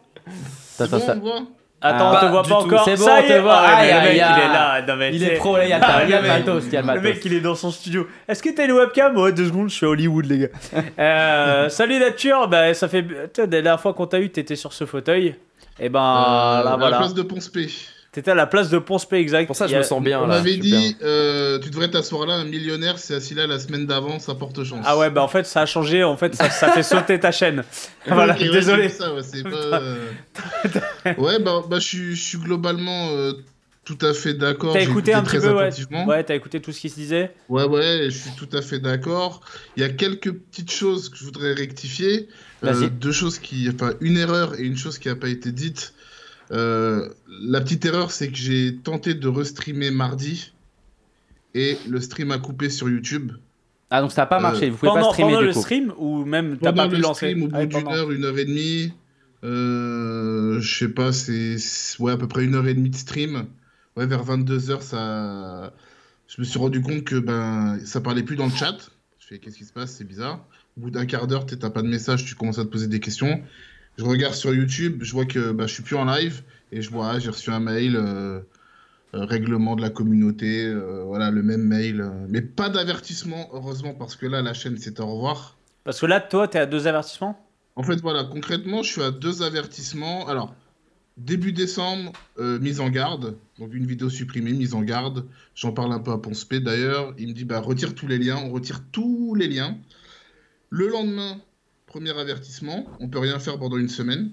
Speaker 3: Attends, attends,
Speaker 6: on voit.
Speaker 2: Attends, on
Speaker 8: pas
Speaker 2: te voit
Speaker 8: du
Speaker 2: pas
Speaker 8: tout.
Speaker 2: encore.
Speaker 3: C'est bon,
Speaker 2: Ça
Speaker 3: on
Speaker 2: y
Speaker 3: te
Speaker 2: est.
Speaker 3: voit.
Speaker 2: Ah, mais
Speaker 3: Aïe,
Speaker 2: le mec,
Speaker 3: aïe,
Speaker 2: il est
Speaker 3: aïe.
Speaker 2: là. Non, mais
Speaker 3: Il
Speaker 2: c'est-
Speaker 3: est pro, là, il y a le- il y a le matos, il y a le
Speaker 2: Le mec,
Speaker 3: matos.
Speaker 2: il est dans son studio. Est-ce que t'as une webcam Ouais, deux secondes, je suis à Hollywood, les gars. Euh, salut Nature, bah, ça fait. tu sais, la dernière fois qu'on t'a eu, t'étais sur ce fauteuil. Et ben
Speaker 5: Euh,
Speaker 2: là,
Speaker 5: à la
Speaker 2: voilà.
Speaker 5: place de Ponce P.
Speaker 2: T'étais à la place de Ponce P, exact.
Speaker 4: Pour ça,
Speaker 2: Il y
Speaker 4: je
Speaker 2: a-
Speaker 4: me sens bien
Speaker 5: On
Speaker 4: là.
Speaker 5: avait
Speaker 4: Super.
Speaker 5: dit, euh, tu devrais t'asseoir là, un millionnaire s'est assis là la semaine d'avant, ça porte chance.
Speaker 2: Ah ouais, bah en fait, ça a changé. En fait, ça, ça fait sauter ta chaîne. Voilà,
Speaker 5: Ok, ouais,
Speaker 2: désolé.
Speaker 5: c'est pour ça, ouais, c'est pas, euh, ouais, bah, bah, je suis- je suis globalement euh, tout à fait d'accord.
Speaker 2: T'as
Speaker 5: J'ai
Speaker 2: écouté un petit
Speaker 5: très
Speaker 2: peu, ouais.
Speaker 5: attentivement.
Speaker 2: Ouais, t'as écouté tout ce qui se disait
Speaker 5: Ouais, ouais, je suis tout à fait d'accord. Il y a quelques petites choses que je voudrais rectifier. Euh,
Speaker 3: Vas-y.
Speaker 5: deux choses qui. Enfin, une erreur et une chose qui n'a pas été dite. Euh, la petite erreur, c'est que j'ai tenté de restreamer mardi et le stream a coupé sur YouTube.
Speaker 3: Ah donc ça a pas
Speaker 5: Euh,
Speaker 3: marché, vous pouvez
Speaker 2: Pendant,
Speaker 3: pas streamer
Speaker 2: pendant
Speaker 3: du
Speaker 2: le
Speaker 3: coup.
Speaker 2: stream ou même t'as
Speaker 5: Pendant
Speaker 2: pas pu
Speaker 5: le
Speaker 2: lancer
Speaker 5: stream, au bout
Speaker 2: Ah,
Speaker 5: d'une
Speaker 2: pendant.
Speaker 5: heure, une heure et demie, euh, je sais pas, c'est c'est- ouais, à peu près une heure et demie de stream. Ouais, vers 22h, ça... je me suis rendu compte que ben, ça parlait plus dans le chat. Je fais qu'est-ce qui se passe, c'est bizarre. Au bout d'un quart d'heure, t'es- t'as pas de message, tu commences à te poser des questions. Je regarde sur YouTube, je vois que ben, je suis plus en live et je vois, ah, j'ai reçu un mail. euh, euh, règlement de la communauté, euh, voilà le même mail, euh, mais pas d'avertissement heureusement parce que là la chaîne c'est au revoir.
Speaker 2: Parce que là, toi, t'es à deux avertissements
Speaker 5: En fait, voilà, concrètement, je suis à deux avertissements. Alors, début décembre, euh, mise en garde. Donc, une vidéo supprimée, mise en garde. J'en parle un peu à Ponce P d'ailleurs. Il me dit, bah, retire tous les liens. On retire tous les liens. Le lendemain, premier avertissement. On peut rien faire pendant une semaine.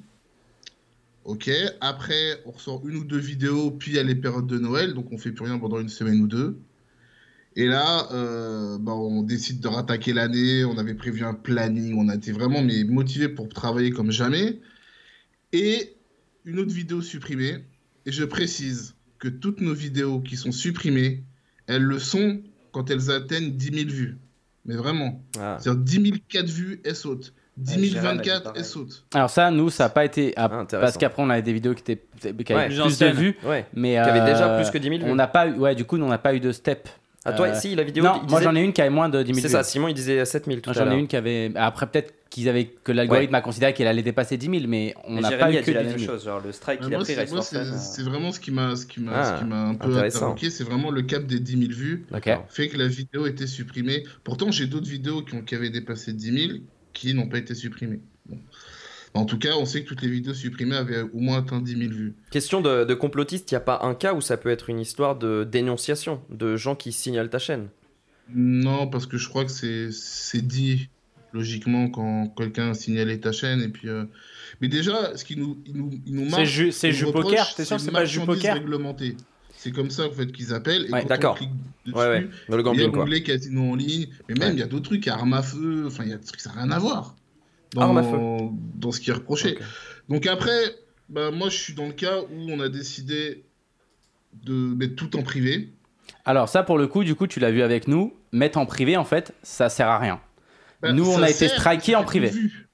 Speaker 5: Ok. Après, on ressort une ou deux vidéos. Puis, il y a les périodes de Noël. Donc, on fait plus rien pendant une semaine ou deux. Et là, euh, bah, on décide de rattaquer l'année. On avait prévu un planning. On a été vraiment mais, motivés pour travailler comme jamais. Et une autre vidéo supprimée. Et je précise que toutes nos vidéos qui sont supprimées, elles le sont quand elles atteignent 10 000 vues. Mais vraiment.
Speaker 4: Ah.
Speaker 5: C'est-à-dire 10 004 vues, elles sautent. 10
Speaker 4: Gérald a dit
Speaker 5: 024,
Speaker 4: pareil.
Speaker 5: elles sautent.
Speaker 3: Alors ça nous ça a pas été ah,
Speaker 4: Ah, intéressant.
Speaker 3: parce qu'après on avait des vidéos qui étaient qui avaient
Speaker 4: Ouais.
Speaker 3: plus
Speaker 2: Plus
Speaker 3: de
Speaker 2: anciennes.
Speaker 3: vues
Speaker 4: Ouais.
Speaker 3: mais
Speaker 4: Qui avait déjà
Speaker 3: euh,
Speaker 4: plus que 10 000 vues.
Speaker 3: On n'a pas eu ouais du coup nous, on n'a pas eu de step.
Speaker 4: Ah, toi,
Speaker 3: Euh,
Speaker 4: si, la vidéo.
Speaker 3: Non,
Speaker 4: il
Speaker 3: moi
Speaker 4: disait-
Speaker 3: j'en ai une qui avait moins de 10 000
Speaker 4: C'est
Speaker 3: vues.
Speaker 4: ça, Simon il disait 7000 tout
Speaker 3: Moi,
Speaker 4: à
Speaker 3: J'en ai
Speaker 4: l'heure.
Speaker 3: une qui avait après peut-être qu'ils avaient que l'algorithme a considéré qu'elle allait dépasser 10 000 mais on
Speaker 8: Mais
Speaker 3: n'a pas
Speaker 8: Jérémy
Speaker 3: eu
Speaker 8: a
Speaker 3: que
Speaker 8: dit la
Speaker 3: 10
Speaker 8: même
Speaker 3: 000.
Speaker 8: chose. Genre, le strike qu'il a
Speaker 5: Moi,
Speaker 8: pris
Speaker 5: c'est
Speaker 8: reste
Speaker 5: moi,
Speaker 8: sur scène,
Speaker 5: c'est-
Speaker 8: euh,
Speaker 5: c'est vraiment ce qui m'a ce qui m'a
Speaker 4: Ah,
Speaker 5: ce qui m'a un peu
Speaker 4: intéressant.
Speaker 5: interloqué. C'est vraiment le cap des 10 000 vues.
Speaker 3: Ok.
Speaker 5: fait que la vidéo était supprimée. Pourtant, j'ai d'autres vidéos qui, ont, qui avaient dépassé 10 000 qui n'ont pas été supprimées. Bon. En tout cas, on sait que toutes les vidéos supprimées avaient au moins atteint 10 000 vues.
Speaker 4: Question de, de complotiste, il n'y a pas un cas où ça peut être une histoire de dénonciation de gens qui signalent ta chaîne
Speaker 5: Non, parce que je crois que c'est- c'est dit logiquement quand quelqu'un a signalé ta chaîne. Et puis, euh, Mais déjà, ce qui nous, il nous, il nous
Speaker 2: C'est
Speaker 5: marque,
Speaker 2: ju- c'est
Speaker 5: il nous
Speaker 2: jus
Speaker 5: reproche,
Speaker 2: poker, t'es sûr que c'est pas jus
Speaker 5: marchandise
Speaker 2: poker
Speaker 5: réglementée. C'est comme ça en fait qu'ils appellent. Et
Speaker 4: Ouais,
Speaker 5: quand on
Speaker 4: d'accord.
Speaker 5: clique dessus,
Speaker 4: Ouais, ouais. Dans le
Speaker 5: Il y a
Speaker 4: gambling, quoi.
Speaker 5: l'onglet casino en ligne, mais même il y a d'autres trucs, armes à feu, enfin il y a des trucs, ça n'a rien à voir dans,
Speaker 4: Armes à feu.
Speaker 5: dans ce qui est reproché. Donc après, bah, moi je suis dans le cas où on a décidé de mettre tout en privé.
Speaker 3: Alors ça, pour le coup, du coup, tu l'as vu avec nous, mettre en privé, en fait, ça sert à rien.
Speaker 5: Bah,
Speaker 3: nous,
Speaker 5: ça
Speaker 3: on a été
Speaker 5: sert,
Speaker 3: strikés en privé.
Speaker 5: Vu.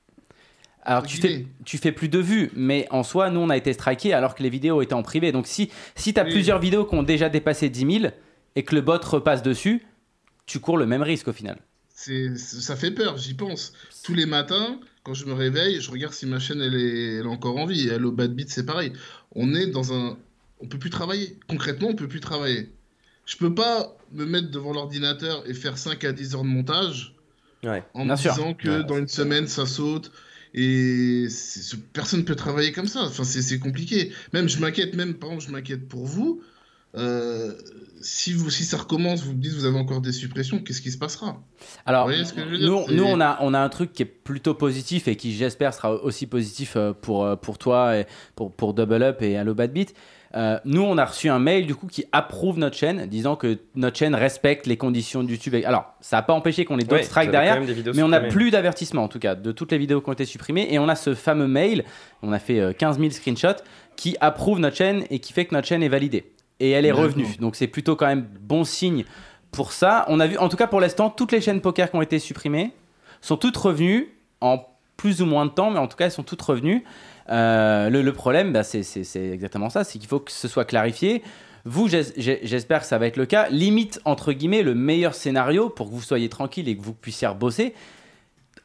Speaker 3: Alors tu fais,
Speaker 5: Guillemets.
Speaker 3: tu fais plus de vues, mais en soi, nous, on a été strikés alors que les vidéos étaient en privé. Donc si, si tu as
Speaker 5: Oui.
Speaker 3: plusieurs vidéos qui ont déjà dépassé 10 000 et que le bot repasse dessus, tu cours le même risque au final.
Speaker 5: C'est, c'est- ça fait peur, j'y pense. Tous les matins, quand je me réveille, je regarde si ma chaîne elle est, elle est encore en vie. Et Hello Bad Beat, c'est pareil. On est dans un, on peut plus travailler. Concrètement, on peut plus travailler. Je peux pas me mettre devant l'ordinateur et faire 5 à 10 heures de montage
Speaker 4: Ouais.
Speaker 5: en
Speaker 3: Bien
Speaker 5: me
Speaker 3: sûr.
Speaker 5: disant que dans une semaine ça saute et c'est- c'est- personne peut travailler comme ça. Enfin, c'est c'est compliqué. Même je m'inquiète, même par exemple, je m'inquiète pour vous. Euh, si vous, si ça recommence, vous me dites vous avez encore des suppressions, qu'est-ce qui se passera
Speaker 3: Alors,
Speaker 5: Vous voyez ce que je veux dire
Speaker 3: nous,
Speaker 5: C'est-
Speaker 3: nous, on, a, on a un truc qui est plutôt positif et qui, j'espère, sera aussi positif euh, pour, euh, pour toi, et pour, pour Double Up et Allo Bad Beat. Euh, nous, on a reçu un mail du coup qui approuve notre chaîne, disant que notre chaîne respecte les conditions de YouTube. Alors, ça n'a pas empêché qu'on ait d'autres
Speaker 4: Ouais,
Speaker 3: strikes
Speaker 4: j'avais
Speaker 3: derrière,
Speaker 4: quand même des vidéos
Speaker 3: mais on n'a
Speaker 4: supprimées.
Speaker 3: plus d'avertissement en tout cas de toutes les vidéos qui ont été supprimées et on a ce fameux mail, on a fait euh, 15 000 screenshots qui approuve notre chaîne et qui fait que notre chaîne est validée et elle est
Speaker 5: D'accord.
Speaker 3: revenue. Donc c'est plutôt quand même bon signe pour ça. On a vu en tout cas pour l'instant toutes les chaînes poker qui ont été supprimées sont toutes revenues en plus ou moins de temps, mais en tout cas elles sont toutes revenues. Euh, le, le problème, bah, c'est- c'est c'est exactement ça, c'est qu'il faut que ce soit clarifié. Vous, j'es- j'ai- j'espère que ça va être le cas. Limite, entre guillemets, le meilleur scénario pour que vous soyez tranquille et que vous puissiez bosser.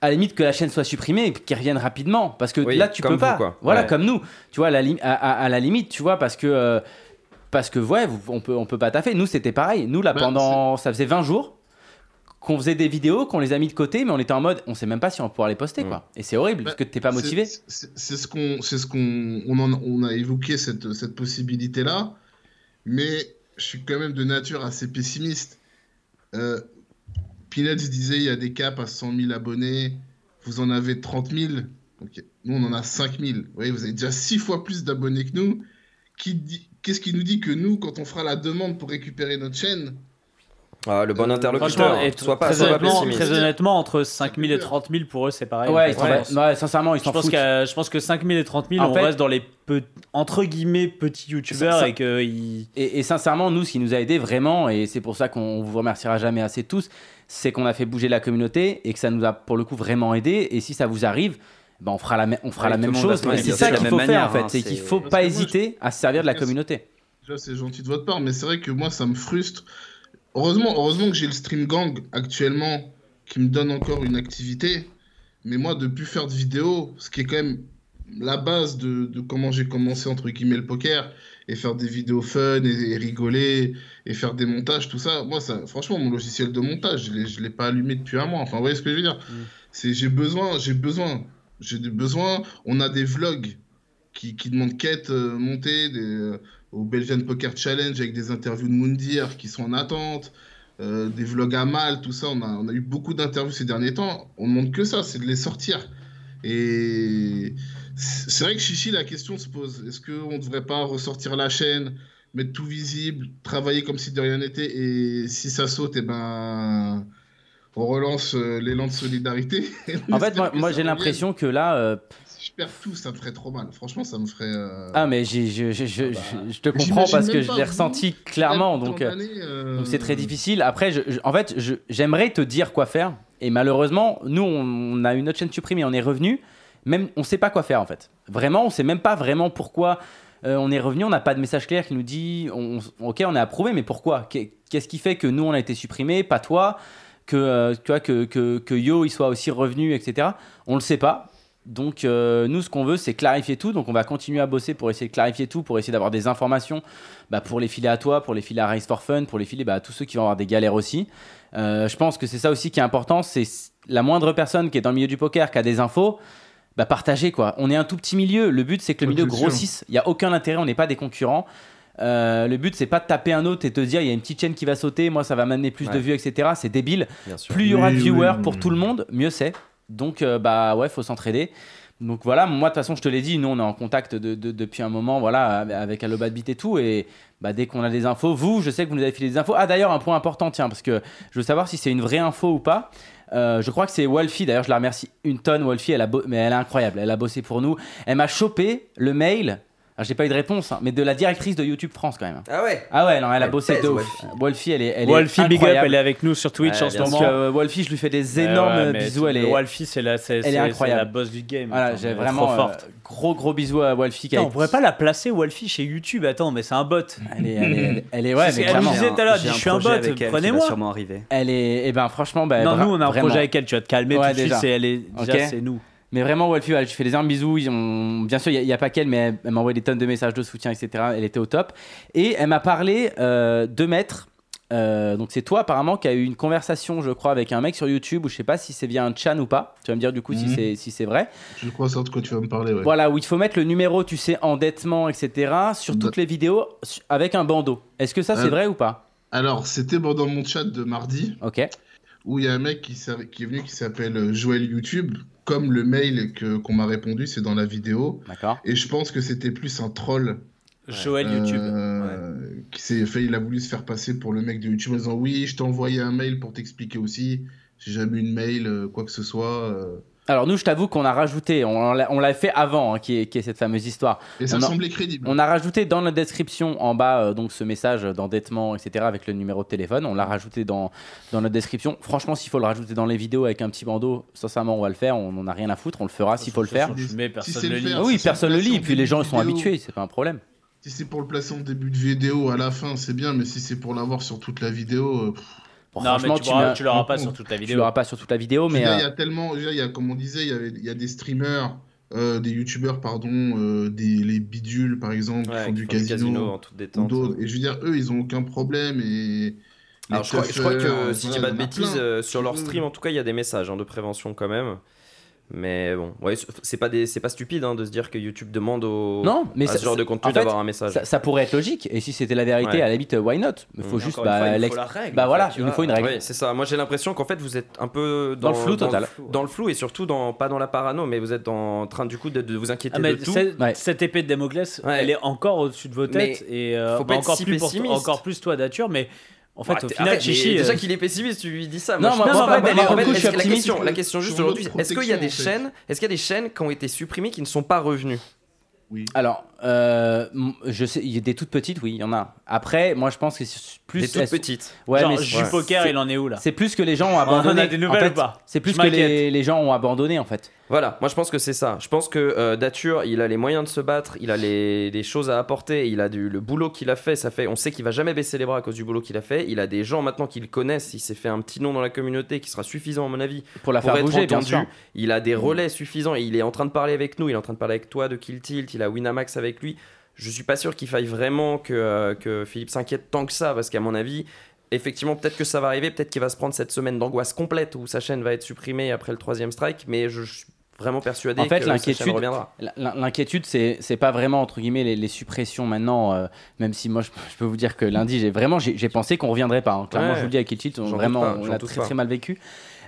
Speaker 3: À la limite, que la chaîne soit supprimée et qu'elle revienne rapidement. Parce que
Speaker 4: Oui,
Speaker 3: là, tu
Speaker 4: comme
Speaker 3: peux
Speaker 4: vous,
Speaker 3: pas.
Speaker 4: quoi.
Speaker 3: Voilà,
Speaker 4: Ouais.
Speaker 3: comme nous. Tu vois, à la, lim- à, à- à la limite, tu vois, parce que. euh, parce que, ouais, vous- on, peut, on peut pas taffer. Nous, c'était pareil. Nous, là,
Speaker 5: Bah,
Speaker 3: pendant. Ça faisait 20 jours qu'on faisait des vidéos, qu'on les a mis de côté, mais on était en mode, on sait même pas si on va pouvoir les poster,
Speaker 4: Mm.
Speaker 3: quoi. Et c'est horrible,
Speaker 5: Bah,
Speaker 3: parce que t'es pas
Speaker 5: C'est-
Speaker 3: motivé.
Speaker 5: c'est- C'est ce qu'on, c'est ce qu'on, on, en- on a évoqué cette, cette possibilité là, mais je suis quand même de nature assez pessimiste. Euh, Peanuts disait il y a des caps à 100 000 abonnés, vous en avez 30 000, donc, nous on en a 5 000. Vous voyez, vous avez déjà 6 fois plus d'abonnés que nous. Qui dit- Qu'est-ce qui nous dit que nous, quand on fera la demande pour récupérer notre chaîne,
Speaker 4: Ah, le bon
Speaker 5: Euh,
Speaker 4: interlocuteur.
Speaker 2: franchement,
Speaker 4: Et sois pas,
Speaker 2: très,
Speaker 4: sois pas
Speaker 2: honnêtement,
Speaker 4: pessimiste.
Speaker 2: très honnêtement, entre 5 000 et 30 000 pour eux, c'est pareil.
Speaker 3: Ouais,
Speaker 2: En
Speaker 3: ils
Speaker 2: fait,
Speaker 3: s'en
Speaker 2: je
Speaker 3: battent.
Speaker 2: pense-
Speaker 3: Ouais, sincèrement, ils
Speaker 2: Je
Speaker 3: s'en
Speaker 2: pense,
Speaker 3: foutent.
Speaker 2: qu'à- je pense que 5 000 et 30 000,
Speaker 3: En
Speaker 2: on
Speaker 3: fait-
Speaker 2: reste dans les pe- entre guillemets petits
Speaker 3: Ça-
Speaker 2: youtubeurs
Speaker 3: ça-
Speaker 2: et qu'ils.
Speaker 3: Et, et sincèrement, nous, ce qui nous a aidé vraiment, et c'est pour ça qu'on vous remerciera jamais assez tous, c'est qu'on a fait bouger la communauté et que ça nous a pour le coup vraiment aidé. Et si ça vous arrive, ben, on fera la, mê- on fera
Speaker 9: Ouais,
Speaker 3: la
Speaker 9: tout
Speaker 3: même
Speaker 9: le monde va
Speaker 3: chose.
Speaker 9: se
Speaker 3: Mais
Speaker 9: manier
Speaker 3: c'est
Speaker 9: de
Speaker 3: ça
Speaker 9: la
Speaker 3: qu'il
Speaker 9: même
Speaker 3: faut faire
Speaker 9: manière,
Speaker 3: en fait,
Speaker 9: hein,
Speaker 3: c'est
Speaker 9: c'est-
Speaker 3: qu'il faut
Speaker 5: Parce
Speaker 3: pas
Speaker 5: que moi,
Speaker 3: hésiter à se servir de la communauté.
Speaker 5: Déjà, c'est gentil de votre part, mais c'est vrai que moi, ça me frustre. Heureusement, heureusement que j'ai le Stream Gang actuellement qui me donne encore une activité. Mais moi, de plus faire de vidéos, ce qui est quand même la base de, de comment j'ai commencé, entre guillemets, le poker, et faire des vidéos fun, et, et rigoler, et faire des montages, tout ça. Moi, ça, franchement, mon logiciel de montage, je l'ai- je l'ai pas allumé depuis un mois. Enfin, vous voyez ce que je veux dire
Speaker 3: Mm.
Speaker 5: C'est J'ai besoin, j'ai besoin, j'ai des besoins. On a des vlogs qui, qui demandent quête, euh, montée, des. euh, au Belgian Poker Challenge avec des interviews de Moundir qui sont en attente, euh, des vlogs à mal, tout ça. On a, on a eu beaucoup d'interviews ces derniers temps. On ne demande que ça, c'est de les sortir. Et c'est c'est vrai que Chichi, la question se pose est-ce qu'on ne devrait pas ressortir la chaîne, mettre tout visible, travailler comme si de rien n'était Et si ça saute, et ben. On relance euh, l'élan de solidarité.
Speaker 3: En fait, moi,
Speaker 5: J'espère que
Speaker 3: moi,
Speaker 5: ça
Speaker 3: j'ai
Speaker 5: revienne.
Speaker 3: l'impression que là, euh,
Speaker 5: Si je perds tout, ça me ferait trop mal. Franchement, ça me ferait. euh,
Speaker 3: ah mais j'ai- je, je- je- je- je te comprends
Speaker 5: j'imagine
Speaker 3: parce
Speaker 5: même
Speaker 3: que je
Speaker 5: pas
Speaker 3: l'ai
Speaker 5: vous,
Speaker 3: ressenti clairement.
Speaker 5: tant
Speaker 3: Donc, euh,
Speaker 5: d'années, euh,
Speaker 3: Donc c'est très difficile. Après, je- je- en fait, je- j'aimerais te dire quoi faire. Et malheureusement, nous, on, on a une autre chaîne supprimée, on est revenu. Même, on sait pas quoi faire en fait. Vraiment, on sait même pas vraiment pourquoi euh, on est revenu. On n'a pas de message clair qui nous dit, on, on- ok, on est approuvé, mais pourquoi Qu'est- Qu'est-ce qui fait que nous on a été supprimé, pas toi Que euh, tu vois, que, que, que Yo il soit aussi revenu, etc. On le sait pas. Donc euh, nous, ce qu'on veut, c'est clarifier tout. Donc on va continuer à bosser pour essayer de clarifier tout, pour essayer d'avoir des informations bah, pour les filer à toi, pour les filer à Race for Fun, pour les filer bah, à tous ceux qui vont avoir des galères aussi. Euh, je pense que c'est ça aussi qui est important, c'est s- la moindre personne qui est dans le milieu du poker, qui a des infos, bah, partagez quoi. On est un tout petit milieu, le but c'est que le
Speaker 5: Ouais,
Speaker 3: milieu
Speaker 5: c'est sûr.
Speaker 3: grossisse, il n'y a aucun intérêt, on n'est pas des concurrents. Euh, le but c'est pas de taper un autre et te dire il y a une petite chaîne qui va sauter, moi ça va m'amener plus de
Speaker 4: Ouais.
Speaker 3: vues, etc. C'est débile.
Speaker 4: Bien sûr.
Speaker 3: Plus il y aura de
Speaker 5: Oui, oui,
Speaker 3: viewers
Speaker 5: oui.
Speaker 3: pour tout le monde, mieux c'est. Donc euh, bah ouais, faut s'entraider. Donc voilà, moi de toute façon, je te l'ai dit, nous on est en contact de, de- depuis un moment, voilà, avec Allobadbit et tout, et bah, dès qu'on a des infos, vous, je sais que vous nous avez filé des infos. Ah d'ailleurs, un point important, tiens, parce que je veux savoir si c'est une vraie info ou pas. Euh, je crois que c'est Wolfie, d'ailleurs je la remercie une tonne, Wolfie, elle a bo- mais elle est incroyable, elle a bossé pour nous. Elle m'a chopé le mail, alors j'ai pas eu de réponse, hein, mais de la directrice de YouTube France quand même.
Speaker 4: Ah ouais
Speaker 3: Ah ouais, non, elle a
Speaker 4: Elle
Speaker 3: bossé
Speaker 4: pèse,
Speaker 3: de ouf.
Speaker 4: Wolfie.
Speaker 3: Wolfie, elle est, elle
Speaker 2: Wolfie
Speaker 3: est
Speaker 2: Big Up,
Speaker 3: incroyable.
Speaker 2: elle est avec nous sur Twitch
Speaker 4: Ouais,
Speaker 2: en ce
Speaker 4: bien
Speaker 2: moment.
Speaker 3: Donc, euh, Wolfie, je lui fais des
Speaker 2: Ouais,
Speaker 3: énormes
Speaker 2: ouais, mais
Speaker 3: bisous. Elle est,
Speaker 2: Wolfie, c'est la, c'est,
Speaker 3: elle est
Speaker 2: c'est- c'est
Speaker 3: incroyable.
Speaker 2: la boss du game.
Speaker 3: voilà,
Speaker 2: Attends,
Speaker 3: j'ai
Speaker 2: elle est
Speaker 3: vraiment
Speaker 2: trop
Speaker 3: euh,
Speaker 2: forte.
Speaker 3: gros gros bisous à Wolfie. qui a
Speaker 2: Putain, on
Speaker 3: été-
Speaker 2: pourrait pas la placer Wolfie chez YouTube. Attends, mais c'est un bot.
Speaker 3: Elle est, elle est, elle est- ouais,
Speaker 2: C'est ce
Speaker 3: mais
Speaker 2: qu'elle nous
Speaker 3: clairement.
Speaker 2: disait tout à l'heure, elle dit, je suis un bot, prenez-moi.
Speaker 5: sûrement arriver.
Speaker 3: Elle est, et ben franchement, ben,
Speaker 2: non,
Speaker 3: vra-
Speaker 2: nous on a un
Speaker 3: vraiment.
Speaker 2: projet avec elle. Tu vas te calmer
Speaker 3: Ouais,
Speaker 2: tout de suite.
Speaker 3: déjà.
Speaker 2: C'est, elle est, déjà,
Speaker 3: Ok.
Speaker 2: c'est nous.
Speaker 3: Mais vraiment, Wolfie, ouais, je fais les énormes bisous. Ils ont- Bien sûr, il n'y a, pas qu'elle, mais elle, elle m'a envoyé des tonnes de messages de soutien, etc. Elle était au top. Et elle m'a parlé euh, de maître. Euh, donc c'est toi apparemment qui a eu une conversation je crois avec un mec sur YouTube ou je sais pas si c'est via un chan ou pas tu vas me dire du coup si
Speaker 10: Mhm.
Speaker 3: c'est si c'est vrai
Speaker 10: Je crois ça de quoi tu vas me parler. Ouais.
Speaker 3: Voilà, où il faut mettre le numéro, tu sais, endettement, etc., sur toutes les vidéos su- avec un bandeau. Est-ce que ça, c'est
Speaker 10: Bah. Euh.
Speaker 3: vrai ou pas
Speaker 10: Alors, c'était bon dans mon chat de mardi
Speaker 3: Ok.
Speaker 10: où il y a un mec qui, s'a- qui est venu qui s'appelle euh, Joël YouTube. Comme le mail que- qu'on m'a répondu, c'est dans la vidéo.
Speaker 3: D'accord.
Speaker 10: Et je pense que c'était plus un troll.
Speaker 2: Joël YouTube.
Speaker 10: euh, Qui s'est fait, il a voulu se faire passer pour le mec de YouTube en disant Oui, je t'ai envoyé un mail pour t'expliquer aussi. J'ai jamais eu de mail, euh, quoi que ce soit. euh.
Speaker 3: Alors, nous, je t'avoue qu'on a rajouté, on l'a on l'a fait avant, hein, qui est, qui est cette fameuse histoire.
Speaker 10: Et ça
Speaker 3: On
Speaker 10: me
Speaker 3: a-
Speaker 10: semblait crédible.
Speaker 3: On a rajouté dans la description en bas, euh, donc, ce message d'endettement, etc., avec le numéro de téléphone. On l'a rajouté dans, dans notre description. Franchement, s'il faut le rajouter dans les vidéos avec un petit bandeau, sincèrement, on va le faire. On n'en a rien à foutre, on le fera Ah, s'il faut le faire.
Speaker 2: Tu le mets,
Speaker 10: Si
Speaker 2: personne
Speaker 10: c'est
Speaker 2: ne
Speaker 10: le
Speaker 2: lit.
Speaker 10: faire,
Speaker 3: Ah oui,
Speaker 10: ça
Speaker 3: personne ne le
Speaker 10: s'appelle
Speaker 3: lit, puis les gens ils sont
Speaker 10: vidéo.
Speaker 3: habitués, c'est pas un problème.
Speaker 10: Si c'est pour le placer en début de vidéo, à la fin, c'est bien, mais si c'est pour l'avoir sur toute la vidéo. euh, pff,
Speaker 3: Bon,
Speaker 2: Non, mais
Speaker 3: franchement,
Speaker 2: tu l'auras-
Speaker 3: mets-
Speaker 2: tu l'auras pas
Speaker 10: tu
Speaker 2: sur toute la
Speaker 3: tu
Speaker 2: vidéo.
Speaker 3: l'auras pas sur toute la vidéo,
Speaker 10: je veux
Speaker 3: mais.
Speaker 10: dire, il y
Speaker 3: euh,
Speaker 10: a tellement, je veux dire, il y a, comme on disait, il y, avait, il y a des streamers, euh, des youtubeurs, pardon, euh, des, les bidules par exemple, qui
Speaker 4: Ouais,
Speaker 10: font
Speaker 4: qui
Speaker 10: du
Speaker 4: font
Speaker 10: casino,
Speaker 4: en toute
Speaker 10: ou
Speaker 4: détente.
Speaker 10: d'autres. Et je veux dire, eux, ils ont aucun problème. Et
Speaker 4: Alors,
Speaker 10: les
Speaker 4: je crois, je crois
Speaker 10: teufeurs,
Speaker 4: que si je dis
Speaker 10: voilà,
Speaker 4: pas de
Speaker 10: il y en a
Speaker 4: bêtises,
Speaker 10: plein.
Speaker 4: euh, sur leur
Speaker 10: Mmh.
Speaker 4: stream, en tout cas, il y a des messages hein, de prévention quand même. Mais bon, ouais, c'est pas, des- c'est pas stupide hein, de se dire que YouTube demande au,
Speaker 3: Non, mais
Speaker 4: à
Speaker 3: ça-
Speaker 4: ce genre de contenu
Speaker 3: en fait,
Speaker 4: d'avoir un message.
Speaker 3: Ça, ça pourrait être logique, et si c'était la vérité,
Speaker 4: Ouais. Mmh,
Speaker 3: à la limite, why not Il faut
Speaker 4: Et
Speaker 3: juste
Speaker 5: Mmh. Encore une
Speaker 3: bah,
Speaker 5: fois, il nous
Speaker 3: l'ex-
Speaker 5: faut la règle.
Speaker 3: bah
Speaker 5: en fait,
Speaker 3: voilà, il
Speaker 5: tu
Speaker 3: nous
Speaker 5: vois.
Speaker 3: faut une règle.
Speaker 4: Ouais, c'est ça. Moi, j'ai l'impression qu'en fait, vous êtes un peu
Speaker 3: Dans le flou total.
Speaker 4: flou, dans le flou et surtout dans, pas dans la parano, mais vous êtes en train du coup de, de vous inquiéter
Speaker 2: Ah, mais
Speaker 4: de tout.
Speaker 2: cette-
Speaker 3: Ouais.
Speaker 2: Cette épée de Damoclès,
Speaker 4: Ouais.
Speaker 2: elle est encore au-dessus de vos
Speaker 4: Mais
Speaker 2: têtes et euh,
Speaker 4: faut pas être
Speaker 2: encore
Speaker 4: si
Speaker 2: plus pour-
Speaker 4: pessimiste.
Speaker 2: encore plus toi Dature, mais en fait
Speaker 4: Ah,
Speaker 2: au
Speaker 4: t'es-
Speaker 2: final
Speaker 4: arrête, mais
Speaker 2: Chichi,
Speaker 4: déjà
Speaker 2: euh,
Speaker 4: qu'il est pessimiste, tu lui dis ça.
Speaker 3: Non, moi,
Speaker 4: je-
Speaker 2: moi,
Speaker 4: mais
Speaker 2: moi, moi,
Speaker 4: en fait,
Speaker 3: beaucoup, je suis
Speaker 4: est-ce que la
Speaker 3: optimiste.
Speaker 4: question, la question
Speaker 10: Sur
Speaker 4: juste
Speaker 10: notre
Speaker 4: aujourd'hui, est-ce qu'il y a des
Speaker 10: protection, en fait.
Speaker 4: chaînes, est-ce qu'il y a des chaînes qui ont été supprimées qui ne sont pas revenues
Speaker 10: Oui.
Speaker 3: Alors, euh, m- je sais, il y a des toutes petites, oui, il y en a. Après, moi je pense que c'est plus.
Speaker 4: Des toutes
Speaker 3: elles-
Speaker 4: petites.
Speaker 3: Ouais,
Speaker 2: genre
Speaker 3: mais
Speaker 2: Jus
Speaker 3: c'est-
Speaker 2: Poker,
Speaker 3: c'est-
Speaker 2: il en est où là
Speaker 3: C'est plus que les gens ont
Speaker 2: On
Speaker 3: abandonné.
Speaker 2: en a des nouvelles
Speaker 3: En fait,
Speaker 2: ou pas
Speaker 3: C'est plus
Speaker 2: Je
Speaker 3: que les,
Speaker 2: m'inquiète.
Speaker 3: les gens ont abandonné en fait.
Speaker 4: Voilà, moi je pense que c'est ça. Je pense que euh, Dature, il a les moyens de se battre, il a les, les choses à apporter, il a du, le boulot qu'il a fait, ça fait, on sait qu'il va jamais baisser les bras à cause du boulot qu'il a fait. Il a des gens maintenant qu'il connaissent, il s'est fait un petit nom dans la communauté qui sera suffisant à mon avis
Speaker 3: Pour la
Speaker 4: pour
Speaker 3: faire
Speaker 4: être
Speaker 3: bouger, bien
Speaker 4: entendu.
Speaker 3: sûr.
Speaker 4: Il a des relais suffisants, il est en train de parler avec nous, il est en train de parler avec toi de Kill Tilt, il a Winamax avec lui. Je suis pas sûr qu'il faille vraiment que, euh, que Philippe s'inquiète tant que ça, parce qu'à mon avis, effectivement, peut-être que ça va arriver, peut-être qu'il va se prendre cette semaine d'angoisse complète où sa chaîne va être supprimée après le troisième strike, mais je, je suis vraiment persuadé
Speaker 3: En fait,
Speaker 4: que sa chaîne
Speaker 3: l'inquiétude-
Speaker 4: reviendra.
Speaker 3: L- l- L'inquiétude, c'est c'est pas vraiment entre guillemets les, les suppressions maintenant. euh, même si moi, je, je peux vous dire que lundi, j'ai vraiment j'ai j'ai pensé qu'on reviendrait pas. hein. Clairement,
Speaker 4: Ouais.
Speaker 3: je vous le dis à Kitchit, on
Speaker 4: J'en doute
Speaker 3: vraiment
Speaker 4: pas,
Speaker 3: on
Speaker 4: j'en
Speaker 3: l'a
Speaker 4: doute
Speaker 3: très
Speaker 4: pas.
Speaker 3: très mal vécu.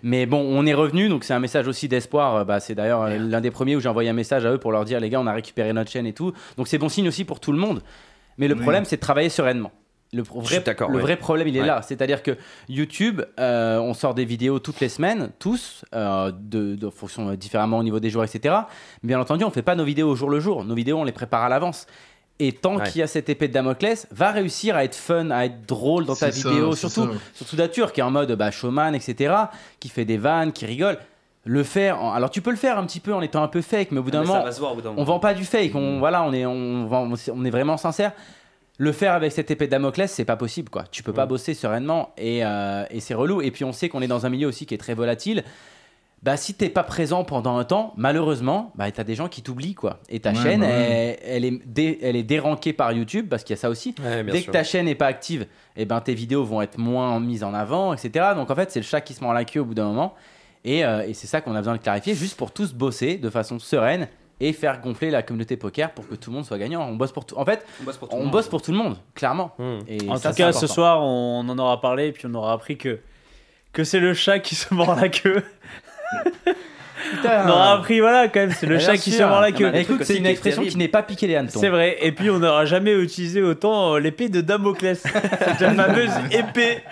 Speaker 3: Mais bon, on est revenu, donc c'est un message aussi d'espoir. Euh, Bah, c'est d'ailleurs euh, l'un des premiers où j'ai envoyé un message à eux pour leur dire les gars, on a récupéré notre chaîne et tout. Donc c'est bon signe aussi pour tout le monde. Mais le
Speaker 10: Oui.
Speaker 3: problème, c'est de travailler sereinement. Le, pro-
Speaker 4: Je suis
Speaker 3: vrai,
Speaker 4: d'accord,
Speaker 3: le
Speaker 4: ouais.
Speaker 3: vrai problème, il est
Speaker 4: Ouais.
Speaker 3: là. C'est-à-dire que YouTube, euh, on sort des vidéos toutes les semaines, tous, euh, de, de en fonction euh, différemment au niveau des jours, etc. Bien entendu, on fait pas nos vidéos au jour le jour. Nos vidéos, on les prépare à l'avance. Et tant
Speaker 4: Ouais.
Speaker 3: qu'il y a cette épée de Damoclès, va réussir à être fun, à être drôle dans ta
Speaker 10: C'est ça,
Speaker 3: vidéo,
Speaker 10: c'est
Speaker 3: surtout,
Speaker 10: ça.
Speaker 3: surtout Datur qui est en mode bah, showman, etc., qui fait des vannes, qui rigole. Le faire, en- alors tu peux le faire un petit peu en étant un peu fake, mais au bout
Speaker 5: Ah,
Speaker 10: Ah,
Speaker 3: d'un moment, on vend pas du fake,
Speaker 10: Mm.
Speaker 3: on voilà, on est on, vend- on est vraiment sincère. Le faire avec cette épée de Damoclès, c'est pas possible quoi. Tu peux
Speaker 10: Mm.
Speaker 3: pas bosser sereinement et, euh, et c'est relou. Et puis on sait qu'on est dans un milieu aussi qui est très volatile. Bah si t'es pas présent pendant un temps, malheureusement, bah t'as des gens qui t'oublient quoi. Et ta
Speaker 10: Ouais,
Speaker 3: chaîne,
Speaker 10: bah
Speaker 3: elle, elle est dé- elle est dérankée par YouTube parce qu'il y a ça aussi.
Speaker 4: Ouais, bien
Speaker 3: Dès
Speaker 4: sûr.
Speaker 3: que ta chaîne n'est pas active, eh ben, tes vidéos vont être moins mises en avant, etc. Donc en fait, c'est le chat qui se mord la queue au bout d'un moment. Et, euh, et c'est ça qu'on a besoin de clarifier, juste pour tous bosser de façon sereine et faire gonfler la communauté poker pour que tout le monde soit gagnant. On bosse pour tout. En fait,
Speaker 5: On bosse pour tout le
Speaker 3: on
Speaker 5: monde.
Speaker 3: bosse pour tout le monde, clairement.
Speaker 4: Hmm.
Speaker 3: Et
Speaker 2: En
Speaker 3: ça,
Speaker 2: tout
Speaker 3: c'est
Speaker 2: cas, ce
Speaker 3: important.
Speaker 2: soir, on en aura parlé et puis on aura appris que que c'est le chat qui se mord la queue.
Speaker 3: putain.
Speaker 2: On aura appris, voilà, quand même, c'est le
Speaker 3: Eh Bien
Speaker 2: chat qui
Speaker 3: sûr. ben,
Speaker 2: se mord la
Speaker 5: Ah,
Speaker 2: queue.
Speaker 5: bah,
Speaker 3: Ah. Écoute, c'est une expression qui n'est pas piqué les hannetons.
Speaker 2: C'est vrai, et puis on n'aura jamais utilisé autant euh, l'épée de Damoclès. Cette fameuse épée,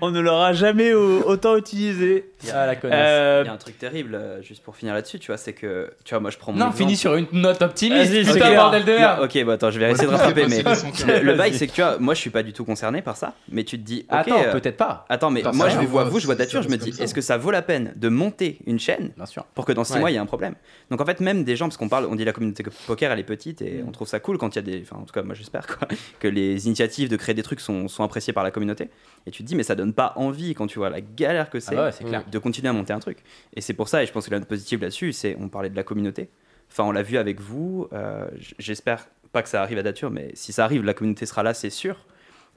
Speaker 2: on ne l'aura jamais au- autant utilisée.
Speaker 3: Ah, la connasse.
Speaker 2: Euh,
Speaker 5: Il y a un truc terrible, euh, juste pour finir là-dessus, tu vois, c'est que, tu vois, moi je prends mon
Speaker 3: non,
Speaker 5: exemple.
Speaker 3: finis sur une note optimiste.
Speaker 2: Vas-y, c'est
Speaker 3: Putain,
Speaker 2: clair.
Speaker 3: bordel de merde.
Speaker 5: Non, ok, bah attends, je vais essayer de
Speaker 10: Voilà,
Speaker 5: rattraper,
Speaker 10: c'est
Speaker 5: mais
Speaker 10: passé les 100.
Speaker 5: le- le bail,
Speaker 2: Vas-y.
Speaker 5: c'est que tu vois, moi je suis pas du tout concerné par ça, mais tu te dis, ok,
Speaker 3: Attends,
Speaker 5: euh,
Speaker 3: peut-être pas.
Speaker 5: attends, mais
Speaker 10: Attends,
Speaker 5: moi
Speaker 10: ça
Speaker 5: je
Speaker 10: va,
Speaker 5: vois
Speaker 10: ça
Speaker 5: vous, je vois
Speaker 10: va,
Speaker 5: Dature, je
Speaker 10: ça
Speaker 5: me
Speaker 10: va
Speaker 5: dis,
Speaker 10: comme ça.
Speaker 5: est-ce que ça vaut la peine de monter une chaîne
Speaker 3: Bien sûr.
Speaker 5: pour que dans 6
Speaker 4: Ouais.
Speaker 5: mois il y ait un problème. Donc en fait même des gens parce qu'on parle, on dit la communauté poker elle est petite et on trouve ça cool quand il y a des, enfin en tout cas moi j'espère quoi, que les initiatives de créer des trucs sont, sont appréciées par la communauté. Et tu te dis mais ça donne pas envie quand tu vois la galère que c'est
Speaker 3: Ah ouais, c'est clair.
Speaker 5: de continuer à monter un truc. Et c'est pour ça et je pense que la note positive là-dessus c'est on parlait de la communauté. Enfin on l'a vu avec vous. euh, j- j'espère pas que ça arrive à Dature mais si ça arrive la communauté sera là c'est sûr.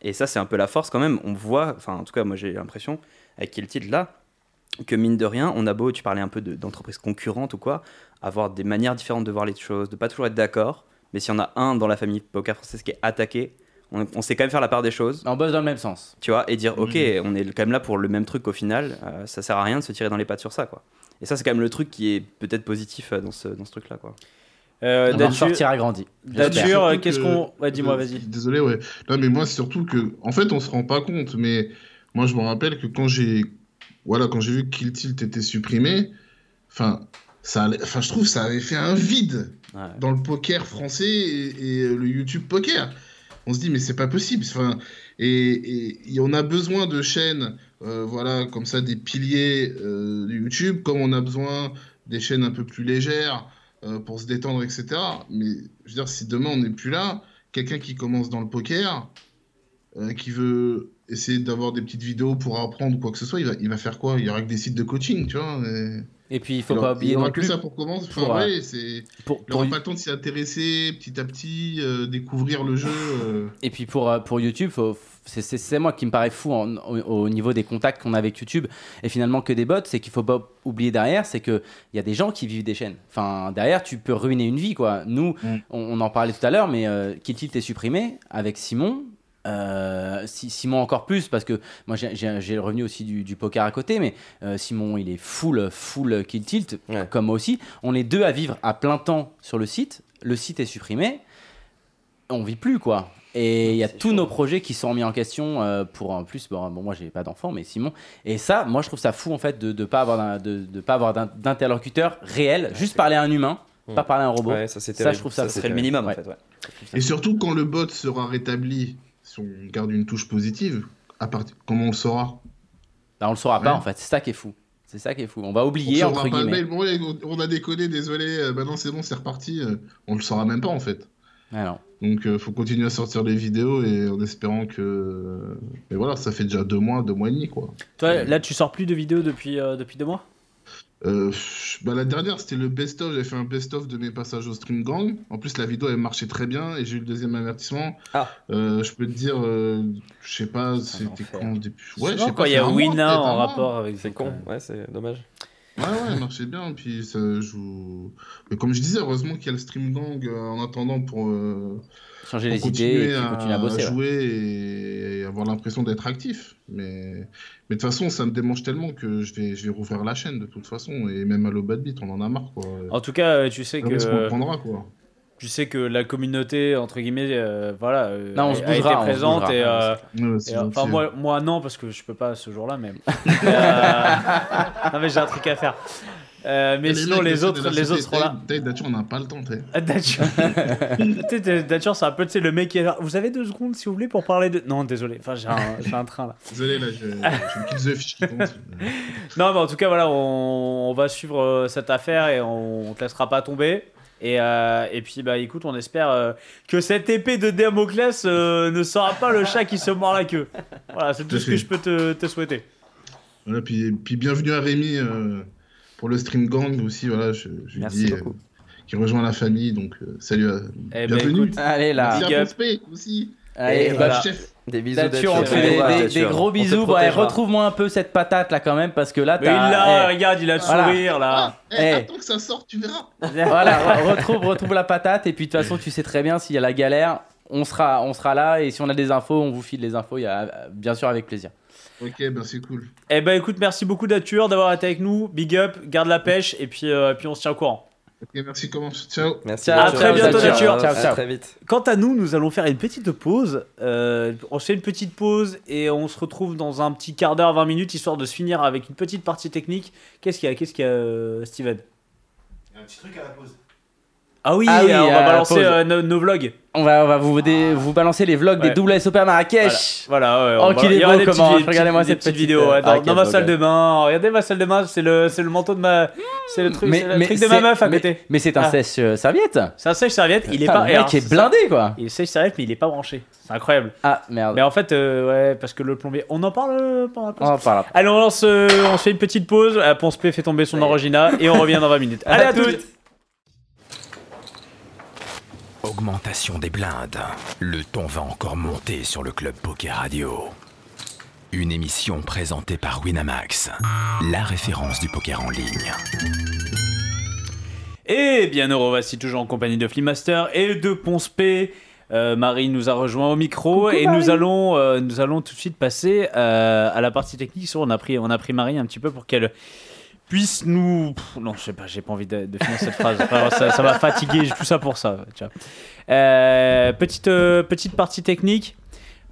Speaker 5: Et ça c'est un peu la force quand même. On voit, enfin en tout cas moi j'ai l'impression avec quel titre là que mine de rien, on a beau, tu parlais un peu de- d'entreprises concurrentes ou quoi, avoir des manières différentes de voir les choses, de pas toujours être d'accord, mais s'il y en a un dans la famille poker française qui est attaqué, on, on sait quand même faire la part des choses,
Speaker 3: On bosse dans le même sens.
Speaker 5: tu vois, et dire
Speaker 3: Mm.
Speaker 5: ok, on est quand même là pour le même truc qu'au final, euh, ça sert à rien de se tirer dans les pattes sur ça, quoi. Et ça, c'est quand même le truc qui est peut-être positif euh, dans ce, dans ce truc-là, quoi.
Speaker 2: euh,
Speaker 5: Bah,
Speaker 3: On va en
Speaker 2: Dature,
Speaker 3: sortir agrandi.
Speaker 2: Dature,
Speaker 10: Surtout
Speaker 2: euh, qu'est-ce
Speaker 10: que-
Speaker 2: qu'on. Ouais, dis-moi,
Speaker 10: Euh,
Speaker 2: vas-y.
Speaker 10: Désolé, ouais. Non, mais moi, c'est surtout que, en fait, on se rend pas compte, mais moi, je me rappelle que quand j'ai, voilà, quand j'ai vu que Kill Tilt était supprimé, enfin, ça, allait- enfin, je trouve que ça avait fait un vide
Speaker 5: Ouais.
Speaker 10: dans le poker français et, et le YouTube poker. On se dit, mais c'est pas possible. Enfin, et, et- et on a besoin de chaînes, euh, voilà, comme ça, des piliers euh, de YouTube, comme on a besoin des chaînes un peu plus légères euh, pour se détendre, etc. Mais je veux dire, si demain on n'est plus là, quelqu'un qui commence dans le poker, euh, qui veut essayer d'avoir des petites vidéos pour apprendre ou quoi que ce soit, il va, il va faire quoi Il y aura que des sites de coaching, tu vois. et-
Speaker 3: Et puis il faut
Speaker 10: il
Speaker 3: pas
Speaker 10: aura-
Speaker 3: oublier
Speaker 10: il aura
Speaker 3: non
Speaker 10: que
Speaker 3: plus.
Speaker 10: ça pour commencer. Enfin,
Speaker 3: pour, euh,
Speaker 10: ouais, c'est.
Speaker 3: Pour,
Speaker 10: Il
Speaker 3: pour-
Speaker 10: n'aura pas le temps de s'y intéresser petit à petit, euh, découvrir le jeu. euh.
Speaker 3: Et puis pour, euh, pour YouTube, faut- c'est- c'est c'est moi qui me paraît fou en- au, au niveau des contacts qu'on a avec YouTube et finalement que des bots, c'est qu'il faut pas oublier derrière, c'est qu'il y a des gens qui vivent des chaînes. Enfin, derrière, tu peux ruiner une vie, quoi. Nous,
Speaker 10: Mm.
Speaker 3: on, on en parlait tout à l'heure, mais euh, Kill Tilt est supprimé avec Simon. Euh, Si- Simon encore plus parce que moi j'ai- j'ai j'ai le revenu aussi du, du poker à côté mais euh, Simon il est full full kill tilt
Speaker 4: Ouais.
Speaker 3: comme moi aussi on est deux à vivre à plein temps sur le site le site est supprimé on vit plus quoi. Et il y a
Speaker 5: c'est
Speaker 3: tous
Speaker 5: chaud.
Speaker 3: nos projets qui sont remis en question euh, pour en plus. Bon, bon moi j'ai pas d'enfant, mais Simon. Et ça, moi je trouve ça fou en fait de ne pas avoir d'un- de, de pas avoir d'un- d'interlocuteur réel, juste parler à un humain,
Speaker 4: Ouais.
Speaker 3: pas parler à un robot.
Speaker 4: Ouais, ça c'est
Speaker 3: Ça,
Speaker 4: terrible.
Speaker 3: je trouve ça
Speaker 5: Ça serait
Speaker 4: c'est
Speaker 5: le minimum,
Speaker 3: ouais.
Speaker 5: en fait, ouais.
Speaker 10: Et surtout, quand le bot sera rétabli, si on garde une touche positive, à partir... comment on le saura
Speaker 3: Bah, on le saura pas
Speaker 10: Ouais.
Speaker 3: en fait. C'est ça qui est fou. C'est ça qui est fou. On va
Speaker 10: On
Speaker 3: oublier entre
Speaker 10: saura pas le
Speaker 3: guillemets.
Speaker 10: mail. Bon, allez, on- on a déconné, désolé. euh, Maintenant, c'est bon, c'est reparti. euh, On le saura même pas, en fait.
Speaker 3: Ah non.
Speaker 10: Donc, euh, faut continuer à sortir les vidéos et en espérant que. Mais voilà, ça fait déjà deux mois, deux mois et demi, quoi.
Speaker 2: Toi, là, tu sors plus de vidéos depuis, euh, depuis deux mois
Speaker 10: Euh, pff, bah, la dernière, c'était le best-of. J'avais fait un best-of de mes passages au Stream Gang. En plus, la vidéo, elle marchait très bien et j'ai eu le deuxième avertissement.
Speaker 5: Ah.
Speaker 10: Euh, je peux te dire, euh, je sais pas,
Speaker 5: Putain,
Speaker 10: c'était
Speaker 5: l'enfer.
Speaker 10: quand depuis. Ouais, je
Speaker 2: Souvent,
Speaker 10: sais
Speaker 2: quand
Speaker 10: pas.
Speaker 2: il y
Speaker 10: c'est
Speaker 2: a
Speaker 10: un mois,
Speaker 2: Wina
Speaker 10: peut-être
Speaker 2: en
Speaker 10: un mois.
Speaker 2: rapport avec
Speaker 4: C'est con, ouais, c'est dommage.
Speaker 10: Ouais, ouais, elle marchait bien. Puis ça joue. Mais comme je disais, heureusement qu'il y a le Stream Gang euh, en attendant pour. euh,
Speaker 3: Changer
Speaker 10: pour
Speaker 3: les idées et puis continuer à bosser. ouais.
Speaker 10: jouer et, et avoir l'impression d'être actif. Mais mais de toute façon, ça me démange tellement que je vais, je vais rouvrir la chaîne de toute façon. Et même à Bad Beat, on en a marre, quoi.
Speaker 2: En tout cas, euh, tu sais
Speaker 10: Le risque, on le
Speaker 2: que
Speaker 10: prendra, quoi.
Speaker 2: tu sais que la communauté entre guillemets, euh, voilà, euh,
Speaker 3: Non, on se
Speaker 2: a été
Speaker 3: bougera, on se
Speaker 2: présente
Speaker 3: bougera.
Speaker 2: et, euh,
Speaker 10: Ouais, c'est
Speaker 2: Et, euh,
Speaker 10: gentil,
Speaker 2: Enfin,
Speaker 10: hein.
Speaker 2: moi, moi, non, parce que je peux pas ce jour-là, mais. Euh, Non, mais j'ai un truc à faire. Euh, mais
Speaker 10: Les
Speaker 2: sinon,
Speaker 10: mecs,
Speaker 2: les
Speaker 10: ceux de
Speaker 2: autres,
Speaker 10: la
Speaker 2: les autres
Speaker 10: société,
Speaker 2: seront là. Ah,
Speaker 10: t'as- t'as- Dature, on n'a pas le temps, t'es.
Speaker 2: Dature, Tu sais, t'es- Dature, c'est un peu, tu sais, le mec qui est là. Vous avez deux secondes, si vous voulez, pour parler de. Non, désolé, enfin, j'ai un, j'ai un train là.
Speaker 10: Désolé, là, je, je me quitte The Fish qui compte.
Speaker 2: Non, mais en tout cas, voilà, on, on va suivre euh, cette affaire et on, on te laissera pas tomber. Et, euh, et puis, bah écoute, on espère euh, que cette épée de Damoclès euh, ne sera pas le chat qui se mord la queue. Voilà, c'est tout ce que je peux te- te souhaiter.
Speaker 10: Voilà, puis, puis bienvenue à Rémi euh, pour le Stream Gang aussi, voilà, je, je lui
Speaker 5: Merci
Speaker 10: dis, euh,
Speaker 5: beaucoup.
Speaker 10: qui rejoint la famille, donc euh, salut à...
Speaker 2: Eh ben,
Speaker 10: bienvenue.
Speaker 2: écoute,
Speaker 3: Allez là.
Speaker 10: Merci
Speaker 2: big
Speaker 10: à
Speaker 2: up.
Speaker 10: Pompé aussi,
Speaker 3: Allez,
Speaker 10: et
Speaker 3: bah,
Speaker 10: le chef.
Speaker 4: Des bisous
Speaker 3: Dature, on te
Speaker 2: Dature,
Speaker 3: fait des,
Speaker 2: ouais,
Speaker 3: des- des
Speaker 5: Dature. On
Speaker 3: gros
Speaker 5: te
Speaker 3: bisous. Bon, allez,
Speaker 5: protégera.
Speaker 3: retrouve-moi un peu cette patate là quand même parce que là
Speaker 2: Mais il
Speaker 3: t'as.
Speaker 2: l'a,
Speaker 3: eh.
Speaker 2: regarde, il a le
Speaker 3: Voilà.
Speaker 2: sourire là.
Speaker 10: Ah, eh,
Speaker 3: Eh.
Speaker 10: Attends que ça sorte, tu verras.
Speaker 3: voilà, re- retrouve, retrouve la patate. Et puis de toute façon, tu sais très bien s'il y a la galère, on sera, on sera là et si on a des infos, on vous file les infos, il y a, bien sûr avec plaisir.
Speaker 10: Ok, ben c'est cool.
Speaker 2: Eh ben écoute, merci beaucoup Datur d'avoir été avec nous. Big up, garde la pêche et puis, euh, puis on se tient au courant.
Speaker 10: Ok, merci commence. Ciao.
Speaker 3: Merci
Speaker 2: À très bientôt, Nature. Bah,
Speaker 3: Ciao,
Speaker 4: À
Speaker 3: ciao.
Speaker 4: très vite.
Speaker 2: Quant à nous, nous allons faire une petite pause. Euh, on se fait une petite pause et on se retrouve dans un petit quart d'heure, 20 minutes, histoire de se finir avec une petite partie technique. Qu'est-ce qu'il y a, qu'est-ce qu'il y a euh, Steven Il y a
Speaker 3: Ah
Speaker 2: un petit
Speaker 3: oui,
Speaker 2: truc à la pause. Ah oui, euh, on
Speaker 3: à
Speaker 2: va
Speaker 3: la
Speaker 2: balancer
Speaker 3: pause.
Speaker 2: euh, nos, nos vlogs.
Speaker 3: On va, on va vous, dé- vous balancer les vlogs
Speaker 2: Ouais.
Speaker 3: des WSOP à Marrakech.
Speaker 2: Voilà, ouais,
Speaker 3: Oh,
Speaker 2: on va-
Speaker 3: qu'il est
Speaker 2: il y aura
Speaker 3: beau,
Speaker 2: des petites-
Speaker 3: comment.
Speaker 2: des petites-
Speaker 3: Regardez-moi
Speaker 2: des
Speaker 3: cette
Speaker 2: petites
Speaker 3: petite,
Speaker 2: vidéo
Speaker 3: euh,
Speaker 2: ouais, dans,
Speaker 3: raquette,
Speaker 2: dans ma salle
Speaker 3: donc,
Speaker 2: de bain. Regardez ma salle de bain, c'est le, c'est le manteau de ma. C'est le truc, c'est le truc de ma
Speaker 3: c'est-
Speaker 2: meuf à
Speaker 3: mais-
Speaker 2: côté.
Speaker 3: Mais c'est un
Speaker 2: Ah.
Speaker 3: sèche euh, serviette.
Speaker 2: C'est un sèche-serviette, il est
Speaker 3: Putain,
Speaker 2: pas.
Speaker 3: Le
Speaker 2: alors,
Speaker 3: mec est
Speaker 2: ça-
Speaker 3: blindé quoi.
Speaker 2: Il est sèche-serviette, mais il est pas branché. C'est incroyable.
Speaker 3: Ah merde.
Speaker 2: Mais en fait, euh, ouais, parce que le plombier. On en parle euh, pendant la pause
Speaker 3: On va Oh, par là.
Speaker 2: Allez, on lance, euh, on se fait une petite pause. Euh, Ponce P fait tomber son orangina et on revient dans 20 minutes. Allez, à, toutes.
Speaker 11: Augmentation des blindes. Le ton va encore monter sur le Club Poker Radio. Une émission présentée par Winamax, la référence du poker en ligne.
Speaker 2: Et Eh bien, nous revoici toujours en compagnie de Flimaster et de Ponce P. Euh, Marie nous a rejoint au micro et nous allons, euh, nous allons tout de suite passer euh, à la partie technique. Sur, on a pris, on a pris Marie un petit peu pour qu'elle puisse nous. Pff, non, je sais pas, j'ai pas envie de, de finir cette phrase. Enfin, ça, ça m'a fatigué, j'ai tout ça pour ça. tu vois. Euh, petite, euh, petite partie technique.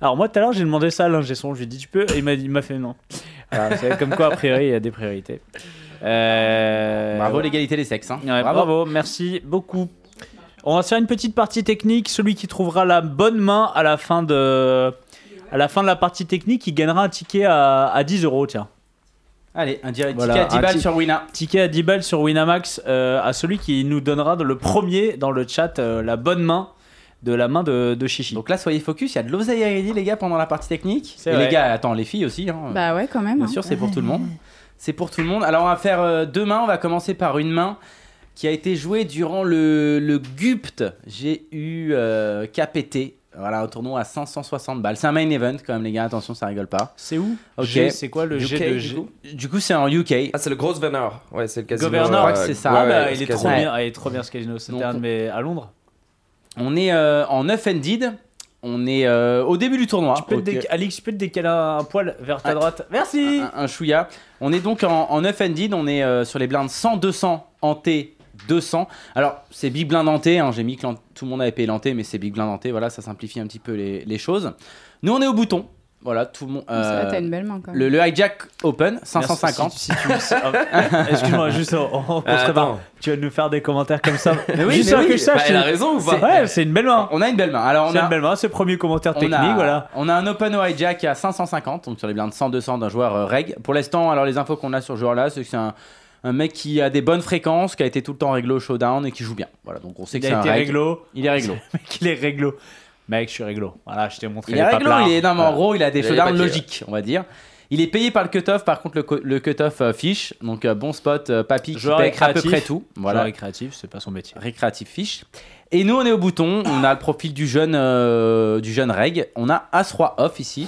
Speaker 2: Alors moi tout à l'heure j'ai demandé ça à l'ingé son, je lui ai dit tu peux et il m'a dit- il m'a fait non. Voilà, c'est comme quoi a priori il y a des priorités. Euh,
Speaker 3: Bravo l'égalité des sexes. hein.
Speaker 2: Ouais, bravo.
Speaker 3: Bravo.
Speaker 2: merci beaucoup. On va se faire une petite partie technique. Celui qui trouvera la bonne main à la fin de, à la, fin de la partie technique, il gagnera un ticket à, à 10 euros. Tiens.
Speaker 3: Allez, un direct
Speaker 2: Voilà,
Speaker 3: ticket à 10
Speaker 2: un
Speaker 3: balles
Speaker 2: petit-
Speaker 3: sur Wina.
Speaker 2: Ticket à 10 balles sur Winamax euh, à celui qui nous donnera le premier dans le chat euh, la bonne main de la main de, de Chichi.
Speaker 3: Donc là, soyez focus, il y a de l'oseille à gagner, les gars, pendant la partie technique.
Speaker 2: C'est
Speaker 3: Et
Speaker 2: vrai.
Speaker 3: les gars, attends, les filles aussi. Hein.
Speaker 12: Bah ouais, quand même.
Speaker 3: Bien
Speaker 12: hein.
Speaker 3: sûr, c'est pour tout le monde. C'est pour tout le monde. Alors, on va faire euh, deux mains. On va commencer par une main qui a été jouée durant le, le GUPT. J'ai eu euh, KPT. Voilà, un tournoi à 560 balles. C'est un main event quand même, les gars. Attention, ça rigole pas.
Speaker 2: c'est où
Speaker 3: Ok.
Speaker 2: G, C'est quoi le
Speaker 3: UK,
Speaker 2: G de
Speaker 3: du
Speaker 2: G
Speaker 3: coup Du coup, c'est en UK.
Speaker 4: Ah, c'est le Grosvenor. Ouais, c'est le casino.
Speaker 2: Gouverneur,
Speaker 4: euh,
Speaker 3: je crois que c'est ça.
Speaker 4: ouais,
Speaker 2: Ah
Speaker 4: ouais,
Speaker 2: bah,
Speaker 4: le
Speaker 2: il est
Speaker 4: casino.
Speaker 2: trop bien, ah, il est trop bien ce casino. C'était
Speaker 3: Donc,
Speaker 2: un de mes à Londres.
Speaker 3: On est euh, en offended. On est euh, au début du tournoi.
Speaker 2: Tu peux te
Speaker 3: Ok.
Speaker 2: déca- Alix, tu peux te décaler un poil vers ta
Speaker 3: Ah.
Speaker 2: droite. Merci.
Speaker 3: un, un chouïa. On est donc en, en off-ended, on est euh, sur les blindes 100, 200, hanté, 200. Alors, c'est big blind hanté, hein, j'ai mis que l'an- tout le monde avait payé l'hanté, mais c'est big blind hanté, voilà, ça simplifie un petit peu les, les choses. Nous, on est au bouton, voilà, tout le monde.
Speaker 12: Mais Ça,
Speaker 3: euh,
Speaker 12: va, t'as une belle main quand même.
Speaker 3: le, le hijack open, 550.
Speaker 2: Merci, si- si tu me-
Speaker 3: hein.
Speaker 2: Ah, Excuse-moi, juste, on, on- on
Speaker 4: Euh,
Speaker 2: se prépare.
Speaker 4: attends.
Speaker 2: Tu vas nous faire des commentaires comme ça. Mais
Speaker 3: oui,
Speaker 2: juste
Speaker 3: mais
Speaker 2: sans que
Speaker 3: oui.
Speaker 2: je sache.
Speaker 4: Bah, elle a raison ou
Speaker 2: c'est-
Speaker 4: pas
Speaker 2: ouais, c'est une belle main.
Speaker 3: On a une belle main. Alors, on
Speaker 2: C'est
Speaker 3: a,
Speaker 2: une belle main, c'est le premier commentaire
Speaker 3: on
Speaker 2: technique,
Speaker 3: a-
Speaker 2: voilà.
Speaker 3: on a un open au hijack à 550, donc sur les blindes 100-200 d'un joueur euh, reg. Pour l'instant, alors les infos qu'on a sur ce joueur-là, c'est que c'est un, un mec qui a des bonnes fréquences, qui a été tout le temps réglo au showdown et qui joue bien. Voilà, donc on sait
Speaker 2: Il
Speaker 3: que c'est
Speaker 2: a
Speaker 3: un
Speaker 2: été
Speaker 3: reg.
Speaker 2: réglo.
Speaker 3: Il est réglo.
Speaker 2: Mec, il est réglo. Mec, je suis réglo. Voilà, je t'ai montré.
Speaker 3: Il est
Speaker 2: les
Speaker 3: réglo,
Speaker 2: paplards.
Speaker 3: il est non, mais en
Speaker 2: Voilà.
Speaker 3: gros, il a des
Speaker 4: Il a
Speaker 3: showdowns
Speaker 4: les papiers,
Speaker 3: logiques, on va dire. Il est payé par le cut-off, par contre, le, co- le cut-off euh, fiche. Donc, euh, bon spot, euh, papy qui
Speaker 2: Joueur
Speaker 3: paye à peu
Speaker 2: récréatif.
Speaker 3: près tout.
Speaker 2: Voilà,
Speaker 3: Voilà,
Speaker 2: récréatif, c'est pas son métier.
Speaker 3: récréatif fiche. Et nous, on est au bouton. On a le profil du jeune, euh, du jeune reg. On a As-Roi off ici.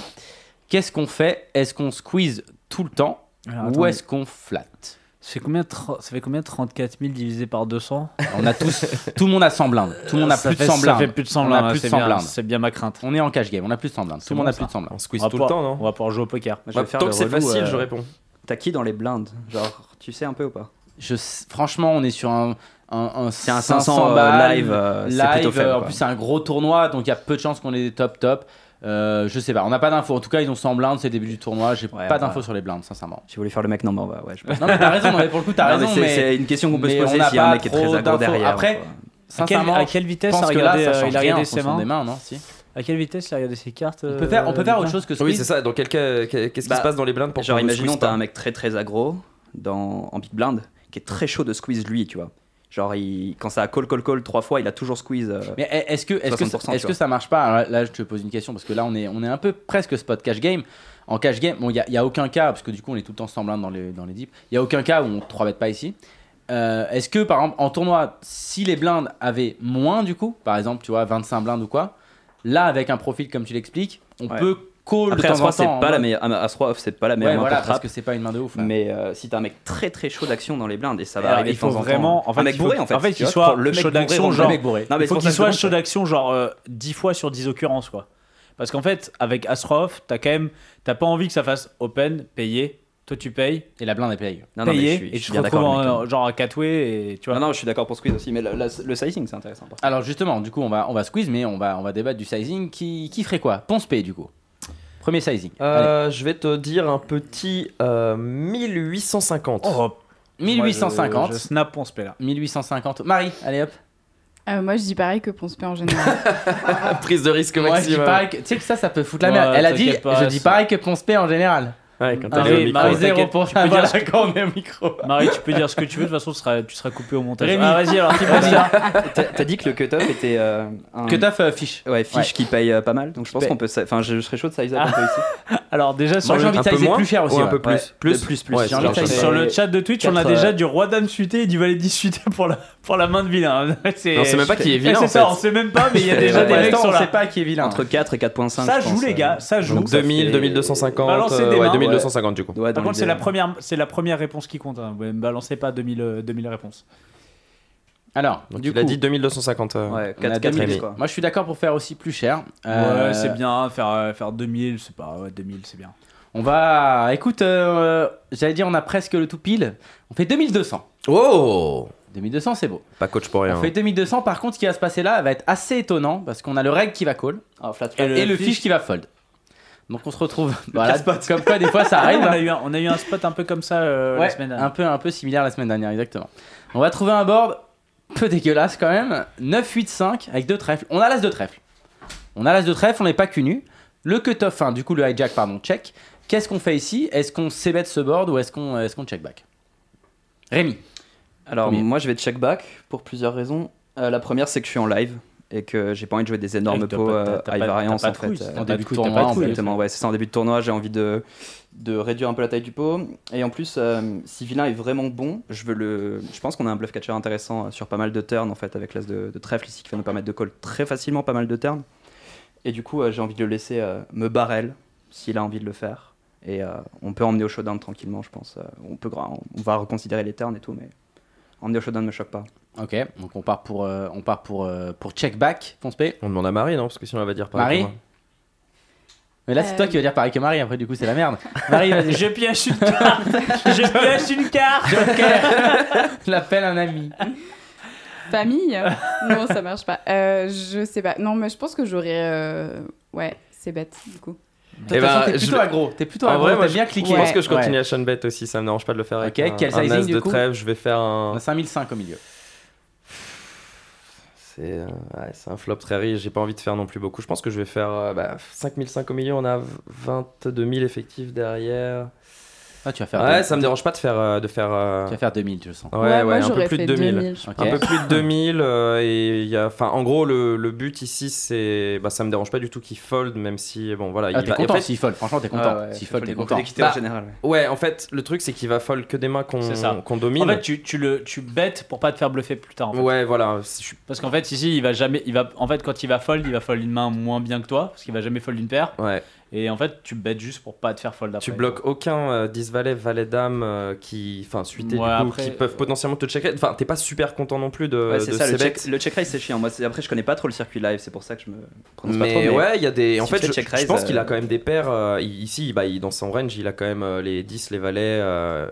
Speaker 3: Qu'est-ce qu'on fait Est-ce qu'on squeeze tout le temps
Speaker 2: Alors,
Speaker 3: ou
Speaker 2: attendez.
Speaker 3: est-ce qu'on flatte
Speaker 2: Ça fait combien tr- ça fait combien 34 000 divisé par 200
Speaker 3: On a tous, tout le monde a 100 blindes. Tout le monde a
Speaker 2: Ça
Speaker 3: plus de
Speaker 2: fait-
Speaker 3: 100
Speaker 2: Ça fait
Speaker 3: blindes.
Speaker 2: plus de 100
Speaker 3: On a
Speaker 2: blindes,
Speaker 3: plus de
Speaker 2: c'est
Speaker 3: 100
Speaker 2: bien-
Speaker 3: blindes.
Speaker 2: C'est bien ma crainte.
Speaker 3: On est en cash game. On a plus de 100 blindes. Tout
Speaker 2: C'est
Speaker 3: le monde a
Speaker 2: bon,
Speaker 3: plus de 100
Speaker 4: On
Speaker 3: blindes.
Speaker 4: squeeze
Speaker 2: On va
Speaker 4: tout le
Speaker 2: pouvoir-
Speaker 4: temps, non
Speaker 2: On va pouvoir jouer au poker.
Speaker 5: Moi, je
Speaker 4: Bah,
Speaker 5: vais faire
Speaker 4: Tant
Speaker 5: le
Speaker 4: que c'est
Speaker 5: relou,
Speaker 4: facile,
Speaker 5: euh,
Speaker 4: je réponds.
Speaker 5: T'as qui dans les blindes Genre, tu sais un peu ou pas
Speaker 3: Je, sais- franchement, on est sur un, un, un
Speaker 5: C'est un 500, euh,
Speaker 3: balles,
Speaker 5: live, euh, c'est plutôt
Speaker 3: live.
Speaker 5: faible,
Speaker 3: euh, en
Speaker 5: quoi.
Speaker 3: plus, c'est un gros tournoi, donc il y a peu de chances qu'on ait des top top. Euh, je sais pas, on n'a pas d'infos. En tout cas, ils ont 100 blindes, c'est le début du tournoi. J'ai
Speaker 5: Ouais,
Speaker 3: pas
Speaker 5: ouais.
Speaker 3: d'infos sur les blindes, sincèrement.
Speaker 5: J'ai voulu faire le mec, non, mais on va- ouais, je pense.
Speaker 3: Non, mais t'as raison, non, mais pour le coup, t'as
Speaker 5: Non, mais
Speaker 3: raison.
Speaker 5: c'est-
Speaker 3: Mais,
Speaker 5: c'est une question qu'on peut se
Speaker 3: mais on
Speaker 5: poser
Speaker 3: n'a
Speaker 5: s'il y a
Speaker 3: pas
Speaker 5: un mec qui est
Speaker 3: trop
Speaker 5: très
Speaker 3: d'infos.
Speaker 5: aggro derrière.
Speaker 3: Après,
Speaker 2: À
Speaker 5: quoi.
Speaker 2: quelle,
Speaker 3: sincèrement,
Speaker 2: à quelle
Speaker 3: je
Speaker 2: vitesse
Speaker 3: pense
Speaker 2: a
Speaker 3: que là,
Speaker 2: regardé,
Speaker 3: ça
Speaker 2: euh,
Speaker 3: change
Speaker 2: il a
Speaker 3: rien en
Speaker 2: regardé ses
Speaker 3: fonction
Speaker 2: mains
Speaker 3: des mains, non si.
Speaker 2: À quelle vitesse il a regardé ses cartes euh,
Speaker 3: On peut faire, on peut faire autre chose que
Speaker 4: Oui,
Speaker 3: squeeze.
Speaker 4: c'est ça. Dans quel cas, qu'est-ce qui
Speaker 5: Bah,
Speaker 4: se passe dans les blindes pour
Speaker 5: Genre,
Speaker 4: qu'on ne
Speaker 5: imaginons,
Speaker 4: squeeze
Speaker 5: t'as
Speaker 4: pas
Speaker 5: un mec très très aggro dans, en big blind qui est très chaud de squeeze lui, tu vois. Genre, il, quand ça a call, call, call trois fois, il a toujours squeeze. euh,
Speaker 3: Mais est- est-ce que, est-ce que,
Speaker 5: 60%,
Speaker 3: est-ce
Speaker 5: tu
Speaker 3: que
Speaker 5: vois.
Speaker 3: ça marche pas Alors Là, je te pose une question parce que là, on est, on est un peu presque spot cash game. En cash game, bon, il n'y a, il y a aucun cas, parce que du coup, on est tout le temps semblant dans les, dans les dips. Il n'y a aucun cas où on 3 bet pas ici. Euh, est-ce que, par exemple, en tournoi, si les blindes avaient moins du coup, par exemple, tu vois, 25 blindes ou quoi, là, avec un profil comme tu l'expliques, on
Speaker 5: Ouais.
Speaker 3: peut cool.
Speaker 5: Après,
Speaker 3: de temps en
Speaker 5: As-3, c'est
Speaker 3: temps,
Speaker 5: pas,
Speaker 3: en
Speaker 5: la
Speaker 3: mode-
Speaker 5: meilleure- As-3 off, c'est pas la meilleure
Speaker 3: Ouais,
Speaker 5: main
Speaker 3: voilà,
Speaker 5: pour
Speaker 3: parce
Speaker 5: trap.
Speaker 3: que c'est pas une main de ouf. hein. là.
Speaker 5: Mais euh, si t'as un mec très très chaud d'action dans les blindes, et ça va
Speaker 2: Alors,
Speaker 5: arriver
Speaker 2: il
Speaker 5: de
Speaker 2: faut
Speaker 5: temps en temps.
Speaker 2: vraiment- en fait,
Speaker 5: un mec
Speaker 2: il faut-
Speaker 5: bourré, en fait.
Speaker 2: en fait,
Speaker 5: tu
Speaker 2: qu'il
Speaker 5: vois,
Speaker 2: soit
Speaker 5: pour le mec
Speaker 2: chaud
Speaker 5: bourré,
Speaker 2: d'action,
Speaker 5: rentre le
Speaker 2: genre-
Speaker 5: mec bourré. Non,
Speaker 2: il
Speaker 5: mais c'est
Speaker 2: faut
Speaker 5: pour
Speaker 2: qu'il
Speaker 5: ça que je
Speaker 2: soit
Speaker 5: demande,
Speaker 2: chaud d'action, genre euh, 10 fois sur 10 occurrences, quoi. Parce qu'en fait, avec Astrof, t'as quand même, t'as pas envie que ça fasse open, payé, toi tu payes,
Speaker 3: Et la blinde est paye.
Speaker 5: Non, non, mais je
Speaker 2: payé,
Speaker 5: suis- je
Speaker 2: et
Speaker 5: suis
Speaker 2: tu te
Speaker 5: bien
Speaker 2: retrouves
Speaker 5: d'accord avec
Speaker 2: en-
Speaker 5: toi.
Speaker 2: genre à 4 way, et tu vois.
Speaker 5: Non, non, je suis d'accord pour Squeeze aussi, mais la- la- le sizing, c'est intéressant. par contre.
Speaker 3: Alors justement, du coup, on va, on va squeeze, mais on va, on va débattre du sizing. Qui, qui ferait quoi Ponce P, du coup. Premier sizing. Allez.
Speaker 4: Euh, je vais te dire un petit euh, 1850.
Speaker 2: Oh, moi,
Speaker 3: 1850.
Speaker 2: je- je snap, on se paie là.
Speaker 3: 1850. Marie, allez hop.
Speaker 12: Euh, moi, je dis pareil que Ponce P en général.
Speaker 4: Prise de risque
Speaker 3: Moi, je dis
Speaker 4: maximum.
Speaker 3: pareil que- Tu sais que ça, ça peut foutre la
Speaker 2: Ouais,
Speaker 3: merde. Elle a dit,
Speaker 2: t'inquiète pas,
Speaker 3: je dis
Speaker 2: ça-
Speaker 3: pareil que Ponce P en général.
Speaker 4: Ouais, quand
Speaker 2: Ah
Speaker 4: t'as
Speaker 2: oui,
Speaker 4: le micro.
Speaker 2: Marie,
Speaker 3: Marie, zéro
Speaker 2: t'inquiète,
Speaker 3: pour
Speaker 2: tu
Speaker 3: ça.
Speaker 2: peux
Speaker 3: Voilà,
Speaker 2: dire
Speaker 3: quand on est au micro.
Speaker 2: Marie, tu peux dire ce que tu veux, de toute façon, tu seras, tu seras coupé au montage.
Speaker 3: Rémi.
Speaker 2: Ah, vas-y, alors, qui passe là
Speaker 5: T'as t'as dit que le cut-off était euh, un.
Speaker 3: Que taf euh, fiche.
Speaker 5: Ouais, fiche
Speaker 3: Ouais.
Speaker 5: qui paye euh, pas mal, donc je pense
Speaker 3: paye.
Speaker 5: qu'on peut. sa- Enfin, je, je serais chaud de size up un peu ici.
Speaker 2: Alors, déjà, Bah. Ah. sur
Speaker 3: Moi, j'ai
Speaker 2: le.
Speaker 3: envie de
Speaker 4: un peu
Speaker 3: sizer
Speaker 4: moins
Speaker 3: plus cher aussi.
Speaker 4: Ou un
Speaker 2: hein.
Speaker 3: ouais.
Speaker 4: peu plus.
Speaker 5: Ouais.
Speaker 4: Plus
Speaker 5: De plus, plus.
Speaker 4: Ouais,
Speaker 3: J'ai
Speaker 4: c'est
Speaker 3: envie de
Speaker 4: large,
Speaker 3: tailler.
Speaker 4: ça.
Speaker 2: Sur le chat de Twitch, on a
Speaker 5: Quatre,
Speaker 2: déjà
Speaker 5: euh,
Speaker 2: du roi dame suité et du valet 10 suité pour la, pour la main de vilain. C'est
Speaker 4: Non, c'est même pas qui est
Speaker 2: Eh,
Speaker 4: vilain.
Speaker 2: c'est
Speaker 4: en
Speaker 2: ça,
Speaker 4: fait.
Speaker 2: on sait même pas, mais il y a
Speaker 5: C'est-
Speaker 2: déjà
Speaker 5: ouais,
Speaker 2: des
Speaker 5: pour
Speaker 2: mecs
Speaker 3: L'instant,
Speaker 2: sur
Speaker 3: on
Speaker 2: la.
Speaker 3: sait pas qui est vilain.
Speaker 5: Entre 4 et 4.5.
Speaker 2: Ça
Speaker 5: je
Speaker 2: joue,
Speaker 5: pense,
Speaker 2: les
Speaker 5: euh,
Speaker 2: gars, ça joue.
Speaker 4: Donc 2000, 2250.
Speaker 2: Balancez
Speaker 4: euh,
Speaker 2: des
Speaker 4: ouais,
Speaker 2: mains.
Speaker 4: 2250 du coup.
Speaker 5: Ouais, dans
Speaker 2: Par contre, c'est
Speaker 5: l'idée.
Speaker 2: la première, c'est la première réponse qui compte. Hein. Ne me balancez pas 2000, euh, 2000 réponses.
Speaker 3: Alors,
Speaker 4: Donc
Speaker 3: du
Speaker 4: il a
Speaker 3: coup,
Speaker 4: dit 2250. euh,
Speaker 5: Ouais,
Speaker 3: on a
Speaker 5: 4 4
Speaker 3: 2000.
Speaker 4: demi.
Speaker 5: quoi.
Speaker 3: Moi, je suis d'accord pour faire aussi plus cher.
Speaker 2: Ouais,
Speaker 3: Euh,
Speaker 2: c'est bien. Faire, euh, faire 2000, c'est pas. Ouais, 2000, c'est bien.
Speaker 3: On va. Écoute, euh, j'allais dire, on a presque le tout pile. On fait 2200.
Speaker 4: Oh
Speaker 3: 2200, c'est beau.
Speaker 4: Pas coach pour rien.
Speaker 3: On fait 2200. Par contre, ce qui va se passer là va être assez étonnant parce qu'on a le reg qui va call
Speaker 5: Ah, flat, flat.
Speaker 3: et le, fiche... qui va fold. Donc, on se retrouve. Voilà, comme quoi, des fois, ça arrive.
Speaker 2: on, a
Speaker 3: hein.
Speaker 2: eu un, on a eu un spot un peu comme ça euh,
Speaker 3: Ouais,
Speaker 2: la semaine
Speaker 3: un
Speaker 2: dernière.
Speaker 3: peu, un peu similaire la semaine dernière, exactement. On va trouver un board peu dégueulasse quand même. 9-8-5 avec deux trèfles. On a l'as de trèfle. On a l'as de trèfle, on n'est pas cul nu. Le cut-off, enfin, du coup, le hijack, pardon, check. Qu'est-ce qu'on fait ici Est-ce qu'on s'ébête ce board ou est-ce qu'on est qu'on check back Rémi.
Speaker 5: Alors
Speaker 3: Combien
Speaker 5: moi je vais check back pour plusieurs raisons. Euh, la première c'est que je suis en live et que j'ai pas envie de jouer des énormes
Speaker 2: Et que t'as
Speaker 5: pots
Speaker 2: pas- t'as-
Speaker 5: euh,
Speaker 2: t'as
Speaker 5: high
Speaker 2: pas-
Speaker 5: variance
Speaker 2: t'as pas
Speaker 5: en
Speaker 2: de couilles,
Speaker 5: fait.
Speaker 2: t'as
Speaker 5: Euh,
Speaker 3: En
Speaker 2: pas de
Speaker 3: début de
Speaker 2: couilles,
Speaker 3: tournoi,
Speaker 2: t'as pas de
Speaker 3: en
Speaker 2: couilles.
Speaker 3: fait.
Speaker 5: Exactement, ouais, c'est ça en début de tournoi, j'ai envie de, de réduire un peu la taille du pot. Et en plus, euh, si Vilain est vraiment bon, je veux le. Je pense qu'on a un bluff catcher intéressant euh, sur pas mal de turns en fait, avec l'as de, de trèfle ici qui va nous permettre de call très facilement pas mal de turns. Et du coup, euh, j'ai envie de le laisser euh, me barrel s'il a envie de le faire. Et euh, on peut emmener au showdown tranquillement, je pense. Euh, on, peut, gra- on va reconsidérer les turns et tout, mais emmener au showdown ne me choque pas.
Speaker 3: Ok, donc on part pour, euh, on part pour, euh, pour check back, Ponce P.
Speaker 4: On demande à Marie, non Parce que sinon elle va dire
Speaker 3: Marie
Speaker 4: pareil que moi.
Speaker 3: Mais là, c'est
Speaker 12: Euh,
Speaker 3: toi qui vas dire pareil que Marie, après, du coup, c'est la merde. Marie, vas-y.
Speaker 2: Je pioche une carte. je pioche une carte.
Speaker 3: L'appelle un ami.
Speaker 4: Eh
Speaker 12: Famille Non, ça marche pas. Euh, je sais pas. Non, mais je pense que j'aurais. euh, Ouais, c'est bête, du coup.
Speaker 3: Toi, de toute
Speaker 4: ben,
Speaker 3: façon, t'es
Speaker 4: je
Speaker 3: plutôt
Speaker 4: vais-
Speaker 3: agro. T'es plutôt
Speaker 4: En
Speaker 3: agro,
Speaker 4: vrai, moi,
Speaker 3: t'aimes bien cliquer.
Speaker 4: Je pense
Speaker 12: Ouais.
Speaker 4: que je continue à Shunbet aussi, ça me dérange pas de le faire avec
Speaker 3: Ok,
Speaker 4: un,
Speaker 3: quel
Speaker 4: un
Speaker 3: sizing,
Speaker 4: as
Speaker 3: du
Speaker 4: de
Speaker 3: coup
Speaker 4: trèfle. Je vais faire un.
Speaker 3: 5005 au milieu.
Speaker 4: C'est euh, ouais, c'est un flop très riche, j'ai pas envie de faire non plus beaucoup. Je pense que je vais faire euh, bah, 5005 au milieu, on a 22 000 effectifs derrière.
Speaker 3: Ah, tu vas faire,
Speaker 4: Ouais,
Speaker 3: deux-
Speaker 4: ça me dérange pas de faire. euh, de faire euh,
Speaker 3: tu vas faire 2000, je le sens.
Speaker 4: Ouais, ouais,
Speaker 12: moi,
Speaker 4: un peu
Speaker 12: j'aurais
Speaker 4: plus
Speaker 12: fait
Speaker 4: de 2000.
Speaker 12: 2000, je
Speaker 3: Ok. Ah,
Speaker 4: Un peu plus de 2000 euh, et il y a enfin en gros le, le but ici c'est bah ça me dérange pas du tout qu'il fold même si bon voilà,
Speaker 3: Ah,
Speaker 4: il
Speaker 3: t'es
Speaker 4: va Bah, et en
Speaker 3: content
Speaker 4: fait,
Speaker 3: s'il fold. Franchement, t'es content. s'il fold, t'es content.
Speaker 4: Bah,
Speaker 5: en général. ouais.
Speaker 4: Ouais, en fait, le truc c'est qu'il va fold que des mains qu'on
Speaker 2: C'est ça.
Speaker 4: qu'on domine.
Speaker 2: En fait, tu, tu le, tu bêtes pour pas te faire bluffer plus tard. en fait.
Speaker 4: Ouais, voilà, je suis
Speaker 2: Parce qu'en fait, ici, il va jamais, il va, en fait, quand il va fold, il va fold une main moins bien que toi, parce qu'il va jamais fold une paire.
Speaker 4: ouais.
Speaker 2: Et en fait, tu bêtes juste pour pas te faire fold après.
Speaker 4: Tu bloques aucun euh, 10 valets, valet dame euh, qui, enfin suité
Speaker 2: Ouais,
Speaker 4: du coup,
Speaker 2: après,
Speaker 4: qui peuvent
Speaker 2: euh,
Speaker 4: potentiellement te checker. Enfin, t'es pas super content non plus de,
Speaker 5: Ouais,
Speaker 4: de
Speaker 5: c'est ça,
Speaker 4: ces
Speaker 5: le check,
Speaker 4: bêtes.
Speaker 5: le check raise c'est chiant. Moi, c'est- après, je connais pas trop le circuit live, c'est pour ça que je me prononce pas trop.
Speaker 4: Mais ouais, il y a des. En
Speaker 5: si
Speaker 4: fait,
Speaker 5: tu fais
Speaker 4: je,
Speaker 5: check
Speaker 4: je
Speaker 5: raise,
Speaker 4: pense
Speaker 5: euh,
Speaker 4: qu'il a quand même des paires. euh, il- ici, bah, il- dans son range, il a quand même euh, les 10, les valets. euh,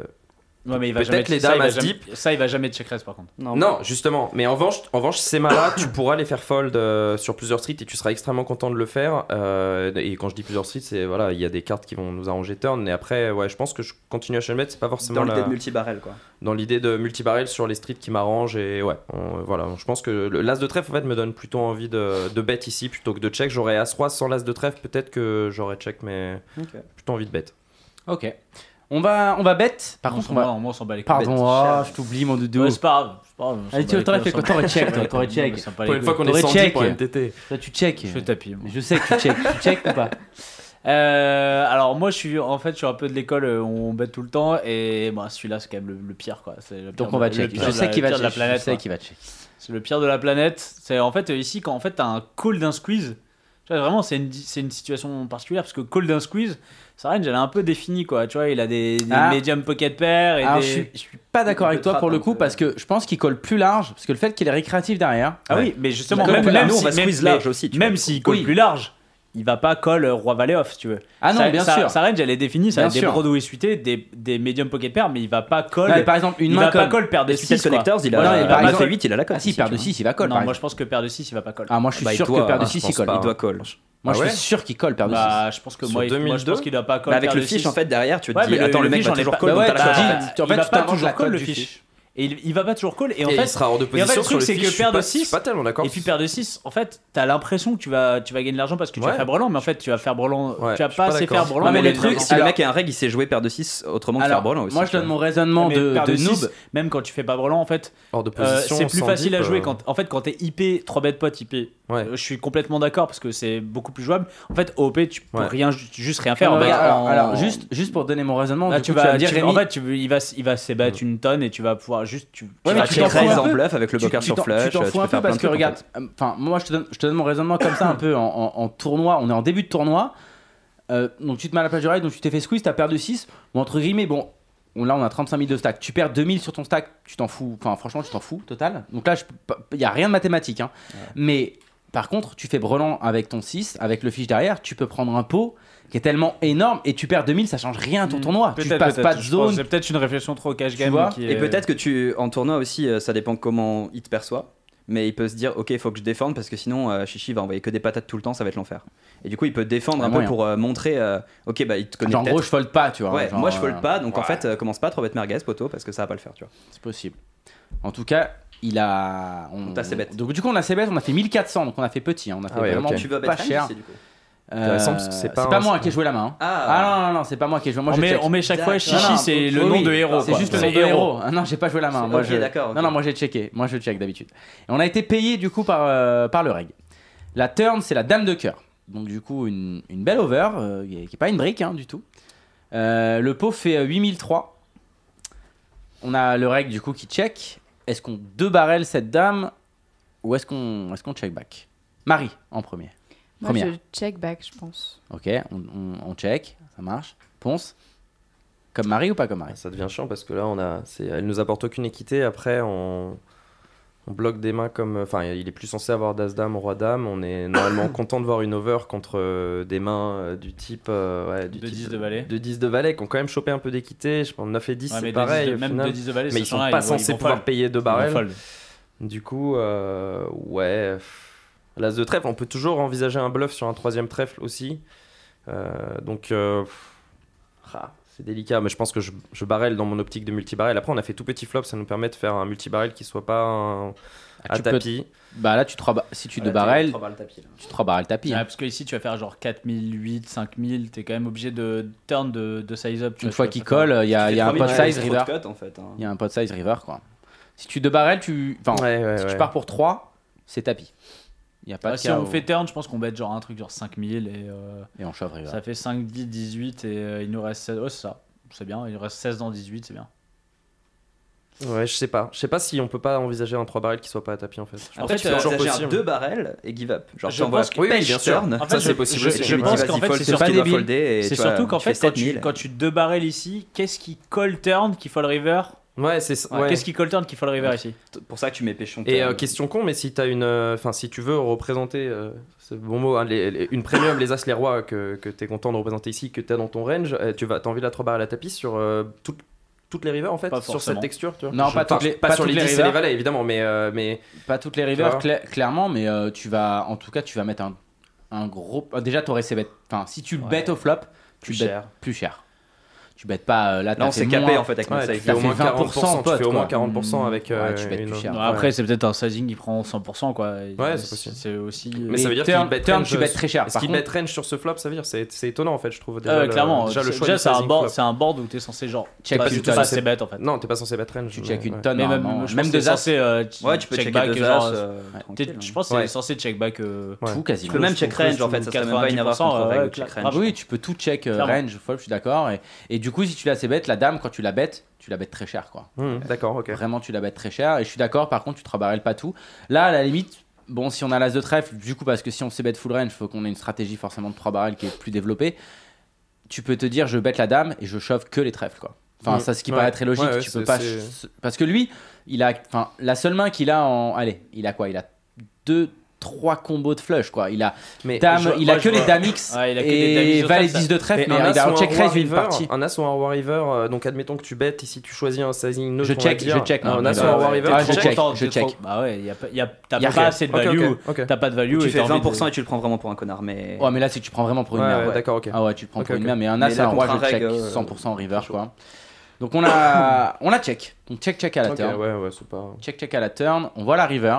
Speaker 2: Ouais, mais il va jamais.
Speaker 4: Peut-être les
Speaker 2: ça, il
Speaker 4: dames
Speaker 2: va
Speaker 4: as
Speaker 2: jamais-
Speaker 4: deep.
Speaker 2: Ça, il va jamais te check raise par contre.
Speaker 5: Non,
Speaker 4: Non, justement. Mais en revanche, en revanche ces mains-là, tu pourras les faire fold euh, sur plusieurs streets et tu seras extrêmement content de le faire. euh, et quand je dis plusieurs streets, c'est voilà, il y a des cartes qui vont nous arranger turn. Et après, ouais, je pense que je continue à shenbet, c'est pas forcément
Speaker 5: dans l'idée
Speaker 4: la-
Speaker 5: de multi-barrel, quoi.
Speaker 4: dans l'idée de multibarrel sur les streets qui m'arrangent et ouais on- euh, voilà je pense que le- l'as de trèfle en fait me donne plutôt envie de, de bet ici plutôt que de check j'aurais as roi sans l'as de trèfle peut-être que j'aurais check mais plutôt envie de bet
Speaker 3: Ok. On va, on va bête. Par
Speaker 2: On
Speaker 3: contre,
Speaker 2: s'en
Speaker 3: on va.
Speaker 2: bat, on s'en bat les couilles.
Speaker 3: Pardon,
Speaker 5: bête,
Speaker 3: oh,
Speaker 5: cher.
Speaker 3: je t'oublie mon doudou.
Speaker 2: Ouais, c'est pas grave. c'est pas grave, on s'en
Speaker 3: Allez,
Speaker 2: bat
Speaker 3: tu
Speaker 2: les
Speaker 3: Ah, t'aurais
Speaker 2: couilles,
Speaker 3: fait quoi
Speaker 2: on s'en
Speaker 3: T'aurais
Speaker 2: bat-
Speaker 3: check, toi,
Speaker 2: Ouais,
Speaker 3: t'aurais
Speaker 2: on
Speaker 3: check.
Speaker 2: s'en bat les
Speaker 4: pour une fois
Speaker 2: couilles.
Speaker 4: qu'on
Speaker 3: T'aurais
Speaker 4: est 110
Speaker 3: check.
Speaker 4: pour MTT
Speaker 3: Toi, tu check.
Speaker 2: Je fais tapis. moi.
Speaker 3: Je sais que tu check. tu check ou pas
Speaker 2: Euh, alors moi je suis en fait je suis un peu de l'école euh, on bête tout le temps et bah, celui-là c'est quand même le, le pire quoi c'est le pire
Speaker 3: Donc on
Speaker 2: de-
Speaker 3: va
Speaker 2: le
Speaker 3: check.
Speaker 2: pire
Speaker 3: Je
Speaker 2: de la-
Speaker 3: sais qu'il va
Speaker 2: le pire
Speaker 3: check.
Speaker 2: de la planète
Speaker 3: Je sais
Speaker 2: quoi.
Speaker 3: qu'il va check.
Speaker 2: c'est le pire de la planète c'est en fait euh, ici quand en fait t'as un call d'un squeeze Tu vois, vraiment, c'est une, di- c'est une situation particulière parce que Cold and Squeeze, sa range, elle est un peu définie, quoi. Tu vois, il a des, des
Speaker 3: Ah.
Speaker 2: medium pocket pair et
Speaker 3: Alors,
Speaker 2: des.
Speaker 3: je, suis, je suis pas d'accord avec toi pour le coup parce que je pense qu'il colle plus large parce que le fait qu'il est récréatif derrière.
Speaker 2: Ah oui, mais justement,
Speaker 3: Comme
Speaker 2: même,
Speaker 3: là,
Speaker 2: même
Speaker 3: nous, on
Speaker 2: si-
Speaker 3: va
Speaker 2: même-
Speaker 3: squeeze
Speaker 2: mais-
Speaker 3: large aussi, tu
Speaker 2: Même
Speaker 3: vois.
Speaker 2: s'il colle
Speaker 3: Oui.
Speaker 2: plus large, il va pas colle euh, roi valet off, si tu veux.
Speaker 3: Ah non,
Speaker 2: Sa-
Speaker 3: bien
Speaker 2: sa-
Speaker 3: sûr.
Speaker 2: Sa range, elle est définie, ça va
Speaker 3: Bien
Speaker 2: être des
Speaker 3: sûr.
Speaker 2: Broadway suités, des, des medium pocket pair, mais il va pas colle.
Speaker 3: Non, mais par exemple, une
Speaker 2: il
Speaker 3: main
Speaker 2: va pas
Speaker 3: colle.
Speaker 2: colle paire de
Speaker 5: Les
Speaker 2: 6. quoi.
Speaker 5: connecteurs, il a,
Speaker 3: Voilà, et
Speaker 5: il
Speaker 3: par
Speaker 5: a
Speaker 3: exemple-
Speaker 5: fait 8, il a la colle.
Speaker 3: Ah si, paire de 6, il va colle.
Speaker 2: Non,
Speaker 3: par
Speaker 2: moi
Speaker 3: exemple.
Speaker 2: je pense que paire de 6, il va pas colle.
Speaker 3: Ah, moi je suis
Speaker 5: Bah, il
Speaker 3: sûr
Speaker 5: doit,
Speaker 3: que paire de
Speaker 5: hein,
Speaker 3: 6
Speaker 5: je
Speaker 3: il
Speaker 5: pense
Speaker 3: colle.
Speaker 5: pas,
Speaker 3: Il doit-
Speaker 5: hein. colle.
Speaker 3: Moi je
Speaker 4: Ah
Speaker 3: suis
Speaker 4: ouais
Speaker 3: sûr qu'il colle paire de 6.
Speaker 2: Bah, je pense que
Speaker 4: Sur
Speaker 2: moi, il- moi, je
Speaker 4: 2002?
Speaker 2: pense qu'il doit
Speaker 3: Bah,
Speaker 2: pas colle.
Speaker 5: Mais avec
Speaker 2: paire
Speaker 5: le
Speaker 2: de
Speaker 5: fish,
Speaker 2: six.
Speaker 5: en fait, derrière, tu te
Speaker 2: Ouais,
Speaker 5: dis,
Speaker 2: mais le-
Speaker 5: attends, le
Speaker 2: le
Speaker 5: mec
Speaker 2: fish,
Speaker 5: va
Speaker 2: on est
Speaker 5: toujours
Speaker 2: pas-
Speaker 5: call,
Speaker 2: Bah
Speaker 5: donc
Speaker 2: ouais,
Speaker 5: t'as la
Speaker 2: bah,
Speaker 5: chance.
Speaker 2: dis-
Speaker 5: en fait.
Speaker 2: il va pas
Speaker 3: t'inventes la
Speaker 2: toujours call
Speaker 3: cote
Speaker 2: le
Speaker 3: du
Speaker 2: fish. Et il, il va pas toujours call. Et en
Speaker 4: Et
Speaker 2: fait,
Speaker 4: il sera hors de
Speaker 2: fait,
Speaker 4: position
Speaker 2: le
Speaker 4: sur
Speaker 2: truc,
Speaker 4: le
Speaker 2: c'est
Speaker 4: fiche,
Speaker 2: que
Speaker 4: je suis
Speaker 2: paire de
Speaker 4: pas-
Speaker 2: six,
Speaker 4: Je suis pas tellement d'accord.
Speaker 2: Et puis paire de 6, en fait, t'as l'impression que tu vas, tu vas gagner de l'argent parce que tu
Speaker 4: Ouais.
Speaker 2: vas faire brelan, mais en fait, tu vas faire brelan,
Speaker 4: Ouais,
Speaker 2: tu vas
Speaker 4: je suis
Speaker 2: pas
Speaker 4: pas
Speaker 2: assez
Speaker 4: d'accord.
Speaker 2: faire brelan.
Speaker 3: Non, mais
Speaker 2: pour
Speaker 3: le
Speaker 2: gagner
Speaker 3: truc,
Speaker 2: de l'argent.
Speaker 5: Si le
Speaker 3: alors-
Speaker 5: mec est un règle, il sait jouer paire de 6, autrement que faire
Speaker 3: Alors,
Speaker 5: brelan
Speaker 2: hein,
Speaker 5: aussi.
Speaker 3: moi je
Speaker 5: tu vois.
Speaker 3: donne mon raisonnement
Speaker 2: Mais
Speaker 3: de
Speaker 2: paire
Speaker 3: de
Speaker 2: six,
Speaker 3: noob.
Speaker 2: Même quand tu fais pas brelan, en fait,
Speaker 4: Hors de
Speaker 2: euh,
Speaker 4: position.
Speaker 2: c'est plus
Speaker 4: sans
Speaker 2: facile à
Speaker 4: dip,
Speaker 2: jouer.
Speaker 4: euh,
Speaker 2: Quand, en fait, quand t'es IP, 3 bêtes potes IP,
Speaker 4: Ouais.
Speaker 2: euh, je suis complètement d'accord parce que c'est beaucoup plus jouable. En fait, OP, tu peux
Speaker 4: Ouais.
Speaker 2: rien, ju- juste rien faire. en
Speaker 3: Alors,
Speaker 2: fait.
Speaker 3: alors,
Speaker 2: En-
Speaker 3: alors, juste, juste pour donner mon raisonnement,
Speaker 2: Là,
Speaker 3: du
Speaker 2: tu
Speaker 3: coup,
Speaker 2: vas,
Speaker 3: me dire
Speaker 2: tu-
Speaker 3: Rémi,
Speaker 2: en fait, tu, il va, s- il va s'ébattre une tonne et tu vas pouvoir juste. Tu,
Speaker 3: Ouais,
Speaker 2: tu
Speaker 3: mais
Speaker 2: vas
Speaker 3: tu
Speaker 2: tirer
Speaker 3: t'en fous un
Speaker 5: 13
Speaker 2: raison.
Speaker 5: en
Speaker 3: peu.
Speaker 5: bluff avec le
Speaker 3: tu-
Speaker 5: poker
Speaker 3: tu
Speaker 5: sur
Speaker 3: t'en-
Speaker 5: flush.
Speaker 3: Tu t'en
Speaker 5: peux
Speaker 3: fous un
Speaker 5: faire
Speaker 3: peu
Speaker 5: plein
Speaker 3: parce
Speaker 5: de
Speaker 3: que
Speaker 5: trucs, en
Speaker 3: regarde,
Speaker 5: fait.
Speaker 3: euh, enfin moi je te donne, je te donne mon raisonnement comme ça un peu en, en- en tournoi, on est en début de tournoi, Euh, donc tu te mets à la plage du rail, donc tu t'es fait squeeze, t'as perdu 6, bon entre guillemets bon, on- là on a 35 000 de stack, tu perds 2000 sur ton stack, tu t'en fous, enfin franchement tu t'en fous total, donc là je peux pas- il y a rien de mathématique, hein. mais par contre tu fais brelan avec ton 6, avec le fiche derrière, tu peux prendre un pot qui est tellement énorme et tu perds 2000 ça change rien à
Speaker 5: Mm.
Speaker 3: ton tournoi, tu
Speaker 2: Peut-être,
Speaker 3: passes
Speaker 2: peut-être,
Speaker 3: pas de
Speaker 2: je pense.
Speaker 3: zone,
Speaker 2: C'est peut-être une réflexion trop au cash
Speaker 3: Tu
Speaker 2: game.
Speaker 3: vois
Speaker 2: qui
Speaker 5: Et
Speaker 2: est-
Speaker 5: peut-être que tu, en tournoi aussi, euh, ça dépend comment il te perçoit. Mais il peut se dire, ok, il faut que je défende parce que sinon euh, Chichi va envoyer que des patates tout le temps, ça va être l'enfer. Et du coup, il peut défendre
Speaker 3: Ah,
Speaker 5: un peu
Speaker 3: moyen.
Speaker 5: pour euh, montrer, euh, ok, bah il te connaît.
Speaker 3: genre en gros
Speaker 5: peut-être.
Speaker 3: je fold pas tu vois,
Speaker 5: Ouais,
Speaker 3: genre,
Speaker 5: moi je fold
Speaker 3: euh,
Speaker 5: pas, donc en
Speaker 3: ouais.
Speaker 5: fait, euh, commence pas trop bête merguez, poteau, parce que ça va pas le faire, tu vois.
Speaker 3: C'est possible. En tout cas, il a. On,
Speaker 5: t'a ses bêtes.
Speaker 3: Donc, du coup, on a ses bêtes, on a fait 1400, donc on a fait petit, hein, on a fait
Speaker 4: Ah ouais,
Speaker 3: vraiment
Speaker 4: ok.
Speaker 5: Tu veux
Speaker 3: pas
Speaker 5: bête
Speaker 3: cher.
Speaker 5: du coup.
Speaker 3: Euh,
Speaker 4: Intéressant, parce que c'est
Speaker 3: c'est
Speaker 4: pas
Speaker 3: pas,
Speaker 4: un-
Speaker 3: moi qui ai joué la main. hein.
Speaker 5: Ah,
Speaker 3: Ah non, non, non, c'est pas moi qui ai joué. Moi,
Speaker 2: on,
Speaker 3: je
Speaker 2: met,
Speaker 3: check.
Speaker 2: on met chaque fois
Speaker 5: D'accord.
Speaker 2: Chichi,
Speaker 3: Non, non,
Speaker 2: c'est
Speaker 3: oui,
Speaker 2: le nom
Speaker 3: oui,
Speaker 2: de héros.
Speaker 3: C'est
Speaker 2: quoi.
Speaker 3: juste le
Speaker 2: C'est
Speaker 3: nom de héros. Ah non, j'ai pas joué la main.
Speaker 5: C'est-
Speaker 3: Moi,
Speaker 5: ok,
Speaker 3: je...
Speaker 5: d'accord, ok.
Speaker 3: Non, non, moi j'ai checké. Moi, je check d'habitude. Et on a été payé du coup par, euh, par le reg. La turn, c'est la dame de cœur. Donc, du coup, une, une belle over euh, qui est- qui est pas une brique hein, du tout. Euh, le pot fait euh, 8003. On a le reg du coup qui check. Est-ce qu'on deux barrel cette dame ou est-ce qu'on est qu'on check back Marie en premier.
Speaker 12: Moi,
Speaker 3: Première.
Speaker 12: je check back, je pense.
Speaker 3: Ok, on, on- on check. Ça marche. Ponce. Comme Marie ou pas comme Marie
Speaker 4: Ah, Ça devient chiant parce que là, on a, c'est, elle nous apporte aucune équité. Après, on, on bloque des mains comme. Enfin, il est plus censé avoir d'As-Dame, Roi-Dame. On est normalement content de voir une over contre euh, des mains euh, du type. euh, ouais, du
Speaker 2: De
Speaker 4: type
Speaker 2: 10 de valet.
Speaker 4: De 10 de valet qui ont quand même chopé un peu d'équité. Je pense 9 et 10,
Speaker 2: Ouais, mais deux dix
Speaker 4: c'est
Speaker 2: de-
Speaker 4: pareil. au
Speaker 2: Même
Speaker 4: final.
Speaker 2: de 10 de valet,
Speaker 4: mais ils sont pas censés pouvoir payer deux barrels. Du coup, euh, ouais. pff, L'as de trèfle, on peut toujours envisager un bluff sur un troisième trèfle aussi. Euh, donc, euh, pff, ah, c'est délicat, mais je pense que je, je barrel dans mon optique de multibarrel. Après, on a fait tout petit flop, ça nous permet de faire un multibarrel qui soit pas un, à
Speaker 3: Ah, tu peux-
Speaker 4: Ah, tapis.
Speaker 3: Bah là, tu trois ba- si
Speaker 5: Ah,
Speaker 3: tu deux barrels, tu trois barrels tapis.
Speaker 2: Ouais,
Speaker 3: hein.
Speaker 2: parce que ici tu vas faire genre 4008, 5000, t'es quand même obligé de turn de, de size up. tu
Speaker 3: Une
Speaker 2: vois,
Speaker 3: fois
Speaker 2: tu
Speaker 3: qu'il
Speaker 2: vas pas
Speaker 3: colle, il y a, il Euh, y a un
Speaker 5: Premier
Speaker 3: pot
Speaker 5: match,
Speaker 3: size
Speaker 5: c'est trop de
Speaker 3: river.
Speaker 5: cotes, en fait. hein.
Speaker 3: Il y a un pot size river quoi. Si tu deux barrels, tu. Enfin,
Speaker 4: Ouais, ouais,
Speaker 3: si
Speaker 4: ouais.
Speaker 3: tu pars pour 3, c'est tapis. Il y a
Speaker 2: faire-
Speaker 3: pas de
Speaker 2: Ouais, Ah, si
Speaker 3: KO.
Speaker 2: on fait turn, je pense qu'on bête genre un truc genre 5000 et euh,
Speaker 3: Et on shove river.
Speaker 2: ça fait 5, 10, 18 et euh, il nous reste 16. Oh, c'est ça, c'est bien, il nous reste 16 dans 18, c'est bien.
Speaker 4: Ouais, je sais pas. Je sais pas si on peut pas envisager un trois barrel qui soit pas à tapis en fait.
Speaker 2: En
Speaker 5: En
Speaker 2: fait,
Speaker 5: fait,
Speaker 2: euh,
Speaker 5: tu peux
Speaker 4: c'est
Speaker 5: envisager un
Speaker 4: possible.
Speaker 5: deux barrels et give up. Genre,
Speaker 2: Je
Speaker 5: tu envoies
Speaker 2: pense que-
Speaker 4: Oui, oui,
Speaker 5: pêche
Speaker 4: bien sûr.
Speaker 5: turn.
Speaker 2: En fait,
Speaker 5: ça,
Speaker 2: je-
Speaker 5: c'est possible.
Speaker 2: je-
Speaker 5: aussi.
Speaker 2: je
Speaker 5: Tu
Speaker 2: pense
Speaker 5: vas
Speaker 2: qu'en fait,
Speaker 5: default,
Speaker 2: c'est
Speaker 5: tu vas
Speaker 2: surtout-
Speaker 5: default folder et
Speaker 2: C'est
Speaker 5: tu vas-
Speaker 2: surtout qu'en
Speaker 5: tu fais
Speaker 2: fait, quand tu,
Speaker 5: 7000.
Speaker 2: quand tu deux barrels ici, qu'est-ce qui colle turn qui fold river
Speaker 4: Ouais, c'est.
Speaker 2: Ouais,
Speaker 4: ouais.
Speaker 2: Qu'est-ce qui colle turn qui fold river ici
Speaker 5: C'est pour ça que tu mets pêchon.
Speaker 4: Et euh, question con, mais si t'as une, euh, enfin si tu veux représenter, euh, c'est le bon mot, hein, les- les- une premium, les as, les rois que, que t'es content de représenter ici, que t'as dans ton range, euh, tu vas, t'as envie de la 3 barre à la tapis sur euh, toutes- toutes les rivers en fait,
Speaker 2: Pas
Speaker 4: sur
Speaker 2: forcément.
Speaker 4: cette texture, tu vois.
Speaker 3: Non, pas
Speaker 4: Enfin,
Speaker 3: toutes les-
Speaker 4: pas,
Speaker 3: pas
Speaker 4: sur
Speaker 3: toutes
Speaker 4: les
Speaker 3: les
Speaker 4: 10 et les
Speaker 3: rivers.
Speaker 4: valets évidemment, mais euh, mais
Speaker 3: Pas toutes les
Speaker 4: Tu
Speaker 3: rivers,
Speaker 4: vois.
Speaker 3: cla- clairement, mais euh, tu vas. En tout cas, tu vas mettre un, un gros. ah, Déjà, t'aurais ses bêtes. Enfin, si tu le
Speaker 5: Ouais.
Speaker 3: bêtes au flop, tu
Speaker 5: plus
Speaker 3: le bêtes
Speaker 5: cher.
Speaker 3: plus cher. Tu bêtes pas euh, là,
Speaker 5: Là,
Speaker 3: t'as
Speaker 5: on
Speaker 3: fait
Speaker 5: s'est capé
Speaker 3: moins.
Speaker 5: en fait avec
Speaker 4: ouais,
Speaker 5: notre
Speaker 4: tu
Speaker 5: save.
Speaker 4: fais au
Speaker 3: fait
Speaker 4: moins 40%,
Speaker 3: 20%,
Speaker 4: tu fais au moins
Speaker 3: pote,
Speaker 4: 40% avec.
Speaker 3: Mmh. Ouais,
Speaker 4: euh,
Speaker 3: tu bêtes
Speaker 4: une-
Speaker 3: plus cher.
Speaker 2: Non,
Speaker 4: ouais.
Speaker 2: Après, c'est peut-être un sizing qui prend 100%, quoi.
Speaker 4: Ouais, c'est possible.
Speaker 2: C'est aussi.
Speaker 4: mais ça veut dire
Speaker 3: turn-
Speaker 4: qu'il bet
Speaker 3: turn,
Speaker 4: range,
Speaker 3: tu bêtes très cher.
Speaker 4: Est-ce
Speaker 3: Par
Speaker 4: qu'il
Speaker 3: contre-
Speaker 4: bet range sur ce flop, ça veut dire c'est c'est étonnant en fait, je trouve. Déjà,
Speaker 2: Ah ouais,
Speaker 4: le-
Speaker 2: clairement,
Speaker 4: déjà le
Speaker 2: c'est-
Speaker 4: choix
Speaker 2: déjà,
Speaker 4: du
Speaker 2: c'est un
Speaker 4: sizing
Speaker 2: board,
Speaker 4: flop.
Speaker 2: c'est un board où t'es censé genre
Speaker 3: Check
Speaker 2: pas
Speaker 3: une
Speaker 2: du tout
Speaker 3: tonne.
Speaker 2: passer bête en fait.
Speaker 4: Non, t'es pas censé bet range.
Speaker 3: Tu
Speaker 4: mais-
Speaker 3: check une
Speaker 4: ouais.
Speaker 3: tonne,
Speaker 2: Mais même,
Speaker 3: normalement.
Speaker 2: je
Speaker 3: même
Speaker 2: pense que
Speaker 3: deux
Speaker 2: c'est
Speaker 3: as.
Speaker 2: censé, euh,
Speaker 5: Ouais, tu peux
Speaker 2: check
Speaker 5: checker
Speaker 2: back,
Speaker 5: deux
Speaker 2: genre,
Speaker 5: as.
Speaker 2: euh,
Speaker 5: euh,
Speaker 2: t'es-
Speaker 5: tranquille,
Speaker 2: Je
Speaker 5: hein.
Speaker 2: pense que c'est
Speaker 4: Ouais.
Speaker 2: censé check back. euh,
Speaker 4: Ouais.
Speaker 3: Tout
Speaker 5: Tu
Speaker 3: quasiment.
Speaker 5: peux même check range en fait, ça serait même pas une erreur
Speaker 2: 90%,
Speaker 5: contre
Speaker 2: ouais,
Speaker 5: règle, check
Speaker 2: clairement.
Speaker 5: range.
Speaker 3: Oui, tu peux tout check euh,
Speaker 2: Clairement.
Speaker 3: range, fold, je suis d'accord. Et, et du coup, si tu la sais bête, la dame, quand tu la bêtes, tu la bêtes très cher, quoi.
Speaker 4: Hum, D'accord, ok.
Speaker 3: Vraiment, tu la bêtes très cher. Et je suis d'accord, par contre, tu te rabarrelles pas tout. Là, à la limite, Bon, si on a l'as de trèfle, du coup, parce que si on sait bet full range, faut qu'on ait une stratégie forcément de 3 barrels qui est plus développée. Tu peux te dire, je bête la dame et je chauffe que les trèfles, quoi. Enfin,
Speaker 4: Ouais.
Speaker 3: ça, ce qui
Speaker 4: Mm. Ouais,
Speaker 3: paraît très logique,
Speaker 4: ouais, ouais,
Speaker 3: tu peux
Speaker 4: c'est-
Speaker 3: pas.
Speaker 4: c'est-
Speaker 3: ch- Parce que lui, il a. Enfin, la seule main qu'il a en. Allez, il a quoi Il a deux, trois combos de flush, quoi. Il a
Speaker 4: Mais
Speaker 3: dame,
Speaker 4: je-
Speaker 3: il
Speaker 4: moi,
Speaker 3: a
Speaker 4: je
Speaker 3: que les
Speaker 4: vois-
Speaker 3: dames X
Speaker 2: Ouais, il a que des dames
Speaker 3: et
Speaker 2: X de
Speaker 3: valet
Speaker 2: trèfle,
Speaker 3: 10 de trèfle, mais
Speaker 4: un
Speaker 3: il
Speaker 4: as
Speaker 3: a
Speaker 4: ou un
Speaker 3: check
Speaker 4: roi
Speaker 3: raise une
Speaker 4: river,
Speaker 3: partie.
Speaker 4: Un as ou un roi river, euh, donc admettons que tu bêtes ici, tu choisis un sizing neutre.
Speaker 3: Je
Speaker 4: on va
Speaker 3: check,
Speaker 4: dire.
Speaker 3: je check, moi,
Speaker 4: Un
Speaker 3: mais
Speaker 4: as ou
Speaker 3: bah,
Speaker 4: un roi river,
Speaker 3: Ah,
Speaker 4: tu
Speaker 3: je
Speaker 4: check.
Speaker 3: check,
Speaker 2: Content,
Speaker 3: je
Speaker 2: t'es
Speaker 3: check.
Speaker 2: trop- Bah ouais, y a, pas- y a- t'as
Speaker 3: Y a
Speaker 2: pas
Speaker 3: rien.
Speaker 2: assez de
Speaker 4: Ok,
Speaker 2: value.
Speaker 4: ok, ok.
Speaker 2: T'as pas de value.
Speaker 5: tu
Speaker 2: et
Speaker 5: fais
Speaker 2: t'as envie
Speaker 5: 20%
Speaker 2: de-
Speaker 5: et tu le prends vraiment pour un connard, mais.
Speaker 3: Ouais, mais là, si tu prends vraiment pour une
Speaker 4: Ouais,
Speaker 3: merde.
Speaker 4: ouais,
Speaker 3: ouais.
Speaker 4: d'accord, ok.
Speaker 3: Ah ouais, tu te prends
Speaker 4: Ok,
Speaker 3: pour une
Speaker 4: ok.
Speaker 3: merde, mais un
Speaker 5: Mais
Speaker 3: as, c'est
Speaker 5: là,
Speaker 3: un roi,
Speaker 5: contre
Speaker 3: je
Speaker 5: un
Speaker 3: check
Speaker 5: reg, euh,
Speaker 3: 100% en river, quoi. Donc on a, on la check. Donc check, check à la
Speaker 4: Ok,
Speaker 3: turn.
Speaker 4: ouais, ouais, c'est pas.
Speaker 3: Check, check à la turn. On voit la river.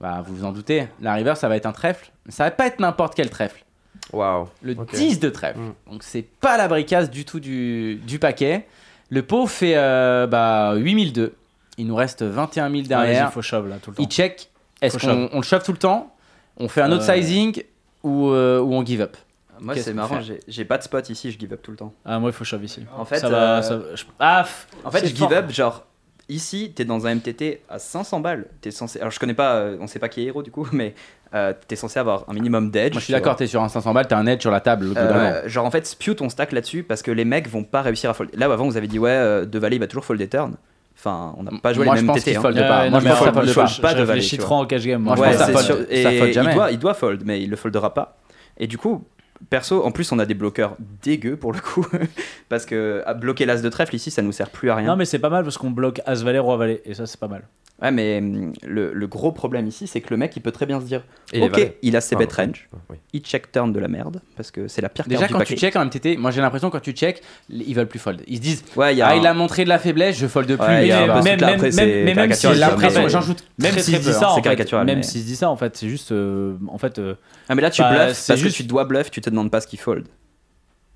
Speaker 3: Bah, vous vous en doutez, la river, ça va être un trèfle. Mais Ça va pas être n'importe quel trèfle.
Speaker 4: Waouh.
Speaker 3: Le
Speaker 4: Ok.
Speaker 3: 10 de trèfle.
Speaker 4: Mm.
Speaker 3: Donc c'est pas la bricasse du tout du, du paquet. Le pot fait euh, bah, 8002. Il nous reste 21 000
Speaker 2: Derrière,
Speaker 3: derrière.
Speaker 2: il Ah, faut shove là tout le temps.
Speaker 3: il check. Est-ce
Speaker 2: Faut Euh.
Speaker 3: qu'on on le shove tout le temps On fait un autre
Speaker 2: Ouais.
Speaker 3: sizing ou, euh, ou on give up
Speaker 5: Moi,
Speaker 3: Qu'est-ce
Speaker 5: c'est
Speaker 3: qu'on
Speaker 5: marrant,
Speaker 3: fait
Speaker 5: j'ai- j'ai pas de spot ici, je give up tout le temps.
Speaker 2: Ah, moi, il faut shove ici.
Speaker 5: En fait,
Speaker 2: ça va.
Speaker 5: euh,
Speaker 2: ça va- je- Ah, f-
Speaker 5: En fait,
Speaker 2: c'est
Speaker 5: je give
Speaker 2: fort.
Speaker 5: up, genre, ici, t'es dans un MTT à 500 balles. T'es censé. Alors, je connais pas, euh, on sait pas qui est héros du coup, mais euh, t'es censé avoir un minimum d'edge.
Speaker 3: Moi je suis
Speaker 5: tu
Speaker 3: d'accord, t'es sur un 500 balles, t'as un edge sur la table
Speaker 5: vois.
Speaker 3: globalement.
Speaker 5: Euh, genre en fait spew ton stack là-dessus parce que les mecs vont pas réussir à fold. Là avant vous avez dit ouais euh, de valet il va toujours fold des turns. Enfin on n'a pas joué
Speaker 3: Moi,
Speaker 5: les
Speaker 3: je
Speaker 5: mêmes
Speaker 3: pense
Speaker 5: TT.
Speaker 3: qu'il
Speaker 5: hein.
Speaker 3: fold
Speaker 2: Ouais,
Speaker 3: pas.
Speaker 2: non,
Speaker 3: Moi je
Speaker 2: mais
Speaker 3: pense
Speaker 2: en
Speaker 3: qu'il
Speaker 2: fait,
Speaker 3: fold
Speaker 2: je-
Speaker 3: pas.
Speaker 5: fold pas
Speaker 2: je
Speaker 5: de valet,
Speaker 2: réfléchis
Speaker 5: tu
Speaker 2: trop en cash game. Moi,
Speaker 3: Ouais,
Speaker 2: je pense que ça
Speaker 3: c'est
Speaker 2: fold.
Speaker 3: sûr.
Speaker 5: et
Speaker 3: ça fold jamais.
Speaker 5: Il doit, il doit fold, mais il le foldera pas. Et du coup, perso, en plus, on a des bloqueurs dégueux pour le coup. parce que à bloquer l'as de trèfle ici, ça nous sert plus à rien.
Speaker 2: Non, mais c'est pas mal parce qu'on bloque As-Valet, Roi-Valet. Et ça, c'est pas mal.
Speaker 5: Ouais, mais hum, le, le gros problème ici, c'est que le mec, il peut très bien se dire
Speaker 4: Et les
Speaker 5: Ok,
Speaker 4: valets.
Speaker 5: il a ses
Speaker 4: Ah,
Speaker 5: bet range,
Speaker 4: oui.
Speaker 5: il check turn de la merde, parce que c'est la pire
Speaker 3: Déjà
Speaker 5: carte
Speaker 3: quand
Speaker 5: du
Speaker 3: tu
Speaker 5: paquet.
Speaker 3: check en MTT, moi j'ai l'impression quand tu check, ils veulent plus fold. Ils se disent
Speaker 5: Ouais, il y a.
Speaker 3: Ah,
Speaker 5: un-
Speaker 3: il a montré de la faiblesse, je folde plus.
Speaker 5: Ouais, il y a
Speaker 3: Et
Speaker 5: un peu
Speaker 2: même-
Speaker 5: ce truc-là,
Speaker 2: même-
Speaker 5: après,
Speaker 2: même-
Speaker 5: c'est
Speaker 2: mais même
Speaker 5: caricatural,
Speaker 2: si-
Speaker 5: c'est un
Speaker 2: l'impression-
Speaker 5: peu-
Speaker 2: j'en
Speaker 3: joute
Speaker 2: Même
Speaker 3: très,
Speaker 2: s'ils
Speaker 3: très
Speaker 2: disent
Speaker 3: peu,
Speaker 2: ça,
Speaker 3: hein,
Speaker 5: c'est
Speaker 2: en fait,
Speaker 5: caricatural,
Speaker 2: même
Speaker 5: mais-
Speaker 2: s'ils disent ça, en fait, c'est juste. euh, En fait, euh,
Speaker 5: Ah, mais là, tu
Speaker 2: Bah,
Speaker 5: bluffes
Speaker 2: c'est
Speaker 5: parce
Speaker 2: juste-
Speaker 5: que tu dois bluff, tu te demandes pas ce qu'il fold.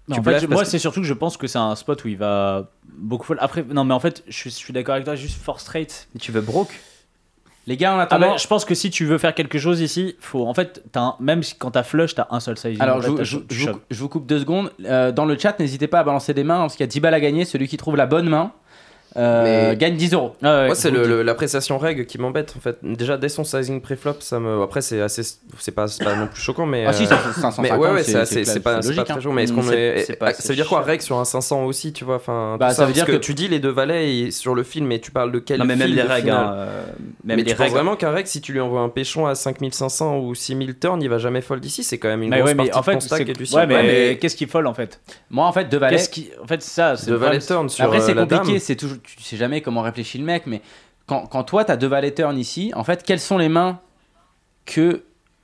Speaker 2: Non,
Speaker 5: Tu
Speaker 2: en fait,
Speaker 5: bluffes
Speaker 2: je-
Speaker 5: parce
Speaker 2: moi,
Speaker 5: que-
Speaker 2: c'est surtout que je pense que c'est un spot où il va beaucoup fold. Après, non, mais en fait, je suis, je suis d'accord avec toi, juste force straight.
Speaker 5: Mais tu veux broke.
Speaker 3: Les gars, en
Speaker 2: Ah,
Speaker 3: attendant,
Speaker 2: mais je pense que si tu veux faire quelque chose ici, faut. En fait, t'as un- même si- quand t'as flush, t'as un seul size.
Speaker 3: Alors,
Speaker 2: En
Speaker 3: je,
Speaker 2: fait,
Speaker 3: vous-
Speaker 2: t'as-
Speaker 3: je vous-
Speaker 2: tu
Speaker 3: je vous-
Speaker 2: shoves.
Speaker 3: je vous coupe deux secondes. Euh, dans le chat, n'hésitez pas à balancer des mains, hein, parce qu'il y a 10 balles à gagner. Celui qui trouve la bonne main euh,
Speaker 4: Mais-
Speaker 3: gagne 10 euros.
Speaker 2: Ah ouais.
Speaker 4: Moi, c'est
Speaker 3: vous
Speaker 4: le-
Speaker 3: dites.
Speaker 4: le- l'appréciation règle qui m'embête en fait. Déjà, dès son sizing préflop, ça me. Après, c'est assez. C'est pas, c'est pas non plus choquant, mais.
Speaker 3: Ah si,
Speaker 4: euh,
Speaker 3: 550,
Speaker 4: Mais ouais, ouais, c'est
Speaker 3: c'est
Speaker 4: assez- c'est pas, c'est
Speaker 3: logique,
Speaker 4: pas
Speaker 3: hein.
Speaker 4: très chaud. Mais est-ce
Speaker 3: Mm,
Speaker 4: qu'on
Speaker 3: c'est-
Speaker 4: est-
Speaker 5: c'est pas-
Speaker 4: ça veut
Speaker 5: c'est
Speaker 4: dire quoi,
Speaker 5: cher.
Speaker 4: règle sur un 500 aussi, tu vois Enfin,
Speaker 3: Bah,
Speaker 4: tout
Speaker 3: ça veut dire
Speaker 4: parce
Speaker 3: que-
Speaker 4: tu dis les deux valets et sur le film, mais tu parles de quel
Speaker 5: Non, mais même
Speaker 4: film
Speaker 5: les
Speaker 4: de
Speaker 5: règles.
Speaker 4: finale
Speaker 5: hein, euh, même
Speaker 4: mais
Speaker 5: les
Speaker 4: tu penses
Speaker 5: règles.
Speaker 4: vraiment qu'un reg, si tu lui envoies un péchon à 5500 ou 6000 turns, il va jamais fold ici C'est quand même une
Speaker 2: Mais
Speaker 4: grosse
Speaker 2: ouais, mais
Speaker 4: partie
Speaker 2: en
Speaker 4: de
Speaker 2: fait,
Speaker 4: ton stack
Speaker 2: c'est-
Speaker 4: et du
Speaker 2: ouais,
Speaker 4: sien.
Speaker 2: mais,
Speaker 4: Ouais,
Speaker 2: qu'est-ce qui folle en fait
Speaker 3: Moi, en fait, deux valets.
Speaker 2: Qu'est-ce qui, en fait, ça, c'est
Speaker 4: de
Speaker 2: le problème,
Speaker 4: valet turn sur
Speaker 3: Après,
Speaker 4: euh,
Speaker 3: c'est
Speaker 4: la dame.
Speaker 3: compliqué. C'est toujours, tu sais jamais comment réfléchit le mec, mais quand, quand toi, t'as deux valets turn ici, en fait, quelles sont les mains que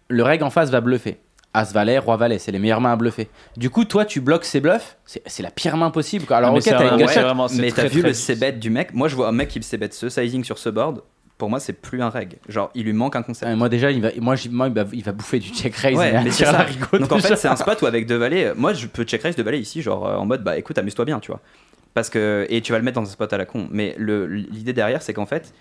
Speaker 3: le reg en face va bluffer As valet, roi valet, c'est les meilleures mains à bluffer. Du coup, toi, tu bloques ses bluffs. C'est c'est la pire main possible. quoi. Alors,
Speaker 2: Ah, Mais
Speaker 3: ok,
Speaker 2: c'est
Speaker 3: t'as
Speaker 2: un-
Speaker 3: une
Speaker 2: ouais,
Speaker 3: gut shot.
Speaker 2: vraiment, Oh, c'est
Speaker 5: Mais
Speaker 2: très,
Speaker 5: t'as vu
Speaker 2: très
Speaker 5: le
Speaker 2: difficile.
Speaker 5: c-bet du mec Moi, je vois un mec qui c-bet ce sizing sur ce board. Pour moi, c'est plus un reg. Genre, il lui manque un concept.
Speaker 3: Ouais, moi déjà, il va, moi, j'y- moi, il, va, il va bouffer du check raise.
Speaker 5: Ouais,
Speaker 3: mais
Speaker 5: mais
Speaker 3: à
Speaker 5: c'est
Speaker 3: tirer
Speaker 5: ça.
Speaker 3: la rigole,
Speaker 5: Donc en
Speaker 3: déjà.
Speaker 5: fait, c'est un spot où avec deux valets, euh, moi je peux check raise deux valets ici, genre euh, en mode bah écoute, amuse-toi bien, tu vois. Parce que et tu vas le mettre dans un spot à la con. Mais le- l'idée derrière, c'est qu'en fait,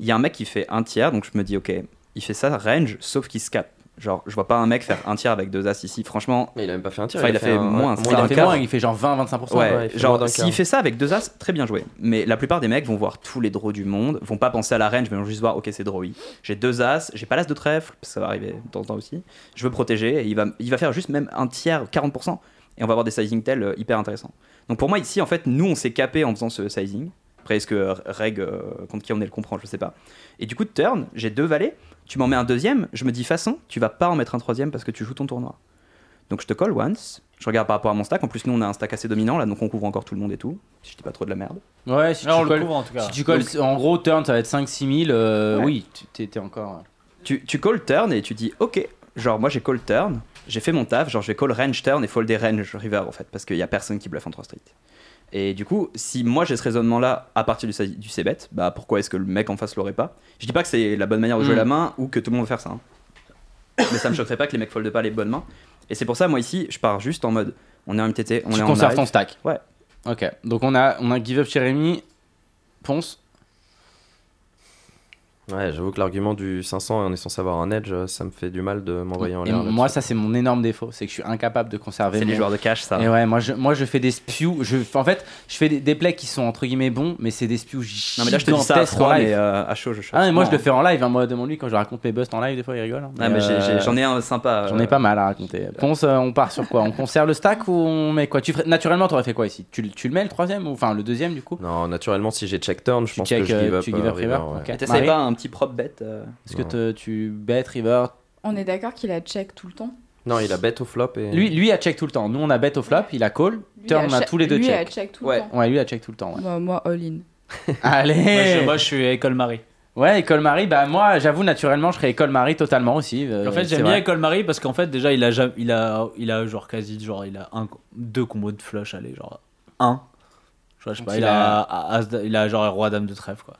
Speaker 5: il y a un mec qui fait un tiers, donc je me dis ok, il fait ça range, sauf qu'il se cap. Genre, je vois pas un mec faire un tiers avec deux as ici. Franchement,
Speaker 4: Mais il a même pas fait un tir.
Speaker 5: Enfin, il a fait
Speaker 4: un-
Speaker 5: moins,
Speaker 4: ouais,
Speaker 5: c'est
Speaker 3: Il
Speaker 5: moins
Speaker 3: en
Speaker 5: d'un
Speaker 3: fait
Speaker 5: quart.
Speaker 3: moins, il fait genre 20-25%.
Speaker 5: ouais,
Speaker 4: ouais, il fait moins d'un
Speaker 5: genre
Speaker 4: quart.
Speaker 5: s'il fait ça avec deux as, très bien joué. Mais la plupart des mecs vont voir tous les draws du monde, vont pas penser à la range, mais vont juste voir ok c'est drawy. J'ai deux as, j'ai pas l'as de trèfle, parce que ça va arriver de temps en temps aussi. Je veux protéger et il va, il va faire juste même un tiers, 40%, et on va avoir des sizing tels euh, hyper intéressants. Donc pour moi ici en fait nous on s'est capé en faisant ce sizing. Après est-ce que euh, Reg euh, contre qui on est le comprend, je sais pas. Et du coup de turn, j'ai deux valets, tu m'en mets un deuxième, je me dis façon, tu vas pas en mettre un troisième parce que tu joues ton tournoi. Donc je te colle once, je regarde par rapport à mon stack. En plus, nous on a un stack assez dominant là, donc on couvre encore tout le monde et tout. Si je dis pas trop de la merde.
Speaker 3: Ouais, si
Speaker 2: Alors, on
Speaker 3: tu
Speaker 2: le
Speaker 3: colles,
Speaker 2: couvre en tout cas.
Speaker 3: si tu colles en gros, turn, ça va être 5-6 000. euh,
Speaker 5: Ouais.
Speaker 3: Oui, tu- t'es t'es encore.
Speaker 5: Tu, tu call turn et tu dis ok, genre moi j'ai call turn, j'ai fait mon taf, genre je vais call range turn et folder range river en fait, parce qu'il y a personne qui bluffe en 3 street. Et du coup, si moi j'ai ce raisonnement là à partir du, sa- du c-bet, bah pourquoi est-ce que le mec en face l'aurait pas Je dis pas que c'est la bonne manière de jouer
Speaker 3: Mm.
Speaker 5: la main ou que tout le monde va faire ça. hein. Mais ça me choquerait pas que les mecs foldent pas les bonnes mains. Et c'est pour ça, moi ici, je pars juste en mode on est en MTT, on
Speaker 3: tu
Speaker 5: est en
Speaker 3: conserves
Speaker 5: live.
Speaker 3: ton stack.
Speaker 5: Ouais.
Speaker 3: Ok. Donc on a, on a give up Jérémy, Ponce.
Speaker 4: Ouais, j'avoue que l'argument du 500 et en essayant savoir un edge, ça me fait du mal de m'envoyer en
Speaker 3: Et
Speaker 4: l'air.
Speaker 3: moi, ça, c'est mon énorme défaut, c'est que je suis incapable de conserver.
Speaker 5: C'est les
Speaker 3: mon-
Speaker 5: joueurs de cash, ça.
Speaker 3: Et ouais, moi je, moi je fais des spews. Je, en fait, je fais des, des plays qui sont entre guillemets bons, mais c'est des spews
Speaker 5: Non, mais là, je te dis ça à
Speaker 3: gigantesques en
Speaker 5: froid,
Speaker 3: live.
Speaker 5: mais euh, à chaud, je chauffe.
Speaker 3: Ah, mais moi je
Speaker 5: Non.
Speaker 3: le fais en live, hein, moi demande lui quand je raconte mes busts en live, des fois il rigole. hein.
Speaker 5: Ah, mais j'ai- j'ai-
Speaker 3: euh,
Speaker 5: j'en ai un sympa. euh,
Speaker 3: J'en ai pas mal à raconter. Ponce, euh, on part sur quoi On conserve le stack ou on met quoi tu ferais- Naturellement, t'aurais fait quoi ici tu, le- tu le mets le troisième ou enfin le deuxième du coup
Speaker 4: Non, naturellement, si j'ai check turn, je
Speaker 3: Tu
Speaker 4: pense
Speaker 3: check,
Speaker 4: que je
Speaker 3: euh,
Speaker 4: give up,
Speaker 3: tu give
Speaker 4: euh,
Speaker 3: up river,
Speaker 4: ouais.
Speaker 3: ok.
Speaker 5: Mais
Speaker 3: Marie
Speaker 5: T'essayes pas un petit prop bet euh,
Speaker 3: Est-ce que
Speaker 4: Non.
Speaker 3: te- tu bet, river
Speaker 12: On est d'accord qu'il a check tout le temps
Speaker 4: Non, il a bet au flop et.
Speaker 3: lui, lui a check tout le temps. Nous on a bet au flop, il a call.
Speaker 12: Lui,
Speaker 3: Turn,
Speaker 12: il
Speaker 3: on a
Speaker 12: check-
Speaker 3: tous les deux
Speaker 12: Lui, il a
Speaker 3: check.
Speaker 12: check tout le
Speaker 5: Ouais.
Speaker 12: temps.
Speaker 3: Ouais, lui a check tout le temps. ouais.
Speaker 12: Moi, moi, all in.
Speaker 2: Moi, je,
Speaker 3: Allez
Speaker 2: moi, je suis école Marie.
Speaker 3: Ouais, école Marie, bah moi j'avoue naturellement je serais école Marie totalement aussi. euh,
Speaker 2: en fait,
Speaker 3: c'est
Speaker 2: j'aime bien
Speaker 3: vrai.
Speaker 2: école Marie parce qu'en fait, déjà, il a, ja- il a, il a genre quasi, genre, il a un, deux combos de flush, allez, genre, un. Je sais
Speaker 3: Donc,
Speaker 2: pas,
Speaker 3: il
Speaker 2: il a, as- il a genre roi dame de trèfle, quoi.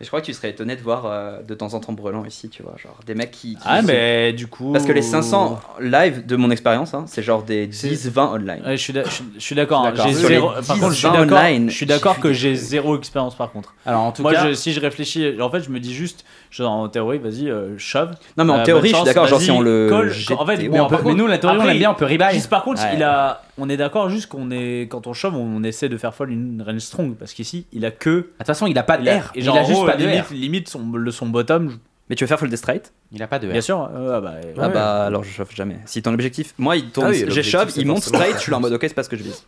Speaker 5: Mais je crois que tu serais étonné de voir euh, de temps en temps Brelan ici, tu vois. Genre des mecs qui. qui-
Speaker 2: Ah, mais du coup.
Speaker 5: Parce que les 500 live, de mon expérience, hein, c'est genre des 10-20 online.
Speaker 2: Ouais, je suis d'a- je suis- je suis d'accord. hein.
Speaker 5: Je suis
Speaker 2: J'ai
Speaker 5: d'accord. Sur
Speaker 2: zéro-
Speaker 5: les
Speaker 2: Par
Speaker 5: 10,
Speaker 2: contre, je suis
Speaker 5: 20
Speaker 2: d'accord.
Speaker 5: online,
Speaker 2: Je suis d'accord
Speaker 5: j'ai
Speaker 2: que
Speaker 5: vu
Speaker 2: j'ai zéro expérience par contre.
Speaker 3: Alors en tout
Speaker 2: Moi,
Speaker 3: cas,
Speaker 2: je- si je réfléchis, en fait, je me dis juste, genre en théorie, vas-y, euh, shove.
Speaker 5: Non, mais en
Speaker 2: Euh,
Speaker 5: théorie,
Speaker 2: bonne
Speaker 5: je suis
Speaker 2: chance,
Speaker 5: d'accord. Genre,
Speaker 2: vas-y,
Speaker 5: si on le.
Speaker 2: colle.
Speaker 5: jetait,
Speaker 2: En fait,
Speaker 5: ouais.
Speaker 3: mais,
Speaker 2: bon,
Speaker 3: on peut-
Speaker 2: par
Speaker 3: mais
Speaker 2: contre-
Speaker 3: nous la théorie on
Speaker 2: après,
Speaker 3: l'aime bien, on peut rebuy.
Speaker 2: Juste, par contre,
Speaker 5: Ouais.
Speaker 2: il a. On est d'accord juste qu'on est quand on shove, on essaie de faire folle une range strong parce qu'ici, il a que.
Speaker 3: De toute façon, il a pas de
Speaker 2: Il a,
Speaker 3: R.
Speaker 2: et
Speaker 3: Il
Speaker 2: genre,
Speaker 3: a
Speaker 2: en
Speaker 3: juste
Speaker 2: gros,
Speaker 3: pas de
Speaker 2: limite,
Speaker 3: R.
Speaker 2: limite son, le, son bottom, je-
Speaker 5: Mais tu veux faire full des straight
Speaker 3: Il a pas de
Speaker 2: bien
Speaker 3: R.
Speaker 2: sûr. euh, ah bah, euh,
Speaker 5: Ah bah alors je chauffe jamais. Si ton objectif, moi il tourne,
Speaker 4: Ah oui,
Speaker 5: j'ai
Speaker 4: l'objectif,
Speaker 5: shove,
Speaker 4: c'est
Speaker 5: il monte
Speaker 4: forcément-
Speaker 5: straight, je suis là en mode ok c'est pas ce que je vise.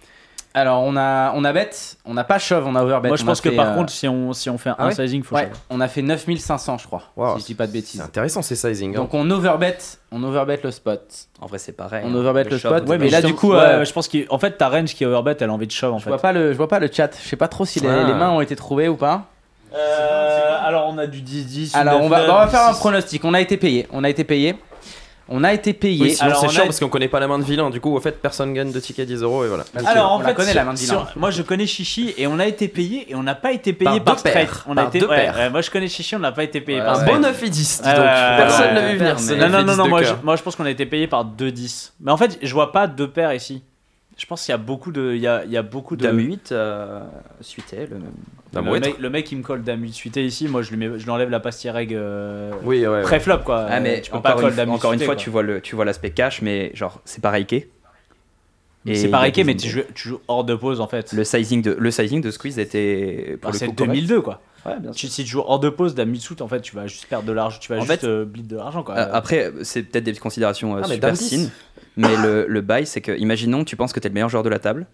Speaker 3: Alors on a on a bet, on n'a pas shove, on a overbet.
Speaker 2: Moi, je
Speaker 3: on a
Speaker 2: pense que
Speaker 3: fait,
Speaker 2: par
Speaker 3: euh,
Speaker 2: contre, si on, si on fait un
Speaker 3: ah ouais
Speaker 2: sizing, faut
Speaker 3: ouais,
Speaker 2: shove.
Speaker 3: on a fait 9500 je crois,
Speaker 4: Wow.
Speaker 3: si je dis pas de
Speaker 4: C'est
Speaker 3: bêtises.
Speaker 4: intéressant ces sizing. hein.
Speaker 3: Donc on overbet, on overbet le spot.
Speaker 5: En vrai c'est pareil. hein.
Speaker 3: On overbet le
Speaker 5: shove,
Speaker 3: spot.
Speaker 5: on
Speaker 3: Ouais, mais là,
Speaker 5: overbet.
Speaker 3: du coup,
Speaker 2: ouais,
Speaker 3: euh,
Speaker 2: je pense qu'en fait, ta range qui est overbet, elle a envie de shove en
Speaker 3: Je
Speaker 2: fait.
Speaker 3: vois pas le je vois pas le chat, je sais pas trop si les,
Speaker 4: Ah.
Speaker 3: les mains ont été trouvées ou pas.
Speaker 2: Euh, alors on a du 10-10.
Speaker 3: Alors
Speaker 2: du
Speaker 3: on va
Speaker 2: 9-9,
Speaker 3: bah, on va faire un
Speaker 2: six-
Speaker 3: pronostic. On a été payé, on a été payé. On a été payé.
Speaker 4: Oui, sinon
Speaker 2: alors,
Speaker 4: c'est
Speaker 2: on
Speaker 4: chiant
Speaker 2: a-
Speaker 4: parce qu'on connaît pas la main de vilain. Du coup, au fait, personne gagne de tickets 10 euros et voilà.
Speaker 3: Parce que
Speaker 2: Alors en
Speaker 3: on
Speaker 2: fait,
Speaker 3: la connaît la hein. main de
Speaker 2: sur-
Speaker 3: vilain.
Speaker 2: moi je connais Chichi et on a été payé et on n'a pas été payé
Speaker 4: Par
Speaker 2: par,
Speaker 4: deux
Speaker 2: straight.
Speaker 4: paires,
Speaker 2: On a
Speaker 4: par
Speaker 2: été
Speaker 4: deux
Speaker 2: ouais,
Speaker 4: paires.
Speaker 2: ouais, moi je connais Chichi, on n'a pas été payé
Speaker 5: Ouais,
Speaker 2: par
Speaker 5: ouais.
Speaker 2: straight.
Speaker 5: Bon
Speaker 4: 9 et 10,
Speaker 2: dis donc. Euh,
Speaker 4: Personne
Speaker 2: ouais.
Speaker 4: l'a vu venir.
Speaker 5: Mais-
Speaker 4: ce
Speaker 5: Non,
Speaker 2: Non
Speaker 4: 9 et
Speaker 2: non
Speaker 4: 10
Speaker 2: non non,
Speaker 4: de
Speaker 2: moi je,
Speaker 4: cœur.
Speaker 2: moi, je pense qu'on a été payé par deux 10. Mais en fait, je vois pas deux paires ici. Je pense qu'il y a beaucoup de il y a, il y a beaucoup de
Speaker 5: Dame 8 euh, suité le même.
Speaker 4: Non, mais
Speaker 2: le,
Speaker 4: ouais,
Speaker 2: mec, le mec il me colle dame 8 suité ici, moi je lui mets, je lui enlève la pastille reg euh,
Speaker 4: Oui, ouais. ouais.
Speaker 2: très flop quoi.
Speaker 5: Ah mais
Speaker 2: Euh, tu peux pas
Speaker 5: encore
Speaker 2: colle
Speaker 5: une,
Speaker 2: dame huit
Speaker 5: encore une
Speaker 2: suité,
Speaker 5: fois
Speaker 2: quoi.
Speaker 5: tu vois le tu vois l'aspect cash mais genre c'est pareil qu'est. Et
Speaker 2: c'est
Speaker 5: il
Speaker 2: pareil
Speaker 5: y a
Speaker 2: mais
Speaker 5: des-
Speaker 2: tu joues, tu joues hors de pause en fait.
Speaker 5: le sizing de le sizing de squeeze était pour
Speaker 2: Enfin, Bah,
Speaker 5: le
Speaker 2: c'est
Speaker 5: coup correct.
Speaker 2: 2002 quoi.
Speaker 5: Ouais, bien sûr.
Speaker 2: Tu- si tu joues hors de pause Dame Mitsuit, en fait, tu vas juste perdre de l'argent, tu vas
Speaker 5: En
Speaker 2: juste
Speaker 5: fait,
Speaker 2: euh, bleed de l'argent quoi.
Speaker 5: Euh, après, euh, c'est peut-être des considérations euh,
Speaker 4: Ah, mais
Speaker 5: super
Speaker 4: Dame dix.
Speaker 5: fines, mais le, le bail, c'est que, imaginons, tu penses que t'es le meilleur joueur de la table.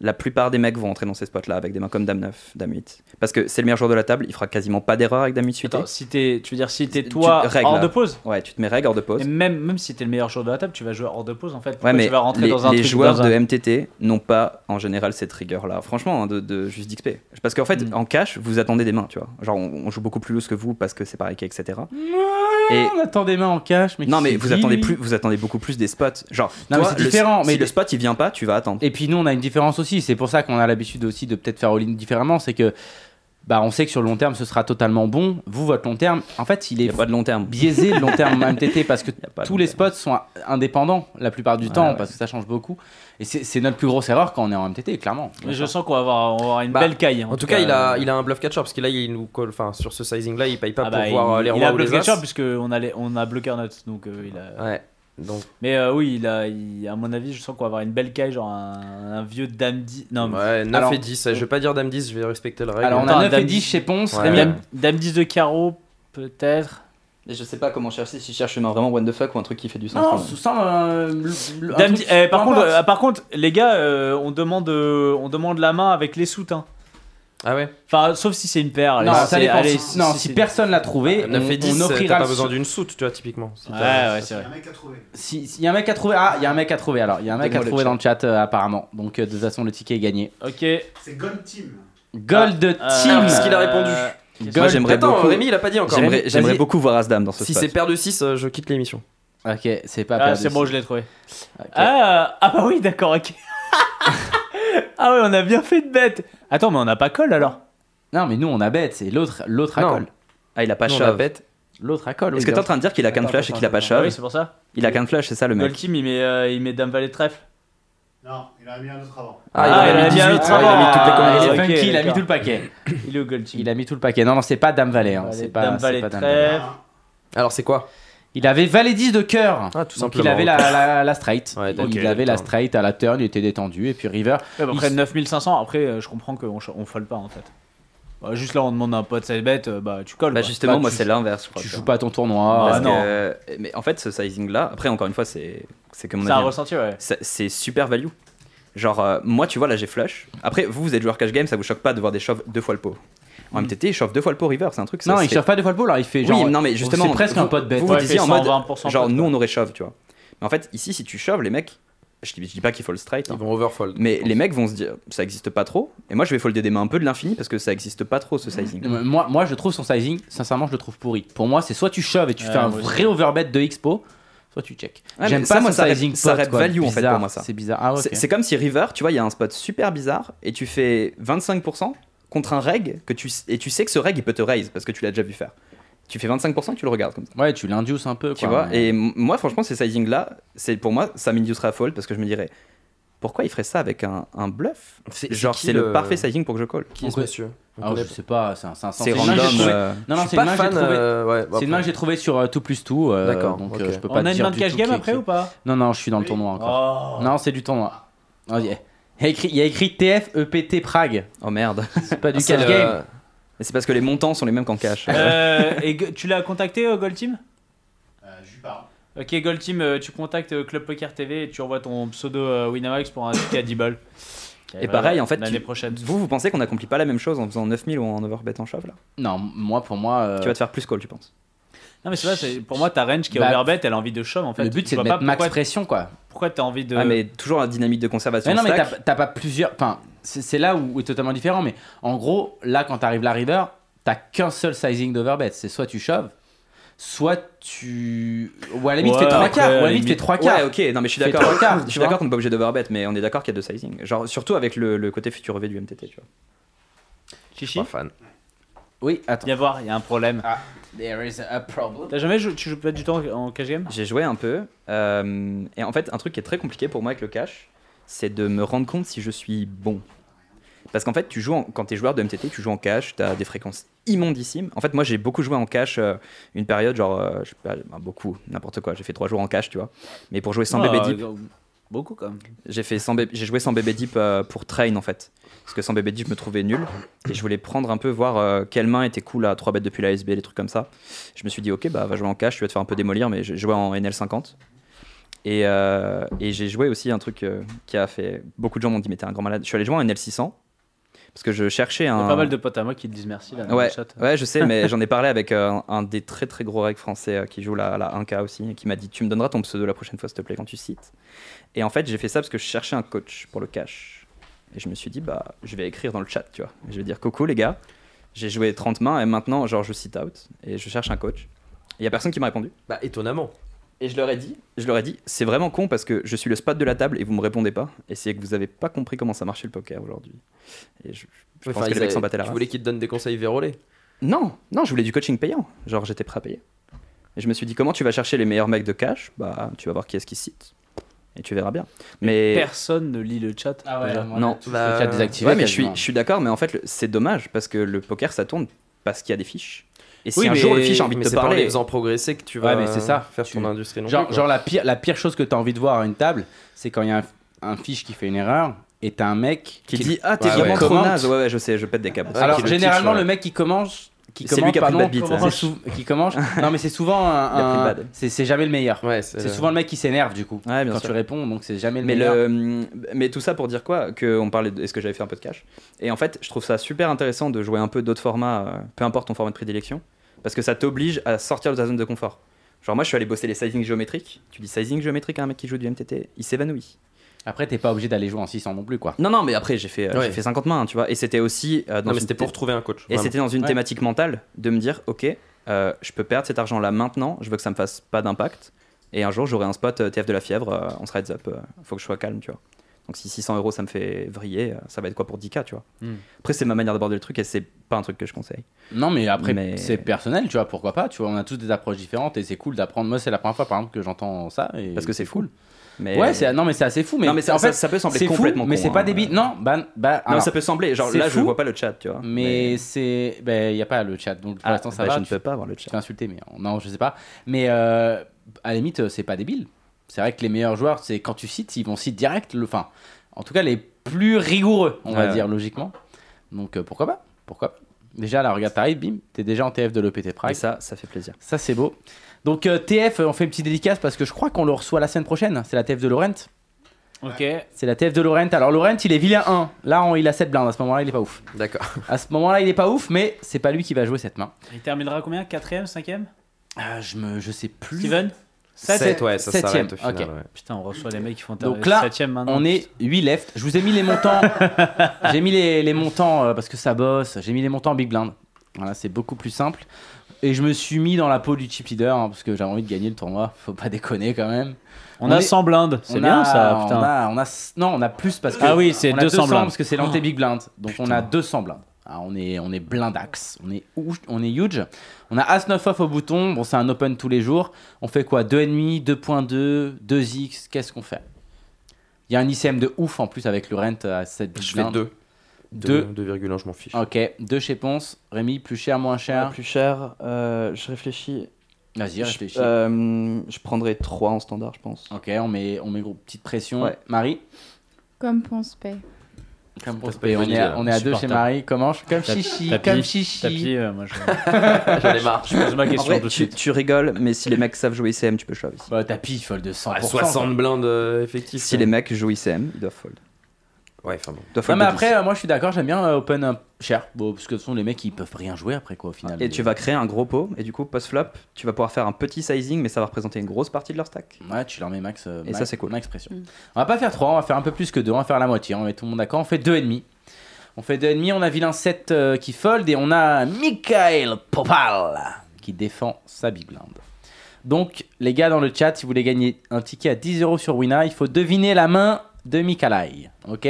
Speaker 5: La plupart des mecs vont entrer dans ces spots-là avec des mains comme Dame 9, Dame 8. Parce que c'est le meilleur joueur de la table, il fera quasiment pas d'erreur avec Dame 8 suité.
Speaker 2: Attends, si t'es, tu veux dire si t'es
Speaker 5: Tu-
Speaker 2: toi
Speaker 5: règle,
Speaker 2: hors
Speaker 5: là.
Speaker 2: de pause,
Speaker 5: Ouais, tu te mets règle hors de pause.
Speaker 2: et même même si t'es le meilleur joueur de la table, tu vas jouer hors de pause en fait. Pourquoi
Speaker 5: Ouais, mais
Speaker 2: tu vas rentrer
Speaker 5: les,
Speaker 2: dans un
Speaker 5: les
Speaker 2: truc
Speaker 5: joueurs
Speaker 2: dans
Speaker 5: de
Speaker 2: un-
Speaker 5: MTT n'ont pas en général cette rigueur-là, franchement, hein, de, de juste d'XP. Parce qu'en fait,
Speaker 2: Mm.
Speaker 5: en cash, vous attendez des mains, tu vois. Genre, on, on joue beaucoup plus loose que vous parce que c'est pareil, etc. Et
Speaker 3: On attend des mains en cash, mais
Speaker 5: non,
Speaker 3: qui
Speaker 5: mais
Speaker 3: se
Speaker 5: vous
Speaker 3: dit,
Speaker 5: attendez
Speaker 3: oui.
Speaker 5: plus, vous attendez beaucoup plus des spots. Genre,
Speaker 3: Non, mais
Speaker 5: toi,
Speaker 3: c'est
Speaker 5: le-
Speaker 3: différent, mais-
Speaker 5: si le spot il vient pas, tu vas attendre.
Speaker 3: Et puis nous, on a une différence aussi. C'est pour ça qu'on a l'habitude aussi de peut-être faire all différemment. C'est que, bah, on sait que sur le long terme, ce sera totalement bon. Vous, votre long terme, en fait, il est
Speaker 5: Il n'y a pas de long terme.
Speaker 3: biaisé le long terme en MTT parce que
Speaker 5: Y a pas de
Speaker 3: tous
Speaker 5: long
Speaker 3: les
Speaker 5: terme.
Speaker 3: spots sont indépendants la plupart du
Speaker 5: Ouais,
Speaker 3: temps
Speaker 5: ouais.
Speaker 3: parce que ça change beaucoup. Et c'est c'est notre plus grosse erreur quand on est en MTT, clairement.
Speaker 2: Mais je sens qu'on va avoir, on va avoir une
Speaker 4: Bah,
Speaker 2: belle caille. hein,
Speaker 4: En tout cas, il a, il a un bluff catcher parce que là, il nous colle. Enfin, sur ce sizing là, il paye
Speaker 2: euh,
Speaker 4: pas
Speaker 2: Ah
Speaker 4: pour
Speaker 2: bah,
Speaker 4: voir euh,
Speaker 2: il,
Speaker 4: les
Speaker 2: il
Speaker 4: rois Ah.
Speaker 2: a
Speaker 4: ou
Speaker 2: bloqué
Speaker 4: les
Speaker 2: le shot
Speaker 4: as.
Speaker 2: puisque on a les- on a bloqué un note donc euh, il a.
Speaker 4: Ouais. Donc,
Speaker 2: Mais euh, oui, il a, il- à mon avis, je sens qu'on va avoir une belle caille, genre un, un vieux dame 10 Non, mais
Speaker 4: ouais, 9
Speaker 3: Alors-
Speaker 4: et 10. Je vais pas dire dame 10, je vais respecter le règle.
Speaker 3: Alors, on
Speaker 2: Attends,
Speaker 3: a 9 et
Speaker 2: Dame-
Speaker 3: 10 chez Ponce.
Speaker 4: Ouais.
Speaker 3: Rémi,
Speaker 4: Dame-
Speaker 2: dame 10 de carreau peut-être.
Speaker 5: Et je sais pas comment chercher, si je cherche une main vraiment one the fuck ou un truc qui fait du sens.
Speaker 3: Non,
Speaker 5: quand même.
Speaker 3: sous- sans, euh, le- le- un
Speaker 2: Dame
Speaker 3: truc-
Speaker 2: di- eh, par,
Speaker 3: peu
Speaker 2: contre,
Speaker 3: importe.
Speaker 2: euh, par contre, les gars, euh, on, demande, euh, on demande la main avec les soutins.
Speaker 4: Ah ouais
Speaker 2: Enfin, sauf si c'est une paire. ah, allez,
Speaker 3: non,
Speaker 2: c'est-
Speaker 3: ça dépend.
Speaker 2: allez,
Speaker 3: si, non, si
Speaker 2: c'est-
Speaker 3: personne l'a trouvé,
Speaker 4: 9 et
Speaker 3: on-
Speaker 4: 10,
Speaker 3: on
Speaker 4: euh,
Speaker 3: offrira
Speaker 4: t'as pas
Speaker 3: le-
Speaker 4: besoin d'une soute, tu vois, typiquement. Si
Speaker 2: Ouais,
Speaker 4: t'as-
Speaker 2: ouais, c'est vrai.
Speaker 3: Si- S'il y a un mec à trouver, ah, il y a un mec à trouver alors. Il y a un mec à
Speaker 4: Donne-moi le
Speaker 3: trouver
Speaker 4: chat.
Speaker 3: dans le chat euh, apparemment. Donc euh, de toute façon, le ticket est gagné.
Speaker 2: Ok. euh,
Speaker 3: Gold
Speaker 4: Ah,
Speaker 3: Team.
Speaker 4: parce qu'il a répondu.
Speaker 3: Gold-
Speaker 5: Moi, j'aimerais
Speaker 4: Attends,
Speaker 5: beaucoup-
Speaker 4: Rémi, il a pas dit encore.
Speaker 5: J'aimerais, j'aimerais
Speaker 3: vas-y.
Speaker 5: beaucoup voir Asdam dans ce
Speaker 4: Si
Speaker 5: spot.
Speaker 4: c'est paire de 6, euh, je quitte l'émission.
Speaker 3: Ok, c'est pas
Speaker 2: Ah,
Speaker 3: perdu.
Speaker 2: c'est bon, je l'ai trouvé.
Speaker 3: Ok.
Speaker 2: Ah, ah bah oui, d'accord, ok. ah ouais, on a bien fait de bête. Attends, mais on n'a pas colle alors
Speaker 3: Non, mais nous on a bête, c'est l'autre, l'autre à
Speaker 4: Non.
Speaker 3: colle.
Speaker 5: Ah, il a pas
Speaker 4: Nous, on a
Speaker 5: shove.
Speaker 4: bet.
Speaker 3: L'autre à colle.
Speaker 5: Est-ce
Speaker 3: oui,
Speaker 5: que t'es
Speaker 3: bien
Speaker 5: en train de dire qu'il a qu'un
Speaker 3: Attends,
Speaker 5: flash et qu'il a pas
Speaker 3: attends,
Speaker 2: Ah
Speaker 5: shove
Speaker 2: oui, c'est pour ça.
Speaker 5: Il a qu'un flash, c'est ça le
Speaker 2: Gold
Speaker 5: mec.
Speaker 2: Team, il met, euh, il met Dame Valet Trèfle.
Speaker 13: Non, il a mis un autre avant.
Speaker 3: Ah, il a mis
Speaker 13: un
Speaker 3: 18,
Speaker 13: autre
Speaker 3: ah, il a mis toutes les
Speaker 13: avant.
Speaker 3: commandes.
Speaker 13: Ah,
Speaker 3: Il est funky,
Speaker 13: ok,
Speaker 3: il a mis
Speaker 13: d'accord.
Speaker 3: tout le paquet. Il est au gold Il a mis tout le paquet. Non, non, c'est pas Dame Valet. hein,
Speaker 2: Allez,
Speaker 3: C'est pas,
Speaker 2: Dame
Speaker 3: c'est
Speaker 2: Valet
Speaker 3: pas Dame
Speaker 2: trèfle.
Speaker 3: Valet.
Speaker 4: Alors, c'est quoi
Speaker 3: Il avait Valet 10 de cœur.
Speaker 4: Ah, tout
Speaker 3: Donc,
Speaker 4: simplement.
Speaker 3: il avait la, la, la straight.
Speaker 4: d'accord.
Speaker 3: il
Speaker 4: Ok,
Speaker 3: avait la
Speaker 4: d'accord.
Speaker 3: straight à la turn, il était détendu. Et puis River.
Speaker 5: Oh,
Speaker 2: Ouais, bah, après
Speaker 3: il-
Speaker 2: 9500, après euh, je comprends qu'on ch- on folle pas en fait. Bah, juste là, on demande à un pote, ça bête, euh, bah tu colles.
Speaker 5: Bah
Speaker 2: quoi.
Speaker 5: justement,
Speaker 2: Bah,
Speaker 5: moi
Speaker 2: tu-
Speaker 5: c'est l'inverse. je crois,
Speaker 2: tu
Speaker 5: tu
Speaker 2: joues
Speaker 5: vois.
Speaker 2: pas ton tournoi,
Speaker 3: Ah,
Speaker 5: Parce
Speaker 2: euh, non.
Speaker 5: que- mais en fait, ce sizing là, après encore une fois, c'est c'est que mon
Speaker 2: C'est un
Speaker 5: avis, hein.
Speaker 2: ressenti, ouais.
Speaker 5: Ça- C'est super value. Genre, euh, moi, tu vois, là j'ai flush. Après, vous, vous êtes joueur cash game, ça vous choque pas de voir des shoves deux fois le pot. En MTT, ils chauffent deux fois le pot river, c'est un truc. ça
Speaker 3: Non,
Speaker 5: se
Speaker 3: il
Speaker 5: fait-
Speaker 3: chauffe pas deux fois le pot là, il fait genre.
Speaker 5: oui, non, mais justement.
Speaker 3: C'est presque
Speaker 5: vous-
Speaker 3: un pot de bête.
Speaker 5: Vous, vous disiez en mode. Genre, nous, on aurait shove, tu vois. Mais en fait, ici, si tu shoves, les mecs. Je dis, je dis pas qu'ils fold straight. Ils
Speaker 4: vont overfold.
Speaker 5: hein. Mais les mecs vont se dire, ça existe pas trop. Et moi, je vais folder des mains un peu de l'infini parce que ça existe pas trop ce sizing.
Speaker 3: Euh, Moi, moi, je trouve son sizing, sincèrement, je le trouve pourri. Pour moi, c'est soit tu shoves et tu
Speaker 5: Ouais,
Speaker 3: fais un
Speaker 5: moi aussi.
Speaker 3: vrai overbet de Expo, soit tu check.
Speaker 5: Ouais,
Speaker 3: J'aime
Speaker 5: mais
Speaker 3: pas
Speaker 5: ça, moi,
Speaker 3: son
Speaker 5: ça reste-
Speaker 3: sizing.
Speaker 5: ça
Speaker 3: pot,
Speaker 5: reste
Speaker 3: quoi.
Speaker 5: value en fait
Speaker 3: Bizarre,
Speaker 5: pour moi ça.
Speaker 3: C'est bizarre. Ah, ok.
Speaker 5: C'est- C'est comme si River, tu vois, il y a un spot super bizarre et tu fais 25% contre un reg que tu et tu sais que ce reg il peut te raise parce que tu l'as déjà vu faire. Tu fais 25% et tu le regardes comme ça.
Speaker 3: Ouais, tu l'induces un peu.
Speaker 5: Tu
Speaker 3: quoi,
Speaker 5: vois
Speaker 3: mais-
Speaker 5: Et m- moi franchement ces sizing là, c'est pour moi ça m'inducera à fold parce que je me dirais pourquoi il ferait ça avec un, un bluff
Speaker 4: C'est-
Speaker 5: Genre
Speaker 4: c'est qui
Speaker 5: c'est le...
Speaker 4: le-
Speaker 5: parfait sizing pour que je call.
Speaker 4: Qui est ce
Speaker 3: On
Speaker 4: monsieur On
Speaker 3: Ah,
Speaker 4: connaît
Speaker 3: je sais pas, c'est un 500.
Speaker 5: C'est
Speaker 3: une main que j'ai
Speaker 5: random,
Speaker 3: trouvée-
Speaker 5: euh,
Speaker 3: Non, non,
Speaker 5: je suis
Speaker 3: c'est
Speaker 5: pas
Speaker 3: une main que j'ai
Speaker 5: fan,
Speaker 3: trouvée-
Speaker 5: euh, ouais,
Speaker 4: bah,
Speaker 3: c'est
Speaker 5: après.
Speaker 3: une main que j'ai trouvée sur euh, tout plus tout. euh,
Speaker 5: D'accord,
Speaker 3: Donc
Speaker 5: ok.
Speaker 3: euh, je peux
Speaker 2: On
Speaker 3: pas
Speaker 2: a
Speaker 3: te
Speaker 2: une
Speaker 3: dire
Speaker 2: main de
Speaker 3: du
Speaker 2: cash
Speaker 3: tout
Speaker 2: game
Speaker 3: qui est
Speaker 2: après
Speaker 3: qui.
Speaker 2: ou pas
Speaker 3: Non, non, je suis dans le tournoi encore.
Speaker 2: Oh.
Speaker 3: Non, c'est du tournoi. Oh, yeah. Il y a écrit, il y a écrit TF EPT Prague.
Speaker 5: Oh merde.
Speaker 3: C'est pas du
Speaker 5: C'est
Speaker 3: cash
Speaker 5: le-
Speaker 3: game.
Speaker 5: Mais c'est parce que les montants sont les mêmes qu'en cash.
Speaker 2: Euh, et Go- tu l'as contacté, euh, Gold Team
Speaker 3: Euh,
Speaker 13: Je lui parle.
Speaker 2: Ok, Gold Team, euh, tu contactes euh, Club Poker TV et tu envoies ton pseudo euh, Winamax pour un ticket à 10 balles.
Speaker 5: Et pareil, en fait,
Speaker 2: L'année
Speaker 5: tu-
Speaker 2: prochaine.
Speaker 5: vous vous pensez qu'on accomplit pas la même chose en faisant 9000 ou en overbet en shove là
Speaker 3: Non, moi, pour moi. euh,
Speaker 5: Tu vas te faire plus call, tu penses
Speaker 2: Non, mais c'est vrai, c'est- pour moi, ta range qui est
Speaker 3: Bah,
Speaker 2: overbet, elle a envie de shove en fait.
Speaker 3: Le but,
Speaker 2: Je
Speaker 3: c'est de
Speaker 2: vois pas
Speaker 3: mettre max
Speaker 2: pourquoi,
Speaker 3: pression, quoi.
Speaker 2: pourquoi t'as envie de.
Speaker 5: Ah mais toujours la dynamique de conservation.
Speaker 3: Euh, Mais non, mais
Speaker 5: stack.
Speaker 3: t'as t'as pas plusieurs. Enfin, c'est c'est là où, où est totalement différent. Mais en gros, là, quand t'arrives la river, t'as qu'un seul sizing d'overbet. C'est soit tu shoves, soit tu. Ou à la limite,
Speaker 5: Ouais,
Speaker 3: fais trois
Speaker 5: après,
Speaker 3: quarts. Ou à
Speaker 5: à
Speaker 3: la
Speaker 5: la
Speaker 3: limite, fais
Speaker 5: limite-
Speaker 3: trois quarts.
Speaker 5: Ouais, ok, non, mais je suis
Speaker 3: Fais
Speaker 5: d'accord.
Speaker 3: trois quarts,
Speaker 5: Je
Speaker 3: tu
Speaker 5: suis
Speaker 3: vois.
Speaker 5: d'accord qu'on n'est pas obligé d'overbet, mais on est d'accord qu'il y a deux sizing. Genre, surtout avec le, le côté futur V du MTT, tu vois.
Speaker 2: Chichi
Speaker 4: Pas fan.
Speaker 3: Oui, attends.
Speaker 2: Il y a voir, il y a un problème.
Speaker 3: There is a problem.
Speaker 2: T'as jamais joué, tu joues pas du temps en cash game
Speaker 5: J'ai joué un peu, euh, et en fait, un truc qui est très compliqué pour moi avec le cash, c'est de me rendre compte si je suis bon. Parce qu'en fait, tu joues en- quand t'es joueur de MTT, tu joues en cash, t'as des fréquences immondissimes. En fait, moi, j'ai beaucoup joué en cash euh, une période, genre, euh, je sais pas, bah, beaucoup, n'importe quoi. J'ai fait trois jours en cash, tu vois. Mais pour jouer sans
Speaker 2: Ah,
Speaker 5: bébé deep,
Speaker 2: Beaucoup quand même.
Speaker 5: J'ai fait sans bé- j'ai joué sans bébé deep euh, pour train en fait. Parce que sans bébé deep je me trouvais nul et je voulais prendre un peu voir euh, quelle main était cool à 3 bêtes depuis la SB les trucs comme ça. Je me suis dit OK bah va jouer en cash, tu vas te faire un peu démolir mais j'ai joué en NL50. Et, euh, et j'ai joué aussi un truc euh, qui a fait beaucoup de gens m'ont dit mais t'es un grand malade. Je suis allé jouer en NL600 parce que je cherchais un
Speaker 2: Il y a pas mal de potes à moi qui te disent merci là dans
Speaker 5: Ouais,
Speaker 2: le chat.
Speaker 5: ouais, je sais, mais j'en ai parlé avec euh, un des très très gros recs français euh, qui joue la, la 1K aussi, et qui m'a dit Tu me donneras ton pseudo la prochaine fois, s'il te plaît, quand tu cites. Et en fait, j'ai fait ça parce que je cherchais un coach pour le cash. Et je me suis dit Bah, je vais écrire dans le chat, tu vois. Je vais dire Coucou les gars, j'ai joué 30 mains et maintenant, genre, je cite out et je cherche un coach. Il y a personne qui m'a répondu.
Speaker 4: Bah, étonnamment.
Speaker 5: Et je leur ai dit Je leur ai dit C'est vraiment con parce que je suis le spot de la table et vous me répondez pas. Et c'est que vous avez pas compris comment ça marchait le poker aujourd'hui. Et je, je
Speaker 4: Enfin,
Speaker 5: pense que
Speaker 4: ils
Speaker 5: les mecs
Speaker 4: avaient-
Speaker 5: s'en battaient la
Speaker 4: Tu
Speaker 5: race.
Speaker 4: voulais qu'ils te donnent des conseils vérolés.
Speaker 5: Non, non, je voulais du coaching payant. Genre, j'étais prêt à payer. Et je me suis dit, comment tu vas chercher les meilleurs mecs de cash Bah, tu vas voir qui est-ce qui cite. Et tu verras bien. Mais.
Speaker 2: Personne ne lit le chat.
Speaker 3: Ah ouais,
Speaker 2: déjà.
Speaker 3: moi,
Speaker 5: Non,
Speaker 3: tout le chat désactivé,
Speaker 5: Ouais, mais je suis,
Speaker 3: quasiment.
Speaker 5: je suis d'accord, mais en fait, le- c'est dommage parce que le poker, ça tourne parce qu'il y a des fiches. Et si
Speaker 4: Oui,
Speaker 5: un
Speaker 4: mais-
Speaker 5: jour le fiche a envie de
Speaker 4: mais
Speaker 5: te
Speaker 4: c'est pas en
Speaker 5: parler.
Speaker 4: les faisant progresser que tu
Speaker 3: Ouais,
Speaker 4: vas
Speaker 3: mais c'est ça.
Speaker 4: faire
Speaker 3: Tu-
Speaker 4: ton industrie non
Speaker 3: Genre,
Speaker 4: plus,
Speaker 3: genre la, pire, la pire chose que t'as envie de voir à une table, c'est quand il y a un, un fiche qui fait une erreur et t'as un mec
Speaker 5: Qui dit, ah, t'es
Speaker 3: Ouais,
Speaker 5: vraiment
Speaker 3: ouais.
Speaker 5: trop
Speaker 3: Commente.
Speaker 5: naze. Ouais, ouais, je sais, je pète des câbles.
Speaker 3: Alors
Speaker 5: Qui le
Speaker 3: généralement
Speaker 5: teach, ouais.
Speaker 3: le mec qui commence, qui
Speaker 5: C'est lui
Speaker 3: commence,
Speaker 5: qui a pris
Speaker 3: pardon,
Speaker 5: la bite, hein.
Speaker 3: c'est sou- qui commence. non mais c'est souvent un-
Speaker 5: Il a pris
Speaker 3: un-
Speaker 5: le bad.
Speaker 3: c'est c'est jamais le meilleur.
Speaker 4: Ouais,
Speaker 3: C'est
Speaker 4: le-
Speaker 3: souvent le mec qui s'énerve du coup
Speaker 5: Ouais, bien
Speaker 3: quand
Speaker 5: sûr.
Speaker 3: tu réponds, donc c'est jamais le
Speaker 5: Mais,
Speaker 3: meilleur.
Speaker 5: le, mais tout ça pour dire quoi Que on parlait de est-ce que j'avais fait un peu de cash Et en fait, je trouve ça super intéressant de jouer un peu d'autres formats, euh, peu importe ton format de prédilection, parce que ça t'oblige à sortir de ta zone de confort. Genre moi, je suis allé bosser les sizing géométriques. Tu dis sizing géométrique à un mec qui joue du MTT, il s'évanouit.
Speaker 3: Après t'es pas obligé d'aller jouer en 600 non plus quoi.
Speaker 5: Non, non, mais après j'ai fait, euh,
Speaker 4: Ouais.
Speaker 5: j'ai fait 50 mains, tu vois. Et c'était aussi euh, dans
Speaker 4: Non, mais
Speaker 5: une
Speaker 4: c'était pour trouver un coach.
Speaker 5: et
Speaker 4: vraiment.
Speaker 5: c'était dans une
Speaker 3: Ouais.
Speaker 5: thématique mentale de me dire, ok, euh, je peux perdre cet argent là maintenant, je veux que ça me fasse pas d'impact. Et un jour, j'aurai un spot euh, TF de la fièvre, euh, on se heads up, euh, faut que je sois calme, tu vois. Donc si 600 euros ça me fait vriller, euh, ça va être quoi pour 10K, tu vois.
Speaker 2: Mm.
Speaker 5: Après, c'est ma manière d'aborder le truc et c'est pas un truc que je conseille.
Speaker 3: Non mais après
Speaker 5: Mais-
Speaker 3: c'est personnel, tu vois pourquoi pas. Tu vois on a tous des approches différentes et c'est cool d'apprendre. Moi c'est la première fois par exemple que j'entends ça et
Speaker 5: Parce que c'est
Speaker 3: cool.
Speaker 5: Mais
Speaker 3: ouais, c'est non mais c'est assez fou. Mais
Speaker 5: Non, mais ça-
Speaker 3: en
Speaker 5: ça-
Speaker 3: fait,
Speaker 5: ça peut sembler
Speaker 3: c'est fou,
Speaker 5: complètement
Speaker 3: mais
Speaker 5: con,
Speaker 3: c'est
Speaker 5: hein.
Speaker 3: pas débile. Non, bah, bah
Speaker 5: Non,
Speaker 3: alors,
Speaker 5: ça peut sembler. Genre
Speaker 3: c'est
Speaker 5: là, je
Speaker 3: fou,
Speaker 5: vois pas le chat, tu vois.
Speaker 3: Mais, c'est, ben il y a pas le chat, donc pour
Speaker 5: Ah,
Speaker 3: l'instant ça
Speaker 5: bah,
Speaker 3: va.
Speaker 5: je ne
Speaker 3: tu-
Speaker 5: peux pas voir le chat.
Speaker 3: Tu t'es insulté, mais euh, non, je sais pas. Mais euh, à la limite, euh, c'est pas débile. C'est vrai que les meilleurs joueurs, c'est quand tu cites, ils vont citer direct. Le, enfin, en tout cas, les plus rigoureux, on va
Speaker 5: Ouais.
Speaker 3: dire logiquement. Donc euh, pourquoi pas Pourquoi pas Déjà, là, regarde, t'arrives, bim, t'es déjà en TF de l'EPT Prime.
Speaker 5: Et ça, ça fait plaisir.
Speaker 3: Ça, c'est beau. Donc, euh, TF, euh, on fait une petite dédicace parce que je crois qu'on le reçoit la semaine prochaine. C'est la TF de Laurent.
Speaker 2: Ok.
Speaker 3: C'est la TF de Laurent. Alors, Laurent, il est vilain 1. Là, on- il a 7 blindes. À ce moment-là, il est pas ouf.
Speaker 5: D'accord.
Speaker 3: À ce moment-là, il est pas ouf, mais c'est pas lui qui va jouer cette main.
Speaker 2: Il terminera combien Quatrième, cinquième
Speaker 3: Ah, je, me, je sais plus.
Speaker 2: Steven
Speaker 3: Sept,
Speaker 2: Sept,
Speaker 3: ouais, ça s'arrête Septième, au final, ok. ouais.
Speaker 2: Putain, on reçoit des mecs qui font
Speaker 3: Donc là,
Speaker 2: septième maintenant.
Speaker 3: on est 8 left. Je vous ai mis les montants. j'ai mis les, les montants euh, parce que ça bosse. J'ai mis les montants en big blind. Voilà, c'est beaucoup plus simple. Et je me suis mis dans la peau du chip leader hein, parce que j'avais envie de gagner le tournoi. Faut pas déconner quand même.
Speaker 2: On a 100 blindes. C'est
Speaker 3: on
Speaker 2: bien,
Speaker 3: a-
Speaker 2: ça, putain.
Speaker 3: On a, on a- non, on a plus parce que.
Speaker 2: Ah oui, c'est
Speaker 3: on a
Speaker 2: 200 blindes.
Speaker 3: parce que c'est l'anté
Speaker 2: Oh,
Speaker 3: big blind. Donc on a 200 blindes. Ah, on est on est blindax. On est ouh, on est huge. On a as 9 off au bouton. Bon, c'est un open tous les jours. On fait quoi 2,5, 2.2, 2x. Qu'est-ce qu'on fait Il y a un ICM de ouf en plus avec le rent à 7 big
Speaker 4: Je fais
Speaker 3: blind.
Speaker 4: 2.
Speaker 3: 2.
Speaker 4: 2,1, je m'en fiche.
Speaker 3: Ok, 2 chez Ponce. Rémi, plus cher, moins cher.
Speaker 5: Plus cher, euh, je réfléchis.
Speaker 3: Vas-y,
Speaker 5: Je-
Speaker 3: réfléchis.
Speaker 5: euh, je prendrais 3 en standard, je pense.
Speaker 3: Ok, on met, on met gros, petite pression.
Speaker 5: Ouais.
Speaker 3: Marie
Speaker 12: Comme Ponce paye.
Speaker 3: Comme
Speaker 5: Ponce
Speaker 3: on,
Speaker 5: paye,
Speaker 3: est à, on est à deux chez
Speaker 2: Supportable.
Speaker 3: Marie. Comment je- Comme Chichi.
Speaker 2: Tapis,
Speaker 3: Comme Chichi.
Speaker 2: tapis, euh, moi, je...
Speaker 4: J'en ai marre.
Speaker 2: je pose ma question
Speaker 5: En vrai,
Speaker 2: tout de
Speaker 5: tu,
Speaker 2: suite.
Speaker 5: tu rigoles, mais si les mecs savent jouer ICM, tu peux shove ici.
Speaker 3: Bah, tapis, il fold de 100%.
Speaker 4: À 60 Ah, blindes euh, effectifs.
Speaker 5: Si les mecs jouent ICM, ils doivent fold.
Speaker 4: Ouais, enfin bon.
Speaker 5: Ils doivent
Speaker 3: Non,
Speaker 5: fold
Speaker 3: mais
Speaker 5: de
Speaker 3: après, euh, moi je suis d'accord, j'aime bien euh, open euh, cher. Bon, parce que de toute façon, les mecs ils peuvent rien jouer après quoi au final.
Speaker 5: 10. Et tu vas créer un gros pot, et du coup, post-flop, tu vas pouvoir faire un petit sizing, mais ça va représenter une grosse partie de leur stack.
Speaker 3: Ouais, tu leur mets max. euh,
Speaker 5: Et
Speaker 3: max-
Speaker 5: ça, c'est cool.
Speaker 3: Max pression.
Speaker 12: Mm.
Speaker 3: On va pas faire 3, on va faire un peu plus que 2, on va faire la moitié. hein. On met tout le monde d'accord, on fait 2,5. On fait 2,5, on a vilain 7 euh, qui fold et on a Mikhail Popal qui défend sa big blind. Donc, les gars dans le chat, si vous voulez gagner un ticket à 10 euros sur Wina, il faut deviner la main de Mikhail. Ok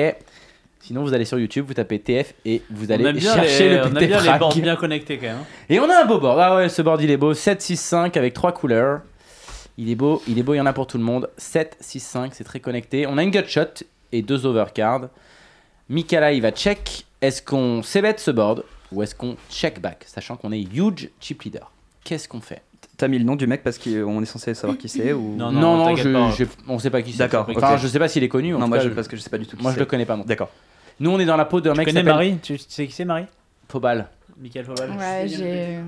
Speaker 3: Sinon, vous allez sur YouTube, vous tapez TF et vous
Speaker 2: On
Speaker 3: allez
Speaker 2: aime bien
Speaker 3: chercher
Speaker 2: les-
Speaker 3: le
Speaker 2: On
Speaker 3: petit
Speaker 2: aime bien les
Speaker 3: frac.
Speaker 2: bords bien connectés, quand même. hein.
Speaker 3: Et on a un beau board. Ah ouais, ce board il est beau. 7, 6, 5 avec trois couleurs. Il est beau, il est beau, il y en a pour tout le monde. 7, 6, 5, c'est très connecté. On a une gut shot et deux overcards. Mikala il va check. Est-ce qu'on s'ébête ce board ou est-ce qu'on check back Sachant qu'on est huge chip leader. Qu'est-ce qu'on fait
Speaker 5: T'as mis le nom du mec parce qu'on est censé savoir qui c'est ou...
Speaker 2: Non,
Speaker 3: Non, non,
Speaker 2: t'inquiète
Speaker 3: je-
Speaker 2: pas.
Speaker 3: je- on sait pas qui c'est.
Speaker 5: D'accord,
Speaker 3: Enfin,
Speaker 5: ok.
Speaker 3: je sais pas s'il est connu. en
Speaker 5: Non,
Speaker 3: tout
Speaker 5: moi,
Speaker 3: cas,
Speaker 5: je, parce que je sais pas du tout qui
Speaker 3: moi je le
Speaker 5: c'est.
Speaker 3: connais pas. Moi.
Speaker 5: D'accord.
Speaker 3: Nous on est dans la peau d'un
Speaker 2: Tu
Speaker 3: mec qui
Speaker 2: connais
Speaker 3: s'appelle
Speaker 2: Marie tu, tu sais qui c'est, Marie
Speaker 3: Pobal.
Speaker 2: Michael Fobal.
Speaker 12: Ouais, j'ai euh,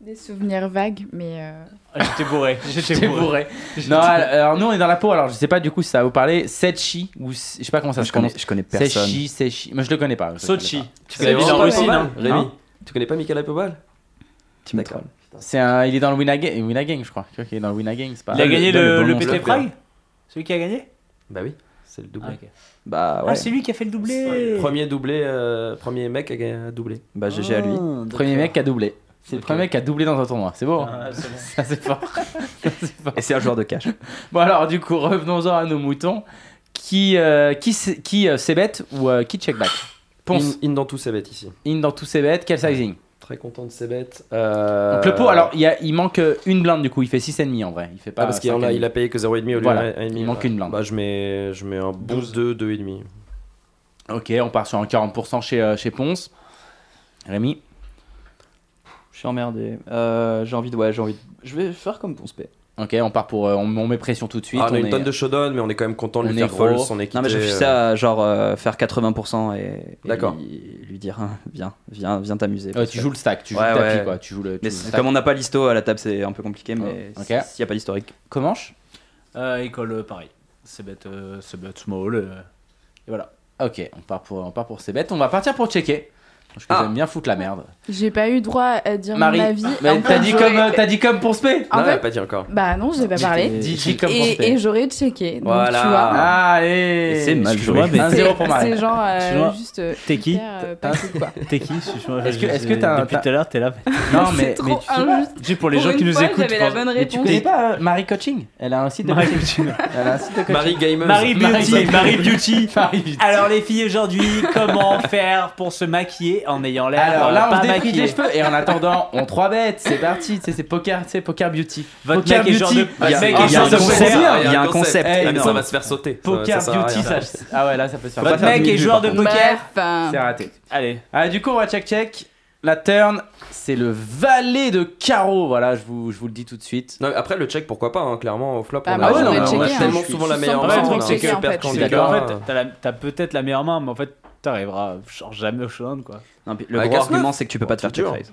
Speaker 12: des souvenirs vagues, mais. euh,
Speaker 2: Ah, J'étais bourré. J'étais bourré.
Speaker 3: Non, alors nous on est dans la peau. Alors je sais pas du coup si ça va vous parler. Setchi ou je sais pas comment ça
Speaker 5: Je
Speaker 3: se
Speaker 5: connais,
Speaker 3: prononce.
Speaker 5: je connais personne.
Speaker 3: Sechi, Sechi. Moi, je le connais pas. je le
Speaker 2: Sochi.
Speaker 3: connais
Speaker 2: Tu
Speaker 4: C'est
Speaker 2: connais bien
Speaker 4: vraiment
Speaker 2: en Russie,
Speaker 4: pas mal,
Speaker 2: non
Speaker 4: Rémy, tu connais pas Michael Pobal
Speaker 5: Hein? Tu me trolles.
Speaker 3: pas. C'est un, il est dans le Winagame, Winagame, je crois. Tu vois qu'il est dans le Winagame, c'est pas.
Speaker 2: Il a gagné
Speaker 4: le-
Speaker 2: le
Speaker 4: le
Speaker 2: le
Speaker 4: bon
Speaker 2: PT
Speaker 4: joueur.
Speaker 2: Prague Celui qui a gagné
Speaker 4: Bah oui, c'est le
Speaker 3: Ah,
Speaker 4: doublé.
Speaker 5: Bah ouais.
Speaker 2: Ah, c'est lui qui a fait le doublé
Speaker 4: Premier doublé, euh, premier mec à ga- doubler.
Speaker 5: bah GG à lui.
Speaker 2: Ah,
Speaker 3: Premier mec qui a doublé. C'est le
Speaker 4: Ok.
Speaker 3: premier mec qui a doublé dans un tournoi. C'est beau. hein
Speaker 2: Ah, c'est bon.
Speaker 3: Ça c'est fort. Ça, c'est fort.
Speaker 5: Et c'est un joueur de cash.
Speaker 3: Bon alors du coup revenons-en à nos moutons. Qui euh, qui s- qui euh, s'ébête ou euh, qui check back Ponce
Speaker 4: In, in dans tous ses bêtes ici.
Speaker 3: in, dans tous ses bêtes. Quel sizing
Speaker 4: Très content de ses bêtes. Euh,
Speaker 3: Donc le pot alors il, y a- il manque euh, une blinde du coup. Il fait 6,5 en vrai. Il fait pas.
Speaker 4: Ah, parce qu'il en a,
Speaker 3: 5,5.
Speaker 4: il a payé que 0,5 au lieu
Speaker 3: Voilà,
Speaker 4: de 1,5.
Speaker 3: il manque
Speaker 4: Ouais.
Speaker 3: une blinde.
Speaker 4: Bah, je mets, je mets un bon 2, 2,5.
Speaker 3: Ok on part sur un 40% chez euh, chez Ponce. Rémi.
Speaker 5: Je suis emmerdé. Euh, j'ai envie de. Ouais, j'ai envie de- Je vais faire comme Ponce P.
Speaker 3: Ok on part pour euh, on, on met pression tout de suite.
Speaker 4: Ah, on a une
Speaker 3: est-
Speaker 4: tonne de showdown, mais on est quand même content de
Speaker 3: on
Speaker 4: lui
Speaker 3: est
Speaker 4: faire folle
Speaker 3: gros.
Speaker 4: son équipe.
Speaker 5: Non, mais je fais ça, genre euh, faire 80% et, et
Speaker 4: D'accord.
Speaker 5: lui, lui dire hein, viens, viens, viens t'amuser.
Speaker 3: Ouais,
Speaker 5: parce
Speaker 3: tu
Speaker 5: que-
Speaker 3: joues le stack, tu joues
Speaker 5: Ouais,
Speaker 3: le tapis
Speaker 5: ouais.
Speaker 3: quoi, tu joues le. tu
Speaker 5: Mais
Speaker 3: joues le
Speaker 5: c'est-
Speaker 3: stack.
Speaker 5: comme on n'a pas l'histo à la table, c'est un peu compliqué, mais
Speaker 3: Oh,
Speaker 5: si-
Speaker 3: ok.
Speaker 5: s'il n'y a pas d'historique.
Speaker 3: Comment
Speaker 2: Euh, école, euh, pareil. C'est bête, euh, c'est bête small. euh, et voilà.
Speaker 3: Ok, on part pour on part pour ces bêtes, on va partir pour checker. Parce que
Speaker 5: Ah.
Speaker 3: j'aime bien foutre la merde.
Speaker 12: J'ai pas eu droit à dire
Speaker 3: Marie,
Speaker 12: ma vie.
Speaker 3: mais
Speaker 12: En
Speaker 3: t'as
Speaker 12: fait,
Speaker 3: dit
Speaker 12: j'aurais-
Speaker 3: comme euh, t'as dit comme pour spé.
Speaker 12: En
Speaker 4: Non, elle a
Speaker 12: fait,
Speaker 4: pas dit encore.
Speaker 12: bah non, j'ai pas parlé.
Speaker 3: Dis dis comme pour
Speaker 12: Et, et
Speaker 3: spé. Ah,
Speaker 12: j'aurais checké. Donc,
Speaker 4: Voilà.
Speaker 12: tu vois.
Speaker 3: Allez.
Speaker 5: Et Ah. c'est mal
Speaker 2: Excuse-moi,
Speaker 5: joué.
Speaker 2: mais-
Speaker 3: Un
Speaker 12: C'est-
Speaker 3: zéro pour Marie.
Speaker 12: C'est genre euh,
Speaker 2: Excuse-moi.
Speaker 12: juste. euh,
Speaker 2: T'es qui
Speaker 12: hyper, euh, pas cool, quoi.
Speaker 2: T'es qui Excuse-moi,
Speaker 3: Est-ce que-
Speaker 2: je-
Speaker 3: est-ce que t'as-
Speaker 2: Depuis
Speaker 3: t'as-
Speaker 2: tout à l'heure, t'es là.
Speaker 3: Non
Speaker 12: C'est
Speaker 3: mais mais
Speaker 12: trop
Speaker 3: tu-
Speaker 12: injuste.
Speaker 2: Tu sais, pour les
Speaker 12: Pour
Speaker 2: gens qui
Speaker 12: une
Speaker 2: nous
Speaker 12: fois,
Speaker 2: écoutent.
Speaker 12: j'avais
Speaker 2: je
Speaker 12: la
Speaker 2: pense-
Speaker 12: bonne
Speaker 3: mais tu
Speaker 12: réponse.
Speaker 3: connais pas euh, Marie Coaching Elle a un site de
Speaker 2: Marie
Speaker 3: coaching.
Speaker 2: Beauty.
Speaker 3: Elle a un site de coaching.
Speaker 4: Marie Gamer.
Speaker 2: Marie Beauty.
Speaker 3: Beauty.
Speaker 2: Marie Beauty. Alors les filles aujourd'hui, comment faire pour se maquiller et en ayant l'air.
Speaker 3: Alors
Speaker 2: euh,
Speaker 3: là, on
Speaker 2: pas
Speaker 3: se déprise
Speaker 2: maquillé.
Speaker 3: les cheveux et en attendant, on 3 bêtes, c'est parti. Tu sais, c'est poker, tu sais, poker beauty.
Speaker 2: Votre
Speaker 3: poker
Speaker 2: mec est genre de-
Speaker 3: il y
Speaker 2: votre mec
Speaker 3: a-
Speaker 2: est
Speaker 3: il y a
Speaker 2: genre
Speaker 3: un
Speaker 2: de
Speaker 3: concept.
Speaker 2: poker.
Speaker 3: Il y a un concept.
Speaker 4: Ah, mais ça
Speaker 3: énorme.
Speaker 4: va se faire sauter. Ça-
Speaker 3: Poker
Speaker 4: ça sert à
Speaker 3: beauty,
Speaker 4: rien.
Speaker 3: ça. Ah ouais, là, ça peut se faire.
Speaker 2: Votre mec est joueur de poker.
Speaker 12: Enfin,
Speaker 3: C'est raté.
Speaker 2: Allez.
Speaker 3: Ah, du coup, on va check check. La turn, c'est le valet de carreau. Voilà, je vous, je vous le dis tout de suite.
Speaker 4: Non, mais après le check, pourquoi pas, hein, clairement, au flop.
Speaker 12: Bah,
Speaker 4: on
Speaker 12: moi,
Speaker 4: a,
Speaker 12: j'aurais
Speaker 4: on a
Speaker 12: checké, hein.
Speaker 4: tellement
Speaker 3: Je suis
Speaker 4: souvent la
Speaker 3: 100%
Speaker 4: meilleure
Speaker 2: Ouais,
Speaker 4: main.
Speaker 2: le truc,
Speaker 4: on a
Speaker 2: c'est
Speaker 4: un
Speaker 2: que-
Speaker 4: super
Speaker 12: en fait, je
Speaker 2: En
Speaker 12: suis
Speaker 4: candidat.
Speaker 3: d'accord.
Speaker 2: fait, t'as la- t'as peut-être la meilleure main, mais en fait, t'arriveras genre jamais au showdown quoi.
Speaker 5: Non, puis le
Speaker 4: Bah,
Speaker 5: gros
Speaker 4: Gascoigne.
Speaker 5: argument, c'est que tu peux pas te faire
Speaker 4: C'est
Speaker 5: check
Speaker 4: dur.
Speaker 5: raise.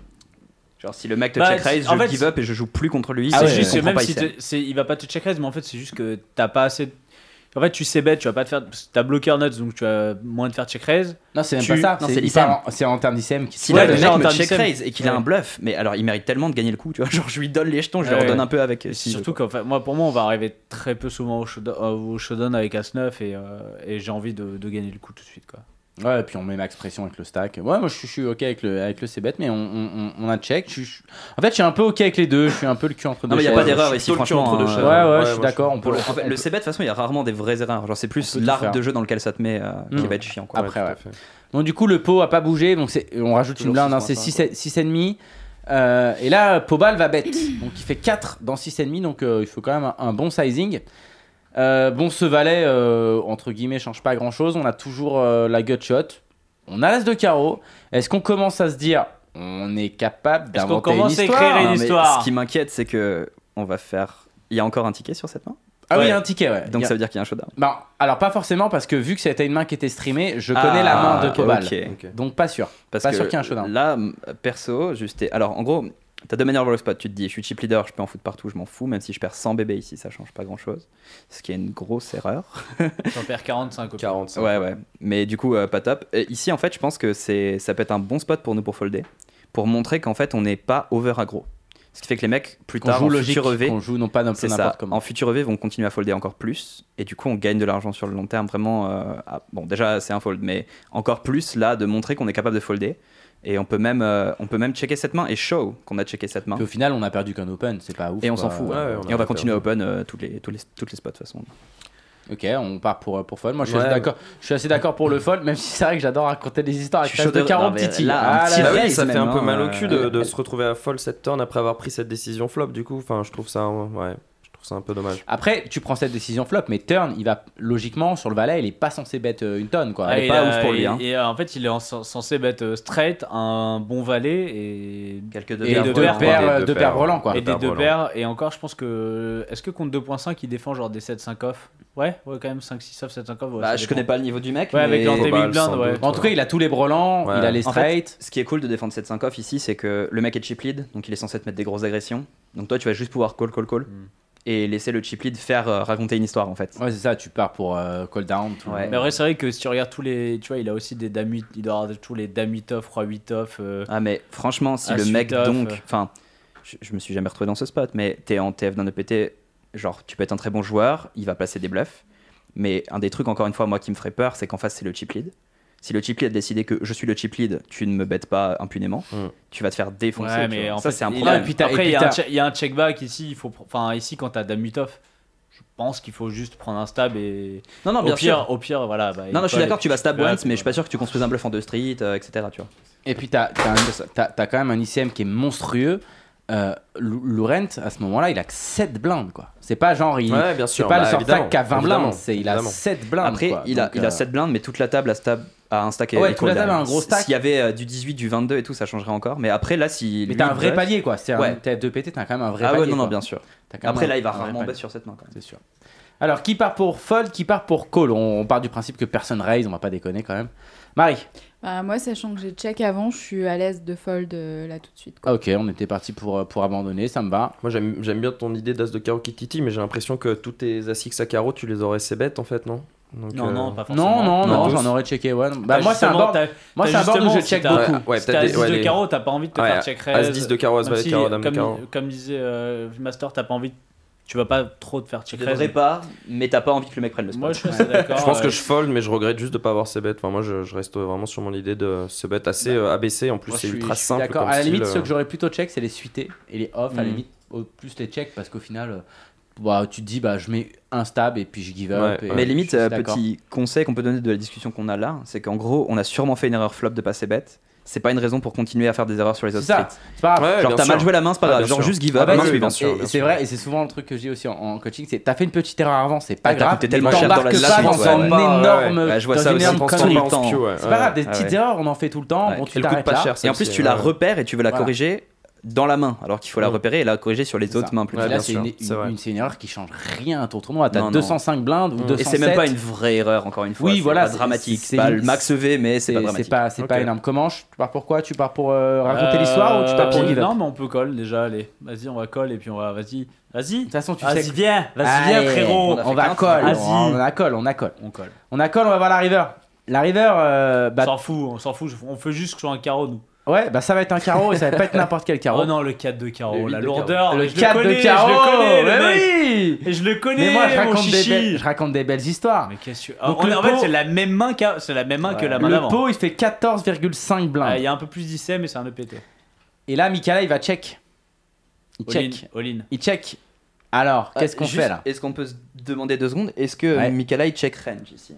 Speaker 5: Genre, si le mec te
Speaker 2: Bah,
Speaker 5: check raise,
Speaker 2: en
Speaker 5: je
Speaker 2: fait,
Speaker 5: give up et je joue plus contre lui.
Speaker 3: Ah
Speaker 2: c'est
Speaker 5: je
Speaker 2: juste que
Speaker 5: comprends
Speaker 2: même
Speaker 5: pas,
Speaker 2: si
Speaker 5: il sait.
Speaker 2: te- c'est- il va pas te check raise, mais en fait, c'est juste que t'as pas assez. de- En fait, tu sais bête, tu vas pas te faire. T'as bloqué un nuts, donc tu as moins de faire check raise.
Speaker 3: Non, c'est même
Speaker 2: Tu-
Speaker 3: pas ça.
Speaker 5: non,
Speaker 3: c'est
Speaker 5: c'est
Speaker 3: il parle
Speaker 5: l'ICM.
Speaker 3: en- C'est en termes d'ICM. qui-
Speaker 5: Si
Speaker 2: Ouais,
Speaker 5: là, le
Speaker 2: déjà, en
Speaker 5: mec me
Speaker 2: termes
Speaker 5: check
Speaker 2: d'ICM.
Speaker 5: raise et qu'il a
Speaker 2: Ouais.
Speaker 5: un bluff, mais alors il mérite tellement de gagner le coup, tu vois. Genre, je lui donne les jetons, je
Speaker 2: Ouais,
Speaker 5: lui redonne
Speaker 2: ouais.
Speaker 5: un peu avec. euh, si je
Speaker 2: Surtout qu'en fait, moi, pour moi, on va arriver très peu souvent au showdown, euh, au showdown avec As-9 et, euh, et j'ai envie de, de gagner le coup tout de suite. Quoi.
Speaker 3: Ouais, et puis on met max pression avec le stack. Ouais, moi je suis, je suis ok avec le, avec le C-bet, mais on, on, on- on a check. Je suis- je- En fait, je suis un peu ok avec les deux. Je suis un peu le cul entre deux.
Speaker 5: Non, mais il n'y a
Speaker 3: chaises.
Speaker 5: pas d'erreur
Speaker 4: suis
Speaker 5: ici,
Speaker 4: plutôt le cul
Speaker 5: franchement.
Speaker 4: entre deux
Speaker 5: hein.
Speaker 3: Ouais,
Speaker 4: chaises.
Speaker 3: ouais,
Speaker 4: Ouais, ouais,
Speaker 3: je suis
Speaker 4: moi,
Speaker 3: d'accord. On peut
Speaker 5: En fait,
Speaker 3: on-
Speaker 5: le CB, de toute façon, il y a rarement des vraies erreurs. Genre, c'est plus
Speaker 3: On peut tout
Speaker 5: l'art
Speaker 3: faire.
Speaker 5: de jeu dans lequel ça te met euh,
Speaker 3: Mm.
Speaker 5: qui va être chiant. Quoi.
Speaker 3: Après, ouais.
Speaker 4: tout à fait.
Speaker 3: Donc du coup, le pot a pas bougé. Donc c'est- on rajoute une
Speaker 5: Toujours
Speaker 3: blinde. hein,
Speaker 5: 6,5,
Speaker 3: c'est 6,5. Euh, et là, Pobal va bête. Donc il fait 4 dans 6,5. Donc euh, il faut quand même un, un bon sizing. Euh, bon, ce valet, euh, entre guillemets, change pas grand chose. On a toujours euh, la gut shot. On a l'as de carreau. Est-ce qu'on commence à se dire, on est capable
Speaker 2: Est-ce qu'on
Speaker 3: d'inventer une
Speaker 2: commence à
Speaker 3: histoire
Speaker 2: écrire
Speaker 5: Non, mais
Speaker 2: une histoire
Speaker 5: Ce qui m'inquiète, c'est que on va faire. Il y a encore un ticket sur cette main.
Speaker 3: Ah oui,
Speaker 2: Ouais.
Speaker 3: il y a un ticket, ouais. Il
Speaker 5: Donc
Speaker 3: y a-
Speaker 5: ça veut dire qu'il y a un showdown.
Speaker 3: Bon, alors pas forcément parce que vu que c'était une main qui était streamée, je connais la main de
Speaker 5: Ah,
Speaker 3: Pobal.
Speaker 5: ok.
Speaker 4: Ok.
Speaker 3: Donc pas sûr.
Speaker 5: Parce
Speaker 3: Pas
Speaker 5: que
Speaker 3: sûr qu'il y ait un showdown.
Speaker 5: Là, m- perso, juste. t'es- Alors, en gros, t'as deux manières de voir le spot. Tu te dis, je suis chip leader, je peux en foutre partout, je m'en fous. Même si je perds 100 bébés ici, ça change pas grand chose. Ce qui est une grosse erreur.
Speaker 2: J'en perds 45 au pire.
Speaker 4: 45.
Speaker 5: Ouais, ouais. Mais du coup, euh, pas top. Et ici, en fait, je pense que c'est ça peut être un bon spot pour nous pour folder. Pour montrer qu'en fait, on n'est pas over aggro. Ce qui fait que les mecs, plus
Speaker 3: Qu'on
Speaker 5: tard,
Speaker 3: joue
Speaker 5: en
Speaker 3: logique,
Speaker 5: futur E EV,
Speaker 3: qu'on joue non pas n'importe
Speaker 5: c'est ça.
Speaker 3: n'importe comment.
Speaker 5: En futur EV, vont continuer à folder encore plus. Et du coup, on gagne de l'argent sur le long terme. Vraiment, euh, ah, bon, déjà, c'est un fold. Mais encore plus, là, de montrer qu'on est capable de folder. Et on peut même, euh, on peut même checker cette main et show qu'on a checké cette main.
Speaker 3: Puis au final, on a perdu qu'un open, c'est pas ouf.
Speaker 5: Et on
Speaker 3: quoi.
Speaker 5: s'en fout. ouais.
Speaker 4: Ouais, ouais, on
Speaker 5: et
Speaker 4: a
Speaker 5: on va
Speaker 4: pas
Speaker 5: continuer à open euh, tous les, tous les, toutes les spots, de toute façon.
Speaker 3: Ok, on part pour, euh, pour fold. Moi, je suis
Speaker 4: Ouais,
Speaker 3: assez
Speaker 4: ouais.
Speaker 3: d'accord. Je suis assez d'accord pour le fold, même si c'est vrai que j'adore raconter des histoires
Speaker 5: Je
Speaker 3: avec
Speaker 5: suis
Speaker 3: l'as
Speaker 5: chaud
Speaker 3: de
Speaker 5: de-
Speaker 3: carreau
Speaker 5: non, mais
Speaker 3: petit.
Speaker 5: là, un
Speaker 3: Ah, là,
Speaker 5: petit
Speaker 4: Bah
Speaker 5: valet,
Speaker 4: oui,
Speaker 5: Yes,
Speaker 4: ça fait
Speaker 5: même,
Speaker 4: un peu
Speaker 5: hein,
Speaker 4: mal au cul de,
Speaker 5: euh,
Speaker 4: de se retrouver à fold cette turn après avoir pris cette décision flop. Du coup, enfin, je trouve ça, euh, ouais, je trouve ça un peu dommage.
Speaker 3: Après, tu prends cette décision flop, mais turn, il va logiquement sur le valet, il est pas censé bête euh, une tonne, quoi.
Speaker 2: Ah,
Speaker 5: Elle est
Speaker 2: il
Speaker 5: pas
Speaker 2: a-
Speaker 5: ouf pour lui,
Speaker 2: il-
Speaker 5: hein.
Speaker 2: Et euh, en fait, il est en- censé mettre euh, straight, un bon valet et
Speaker 5: Quelques
Speaker 3: Et
Speaker 2: paires
Speaker 3: deux
Speaker 2: brelants,
Speaker 4: quoi.
Speaker 3: paires, euh,
Speaker 4: Des
Speaker 3: deux
Speaker 4: deux
Speaker 3: paires
Speaker 4: paires,
Speaker 3: brelants, quoi.
Speaker 4: ouais.
Speaker 2: et des
Speaker 4: paires
Speaker 2: deux
Speaker 4: brelants.
Speaker 2: paires. Et encore, je pense que. Est-ce que contre 2.5 il défend genre des 7-5 off Ouais, ouais, quand même 5-6 off, 7-5 off. ouais, ça
Speaker 5: Bah, je
Speaker 2: dépend.
Speaker 5: connais pas le niveau du mec.
Speaker 2: Ouais, avec
Speaker 5: mais-
Speaker 2: l'antémique
Speaker 4: Probable,
Speaker 2: blind,
Speaker 4: sans
Speaker 2: ouais.
Speaker 4: doute.
Speaker 3: En tout cas, il a tous les brelants,
Speaker 4: Ouais.
Speaker 3: il a les
Speaker 5: En fait,
Speaker 3: straight.
Speaker 5: Ce qui est cool de défendre 7-5 off ici, c'est que le mec est chip lead, donc il est censé te mettre des grosses agressions. Donc toi, tu vas juste pouvoir call, call, call.
Speaker 2: Mm.
Speaker 5: Et laisser le chip lead faire euh, raconter une histoire en fait.
Speaker 3: Ouais, c'est ça, tu pars pour euh, call down. tout le
Speaker 5: Ouais.
Speaker 3: monde.
Speaker 2: Mais en vrai, c'est vrai que si tu regardes tous les. Tu vois, il a aussi des dames 8, il doit avoir tous les dames 8 off, roi 8 off. euh,
Speaker 5: Ah, mais franchement, si
Speaker 2: Ah,
Speaker 5: le
Speaker 2: suite
Speaker 5: mec
Speaker 2: off,
Speaker 5: donc.
Speaker 2: euh.
Speaker 5: Enfin, je, je me suis jamais retrouvé dans ce spot, mais t'es en TF d'un EPT, genre tu peux être un très bon joueur, il va passer des bluffs. Mais un des trucs, encore une fois, moi qui me ferait peur, c'est qu'en face, c'est le chip lead. Si le chip lead a décidé que je suis le chip lead, tu ne me bêtes pas impunément,
Speaker 4: Mm.
Speaker 5: tu vas te faire défoncer.
Speaker 2: Ouais,
Speaker 5: tu
Speaker 2: mais en
Speaker 5: vois. ça,
Speaker 2: fait,
Speaker 5: c'est un
Speaker 2: il
Speaker 3: a-
Speaker 5: problème.
Speaker 3: et puis t'as-
Speaker 2: Après, il y, a
Speaker 3: t'as-
Speaker 2: un che- il y a un check back ici. Il faut, pr- enfin, ici, quand t'as dame 8 off, je pense qu'il faut juste prendre un stab et.
Speaker 5: Non, non,
Speaker 2: au
Speaker 5: Ah, bien
Speaker 2: pire,
Speaker 5: sûr.
Speaker 2: au pire, voilà. bah,
Speaker 5: Non, non,
Speaker 2: il
Speaker 5: je suis
Speaker 2: colle
Speaker 5: d'accord,
Speaker 2: et
Speaker 5: tu
Speaker 2: puis
Speaker 5: vas stab
Speaker 2: plug,
Speaker 5: once, mais je suis
Speaker 2: quoi.
Speaker 5: pas sûr que tu construises un bluff en deux street, euh, etc. Tu vois.
Speaker 3: Et puis, t'as t'as un- t'as- t'as quand même un ICM qui est monstrueux. Euh, Lou- Laurent, à ce moment-là, il a que 7 blindes, quoi. C'est pas genre, il,
Speaker 4: Ouais, bien
Speaker 3: C'est
Speaker 4: sûr.
Speaker 3: pas
Speaker 4: bah,
Speaker 3: le sortac
Speaker 4: évidemment,
Speaker 3: qui a 20
Speaker 4: évidemment,
Speaker 3: blindes, c'est il a
Speaker 4: évidemment.
Speaker 3: 7 blindes.
Speaker 5: Après,
Speaker 3: quoi.
Speaker 5: il a,
Speaker 3: Donc,
Speaker 5: il a
Speaker 3: euh,
Speaker 5: 7 blindes, mais toute la table a, stab, a un stack. et-
Speaker 3: Ouais,
Speaker 5: et
Speaker 3: toute la
Speaker 5: call
Speaker 3: table a
Speaker 5: down.
Speaker 3: un gros stack.
Speaker 5: S'il y avait euh, du 18, du 22 et tout, ça changerait encore. Mais après, là, si.
Speaker 3: Mais
Speaker 5: lui,
Speaker 3: t'as un
Speaker 5: il
Speaker 3: vrai
Speaker 5: bluff-
Speaker 3: palier quoi, c'est
Speaker 5: Ouais.
Speaker 3: un t'as deux pétés, t'as quand même un vrai
Speaker 5: Ah
Speaker 3: palier.
Speaker 5: ouais, non, non,
Speaker 3: quoi.
Speaker 5: bien sûr.
Speaker 3: T'as quand même
Speaker 5: Après,
Speaker 3: un-
Speaker 5: là, il va
Speaker 3: un vrai
Speaker 5: rarement
Speaker 3: palier.
Speaker 5: bet sur cette main quand même.
Speaker 3: C'est sûr. Alors, qui part pour fold, qui part pour call on, on part du principe que personne raise, on va pas déconner quand même. Marie,
Speaker 12: bah, moi, sachant que j'ai check avant, je suis à l'aise de fold euh, là tout de suite. Quoi.
Speaker 3: Ah, ok, on était parti pour, euh, pour abandonner, ça me va.
Speaker 4: Moi, j'aime j'aime bien ton idée d'as de carreau qui titille, mais j'ai l'impression que tous tes as six à carreau, tu les aurais c'est bête en fait, non Donc,
Speaker 2: Non,
Speaker 4: euh,
Speaker 2: non, pas forcément. Bah,
Speaker 3: Non, non,
Speaker 4: Non,
Speaker 3: non,
Speaker 4: tous.
Speaker 3: j'en aurais checké, ouais. non.
Speaker 2: T'as
Speaker 3: Bah, moi, c'est un
Speaker 2: justement-
Speaker 3: board,
Speaker 2: t'as-
Speaker 3: moi,
Speaker 2: t'as
Speaker 3: c'est un board où
Speaker 2: justement,
Speaker 3: je
Speaker 2: si
Speaker 3: check
Speaker 2: t'as-
Speaker 3: beaucoup.
Speaker 4: Ouais, ouais,
Speaker 2: si
Speaker 4: peut-être
Speaker 2: t'as
Speaker 4: des-
Speaker 2: 10
Speaker 4: ouais,
Speaker 2: de
Speaker 4: les-
Speaker 2: carreau, t'as pas envie de te
Speaker 4: Ouais,
Speaker 2: faire check raise.
Speaker 4: As 10 de carreau, as
Speaker 2: Même
Speaker 4: valet de
Speaker 2: si,
Speaker 4: carreau, dame de
Speaker 2: comme,
Speaker 4: carreau.
Speaker 2: comme disait euh, Master, t'as pas envie. Tu vas pas trop te faire
Speaker 5: Tu
Speaker 2: check
Speaker 5: devrais
Speaker 2: raise.
Speaker 5: pas, mais t'as pas envie que le mec prenne le spot.
Speaker 2: Moi, je suis assez d'accord.
Speaker 4: Je pense que
Speaker 2: euh,
Speaker 4: je fold, mais je regrette juste de pas avoir ces bêtes. Enfin, moi, je, je reste vraiment sur mon idée de ces bêtes assez euh, abaissées. En plus,
Speaker 3: Moi,
Speaker 4: c'est
Speaker 3: je suis-
Speaker 4: ultra
Speaker 3: je suis
Speaker 4: simple.
Speaker 3: D'accord.
Speaker 4: comme
Speaker 3: À la
Speaker 4: style,
Speaker 3: limite,
Speaker 4: euh.
Speaker 3: ceux que j'aurais plutôt check, c'est les suités et les off. À la
Speaker 5: Mhm.
Speaker 3: limite, au- plus les checks parce qu'au final, euh, bah, tu te dis, bah, je mets un stab et puis je give up.
Speaker 4: Ouais,
Speaker 3: et
Speaker 4: ouais.
Speaker 5: Mais
Speaker 3: je
Speaker 5: limite,
Speaker 3: suis
Speaker 5: euh,
Speaker 3: d'accord.
Speaker 5: petit conseil qu'on peut donner de la discussion qu'on a là, c'est qu'en gros, on a sûrement fait une erreur flop de passer bête. c'est pas une raison pour continuer à faire des erreurs sur les autres
Speaker 3: C'est ça.
Speaker 5: streets.
Speaker 3: C'est pas grave.
Speaker 5: Genre, t'as mal joué la main, c'est pas grave. Genre, juste give up,
Speaker 3: Ah bah,
Speaker 5: main
Speaker 3: c'est-
Speaker 5: suivante.
Speaker 3: et C'est vrai, et c'est souvent le truc que je dis aussi en, en coaching, c'est t'as fait une petite erreur avant, c'est pas
Speaker 5: Ah, t'as
Speaker 3: grave.
Speaker 5: coûté tellement
Speaker 3: mais
Speaker 5: cher dans la
Speaker 3: t'embarques
Speaker 5: suite,
Speaker 3: pas dans
Speaker 5: ouais.
Speaker 3: un
Speaker 5: Ouais, ouais.
Speaker 3: énorme.
Speaker 5: Ouais, je vois
Speaker 3: dans
Speaker 5: ça
Speaker 3: une
Speaker 5: aussi,
Speaker 3: énorme
Speaker 5: on pense
Speaker 3: connerie.
Speaker 5: pas en spio, ouais.
Speaker 3: C'est pas grave, des
Speaker 5: Ouais.
Speaker 3: petites
Speaker 5: Ouais.
Speaker 3: erreurs, on en fait tout le temps. Bon, tu
Speaker 5: Elle coûte
Speaker 3: t'arrêtes
Speaker 5: pas
Speaker 3: là.
Speaker 5: cher, Et en plus, tu la repères et tu veux la
Speaker 3: euh, Voilà.
Speaker 5: corriger dans la main, alors qu'il faut la
Speaker 3: Ouais.
Speaker 5: repérer et la corriger sur les autres mains plus
Speaker 3: Là,
Speaker 5: tard.
Speaker 3: c'est une, une- une- c'est une erreur qui change rien à ton tournoi.
Speaker 5: Non,
Speaker 3: T'as
Speaker 5: non. Mm.
Speaker 3: 205 blindes ou 207.
Speaker 5: Et c'est même pas une vraie erreur, encore une fois.
Speaker 3: Oui,
Speaker 5: C'est
Speaker 3: voilà,
Speaker 5: pas
Speaker 3: c'est-
Speaker 5: dramatique.
Speaker 3: c'est-
Speaker 5: C'est pas le max V, mais c'est pas
Speaker 3: C'est
Speaker 5: dramatique.
Speaker 3: c'est pas, c'est pas
Speaker 5: Ok.
Speaker 3: énorme. Comment je- Tu pars pour quoi Tu pars pour euh, raconter l'histoire ou tu pars pour
Speaker 2: Euh,
Speaker 3: give up
Speaker 2: Non, mais on peut coller déjà, allez. Vas-y, on va coller et puis on va. Vas-y. Vas-y. De toute
Speaker 3: façon, tu
Speaker 2: vas
Speaker 3: sais que-
Speaker 2: viens. Vas-y, viens,
Speaker 3: Allez,
Speaker 2: frérot.
Speaker 3: On, va colle. On,
Speaker 2: Vas-y.
Speaker 3: on a colle, on a colle.
Speaker 2: On colle.
Speaker 3: On a colle, on va voir la river. La river, euh,
Speaker 2: On
Speaker 3: bah,
Speaker 2: s'en fout, on s'en fout. On fait juste que ce soit un carreau, nous.
Speaker 3: ouais, bah ça va être un carreau et ça va pas être n'importe quel carreau.
Speaker 2: Oh non, le 4 de carreau,
Speaker 3: Le
Speaker 2: la
Speaker 3: huit de
Speaker 2: lourdeur.
Speaker 3: carreau. Le
Speaker 2: je
Speaker 3: 4 de
Speaker 2: connais, je le
Speaker 3: carreau,
Speaker 2: connais, le
Speaker 3: mais
Speaker 2: mec.
Speaker 3: oui.
Speaker 2: Et je le connais,
Speaker 3: Mais moi, je
Speaker 2: mon
Speaker 3: raconte, des
Speaker 2: chichi.
Speaker 3: belles, je raconte des belles histoires.
Speaker 2: Mais qu'est-ce que-
Speaker 3: Donc
Speaker 2: On est-
Speaker 3: le
Speaker 2: en fait,
Speaker 3: pot-
Speaker 2: c'est la même main, qu'a- c'est la même main que la main
Speaker 3: Le
Speaker 2: d'avant.
Speaker 3: pot, il fait 14,5
Speaker 2: Ah, Il
Speaker 3: blindes.
Speaker 2: y a un peu plus d'ICM, mais c'est un E EPT.
Speaker 3: Et là, Mikala, il va check. Il
Speaker 2: All in,
Speaker 3: check.
Speaker 2: all in.
Speaker 3: Il check. Alors,
Speaker 5: Ah,
Speaker 3: qu'est-ce qu'on
Speaker 5: juste,
Speaker 3: fait là
Speaker 5: Est-ce qu'on peut se demander deux secondes Est-ce que
Speaker 3: Ouais.
Speaker 5: Mikala il check range ici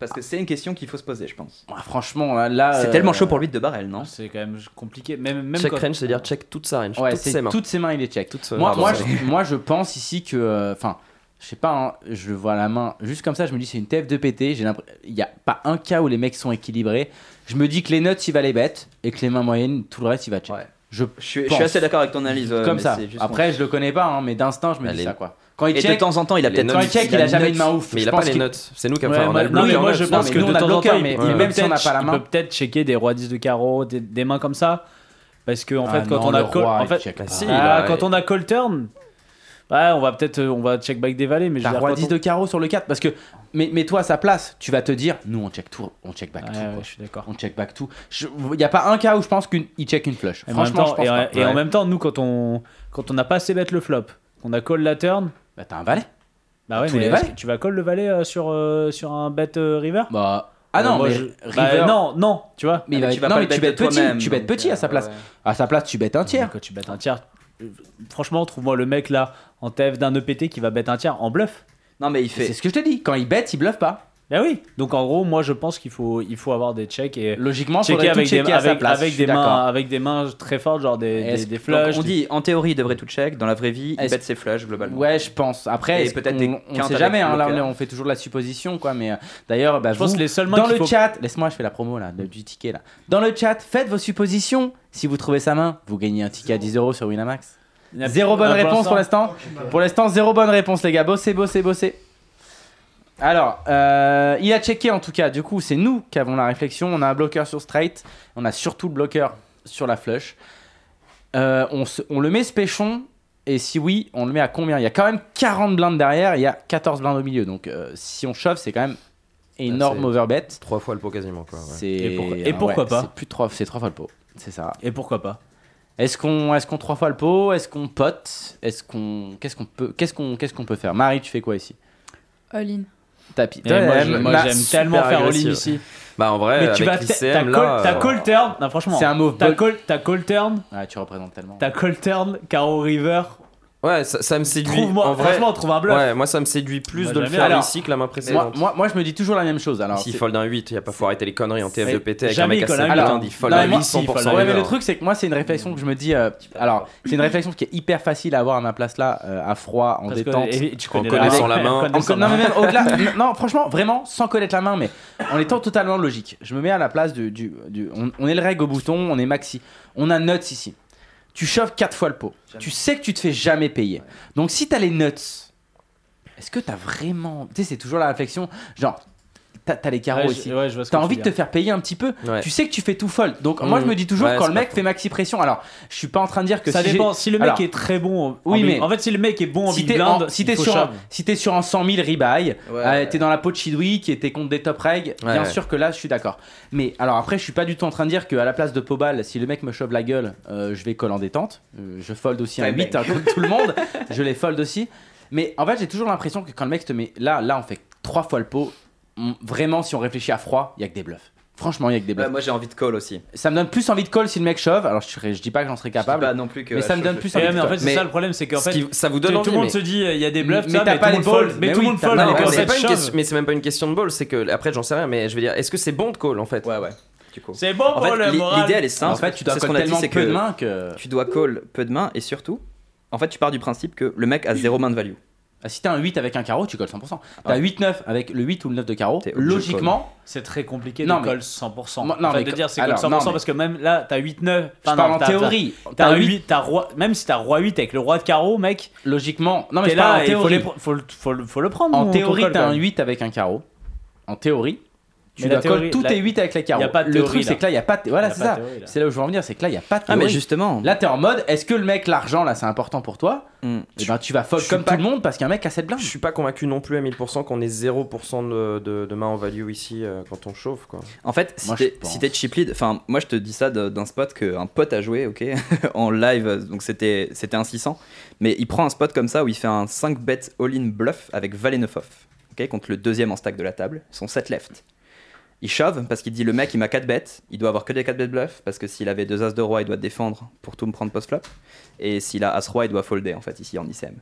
Speaker 5: Parce que c'est une question qu'il faut se poser, je pense.
Speaker 3: Ah, Franchement, là. là,
Speaker 5: C'est
Speaker 3: euh,
Speaker 5: tellement chaud pour lui de barrel, non
Speaker 2: C'est quand même compliqué. Même, même
Speaker 4: check
Speaker 2: quand-
Speaker 4: range, c'est-à-dire check toute sa range,
Speaker 3: Ouais,
Speaker 4: toutes
Speaker 3: c'est
Speaker 4: ses mains.
Speaker 3: toutes ses mains, il les check.
Speaker 4: Toutes ses-
Speaker 3: moi,
Speaker 4: pardon,
Speaker 3: moi,
Speaker 4: c'est
Speaker 3: je, moi, je pense ici que. euh, Enfin, je sais pas, hein, je vois la main. Juste comme ça, je me dis, c'est une TF de PT. j'ai l'impr- Il n'y a pas un cas où les mecs sont équilibrés. Je me dis que les nuts, il va les bêtes. Et que les mains moyennes, tout le reste, il va check.
Speaker 5: Ouais.
Speaker 3: Je,
Speaker 5: Je suis, je
Speaker 3: pense.
Speaker 5: suis assez d'accord avec ton analyse. ouais,
Speaker 3: Comme
Speaker 5: mais
Speaker 3: ça.
Speaker 5: c'est juste-
Speaker 3: Après, je le connais pas, hein, mais d'instinct, je me
Speaker 5: Ah,
Speaker 3: dis
Speaker 5: les-
Speaker 3: ça, quoi. Quand il
Speaker 5: Et de
Speaker 3: check.
Speaker 5: temps en temps, il a
Speaker 4: Les
Speaker 5: peut-être.
Speaker 4: notes
Speaker 3: Quand
Speaker 5: une-
Speaker 3: il check, il a jamais une main ouf.
Speaker 4: Mais
Speaker 3: Je
Speaker 4: il a
Speaker 3: pense
Speaker 4: pas les
Speaker 3: qu'il-
Speaker 4: notes. C'est nous qui
Speaker 3: Ouais,
Speaker 4: avons fait. on
Speaker 3: moi,
Speaker 4: a
Speaker 3: non,
Speaker 4: le
Speaker 2: Non,
Speaker 4: bloc
Speaker 2: mais
Speaker 4: de
Speaker 2: moi
Speaker 4: notes.
Speaker 2: je
Speaker 3: non,
Speaker 2: pense
Speaker 3: hein, mais
Speaker 2: que
Speaker 3: nous,
Speaker 2: de
Speaker 3: on a
Speaker 2: temps en
Speaker 3: bloqué,
Speaker 2: temps,
Speaker 3: mais-
Speaker 2: il
Speaker 3: mais
Speaker 2: peut
Speaker 3: même si on
Speaker 2: peut-être-
Speaker 3: n'a pas la main-
Speaker 2: Il peut peut-être checker des rois 10 de carreau, des, des mains comme ça. Parce que en
Speaker 3: Ah
Speaker 2: fait, quand
Speaker 3: non,
Speaker 2: on a
Speaker 3: le
Speaker 2: call,
Speaker 3: roi,
Speaker 2: en
Speaker 3: il
Speaker 2: fait,
Speaker 3: check pas.
Speaker 4: Si,
Speaker 2: Ah,
Speaker 4: il a-
Speaker 2: quand on a call turn, ouais, on va peut-être, euh, on va check back des vallées, mais je
Speaker 3: T'as
Speaker 2: veux dire,
Speaker 3: roi
Speaker 2: quand
Speaker 3: 10
Speaker 2: on-
Speaker 3: de carreau sur le 4 parce que mais mets-toi à sa place, tu vas te dire nous on check tout, on check back
Speaker 2: Ouais,
Speaker 3: tout.
Speaker 2: ouais,
Speaker 3: quoi.
Speaker 2: je suis d'accord.
Speaker 3: On check back tout. Il n'y a pas un cas où je pense qu'il check une flush.
Speaker 2: Et en même
Speaker 3: Franchement,
Speaker 2: temps,
Speaker 3: je pense
Speaker 2: et, en-
Speaker 3: pas.
Speaker 2: et en même temps, nous quand on quand on n'a pas assez bête le flop, qu'on a call la turn,
Speaker 3: Bah, t'as un valet.
Speaker 2: bah ouais,
Speaker 3: Tous
Speaker 2: mais
Speaker 3: les
Speaker 2: est-ce
Speaker 3: valets.
Speaker 2: que tu vas call le valet euh, sur euh, sur un bet euh, river
Speaker 3: Bah ah
Speaker 2: Bah,
Speaker 3: non,
Speaker 2: moi,
Speaker 3: mais
Speaker 2: je- bah,
Speaker 3: River-
Speaker 2: non, non, tu vois.
Speaker 3: mais il
Speaker 5: mais
Speaker 3: va-
Speaker 5: tu vas
Speaker 3: non,
Speaker 5: pas
Speaker 3: mais
Speaker 5: le bet
Speaker 3: tu
Speaker 5: de
Speaker 3: bêtes petit,
Speaker 5: toi-même,
Speaker 3: tu bêtes
Speaker 5: donc,
Speaker 3: petit à sa
Speaker 5: euh,
Speaker 3: place.
Speaker 5: ouais.
Speaker 3: À sa place, tu bêtes un tiers.
Speaker 2: Quand tu bêtes un tiers, euh, franchement, trouve-moi le mec là en TF d'un EPT qui va bet un tiers en bluff.
Speaker 5: Non, mais il
Speaker 3: C'est
Speaker 5: fait.
Speaker 3: ce que je te dis, quand il bête, il bluffe pas.
Speaker 2: Bah oui. Donc en gros, moi je pense qu'il faut il faut avoir des checks et
Speaker 3: Logiquement, faudrait
Speaker 2: checker
Speaker 3: tout
Speaker 2: avec des
Speaker 3: checker à sa
Speaker 2: avec,
Speaker 3: place.
Speaker 2: avec
Speaker 3: je suis
Speaker 2: des
Speaker 3: d'accord.
Speaker 2: mains avec des mains très fortes, genre des des,
Speaker 3: Est-ce-
Speaker 2: des
Speaker 5: Donc,
Speaker 2: flushs.
Speaker 5: on dit en théorie il devrait tout check, dans la vraie vie il
Speaker 3: Est-ce-
Speaker 5: bête ses flushs euh, globalement.
Speaker 3: Ouais, je pense. Après,
Speaker 5: Et
Speaker 3: est-ce
Speaker 5: peut-être
Speaker 3: qu'on-
Speaker 5: des
Speaker 3: on,
Speaker 5: quintes
Speaker 3: sait
Speaker 5: avec
Speaker 3: jamais. hein, là,
Speaker 5: Blocker.
Speaker 3: on fait toujours de la supposition, quoi. Mais euh, d'ailleurs, bah,
Speaker 2: Je pense
Speaker 3: vous,
Speaker 2: que les seules mains
Speaker 3: dans
Speaker 2: qu'il
Speaker 3: le
Speaker 2: faut-
Speaker 3: chat, laisse-moi, je fais la promo là, de- du ticket là. Dans le chat, faites vos suppositions. Si vous trouvez sa main, vous gagnez un ticket à 10 euros sur Winamax.
Speaker 2: Il y en a
Speaker 3: Zéro
Speaker 2: plus-
Speaker 3: bonne
Speaker 2: ah,
Speaker 3: réponse pour l'instant. Pour l'instant, zéro bonne réponse, les gars. Bossez, bossez, bossez. Alors, euh, il a checké en tout cas. Du coup, c'est nous qui avons la réflexion. On a un bloqueur sur straight. On a surtout le bloqueur sur la flush. Euh, on, se- on le met ce pêchon. Et si oui, on le met à combien Il y a quand même 40 blindes derrière. Il y a 14 blindes au milieu. Donc, euh, si on chauffe, c'est quand même énorme
Speaker 4: c'est-
Speaker 3: overbet.
Speaker 4: Trois fois le pot quasiment quoi. ouais.
Speaker 3: C'est
Speaker 2: Et pour- et
Speaker 3: ah ouais,
Speaker 2: pourquoi pas
Speaker 3: C'est plus de trois, c'est trois fois le pot. C'est ça.
Speaker 2: Et pourquoi pas
Speaker 3: Est-ce qu'on est-ce qu'on trois fois le pot Est-ce qu'on pote Est-ce qu'on qu'est-ce qu'on peut qu'est-ce qu'on qu'est-ce qu'on peut faire Marie, tu fais quoi ici
Speaker 12: All in.
Speaker 3: Tapis.
Speaker 2: Et
Speaker 3: Toi,
Speaker 2: Moi
Speaker 3: elle-
Speaker 2: je-
Speaker 3: la-
Speaker 2: moi, j'aime
Speaker 4: super
Speaker 2: tellement faire all
Speaker 4: agressive.
Speaker 2: in ici.
Speaker 4: Bah en vrai,
Speaker 2: Mais tu vas
Speaker 4: avec
Speaker 2: t'as
Speaker 4: l'ICM
Speaker 2: call,
Speaker 4: là.
Speaker 2: t'as
Speaker 4: euh,
Speaker 2: call turn. Non franchement.
Speaker 3: C'est un move
Speaker 2: T'as
Speaker 3: bug.
Speaker 2: call t'as call turn.
Speaker 3: Ouais, Ah, tu représentes tellement.
Speaker 2: T'as call turn. Carreau river.
Speaker 4: Ouais, ça, ça me séduit. en
Speaker 2: Trouve-moi.
Speaker 4: vrai,
Speaker 2: Franchement, trouve un bluff.
Speaker 4: ouais, moi ça me séduit plus
Speaker 2: Moi,
Speaker 4: de le
Speaker 2: j'aime
Speaker 4: faire
Speaker 2: bien.
Speaker 4: ici que la main
Speaker 3: Moi,
Speaker 4: précédente.
Speaker 3: moi, moi, je me dis toujours la même chose. Alors,
Speaker 4: S'il
Speaker 3: c'est-
Speaker 4: fold un 8, il y a pas faut arrêter les conneries en TF de PT avec un
Speaker 2: Jamais
Speaker 4: mec à
Speaker 2: il colle un
Speaker 4: 7
Speaker 2: huit.
Speaker 4: blindes, il fold
Speaker 3: Non,
Speaker 4: un
Speaker 3: mais
Speaker 4: 8
Speaker 2: si, il fold
Speaker 4: 100%.
Speaker 2: un
Speaker 3: Ouais, mais
Speaker 4: river.
Speaker 3: le truc, c'est que moi, c'est une réflexion que je me dis. euh, alors, c'est une réflexion qui est hyper facile à avoir à ma place là, euh, à froid, en
Speaker 2: Parce que-
Speaker 3: détente.
Speaker 2: et tu
Speaker 4: En
Speaker 2: connais
Speaker 4: connaissant la main.
Speaker 2: connaissant
Speaker 3: En co- non, mais même au-delà. non, non, franchement, vraiment, sans connaître la main, mais en étant totalement logique. Je me mets à la place du. du- du- on, on est le reg au bouton, on est maxi. On a nuts ici. Tu chauffes 4 fois le pot. Tu sais que tu te fais jamais payer. Donc si t'as les nuts, est-ce que t'as vraiment. Tu sais, c'est toujours la réflexion. Genre, t'as t'as les carreaux
Speaker 2: Ouais,
Speaker 3: ici.
Speaker 2: je- ouais, je vois ce
Speaker 3: T'as
Speaker 2: que tu
Speaker 3: envie
Speaker 2: veux
Speaker 3: de
Speaker 2: dire.
Speaker 3: te faire payer un petit peu.
Speaker 4: Ouais.
Speaker 3: Tu sais que tu fais tout fold. Donc moi,
Speaker 4: Mmh.
Speaker 3: je me dis toujours
Speaker 4: Ouais,
Speaker 3: quand
Speaker 4: c'est
Speaker 3: le
Speaker 4: pas
Speaker 3: mec fait maxi pression. Alors, je suis pas en train de dire que
Speaker 2: ça
Speaker 3: si j'ai-
Speaker 2: dépend. Si le mec
Speaker 3: Alors,
Speaker 2: est très bon, en-
Speaker 3: Oui,
Speaker 2: en-
Speaker 3: mais-
Speaker 2: en fait, si le mec est bon en
Speaker 3: si
Speaker 2: big
Speaker 3: t'es
Speaker 2: blind,
Speaker 3: en- si
Speaker 2: il
Speaker 3: t'es
Speaker 2: faut
Speaker 3: sur, un-
Speaker 2: shove.
Speaker 3: si t'es sur un 100 000 rebuy,
Speaker 5: Ouais.
Speaker 3: euh, t'es dans la peau de Chidoui qui était contre des top reg, bien
Speaker 4: Ouais.
Speaker 3: sûr que là je suis d'accord. Mais alors après, je suis pas du tout en train de dire qu'à la place de Pobal, si le mec me chauffe la gueule, euh, je vais call en détente. Euh, je fold aussi un
Speaker 5: Ouais,
Speaker 3: 8
Speaker 5: mec.
Speaker 3: hein, comme tout le monde, je les fold aussi. Mais en fait, j'ai toujours l'impression que quand le mec te met là, là on fait trois fois le pot. On- Vraiment, si on réfléchit à froid, il y a que des bluffs. Franchement, il y a que des bluffs.
Speaker 5: Ouais, Bah, moi j'ai envie de call aussi.
Speaker 3: Ça me donne plus envie de call si le mec chauffe. Alors je, serais- je dis pas que j'en serais
Speaker 5: Je dis
Speaker 3: capable.
Speaker 5: pas non plus que.
Speaker 3: mais ça me
Speaker 5: je-
Speaker 3: donne
Speaker 5: je-
Speaker 3: plus
Speaker 2: Ouais,
Speaker 3: envie
Speaker 2: mais en
Speaker 3: de
Speaker 2: fait,
Speaker 3: call.
Speaker 2: c'est
Speaker 4: Mais-
Speaker 2: ça le problème, c'est qu'en
Speaker 4: Ce
Speaker 2: fait,
Speaker 4: qui- ça vous
Speaker 2: tout
Speaker 4: donne envie.
Speaker 2: le monde
Speaker 4: mais-
Speaker 2: se dit euh, il y a des bluffs,
Speaker 3: Mais
Speaker 2: ça,
Speaker 3: t'as
Speaker 2: mais tout
Speaker 3: pas
Speaker 2: le
Speaker 3: les
Speaker 2: monde fold,
Speaker 3: folds.
Speaker 2: mais
Speaker 3: Mais
Speaker 2: tout le
Speaker 3: oui,
Speaker 2: monde
Speaker 3: t'as
Speaker 2: fold.
Speaker 3: pas
Speaker 2: mais quand
Speaker 3: les
Speaker 4: mais
Speaker 3: folds.
Speaker 4: c'est
Speaker 2: ça
Speaker 4: pas une
Speaker 2: shove-
Speaker 4: question- mais c'est même pas une question de ball, c'est que après j'en sais rien, mais je veux dire, est-ce que c'est bon de call en fait
Speaker 5: Ouais, ouais. du coup.
Speaker 2: C'est bon
Speaker 5: En
Speaker 2: pour
Speaker 5: fait,
Speaker 2: le
Speaker 5: l'i-
Speaker 2: moral.
Speaker 5: L'idée, elle est simple.
Speaker 3: Oh, En fait, tu dois
Speaker 5: C'est ce qu'on
Speaker 3: call
Speaker 5: a dit,
Speaker 3: tellement
Speaker 5: c'est
Speaker 3: peu de mains que-
Speaker 5: Tu dois call peu de mains et surtout, en fait, tu pars du principe que le mec a zéro main de value.
Speaker 3: si t'as un 8 avec un carreau, tu colles 100%. T'as
Speaker 5: Ouais.
Speaker 3: 8-9 avec le 8 ou le 9 de carreau,
Speaker 5: T'es obligé de
Speaker 3: logiquement.
Speaker 2: C'est très compliqué
Speaker 3: Non,
Speaker 2: de
Speaker 3: mais-
Speaker 2: colle 100%.
Speaker 3: Moi-
Speaker 2: Moi,
Speaker 3: non,
Speaker 2: enfin,
Speaker 3: mais
Speaker 2: de
Speaker 3: co-
Speaker 2: dire c'est colle
Speaker 3: alors,
Speaker 2: 100%
Speaker 3: non, mais-
Speaker 2: parce que même là, t'as 8-9.
Speaker 3: Je parle en théorie.
Speaker 2: T'as
Speaker 3: T'as
Speaker 2: 8, t'as roi, même si t'as roi 8 avec le roi de carreau, mec.
Speaker 3: Logiquement, non, mais
Speaker 2: t'es
Speaker 3: je parle
Speaker 2: là,
Speaker 3: en
Speaker 2: et faut,
Speaker 3: théorie.
Speaker 2: les pre- faut, le- faut le- faut le prendre.
Speaker 3: En
Speaker 2: ton- ton
Speaker 3: théorie,
Speaker 2: call,
Speaker 3: t'as
Speaker 2: quand
Speaker 3: un
Speaker 2: même.
Speaker 3: 8 avec un carreau. En théorie, tu
Speaker 2: Mais
Speaker 3: dois
Speaker 2: la
Speaker 3: coller
Speaker 2: théorie,
Speaker 3: tous
Speaker 2: la-
Speaker 3: tes 8 avec les carreaux.
Speaker 2: y a pas de
Speaker 3: le
Speaker 2: théorie,
Speaker 3: truc,
Speaker 2: là.
Speaker 3: c'est que là, il n'y a pas de... Voilà,
Speaker 2: Y a
Speaker 3: c'est
Speaker 2: pas
Speaker 3: ça.
Speaker 2: de théorie, là.
Speaker 3: C'est là où je veux en venir, c'est que là, il n'y a pas de
Speaker 5: Ah,
Speaker 3: théorie.
Speaker 5: mais justement.
Speaker 3: Là, t'es en mode, est-ce que le mec, l'argent, là, c'est important pour toi
Speaker 5: Hmm.
Speaker 3: Et ben, tu vas
Speaker 4: je
Speaker 3: fold
Speaker 4: suis
Speaker 3: comme
Speaker 4: pas-
Speaker 3: tout le monde parce qu'un mec a cette blinde.
Speaker 4: Je suis pas convaincu non plus à 1000% qu'on ait 0% de, de, de main en value ici euh, quand on chauffe. Quoi.
Speaker 5: En fait, si
Speaker 3: Moi, je
Speaker 5: t'es
Speaker 3: pense.
Speaker 5: si t'es chip lead, enfin, moi je te dis ça de- d'un spot qu'un pote a joué, ok, en live, euh, donc c'était c'était un 600, mais il prend un spot comme ça où il fait un 5 bet all-in bluff avec valet 9 off, ok, contre le deuxième en stack de la table, son 7 left. Il shove parce qu'il dit le mec il m'a 4 bets, il doit avoir que des 4 bets bluff parce que s'il avait deux as de roi, il doit défendre pour tout me prendre post-flop, et s'il a as roi, il doit folder en fait ici en ICM.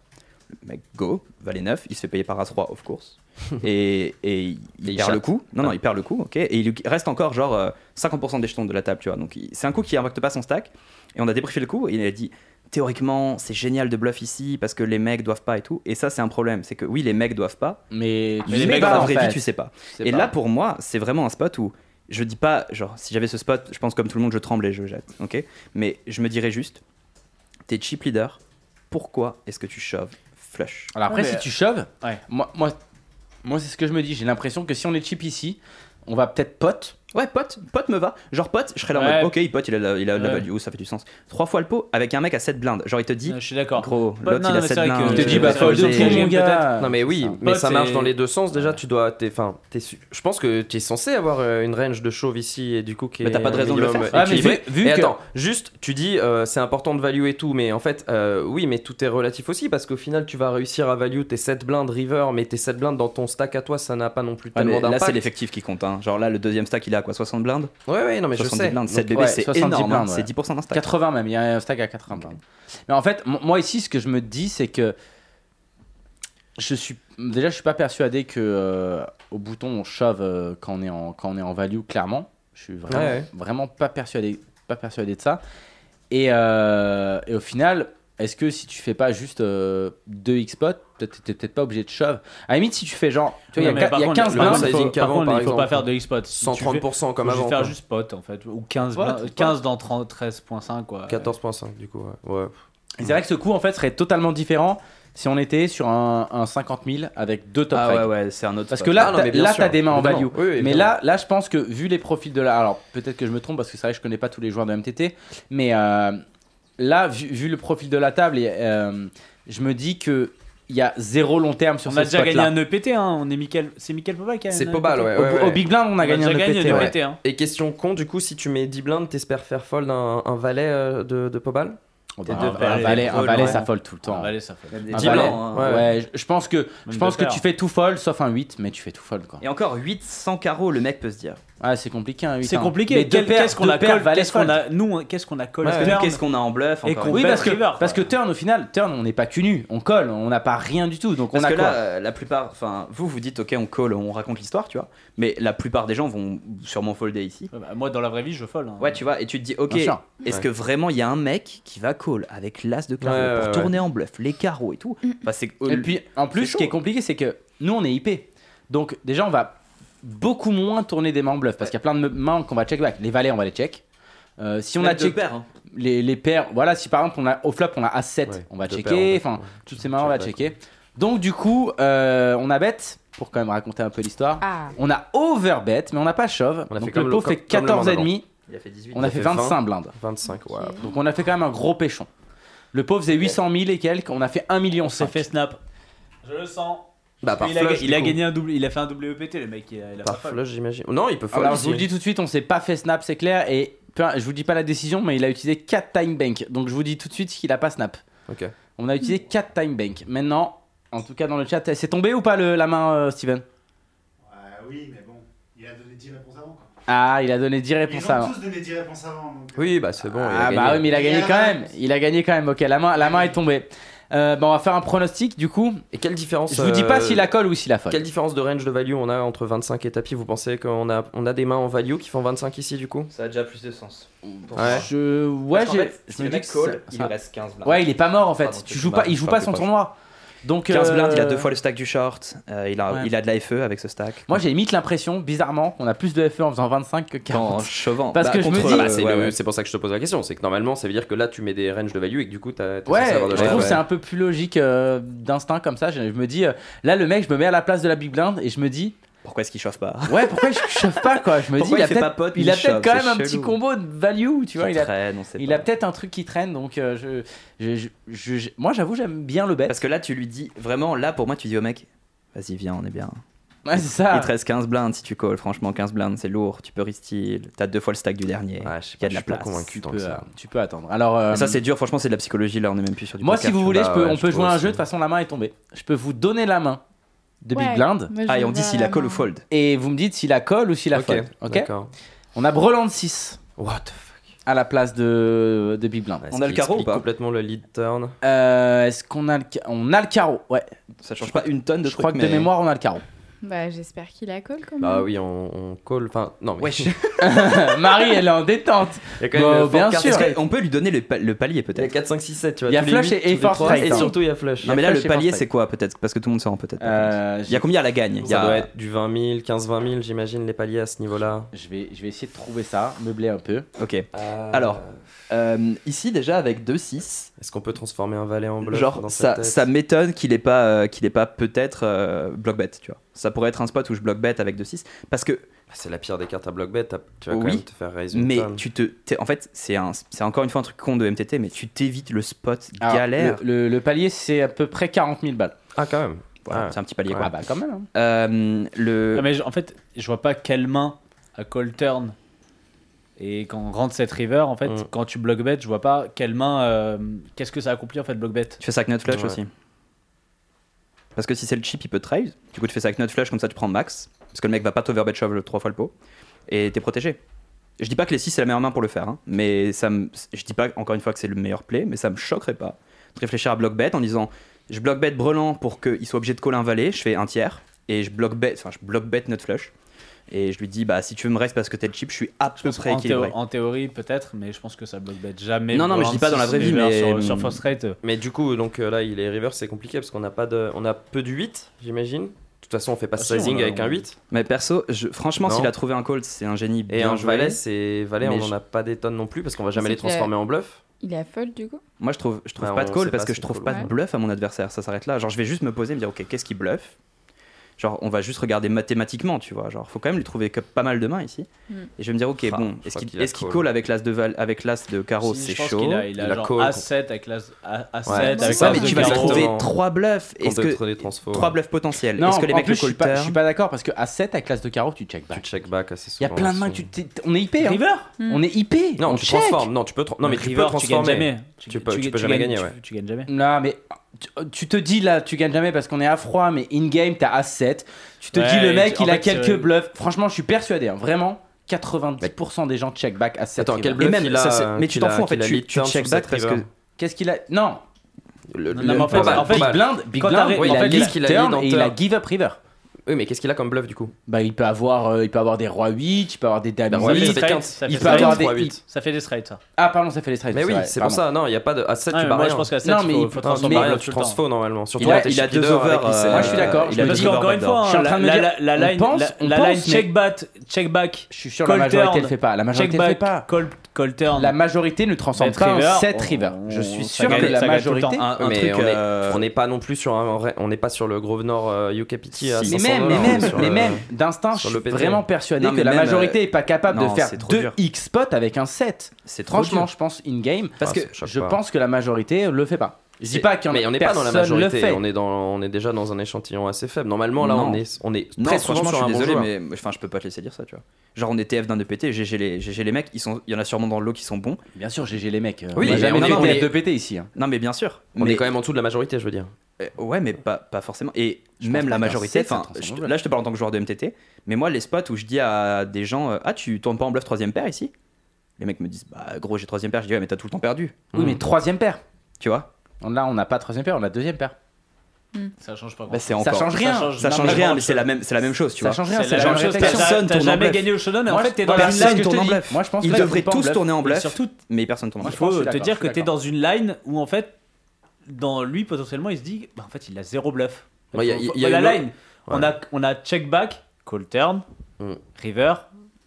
Speaker 5: Le mec go, valet 9, il se fait payer par as roi, of course et, et il, il perd
Speaker 4: chatte.
Speaker 5: le coup. Non, non, il perd le coup, ok. Et il lui reste encore genre euh, 50% des jetons de la table, tu vois. Donc il- c'est un coup qui impacte pas son stack. Et on a débriefé le coup et il a dit théoriquement c'est génial de bluff ici parce que les mecs doivent pas et tout. Et ça c'est un problème, c'est que oui les mecs doivent pas,
Speaker 3: Mais tu
Speaker 5: mais
Speaker 3: sais
Speaker 5: dans
Speaker 3: pas,
Speaker 5: la
Speaker 3: en
Speaker 5: vraie
Speaker 3: fait.
Speaker 5: vie tu sais pas.
Speaker 3: sais
Speaker 5: et
Speaker 3: pas.
Speaker 5: là pour moi c'est vraiment un spot où je dis pas genre si j'avais ce spot, je pense comme tout le monde je tremble et je jette, ok. Mais je me dirais juste t'es cheap leader, pourquoi est-ce que tu shoves flush
Speaker 3: Alors après,
Speaker 2: Ouais, mais-
Speaker 3: si tu shoves,
Speaker 2: Ouais.
Speaker 3: moi, moi, moi c'est ce que je me dis. J'ai l'impression que si on est cheap ici, on va peut-être pote.
Speaker 5: Ouais, pote, pote me va. Genre, pote, je serais là en
Speaker 2: Ouais.
Speaker 5: mode, ok, il pote, il a, la, il a de la
Speaker 2: Ouais.
Speaker 5: value, ça fait du sens. Trois fois le pot avec un mec à 7 blindes. Genre, il te dit,
Speaker 2: Je suis d'accord.
Speaker 5: gros,
Speaker 2: Pote,
Speaker 5: l'autre,
Speaker 2: non,
Speaker 5: il
Speaker 2: mais
Speaker 5: a 7
Speaker 2: c'est vrai
Speaker 5: blindes.
Speaker 2: que-
Speaker 3: Te
Speaker 5: je
Speaker 2: Te
Speaker 5: vais
Speaker 3: dis,
Speaker 2: dis,
Speaker 3: bah,
Speaker 2: bah,
Speaker 5: faire
Speaker 2: faut
Speaker 3: fold
Speaker 2: le
Speaker 5: poser.
Speaker 2: dire,
Speaker 3: mon
Speaker 2: mon
Speaker 3: gars.
Speaker 2: gars.
Speaker 4: Non mais oui,
Speaker 3: C'est un
Speaker 4: mais
Speaker 2: pote,
Speaker 4: ça marche
Speaker 2: Ah, c'est-
Speaker 4: dans les deux sens déjà. Tu dois, t'es, enfin, t'es, su- je pense que t'es censé avoir euh, une range de shove ici et du coup qui
Speaker 5: Mais
Speaker 4: est
Speaker 5: t'as pas de
Speaker 4: un
Speaker 5: raison de le
Speaker 4: minimum
Speaker 5: faire.
Speaker 3: Ah, mais vu-
Speaker 4: équilibré.
Speaker 3: vu
Speaker 4: et
Speaker 3: que-
Speaker 4: attends, juste, tu dis euh, c'est important de value et tout, mais en fait, euh, oui, mais tout est relatif aussi parce qu'au final, tu vas réussir à value tes 7 blindes river, mais tes 7 blindes dans ton stack à toi, ça n'a pas non plus
Speaker 3: Ah,
Speaker 5: Ouais, mais
Speaker 4: tellement
Speaker 5: là,
Speaker 4: d'impact.
Speaker 5: c'est l'effectif qui compte. hein. Genre, là, le deuxième stack, il a quoi 60 blindes
Speaker 4: Ouais, ouais, non mais je
Speaker 5: 70
Speaker 4: sais.
Speaker 5: blindes, 7
Speaker 3: Donc,
Speaker 5: bébés,
Speaker 3: ouais,
Speaker 5: c'est
Speaker 3: 70
Speaker 5: énorme. hein.
Speaker 3: blindes,
Speaker 5: C'est
Speaker 3: ouais.
Speaker 5: 10% d'un stack.
Speaker 3: 80 même, il y a un stack à 80. pardon. Mais en fait, m- moi ici, ce que je me dis, c'est que je suis déjà, je suis pas persuadé que euh, au bouton on shove euh, quand on est en quand on est en value. Clairement, je suis vraiment,
Speaker 4: Ouais, ouais.
Speaker 3: vraiment pas persuadé, pas persuadé de ça. Et, euh, et au final, est-ce que si tu fais pas juste 2 x pot, peut-être t'es peut-être pas obligé de shove. À la limite, si tu fais genre, tu vois,
Speaker 2: Ouais,
Speaker 3: il y
Speaker 2: mais
Speaker 3: a, qua-
Speaker 2: par
Speaker 3: il y a
Speaker 2: contre,
Speaker 3: 15
Speaker 2: le
Speaker 4: blindes,
Speaker 3: blindes.
Speaker 2: downsizing
Speaker 4: faut- par
Speaker 2: qu'avant,
Speaker 4: contre,
Speaker 2: il
Speaker 4: par
Speaker 2: faut pas
Speaker 4: exemple,
Speaker 2: faire de X-Pot. Si tu fais-
Speaker 4: 130% comme
Speaker 2: faut juste
Speaker 4: avant.
Speaker 2: faire
Speaker 4: quoi.
Speaker 2: juste pot en fait. Ou 15,
Speaker 3: Pot,
Speaker 2: blindes-
Speaker 3: pot.
Speaker 2: 15 dans 30 13.5 quoi.
Speaker 4: 14.5 du coup. Ouais. ouais.
Speaker 3: Et C'est vrai que ce coup en fait serait totalement différent si on était sur un, un 50 000 avec deux top
Speaker 5: Ah
Speaker 3: règles.
Speaker 5: ouais, ouais, c'est un autre
Speaker 3: Parce
Speaker 5: spot.
Speaker 3: que là,
Speaker 4: Ah non,
Speaker 3: t'as-
Speaker 4: mais bien
Speaker 3: là,
Speaker 4: sûr,
Speaker 3: t'as des mains en value.
Speaker 4: évidemment. Oui, oui,
Speaker 3: mais
Speaker 4: évidemment.
Speaker 3: là, là, je pense que vu les profils de la, alors peut-être que je me trompe parce que c'est vrai que je connais pas tous les joueurs de MTT, mais euh, là, vu, vu le profil de la table, et, euh, je me dis que il y a zéro long terme sur
Speaker 2: On
Speaker 3: ce
Speaker 2: a déjà gagné
Speaker 3: spot-là.
Speaker 2: un EPT, hein. on est Michael... c'est Michael Pobal qui a
Speaker 4: C'est
Speaker 2: un
Speaker 4: Pobal,
Speaker 2: EPT.
Speaker 4: ouais.
Speaker 3: Au, au Big Blind, on
Speaker 2: On
Speaker 3: a
Speaker 2: a
Speaker 3: gagné
Speaker 2: déjà
Speaker 3: un
Speaker 2: gagné
Speaker 3: EPT.
Speaker 2: un
Speaker 3: ouais.
Speaker 2: EPT. hein.
Speaker 4: Et question con, du coup, si tu mets 10 blindes, t'espères faire fold un, un valet euh, de, de Pobal
Speaker 3: Oh, bah,
Speaker 2: T'es
Speaker 3: un,
Speaker 2: deux
Speaker 3: un
Speaker 2: balles,
Speaker 3: valet,
Speaker 2: les
Speaker 3: un valet,
Speaker 2: folles,
Speaker 3: ça
Speaker 2: ouais.
Speaker 3: fold tout le temps.
Speaker 2: Ah, allez, ça fait.
Speaker 5: Des
Speaker 3: Un
Speaker 5: dix
Speaker 3: valet.
Speaker 5: blancs, hein.
Speaker 4: ouais.
Speaker 3: Ouais, je- je pense que je
Speaker 2: Même
Speaker 3: pense
Speaker 2: deux
Speaker 3: que tu
Speaker 2: paires.
Speaker 3: fais tout fold sauf un 8, mais tu fais tout fold quoi.
Speaker 5: Et encore 800 carreaux, le mec peut se dire.
Speaker 3: Ah, c'est compliqué un 8.
Speaker 2: C'est
Speaker 3: hein.
Speaker 2: compliqué.
Speaker 3: Mais deux
Speaker 2: Quel-
Speaker 3: paires-
Speaker 2: Qu'est-ce qu'on
Speaker 3: deux
Speaker 2: a
Speaker 3: paires
Speaker 2: call
Speaker 3: valet
Speaker 2: Qu'est-ce qu'on
Speaker 3: fold.
Speaker 2: a Nous, hein, qu'est-ce qu'on a call
Speaker 4: Ouais.
Speaker 2: turn
Speaker 5: Qu'est-ce qu'on a en bluff
Speaker 2: Et
Speaker 5: encore
Speaker 2: qu'on
Speaker 5: une
Speaker 3: Oui,
Speaker 5: fois
Speaker 3: parce que,
Speaker 2: River, quoi.
Speaker 3: parce que turn, au final, turn, on n'est pas que nu. On colle, on n'a pas rien du tout. Donc
Speaker 5: Parce
Speaker 3: on a
Speaker 5: que
Speaker 3: quoi
Speaker 5: là, euh, la plupart, enfin, vous vous dites, ok, on call, on raconte l'histoire, tu vois. Mais la plupart des gens vont sûrement folder ici.
Speaker 2: Ouais, bah, Moi, dans la vraie vie, je folle. hein.
Speaker 5: Ouais, tu vois, et tu te dis, ok,
Speaker 3: Bien sûr.
Speaker 5: est-ce
Speaker 4: Ouais.
Speaker 5: que vraiment il y a un mec qui va call avec l'as de carreau
Speaker 4: Ouais,
Speaker 5: pour
Speaker 4: ouais,
Speaker 5: tourner en bluff, les carreaux et tout Enfin, c'est-
Speaker 3: Et puis, en plus,
Speaker 5: c'est
Speaker 3: ce qui est
Speaker 5: chaud.
Speaker 3: compliqué, c'est que nous, on est IP. Donc déjà, on va beaucoup moins tourner des mains en bluff parce qu'il y a plein de mains qu'on va check back. Les valets, on va les check. Euh, si on
Speaker 5: Même
Speaker 3: a
Speaker 5: deux
Speaker 3: check
Speaker 5: paires, hein.
Speaker 3: les, les paires, voilà, si par exemple on a au flop on a A7,
Speaker 4: Ouais,
Speaker 3: on va
Speaker 4: deux
Speaker 3: checker,
Speaker 4: paires, on va-
Speaker 3: enfin toutes ces mains on va
Speaker 4: Check back,
Speaker 3: checker. Donc du coup, euh, on a bête pour quand même raconter un peu l'histoire.
Speaker 12: Ah,
Speaker 3: On a overbet, mais on n'a pas shove.
Speaker 4: On a fait
Speaker 3: Donc
Speaker 4: comme
Speaker 3: le
Speaker 4: le-
Speaker 3: pot fait
Speaker 4: comme- comme le monde
Speaker 3: 14,5 demi,
Speaker 5: Il a fait 18.
Speaker 3: on a
Speaker 4: ça
Speaker 3: fait
Speaker 4: fait
Speaker 3: 25 blindes.
Speaker 4: 25, ouais.
Speaker 12: ok.
Speaker 3: Donc on a fait quand même un gros pêchon. Le pauvre faisait 800 000 et quelques, on a fait 1 million
Speaker 2: On s'est fait snap. Je le sens.
Speaker 4: Bah, par
Speaker 2: il a,
Speaker 4: flush,
Speaker 2: il
Speaker 4: du
Speaker 2: a
Speaker 4: coup.
Speaker 2: gagné un double, il a fait un double EPT le mec. Il a, il a
Speaker 4: Par
Speaker 2: pas folle.
Speaker 4: flush, j'imagine. Non, il peut fold
Speaker 3: Alors
Speaker 4: ici.
Speaker 3: je vous le dis tout de suite, Ah, bah, on s'est pas fait snap, c'est clair. Et peu- je vous dis pas la décision, mais il a utilisé 4 time bank. Donc je vous dis tout de suite qu'il a pas snap.
Speaker 4: Ok.
Speaker 3: On a utilisé 4 time bank. Maintenant, en tout cas dans le chat, c'est tombé ou pas le- la main, euh, Steven
Speaker 13: Ouais, oui, mais bon, il a donné 10 réponses avant. quoi.
Speaker 3: Ah, il a donné 10
Speaker 13: Ils
Speaker 3: réponses
Speaker 13: ont
Speaker 3: avant.
Speaker 13: tous donné 10 réponses avant. Donc...
Speaker 4: Oui, bah c'est bon. il a
Speaker 3: ah
Speaker 4: gagné.
Speaker 3: bah oui, mais il a
Speaker 13: Il
Speaker 3: gagné
Speaker 13: a
Speaker 3: quand
Speaker 13: la
Speaker 3: même. Il a gagné quand même. Ok, la main, la main est tombée. Euh, bah, on va faire un pronostic du coup.
Speaker 4: Et quelle différence euh,
Speaker 3: Je vous dis pas si la colle ou si la folle.
Speaker 4: Quelle différence de range de value on a entre 25 et tapis Vous pensez qu'on a, on a des mains en value qui font 25 ici du coup
Speaker 5: Ça a déjà plus de sens.
Speaker 4: Ouais.
Speaker 3: Je, ouais,
Speaker 5: Parce qu'en
Speaker 3: j'ai.
Speaker 5: fait,
Speaker 3: je
Speaker 5: si
Speaker 3: me
Speaker 5: le
Speaker 3: dis
Speaker 5: mec
Speaker 3: que
Speaker 5: call,
Speaker 3: ça-
Speaker 5: il
Speaker 3: ça-
Speaker 5: lui reste 15 blindes.
Speaker 3: Ouais, il est pas mort en fait.
Speaker 5: Pardon,
Speaker 3: Tu joues
Speaker 5: marques,
Speaker 3: pas, il joue
Speaker 5: marques
Speaker 3: pas
Speaker 5: plus
Speaker 3: son
Speaker 5: proche.
Speaker 3: tournoi. Donc
Speaker 5: 15
Speaker 3: euh,
Speaker 5: blindes, il a deux fois le stack du short, euh, il, a,
Speaker 3: Ouais.
Speaker 5: il a de la FE avec ce stack.
Speaker 3: Moi j'ai limite l'impression, bizarrement, qu'on a plus de FE en faisant 25 que
Speaker 5: en
Speaker 3: 40.
Speaker 5: chauvant.
Speaker 3: Parce
Speaker 5: Bah,
Speaker 3: que je me
Speaker 5: contre-
Speaker 3: dis.
Speaker 4: Bah, c'est
Speaker 5: ouais,
Speaker 4: le-
Speaker 5: ouais.
Speaker 4: c'est pour ça que je te pose la question. C'est que normalement, ça veut dire que là, tu mets des ranges de value et que du coup, t'as t'es
Speaker 3: Ouais,
Speaker 4: censé
Speaker 3: je
Speaker 4: avoir de
Speaker 3: trouve
Speaker 4: la value.
Speaker 3: que c'est un peu plus logique euh, d'instinct comme ça. Je, je me dis, euh, là le mec, je me mets à la place de la Big Blind et je me dis,
Speaker 5: Pourquoi est-ce qu'il chauffe pas
Speaker 3: ouais, pourquoi je chauffe pas quoi Je me
Speaker 5: Pourquoi
Speaker 3: dis,
Speaker 5: il
Speaker 3: a
Speaker 5: fait
Speaker 3: peut-être-
Speaker 5: pas pote,
Speaker 3: il a
Speaker 5: ni
Speaker 3: peut-être
Speaker 5: shove,
Speaker 3: quand
Speaker 5: c'est
Speaker 3: même un petit
Speaker 5: chelou.
Speaker 3: combo de value, tu vois.
Speaker 5: Qui
Speaker 3: Il a,
Speaker 5: traîne, on sait
Speaker 3: il
Speaker 5: pas.
Speaker 3: a peut-être un truc qui traîne, donc euh, je, je- je- je- je- moi j'avoue, j'aime bien le bet.
Speaker 5: Parce que là, tu lui dis, vraiment, là pour moi, tu dis au mec, vas-y, viens, on est bien.
Speaker 3: Ouais, c'est ça.
Speaker 12: Ah.
Speaker 5: Il te reste 15 blindes si tu calls, franchement, 15 blindes, c'est lourd, tu peux restyle, t'as deux fois le stack du dernier.
Speaker 4: Ouais, je
Speaker 5: Il y
Speaker 4: sais pas,
Speaker 5: a de
Speaker 4: je
Speaker 5: la
Speaker 4: suis pas
Speaker 5: place.
Speaker 4: convaincu tant
Speaker 3: Tu
Speaker 4: que
Speaker 3: peux, euh,
Speaker 4: ça.
Speaker 3: tu peux attendre. Alors, euh,
Speaker 5: Mais Ça, c'est dur, franchement, c'est de la psychologie, là, on est même plus sur du
Speaker 3: moi,
Speaker 5: poker,
Speaker 3: si vous
Speaker 5: tu
Speaker 3: voulez,
Speaker 4: vois,
Speaker 3: je peux,
Speaker 4: ouais,
Speaker 3: on
Speaker 4: je
Speaker 3: peut jouer à un
Speaker 4: pense,
Speaker 3: jeu
Speaker 4: ouais.
Speaker 3: de façon la main est tombée. Je peux vous donner la main de Big
Speaker 12: Ouais,
Speaker 3: Blind
Speaker 5: vois.
Speaker 12: moi, je
Speaker 5: Ah, et on
Speaker 12: vais
Speaker 5: dit
Speaker 12: vers
Speaker 5: s'il a
Speaker 12: la
Speaker 5: call ou
Speaker 12: main.
Speaker 5: fold.
Speaker 3: et vous me dites si la colle ou si la
Speaker 4: Ok,
Speaker 3: fold. Ok.
Speaker 4: d'accord.
Speaker 3: On a Breland 6
Speaker 4: What the fuck
Speaker 3: à la place de, de Big Blind.
Speaker 4: Ouais,
Speaker 5: On
Speaker 4: ce
Speaker 5: a
Speaker 4: qui
Speaker 5: le carreau ou
Speaker 4: explique
Speaker 5: pas
Speaker 4: complètement le lead turn.
Speaker 3: Euh, Est-ce qu'on a le ca- on a le carreau Ouais.
Speaker 5: Ça change pas une tonne de
Speaker 3: je crois que
Speaker 5: trucs,
Speaker 3: de
Speaker 5: mais-
Speaker 3: mémoire on a le carreau.
Speaker 12: Bah, j'espère qu'il a call quand
Speaker 5: Mm.
Speaker 12: même.
Speaker 4: Bah oui, on, on call. Enfin, non, mais.
Speaker 5: Wesh.
Speaker 3: Marie, elle est en détente.
Speaker 4: Il y a quand même
Speaker 3: Bah,
Speaker 4: le
Speaker 3: bien
Speaker 4: forecast.
Speaker 3: sûr.
Speaker 4: Est-ce que-
Speaker 5: On peut lui donner le, pa- le palier
Speaker 4: Il y a
Speaker 5: peut-être.
Speaker 4: 4, 5, 6, 7. Tu vois,
Speaker 3: Il y a
Speaker 4: tous les
Speaker 3: flush
Speaker 4: huit,
Speaker 3: et- et
Speaker 4: tous les
Speaker 3: force
Speaker 4: trois,
Speaker 3: strike,
Speaker 4: Et
Speaker 3: hein.
Speaker 4: surtout, il y a flush.
Speaker 5: Non, mais là,
Speaker 3: flush
Speaker 5: le
Speaker 3: et
Speaker 5: palier,
Speaker 3: force
Speaker 5: c'est quoi peut-être Parce que tout le monde se rend peut-être. pas compte.
Speaker 3: Euh,
Speaker 5: Il y a combien à la gagne Il y
Speaker 4: Ça
Speaker 5: a-
Speaker 4: doit être du 20 000, 15-20 000, j'imagine, les paliers à ce niveau-là.
Speaker 3: je vais, je vais essayer de trouver ça, meubler un peu.
Speaker 5: Ok. Alors, euh, ici déjà avec 2-6,
Speaker 4: Est-ce qu'on peut transformer un valet en bluff
Speaker 5: genre
Speaker 4: dans sa
Speaker 5: ça,
Speaker 4: tête
Speaker 5: ça m'étonne qu'il ait pas, euh, qu'il ait pas peut-être euh, block bet, tu vois. Ça pourrait être un spot où je block bet avec 2-6 parce que
Speaker 4: Bah, C'est la pire des cartes à block bet. t'as- Tu vas quand
Speaker 5: Oui,
Speaker 4: même te faire raise une
Speaker 5: mais
Speaker 4: tonne.
Speaker 5: tu te, t'es- en fait c'est un, c'est encore une fois un truc con de MTT, mais tu t'évites le spot
Speaker 3: Alors,
Speaker 5: galère.
Speaker 3: Ah, Le, le- le palier c'est à peu près 40 000 balles.
Speaker 4: Ah, quand même.
Speaker 5: Voilà,
Speaker 4: Ouais.
Speaker 5: C'est un petit palier
Speaker 3: Ah
Speaker 5: quoi.
Speaker 3: bah quand même. hein.
Speaker 5: Euh, le,
Speaker 3: Ah,
Speaker 2: Non, mais je- en fait, je vois pas quelle main à call turn. Et quand on rentre cette river, en fait,
Speaker 4: Mm.
Speaker 2: quand tu block bet, je vois pas quelle main. euh, Qu'est-ce que ça accomplit en fait, block bet
Speaker 5: Tu fais sac nut flush
Speaker 4: Ouais.
Speaker 5: aussi. Parce que si c'est le chip, il peut te raise. Du coup, tu fais sac nut flush, comme ça tu prends max. Parce que le mec va pas t'overbet shove le- trois fois le pot. Et t'es protégé. Je dis pas que les 6 c'est la meilleure main pour le faire. hein, mais ça me... je dis pas encore une fois que c'est le meilleur play, mais ça me choquerait pas de réfléchir à block bet en disant je block bet brelan pour qu'il soit obligé de coller un valet, je fais un tiers. Et je block bet, enfin je block bet nut flush. Et je lui dis bah si tu veux me raise parce que t'es le chip, je suis à peu près
Speaker 2: en,
Speaker 5: équilibré.
Speaker 2: théo- en théorie, peut-être, mais je pense que ça block bet jamais.
Speaker 5: Non, non, mais je
Speaker 2: Round
Speaker 5: dis pas dans la
Speaker 2: six,
Speaker 5: vraie vie,
Speaker 2: river
Speaker 5: mais- euh,
Speaker 2: Sur, sur first rate.
Speaker 4: Mais du coup, donc euh, là, il est river, c'est compliqué parce qu'on a pas de, on a peu de 8, j'imagine. De toute façon, on fait pas
Speaker 2: Ah, si,
Speaker 4: sizing
Speaker 2: on a-
Speaker 4: avec un 8.
Speaker 5: Mais perso, je- franchement,
Speaker 4: Non.
Speaker 5: s'il a trouvé un call, c'est un génie.
Speaker 4: Et
Speaker 5: bien
Speaker 4: un
Speaker 5: joué.
Speaker 4: valet, c'est valet,
Speaker 5: Mais
Speaker 4: on en
Speaker 5: je-
Speaker 4: a pas des tonnes non plus parce qu'on va jamais
Speaker 12: C'est
Speaker 4: les transformer en bluff.
Speaker 12: Il a fold du coup
Speaker 5: Moi, je trouve, je trouve
Speaker 4: Bah,
Speaker 5: pas
Speaker 4: on
Speaker 5: de call
Speaker 4: sait
Speaker 5: parce
Speaker 4: pas,
Speaker 5: que je
Speaker 4: c'est
Speaker 5: trouve
Speaker 4: cool.
Speaker 5: pas de
Speaker 12: Ouais.
Speaker 5: bluff à mon adversaire. Ça s'arrête là. Genre, je vais juste me poser et me dire, ok, qu'est-ce qui bluffe Genre, on va juste regarder mathématiquement, tu vois. Genre, faut quand même lui trouver que- pas mal de mains ici.
Speaker 12: Mm.
Speaker 5: Et je vais me dire, ok,
Speaker 4: Ah,
Speaker 5: bon, est-ce
Speaker 4: je crois
Speaker 5: qu'il
Speaker 4: qu'il a
Speaker 5: est-ce qu'il
Speaker 4: call.
Speaker 5: call avec l'as de val, avec l'as de carreau,
Speaker 2: Si,
Speaker 5: c'est
Speaker 2: je pense
Speaker 5: chaud.
Speaker 2: qu'il a, il a
Speaker 4: Il a
Speaker 2: genre
Speaker 4: call.
Speaker 2: A7 avec la, A, 7
Speaker 4: Ouais,
Speaker 2: avec
Speaker 5: C'est
Speaker 2: la
Speaker 5: ça,
Speaker 4: ça,
Speaker 5: mais
Speaker 2: de
Speaker 5: tu vas lui
Speaker 4: exactement.
Speaker 5: trouver trois bluffs. Est-ce
Speaker 4: Contre
Speaker 5: que
Speaker 4: les transfos,
Speaker 5: trois bluffs potentiels
Speaker 3: Non,
Speaker 5: Est-ce que les
Speaker 3: en
Speaker 5: mecs
Speaker 3: plus
Speaker 5: le
Speaker 3: je suis
Speaker 5: call
Speaker 3: pas, je
Speaker 5: turn
Speaker 3: suis pas d'accord parce que à 7 avec l'as de carreau tu check
Speaker 4: tu
Speaker 3: back.
Speaker 4: check back assez
Speaker 3: Il y
Speaker 4: souvent.
Speaker 3: a plein de mains que tu
Speaker 4: aussi.
Speaker 3: t'es- on est hypé. hein.
Speaker 2: River
Speaker 12: Mm.
Speaker 3: On est hypé.
Speaker 4: Non,
Speaker 3: on
Speaker 4: tu
Speaker 3: check.
Speaker 4: transformes. Non, tu peux. tra- Non, mais tu peux
Speaker 2: river, tu gagnes
Speaker 4: transformer.
Speaker 2: jamais.
Speaker 4: Tu peux- tu peux jamais
Speaker 2: gagnes-
Speaker 4: gagner, ouais.
Speaker 2: tu- Tu gagnes jamais.
Speaker 3: Non, mais tu, tu te dis là, tu gagnes jamais parce qu'on est à froid, mais in-game, t'as as 7. Tu te
Speaker 2: Ouais,
Speaker 3: dis le
Speaker 2: et
Speaker 3: mec,
Speaker 2: tu- en
Speaker 3: il a
Speaker 2: fait, euh,
Speaker 3: quelques
Speaker 2: c'est-
Speaker 3: bluffs. Franchement, je suis persuadé, hein, vraiment, 90% des gens check back à 7.
Speaker 4: Attends, quel
Speaker 5: Et
Speaker 4: bluff
Speaker 5: même,
Speaker 4: il a,
Speaker 5: ça, c'est- mais tu
Speaker 4: qu'il
Speaker 5: t'en
Speaker 4: a-
Speaker 5: fous en fait.
Speaker 4: qu'il a
Speaker 5: Tu
Speaker 4: lead
Speaker 5: tu
Speaker 4: turn
Speaker 5: check
Speaker 4: sur
Speaker 5: back
Speaker 4: cette
Speaker 5: parce que
Speaker 4: river.
Speaker 3: Qu'est-ce qu'il a Non,
Speaker 4: Le-
Speaker 2: Non,
Speaker 4: le-
Speaker 2: mais en fait,
Speaker 4: pas mal,
Speaker 2: en fait,
Speaker 4: pas
Speaker 3: Big
Speaker 4: mal.
Speaker 3: Blind, Big
Speaker 2: Quand
Speaker 3: Blind,
Speaker 2: t'arrives-
Speaker 4: Ouais,
Speaker 3: il
Speaker 4: il
Speaker 3: a
Speaker 4: a
Speaker 3: lead
Speaker 4: lead qu'il a
Speaker 3: turn
Speaker 4: lead en
Speaker 3: et il a
Speaker 4: turn.
Speaker 3: give up river.
Speaker 4: Oui, mais qu'est-ce qu'il a comme bluff du coup
Speaker 3: Bah, il peut avoir, euh, il peut avoir des rois 8, il peut avoir des dames
Speaker 4: Bah, roi
Speaker 2: Oui,
Speaker 3: 8.
Speaker 4: huit, ça fait
Speaker 2: straight,
Speaker 4: 15.
Speaker 2: ça fait
Speaker 3: Il peut
Speaker 2: straight.
Speaker 3: avoir des.
Speaker 4: Roi
Speaker 3: il-
Speaker 4: huit.
Speaker 2: Ça fait des straights, ça.
Speaker 3: Ah, pardon, ça fait les straights.
Speaker 4: Mais oui,
Speaker 3: vrai,
Speaker 4: c'est pour
Speaker 3: pardon.
Speaker 4: ça. Non, il y a pas de. À 7,
Speaker 2: Ah,
Speaker 4: tu
Speaker 2: mais
Speaker 4: vas
Speaker 2: moi,
Speaker 4: rien.
Speaker 2: je pense qu'à 7,
Speaker 3: Non,
Speaker 2: il
Speaker 3: mais
Speaker 2: faut,
Speaker 3: il-
Speaker 2: faut
Speaker 4: Attends,
Speaker 2: transformer
Speaker 4: tu vas rien,
Speaker 2: tout
Speaker 4: tu
Speaker 2: le temps.
Speaker 4: transfos normalement. Surtout
Speaker 5: il a,
Speaker 4: avec les
Speaker 5: il a
Speaker 4: chips
Speaker 5: deux
Speaker 4: leaders avec
Speaker 5: overs.
Speaker 4: qui c'est-
Speaker 3: Moi, je suis d'accord,
Speaker 5: euh,
Speaker 3: je
Speaker 5: Il a
Speaker 3: le
Speaker 2: Parce
Speaker 3: dis,
Speaker 5: deux
Speaker 3: Big
Speaker 2: qu'encore
Speaker 5: overs
Speaker 2: une
Speaker 5: backdoor.
Speaker 2: fois,
Speaker 3: Je suis en train de
Speaker 2: la,
Speaker 3: me
Speaker 2: la-
Speaker 3: dire,
Speaker 2: la- la
Speaker 3: on
Speaker 2: line,
Speaker 3: pense,
Speaker 2: la-
Speaker 3: on
Speaker 2: la line
Speaker 3: pense, mais-
Speaker 2: check bat, check back,
Speaker 3: Je suis sûr, la
Speaker 2: Call
Speaker 3: majorité,
Speaker 2: turn.
Speaker 3: elle fait pas. La
Speaker 2: check
Speaker 3: majorité, elle fait
Speaker 2: back,
Speaker 3: pas.
Speaker 2: call, call turn.
Speaker 3: La majorité ne transforme
Speaker 2: Bet
Speaker 3: pas
Speaker 2: river,
Speaker 3: un 7
Speaker 2: on-
Speaker 3: river. Je
Speaker 2: on-
Speaker 3: suis
Speaker 2: ça
Speaker 3: sûr que
Speaker 2: gagne-
Speaker 3: la
Speaker 2: ça gagne tout le temps.
Speaker 3: majorité.
Speaker 5: Un, un
Speaker 4: mais
Speaker 5: truc.
Speaker 4: on, est,
Speaker 5: euh,
Speaker 4: on n'est pas non plus sur un vrai- on n'est pas sur le Grove Nord euh, UKPT à
Speaker 3: Mais
Speaker 4: 500
Speaker 3: même, mais
Speaker 4: dollars,
Speaker 3: même,
Speaker 4: on est sur
Speaker 3: mais
Speaker 4: le-
Speaker 3: même, d'instinct, je
Speaker 4: sur
Speaker 3: suis
Speaker 4: le PT.
Speaker 3: vraiment persuadé
Speaker 5: Non,
Speaker 3: que
Speaker 5: mais
Speaker 3: la
Speaker 5: même,
Speaker 3: majorité
Speaker 5: euh,
Speaker 3: est pas capable
Speaker 5: non,
Speaker 3: de faire
Speaker 5: c'est trop
Speaker 3: 2
Speaker 5: dur.
Speaker 3: X pot avec un 7.
Speaker 5: C'est trop
Speaker 3: Franchement,
Speaker 5: dur.
Speaker 3: je pense in-game, parce
Speaker 4: Ah,
Speaker 3: que
Speaker 4: ça choque
Speaker 3: je
Speaker 4: pas.
Speaker 3: pense que la majorité le fait pas. Je dis
Speaker 4: C'est-
Speaker 3: pas qu'il y en
Speaker 4: mais
Speaker 3: a
Speaker 4: on n'est pas dans la
Speaker 3: personne le
Speaker 4: majorité,
Speaker 3: fait.
Speaker 4: on est dans on est déjà dans un échantillon assez faible. Normalement là
Speaker 5: Non.
Speaker 4: on est on est
Speaker 5: Non,
Speaker 4: très souvent
Speaker 5: franchement, je
Speaker 4: sur
Speaker 5: suis
Speaker 4: un bon
Speaker 5: désolé,
Speaker 4: joueur.
Speaker 5: mais mais, enfin, je peux pas te laisser dire ça, tu vois. Genre, on est TF d'un E EPT, GG les, GG les mecs, ils sont, il y en a sûrement dans le lot qui sont bons.
Speaker 3: Bien sûr, GG les mecs.
Speaker 5: Oui,
Speaker 3: on a
Speaker 5: mais
Speaker 3: jamais
Speaker 5: on
Speaker 3: vu
Speaker 5: est- on est-
Speaker 3: de PT ici. hein.
Speaker 5: Non, mais bien sûr.
Speaker 4: On
Speaker 5: mais,
Speaker 4: est quand même en dessous de la majorité, je veux dire.
Speaker 5: euh, Ouais, mais pas, pas forcément. Et
Speaker 3: Je
Speaker 5: même
Speaker 3: pense
Speaker 5: la
Speaker 3: pas qu'un
Speaker 5: majorité,
Speaker 3: set, ça
Speaker 5: enfin,
Speaker 3: transforme
Speaker 5: je
Speaker 3: en
Speaker 5: te-
Speaker 3: bluff.
Speaker 5: là, je te parle en tant que joueur de MTT, mais moi, les spots où je dis à des gens, euh, ah, tu tournes pas en bluff troisième paire ici Les mecs me disent, bah, gros, j'ai troisième paire, je dis, ouais, mais t'as tout le temps perdu,
Speaker 3: Oui, mais troisième paire.
Speaker 5: tu vois
Speaker 3: On- Là, on n'a pas troisième paire, on a deuxième paire.
Speaker 2: Ça change pas
Speaker 5: Bah, c'est
Speaker 3: Ça
Speaker 5: encore...
Speaker 3: change rien.
Speaker 5: Ça change,
Speaker 3: Non, mais
Speaker 5: rien,
Speaker 3: non,
Speaker 5: mais c'est la même, c'est la même chose, tu
Speaker 3: ça
Speaker 5: vois.
Speaker 3: change rien,
Speaker 5: C'est
Speaker 3: c'est
Speaker 5: la
Speaker 3: la
Speaker 5: même
Speaker 3: même
Speaker 5: chose.
Speaker 3: réflexion.
Speaker 5: Personne
Speaker 3: T'as-
Speaker 5: tourne
Speaker 3: t'as
Speaker 5: en
Speaker 3: jamais
Speaker 5: bluff.
Speaker 3: gagné au showdown, alors en fait, t'es dans la
Speaker 5: Personne
Speaker 3: ligne que je te
Speaker 5: tourne en
Speaker 3: dis.
Speaker 5: bluff.
Speaker 3: Moi, je pense
Speaker 5: Ils
Speaker 3: que là, ils
Speaker 5: devraient
Speaker 3: tournent pas en
Speaker 5: tous
Speaker 3: bluff.
Speaker 5: tourner en bluff,
Speaker 3: Et surtout-
Speaker 5: mais personne tourne en
Speaker 2: Il
Speaker 5: bluff.
Speaker 2: faut te dire que t'es dans une line où en fait, dans lui potentiellement, il se dit, bah, en fait, il a zéro bluff.
Speaker 4: Ouais, il y a-
Speaker 2: Faut-
Speaker 4: il y a
Speaker 2: faut- la
Speaker 4: une autre-
Speaker 2: line. On a on a check back, call turn, river,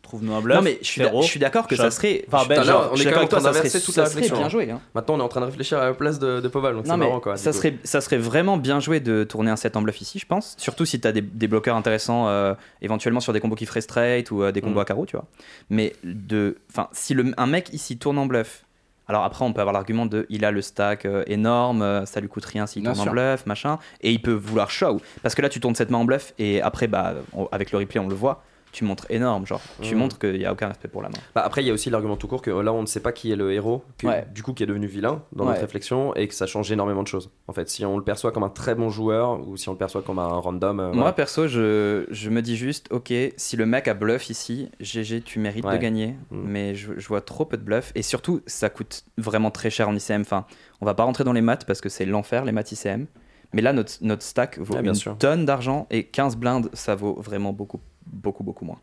Speaker 2: trouve nous un bluff.
Speaker 5: Non, mais je suis d'a-
Speaker 2: zéro,
Speaker 5: je suis d'accord que ça
Speaker 2: shove.
Speaker 5: serait-
Speaker 2: Enfin,
Speaker 5: je-
Speaker 2: ben,
Speaker 5: Putain,
Speaker 2: genre,
Speaker 5: là, je
Speaker 4: on est
Speaker 5: suis d'accord
Speaker 4: quand même en
Speaker 5: avec toi,
Speaker 4: train
Speaker 5: ça
Speaker 4: d'inverser
Speaker 5: serait-
Speaker 4: toute la
Speaker 5: ça serait
Speaker 4: réflexion.
Speaker 5: bien joué, hein.
Speaker 4: Maintenant, on est en train de réfléchir à la place de, de Poval, donc c'est
Speaker 5: Non, mais
Speaker 4: marrant quoi.
Speaker 5: ça
Speaker 4: du coup.
Speaker 5: serait, ça serait vraiment bien joué de tourner un set en bluff ici, je pense. Surtout si t'as des, des bloqueurs intéressants, euh, éventuellement sur des combos qui feraient straight ou euh, des combos
Speaker 4: Mm.
Speaker 5: à carreaux, tu vois. Mais de, enfin, si le, un mec ici tourne en bluff, alors après on peut avoir l'argument de il a le stack euh, énorme, euh, ça lui coûte rien s'il
Speaker 3: Bien
Speaker 5: tourne en
Speaker 3: sûr.
Speaker 5: bluff, machin, et il peut vouloir show. Parce que là tu tournes cette main en bluff et après bah on- avec le replay on le voit, tu montres énorme, genre tu
Speaker 4: Mm.
Speaker 5: montres qu'il y a aucun respect pour la main.
Speaker 4: Bah, après, il y a aussi l'argument tout court que euh, là, on ne sait pas qui est le héros, que-
Speaker 5: Ouais.
Speaker 4: du coup, qui est devenu vilain dans notre
Speaker 5: Ouais.
Speaker 4: réflexion, et que ça change énormément de choses. En fait, si on le perçoit comme un très bon joueur ou si on le perçoit comme un random. euh,
Speaker 5: Moi
Speaker 4: voilà.
Speaker 5: perso, je, je me dis juste, ok, si le mec a bluff ici, GG, tu mérites
Speaker 4: Ouais.
Speaker 5: de gagner.
Speaker 3: Mm.
Speaker 5: Mais je, je vois trop peu de bluff. Et surtout, ça coûte vraiment très cher en ICM. Enfin, on va pas rentrer dans les maths parce que c'est l'enfer, les maths ICM. Mais là, notre, notre stack vaut
Speaker 4: Ah, bien
Speaker 5: une
Speaker 4: sûr.
Speaker 5: tonne d'argent et 15 blindes, ça vaut vraiment beaucoup, beaucoup, beaucoup moins.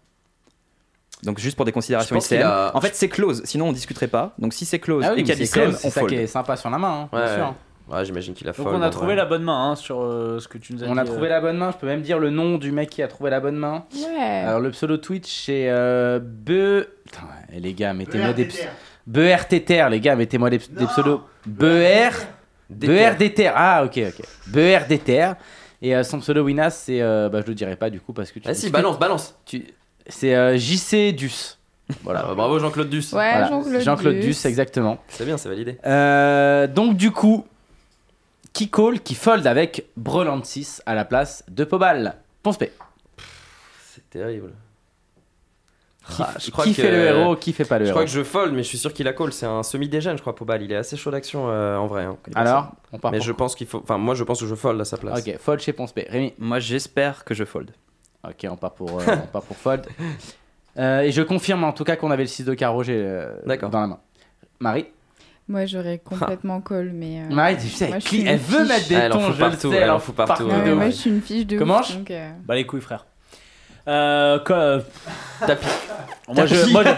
Speaker 5: Donc juste pour des considérations
Speaker 3: Je pense qu'il
Speaker 5: ICM.
Speaker 3: a-
Speaker 5: En fait, c'est close, sinon on discuterait pas. Donc si c'est close
Speaker 3: Ah oui,
Speaker 5: et qu'il y a
Speaker 3: mais
Speaker 5: des
Speaker 3: c'est close,
Speaker 5: ICM,
Speaker 3: c'est
Speaker 5: on
Speaker 3: ça qui
Speaker 5: fold.
Speaker 3: est sympa sur la main, hein, bien
Speaker 4: Ouais,
Speaker 3: sûr.
Speaker 4: ouais. Ouais, j'imagine qu'il a
Speaker 2: Donc
Speaker 4: fold,
Speaker 2: on
Speaker 4: en
Speaker 2: a trouvé
Speaker 4: vrai.
Speaker 2: la bonne main hein, sur euh, ce que tu nous as dit.
Speaker 3: On a
Speaker 2: euh,
Speaker 3: trouvé la bonne main, je peux même dire le nom du mec qui a trouvé la bonne main.
Speaker 12: Ouais.
Speaker 3: Alors le pseudo Twitch c'est euh, Be. Putain, eh, les gars, mettez-moi des
Speaker 13: BRTTR.
Speaker 3: pseudos. BRTTR, les gars, mettez-moi des, des pseudos. BR. BRDTR. Ah, ok, ok. BRDTR. Et euh, son pseudo Winas, c'est. euh, bah, je le dirai pas du coup parce que tu.
Speaker 4: Ah si, balance, balance
Speaker 3: Tu- C'est euh, JC Dus. Voilà.
Speaker 4: Ah, Bravo Jean-Claude Duss
Speaker 12: Ouais,
Speaker 3: Voilà.
Speaker 12: Jean-Claude
Speaker 3: Jean-Claude
Speaker 12: Duss.
Speaker 3: Dus, exactement.
Speaker 4: C'est bien, c'est validé.
Speaker 3: Euh, donc du coup, qui call, qui fold avec Breland 6 à la place de Pobal Ponce P.
Speaker 4: C'est terrible.
Speaker 3: Qui,
Speaker 4: Ah, je crois
Speaker 3: qui
Speaker 4: que-
Speaker 3: fait le héros, qui fait pas le
Speaker 4: Je
Speaker 3: héros
Speaker 4: crois que je fold, mais je suis sûr qu'il a call. C'est un semi-dégène, je crois, Pobal. Il est assez chaud d'action euh, en vrai. hein.
Speaker 3: Alors, on part
Speaker 4: Mais
Speaker 3: pour-
Speaker 4: je pense qu'il faut. Enfin, moi, je pense que je fold à sa place.
Speaker 3: Ok, fold chez Ponce P. Rémi
Speaker 5: Moi, j'espère que je fold.
Speaker 3: Ok, on part pour, euh, on part pour fold. Euh, et je confirme en tout cas qu'on avait le 6 de carreau j'ai, euh,
Speaker 4: D'accord.
Speaker 3: dans la main. Marie
Speaker 12: Moi, j'aurais complètement call, mais. euh,
Speaker 3: Marie, tu sais,
Speaker 12: moi, je
Speaker 3: elle,
Speaker 12: suis une
Speaker 3: veut
Speaker 12: fiche.
Speaker 3: mettre des
Speaker 4: Ah, Elle en
Speaker 3: tons,
Speaker 4: fout
Speaker 3: je
Speaker 4: partout,
Speaker 3: le sais,
Speaker 4: elle en
Speaker 3: en
Speaker 4: fout partout.
Speaker 12: Ah ouais,
Speaker 3: de
Speaker 12: moi,
Speaker 3: ouf.
Speaker 12: je suis une fiche de
Speaker 3: Comment
Speaker 12: ouf,
Speaker 3: je-
Speaker 12: donc, euh,
Speaker 2: Bah les couilles frère. Euh, quoi, euh,
Speaker 4: Tapis.
Speaker 2: moi je, moi, je-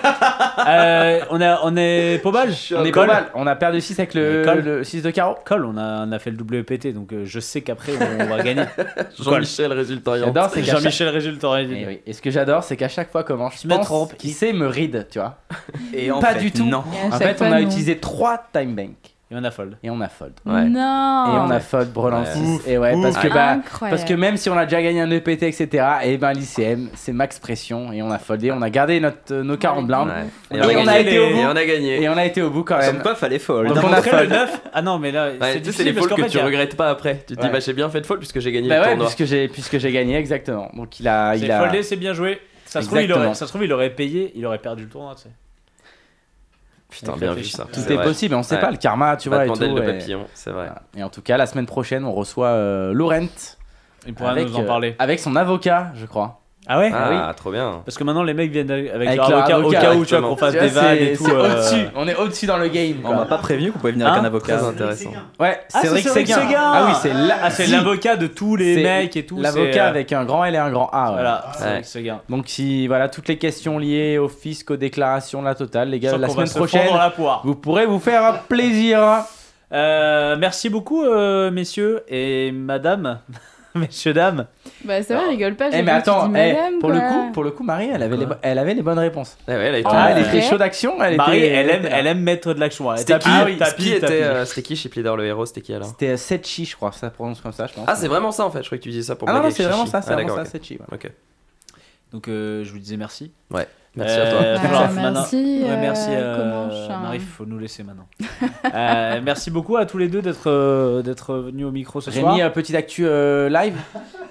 Speaker 2: Euh, on a on est Pobal,
Speaker 3: On est
Speaker 2: Col. Euh,
Speaker 3: pas mal, on a perdu 6 avec le,
Speaker 2: Col.
Speaker 3: le 6 de carreau.
Speaker 2: Col, on a, on a fait le WPT donc euh, je sais qu'après on va gagner. Col.
Speaker 4: Jean-Michel, résultat.
Speaker 3: J'adore, Ah, c'est qu'à chaque-
Speaker 2: Jean-Michel résulte en
Speaker 3: Eh
Speaker 2: réalité.
Speaker 3: oui. Et ce que j'adore, c'est qu'à chaque fois comment je
Speaker 2: me
Speaker 3: pense,
Speaker 2: trompe.
Speaker 3: qui sait me ride, tu vois.
Speaker 5: Et en
Speaker 3: Pas
Speaker 5: fait,
Speaker 3: du tout.
Speaker 5: Non.
Speaker 12: et à
Speaker 3: En
Speaker 12: chaque
Speaker 3: fait, on
Speaker 12: fois,
Speaker 3: a
Speaker 12: non. Ah,
Speaker 3: utilisé 3 time bank
Speaker 2: Et on a fold.
Speaker 3: et on a fold.
Speaker 4: Ouais.
Speaker 12: Non
Speaker 3: Et
Speaker 12: oh,
Speaker 3: on a fold Brelan
Speaker 4: Ouais.
Speaker 3: 6. Et ouais, parce que bah,
Speaker 12: Incroyable.
Speaker 3: parce que même si on a déjà gagné un EPT, etc. Et ben l'ICM, c'est max pression et on a foldé, on a gardé notre euh, nos 40 blindes
Speaker 4: Et,
Speaker 3: Et on a
Speaker 4: gagné.
Speaker 3: été au bout.
Speaker 4: Et on a gagné.
Speaker 3: et on a été au bout quand
Speaker 5: Comme
Speaker 3: même.
Speaker 5: pas, fallait fold.
Speaker 3: Donc,
Speaker 2: Donc
Speaker 3: on
Speaker 2: on
Speaker 3: a
Speaker 2: a fait le
Speaker 3: fold.
Speaker 2: 9. Ah non mais là
Speaker 4: Ouais,
Speaker 2: c'est
Speaker 4: tu sais, c'est les
Speaker 2: difficile parce
Speaker 4: folds
Speaker 2: qu'en
Speaker 4: que
Speaker 2: fait,
Speaker 4: tu
Speaker 2: y a-
Speaker 4: regrettes pas après. Tu te dis,
Speaker 3: Ouais.
Speaker 4: bah, j'ai bien fait de fold puisque j'ai gagné
Speaker 3: Bah
Speaker 4: le
Speaker 3: ouais,
Speaker 4: tournoi.
Speaker 3: puisque j'ai puisque j'ai gagné exactement. Donc il a
Speaker 2: C'est
Speaker 3: il a
Speaker 2: foldé, c'est bien joué. Ça se, trouve, il
Speaker 3: Exactement.
Speaker 2: aurait, ça se trouve, il aurait payé, il aurait perdu le tournoi, tu sais.
Speaker 4: Putain,
Speaker 2: On
Speaker 4: bien vu
Speaker 2: réfléchit.
Speaker 4: ça.
Speaker 3: tout
Speaker 4: C'est
Speaker 3: est
Speaker 4: vrai.
Speaker 3: possible, on sait
Speaker 4: Ouais.
Speaker 3: pas le karma, tu
Speaker 4: Va
Speaker 3: vois et
Speaker 4: demander
Speaker 3: tout.
Speaker 4: le
Speaker 3: et-
Speaker 4: papillon, c'est vrai.
Speaker 3: voilà. Et en tout cas, la semaine prochaine, on reçoit euh, Laurent
Speaker 2: Il pourra
Speaker 3: avec,
Speaker 2: nous en
Speaker 3: euh,
Speaker 2: parler.
Speaker 3: avec son avocat, je crois.
Speaker 2: Ah ouais
Speaker 4: Ah, trop bien.
Speaker 2: Parce que maintenant, les mecs viennent avec,
Speaker 3: Avec
Speaker 2: leur
Speaker 3: leur
Speaker 2: avocat, au
Speaker 3: avocat,
Speaker 2: cas où, tu vois,
Speaker 4: exactement.
Speaker 2: qu'on fasse
Speaker 3: Tu
Speaker 2: des
Speaker 3: vois,
Speaker 2: vannes
Speaker 3: c'est-
Speaker 2: et tout.
Speaker 3: c'est
Speaker 2: euh,
Speaker 3: au-dessus. On est au-dessus dans le game.
Speaker 5: On m'a
Speaker 3: Quoi.
Speaker 5: pas prévenu qu'on pouvait venir avec
Speaker 2: Hein
Speaker 5: un
Speaker 4: Très
Speaker 5: avocat.
Speaker 4: intéressant.
Speaker 3: Ouais,
Speaker 2: Ah, c'est
Speaker 3: Cédric
Speaker 2: Cédric
Speaker 3: Séguin.
Speaker 2: Séguin.
Speaker 3: Ah oui, c'est la-
Speaker 2: Ah, c'est
Speaker 3: si.
Speaker 2: l'avocat de tous les
Speaker 3: C'est
Speaker 2: mecs et tout. c'est,
Speaker 3: L'avocat
Speaker 2: euh,
Speaker 3: avec un grand L et un grand A. ouais.
Speaker 2: Voilà, c'est
Speaker 4: Ouais.
Speaker 2: ce gars.
Speaker 3: Donc si voilà toutes les questions liées au fisc, aux déclarations, la totale, les gars,
Speaker 2: Sauf
Speaker 3: la
Speaker 2: qu'on va
Speaker 3: semaine
Speaker 2: se fendre
Speaker 3: prochaine,
Speaker 2: dans la poire.
Speaker 3: vous pourrez vous faire un plaisir. hein.
Speaker 2: Euh, merci beaucoup, euh, messieurs et madame. Messieurs, dames.
Speaker 12: Bah, ça va, rigole pas.
Speaker 3: Eh
Speaker 12: j'ai
Speaker 3: mais
Speaker 12: cru que tu
Speaker 3: attends,
Speaker 12: dis
Speaker 3: eh,
Speaker 12: madame,
Speaker 3: pour le
Speaker 12: quoi.
Speaker 3: coup, pour le coup, Marie, elle avait les, bo- elle avait les bonnes réponses.
Speaker 4: Ah ouais, elle a été-
Speaker 2: Ah,
Speaker 3: elle
Speaker 2: ouais.
Speaker 3: était chaud d'action. Elle
Speaker 2: Marie,
Speaker 3: était,
Speaker 2: elle aime,
Speaker 3: était là.
Speaker 2: elle aime mettre de l'action. Elle
Speaker 4: C'était
Speaker 2: tapis,
Speaker 4: qui
Speaker 2: tapis, tapis,
Speaker 4: Qui était. euh, C'était qui chez Pleader le héros C'était qui alors
Speaker 3: C'était euh, Setchi, je crois, ça se prononce comme ça, je pense.
Speaker 4: Ah, c'est vraiment ça en fait. Je croyais que tu disais ça pour
Speaker 3: Ah non,
Speaker 4: blaguer
Speaker 3: non,
Speaker 4: avec
Speaker 3: c'est vraiment
Speaker 4: Chichi.
Speaker 3: ça, c'est
Speaker 4: Ah,
Speaker 3: vraiment
Speaker 4: d'accord,
Speaker 3: ça,
Speaker 4: ok.
Speaker 3: Setchi. ouais.
Speaker 4: Ok.
Speaker 2: Donc, euh, je vous disais merci.
Speaker 4: Merci à toi.
Speaker 2: Euh,
Speaker 12: Bah,
Speaker 2: Florence,
Speaker 12: merci,
Speaker 2: Ouais,
Speaker 12: euh,
Speaker 2: merci euh,
Speaker 12: Comanche, hein.
Speaker 2: Marie, faut nous laisser maintenant. Euh, merci beaucoup à tous les deux d'être euh, d'être venus au micro ce soir.
Speaker 3: Rémi, euh, petite actu euh, live.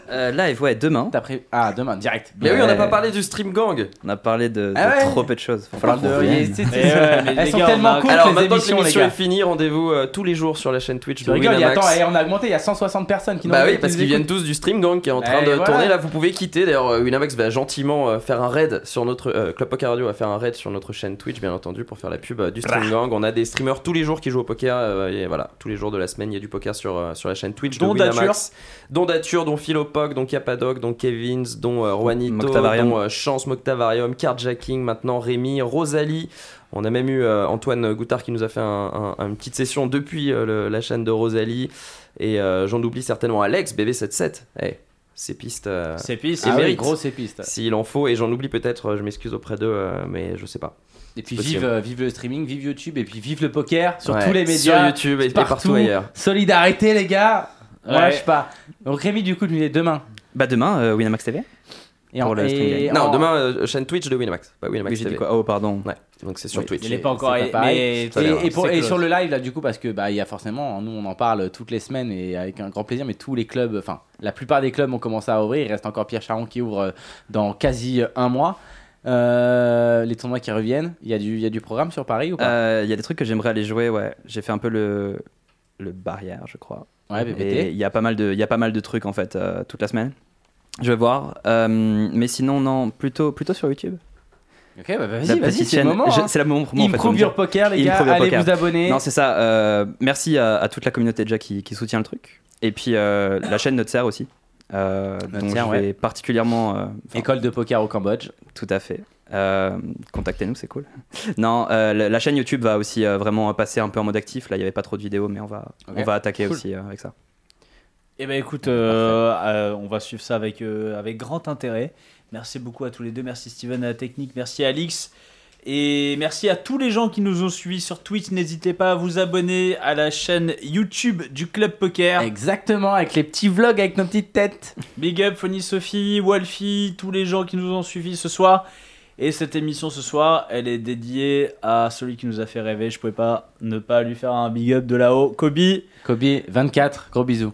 Speaker 5: Euh, live, ouais, demain.
Speaker 3: Ah, demain, direct.
Speaker 5: Mais oui,
Speaker 3: Ouais.
Speaker 5: on n'a pas parlé du Stream Gang. On a parlé de, de
Speaker 3: Ah ouais.
Speaker 5: trop peu de choses. Faut
Speaker 3: On parle
Speaker 5: qu'on
Speaker 3: de-
Speaker 5: revienne.
Speaker 3: c'est- c'est- Eh ouais, mais Elles les sont gars, on tellement a- cool,
Speaker 4: Alors
Speaker 3: les
Speaker 4: maintenant que
Speaker 3: émissions, les
Speaker 4: l'émission
Speaker 3: gars.
Speaker 4: est finie, rendez-vous euh, tous les jours sur la chaîne Twitch
Speaker 3: Tu
Speaker 4: de
Speaker 3: rigoles, et
Speaker 4: Winamax.
Speaker 3: attends, et on a augmenté, il y a 160 personnes qui nous
Speaker 4: Bah
Speaker 3: qui
Speaker 4: oui,
Speaker 3: nous
Speaker 4: parce qu'ils viennent
Speaker 3: écoutent.
Speaker 4: tous du Stream Gang qui est en train
Speaker 3: Eh,
Speaker 4: de
Speaker 3: voilà.
Speaker 4: tourner là. Vous pouvez quitter. D'ailleurs, euh, Winamax va gentiment euh, faire un raid sur notre euh, Club Poker Radio va faire un raid sur notre chaîne Twitch, bien entendu, pour faire la pub euh, du Stream Gang. On a des streamers tous les jours qui jouent au poker. euh, et voilà, tous les jours de la semaine, il y a du poker sur euh, sur la chaîne Twitch
Speaker 2: Dont
Speaker 4: de
Speaker 2: Dature.
Speaker 4: Winamax. Dont Dature, dont Philopoc, dont Capadoc, dont Kevins, dont euh, Juanito,
Speaker 5: Moctavarium.
Speaker 4: dont euh, Chance, Moctavarium, Cardjacking, maintenant Rémi, Rosalie. On a même eu euh, Antoine Goutard qui nous a fait un- un- une petite session depuis euh, le- la chaîne de Rosalie. Et euh, j'en oublie certainement Alex, BB77. Eh, ces pistes. euh,
Speaker 2: Ces pistes,
Speaker 4: et
Speaker 3: Ah oui,
Speaker 4: méritent.
Speaker 3: gros, ces pistes.
Speaker 4: S'il en faut, et j'en oublie peut-être, euh, je m'excuse auprès d'eux, euh, mais je sais pas.
Speaker 3: Et puis
Speaker 4: C'est
Speaker 3: vive,
Speaker 4: possible.
Speaker 3: euh, vive le streaming, vive YouTube, et puis vive le poker sur
Speaker 4: Ouais,
Speaker 3: tous les
Speaker 4: sur
Speaker 3: médias.
Speaker 4: YouTube et- et partout ailleurs.
Speaker 3: Solidarité, les gars. Moi,
Speaker 5: Ouais.
Speaker 3: je sais pas. Donc, Rémi, du coup, nous, il est demain.
Speaker 5: Bah demain, euh, Winamax TV.
Speaker 3: Et
Speaker 5: Pour
Speaker 3: en-
Speaker 5: le Stream
Speaker 3: et
Speaker 5: Gang.
Speaker 4: non,
Speaker 3: en-
Speaker 4: demain, euh, chaîne Twitch de Winamax. Pas Winamax
Speaker 5: Oui, j'ai dit
Speaker 4: TV.
Speaker 5: quoi Oh, pardon.
Speaker 4: Ouais, donc c'est sur
Speaker 5: Oui,
Speaker 4: Twitch.
Speaker 2: Il est pas encore.
Speaker 3: C'est
Speaker 2: mais-
Speaker 3: pas pareil.
Speaker 4: Tout à l'heure,
Speaker 2: mais-
Speaker 3: Et, et pour-
Speaker 2: c'est
Speaker 3: et
Speaker 2: close.
Speaker 3: sur le live là du coup parce que bah il y a forcément nous on en parle euh, toutes les semaines et avec un grand plaisir mais tous les clubs enfin la plupart des clubs ont commencé à ouvrir il reste encore Pierre Charon qui ouvre euh, dans quasi euh, un mois Euh, les tournois qui reviennent il y a du il y a du programme sur Paris ou pas
Speaker 5: Euh, Il y a des trucs que j'aimerais aller jouer, ouais. J'ai fait un peu le, le barrière, je crois.
Speaker 3: ouais
Speaker 5: Et
Speaker 3: BBT
Speaker 5: il y a pas mal de, il y a pas mal de trucs en fait euh, toute la semaine. Je vais voir. Euh, mais sinon non, plutôt plutôt sur YouTube.
Speaker 3: ok bah
Speaker 5: La
Speaker 3: vas-y vas-y
Speaker 5: petite
Speaker 3: c'est le
Speaker 5: chaîne.
Speaker 3: moment
Speaker 5: Je-
Speaker 3: hein.
Speaker 5: C'est le moment pour moi. en fait,
Speaker 3: Improve
Speaker 5: on me
Speaker 3: your
Speaker 5: dit.
Speaker 3: poker les gars
Speaker 5: Improve your
Speaker 3: allez
Speaker 5: poker.
Speaker 3: vous abonner
Speaker 5: Non c'est ça. euh, merci à, à toute la communauté déjà qui, qui soutient le truc. Et puis euh, la chaîne Notre Serre aussi. Euh,
Speaker 3: Notre
Speaker 5: dont
Speaker 3: Serre,
Speaker 5: je vais particulièrement. euh, enfin,
Speaker 3: école de poker au Cambodge
Speaker 5: Tout à fait. Euh, Contactez-nous, c'est cool. Non, euh, la, la chaîne YouTube va aussi euh, vraiment passer un peu en mode actif. Là, il n'y avait pas trop de vidéos, mais on va,
Speaker 3: Ok.
Speaker 5: on va attaquer
Speaker 3: Cool.
Speaker 5: aussi euh, avec ça.
Speaker 2: Eh ben écoute, euh, euh, on va suivre ça avec, euh, avec grand intérêt. Merci beaucoup à tous les deux. Merci Steven à la technique. Merci Alix. Et merci à tous les gens qui nous ont suivis sur Twitch. N'hésitez pas à vous abonner à la chaîne YouTube du Club
Speaker 5: Ah.
Speaker 2: Poker.
Speaker 3: exactement avec les petits vlogs avec nos petites têtes
Speaker 2: Big up Fanny Sophie, Walfie, tous les gens qui nous ont suivis ce soir. Et cette émission ce soir, elle est dédiée à celui qui nous a fait rêver. Je pouvais pas ne pas lui faire un big up de là-haut. Kobe,
Speaker 3: Kobe 24 gros bisous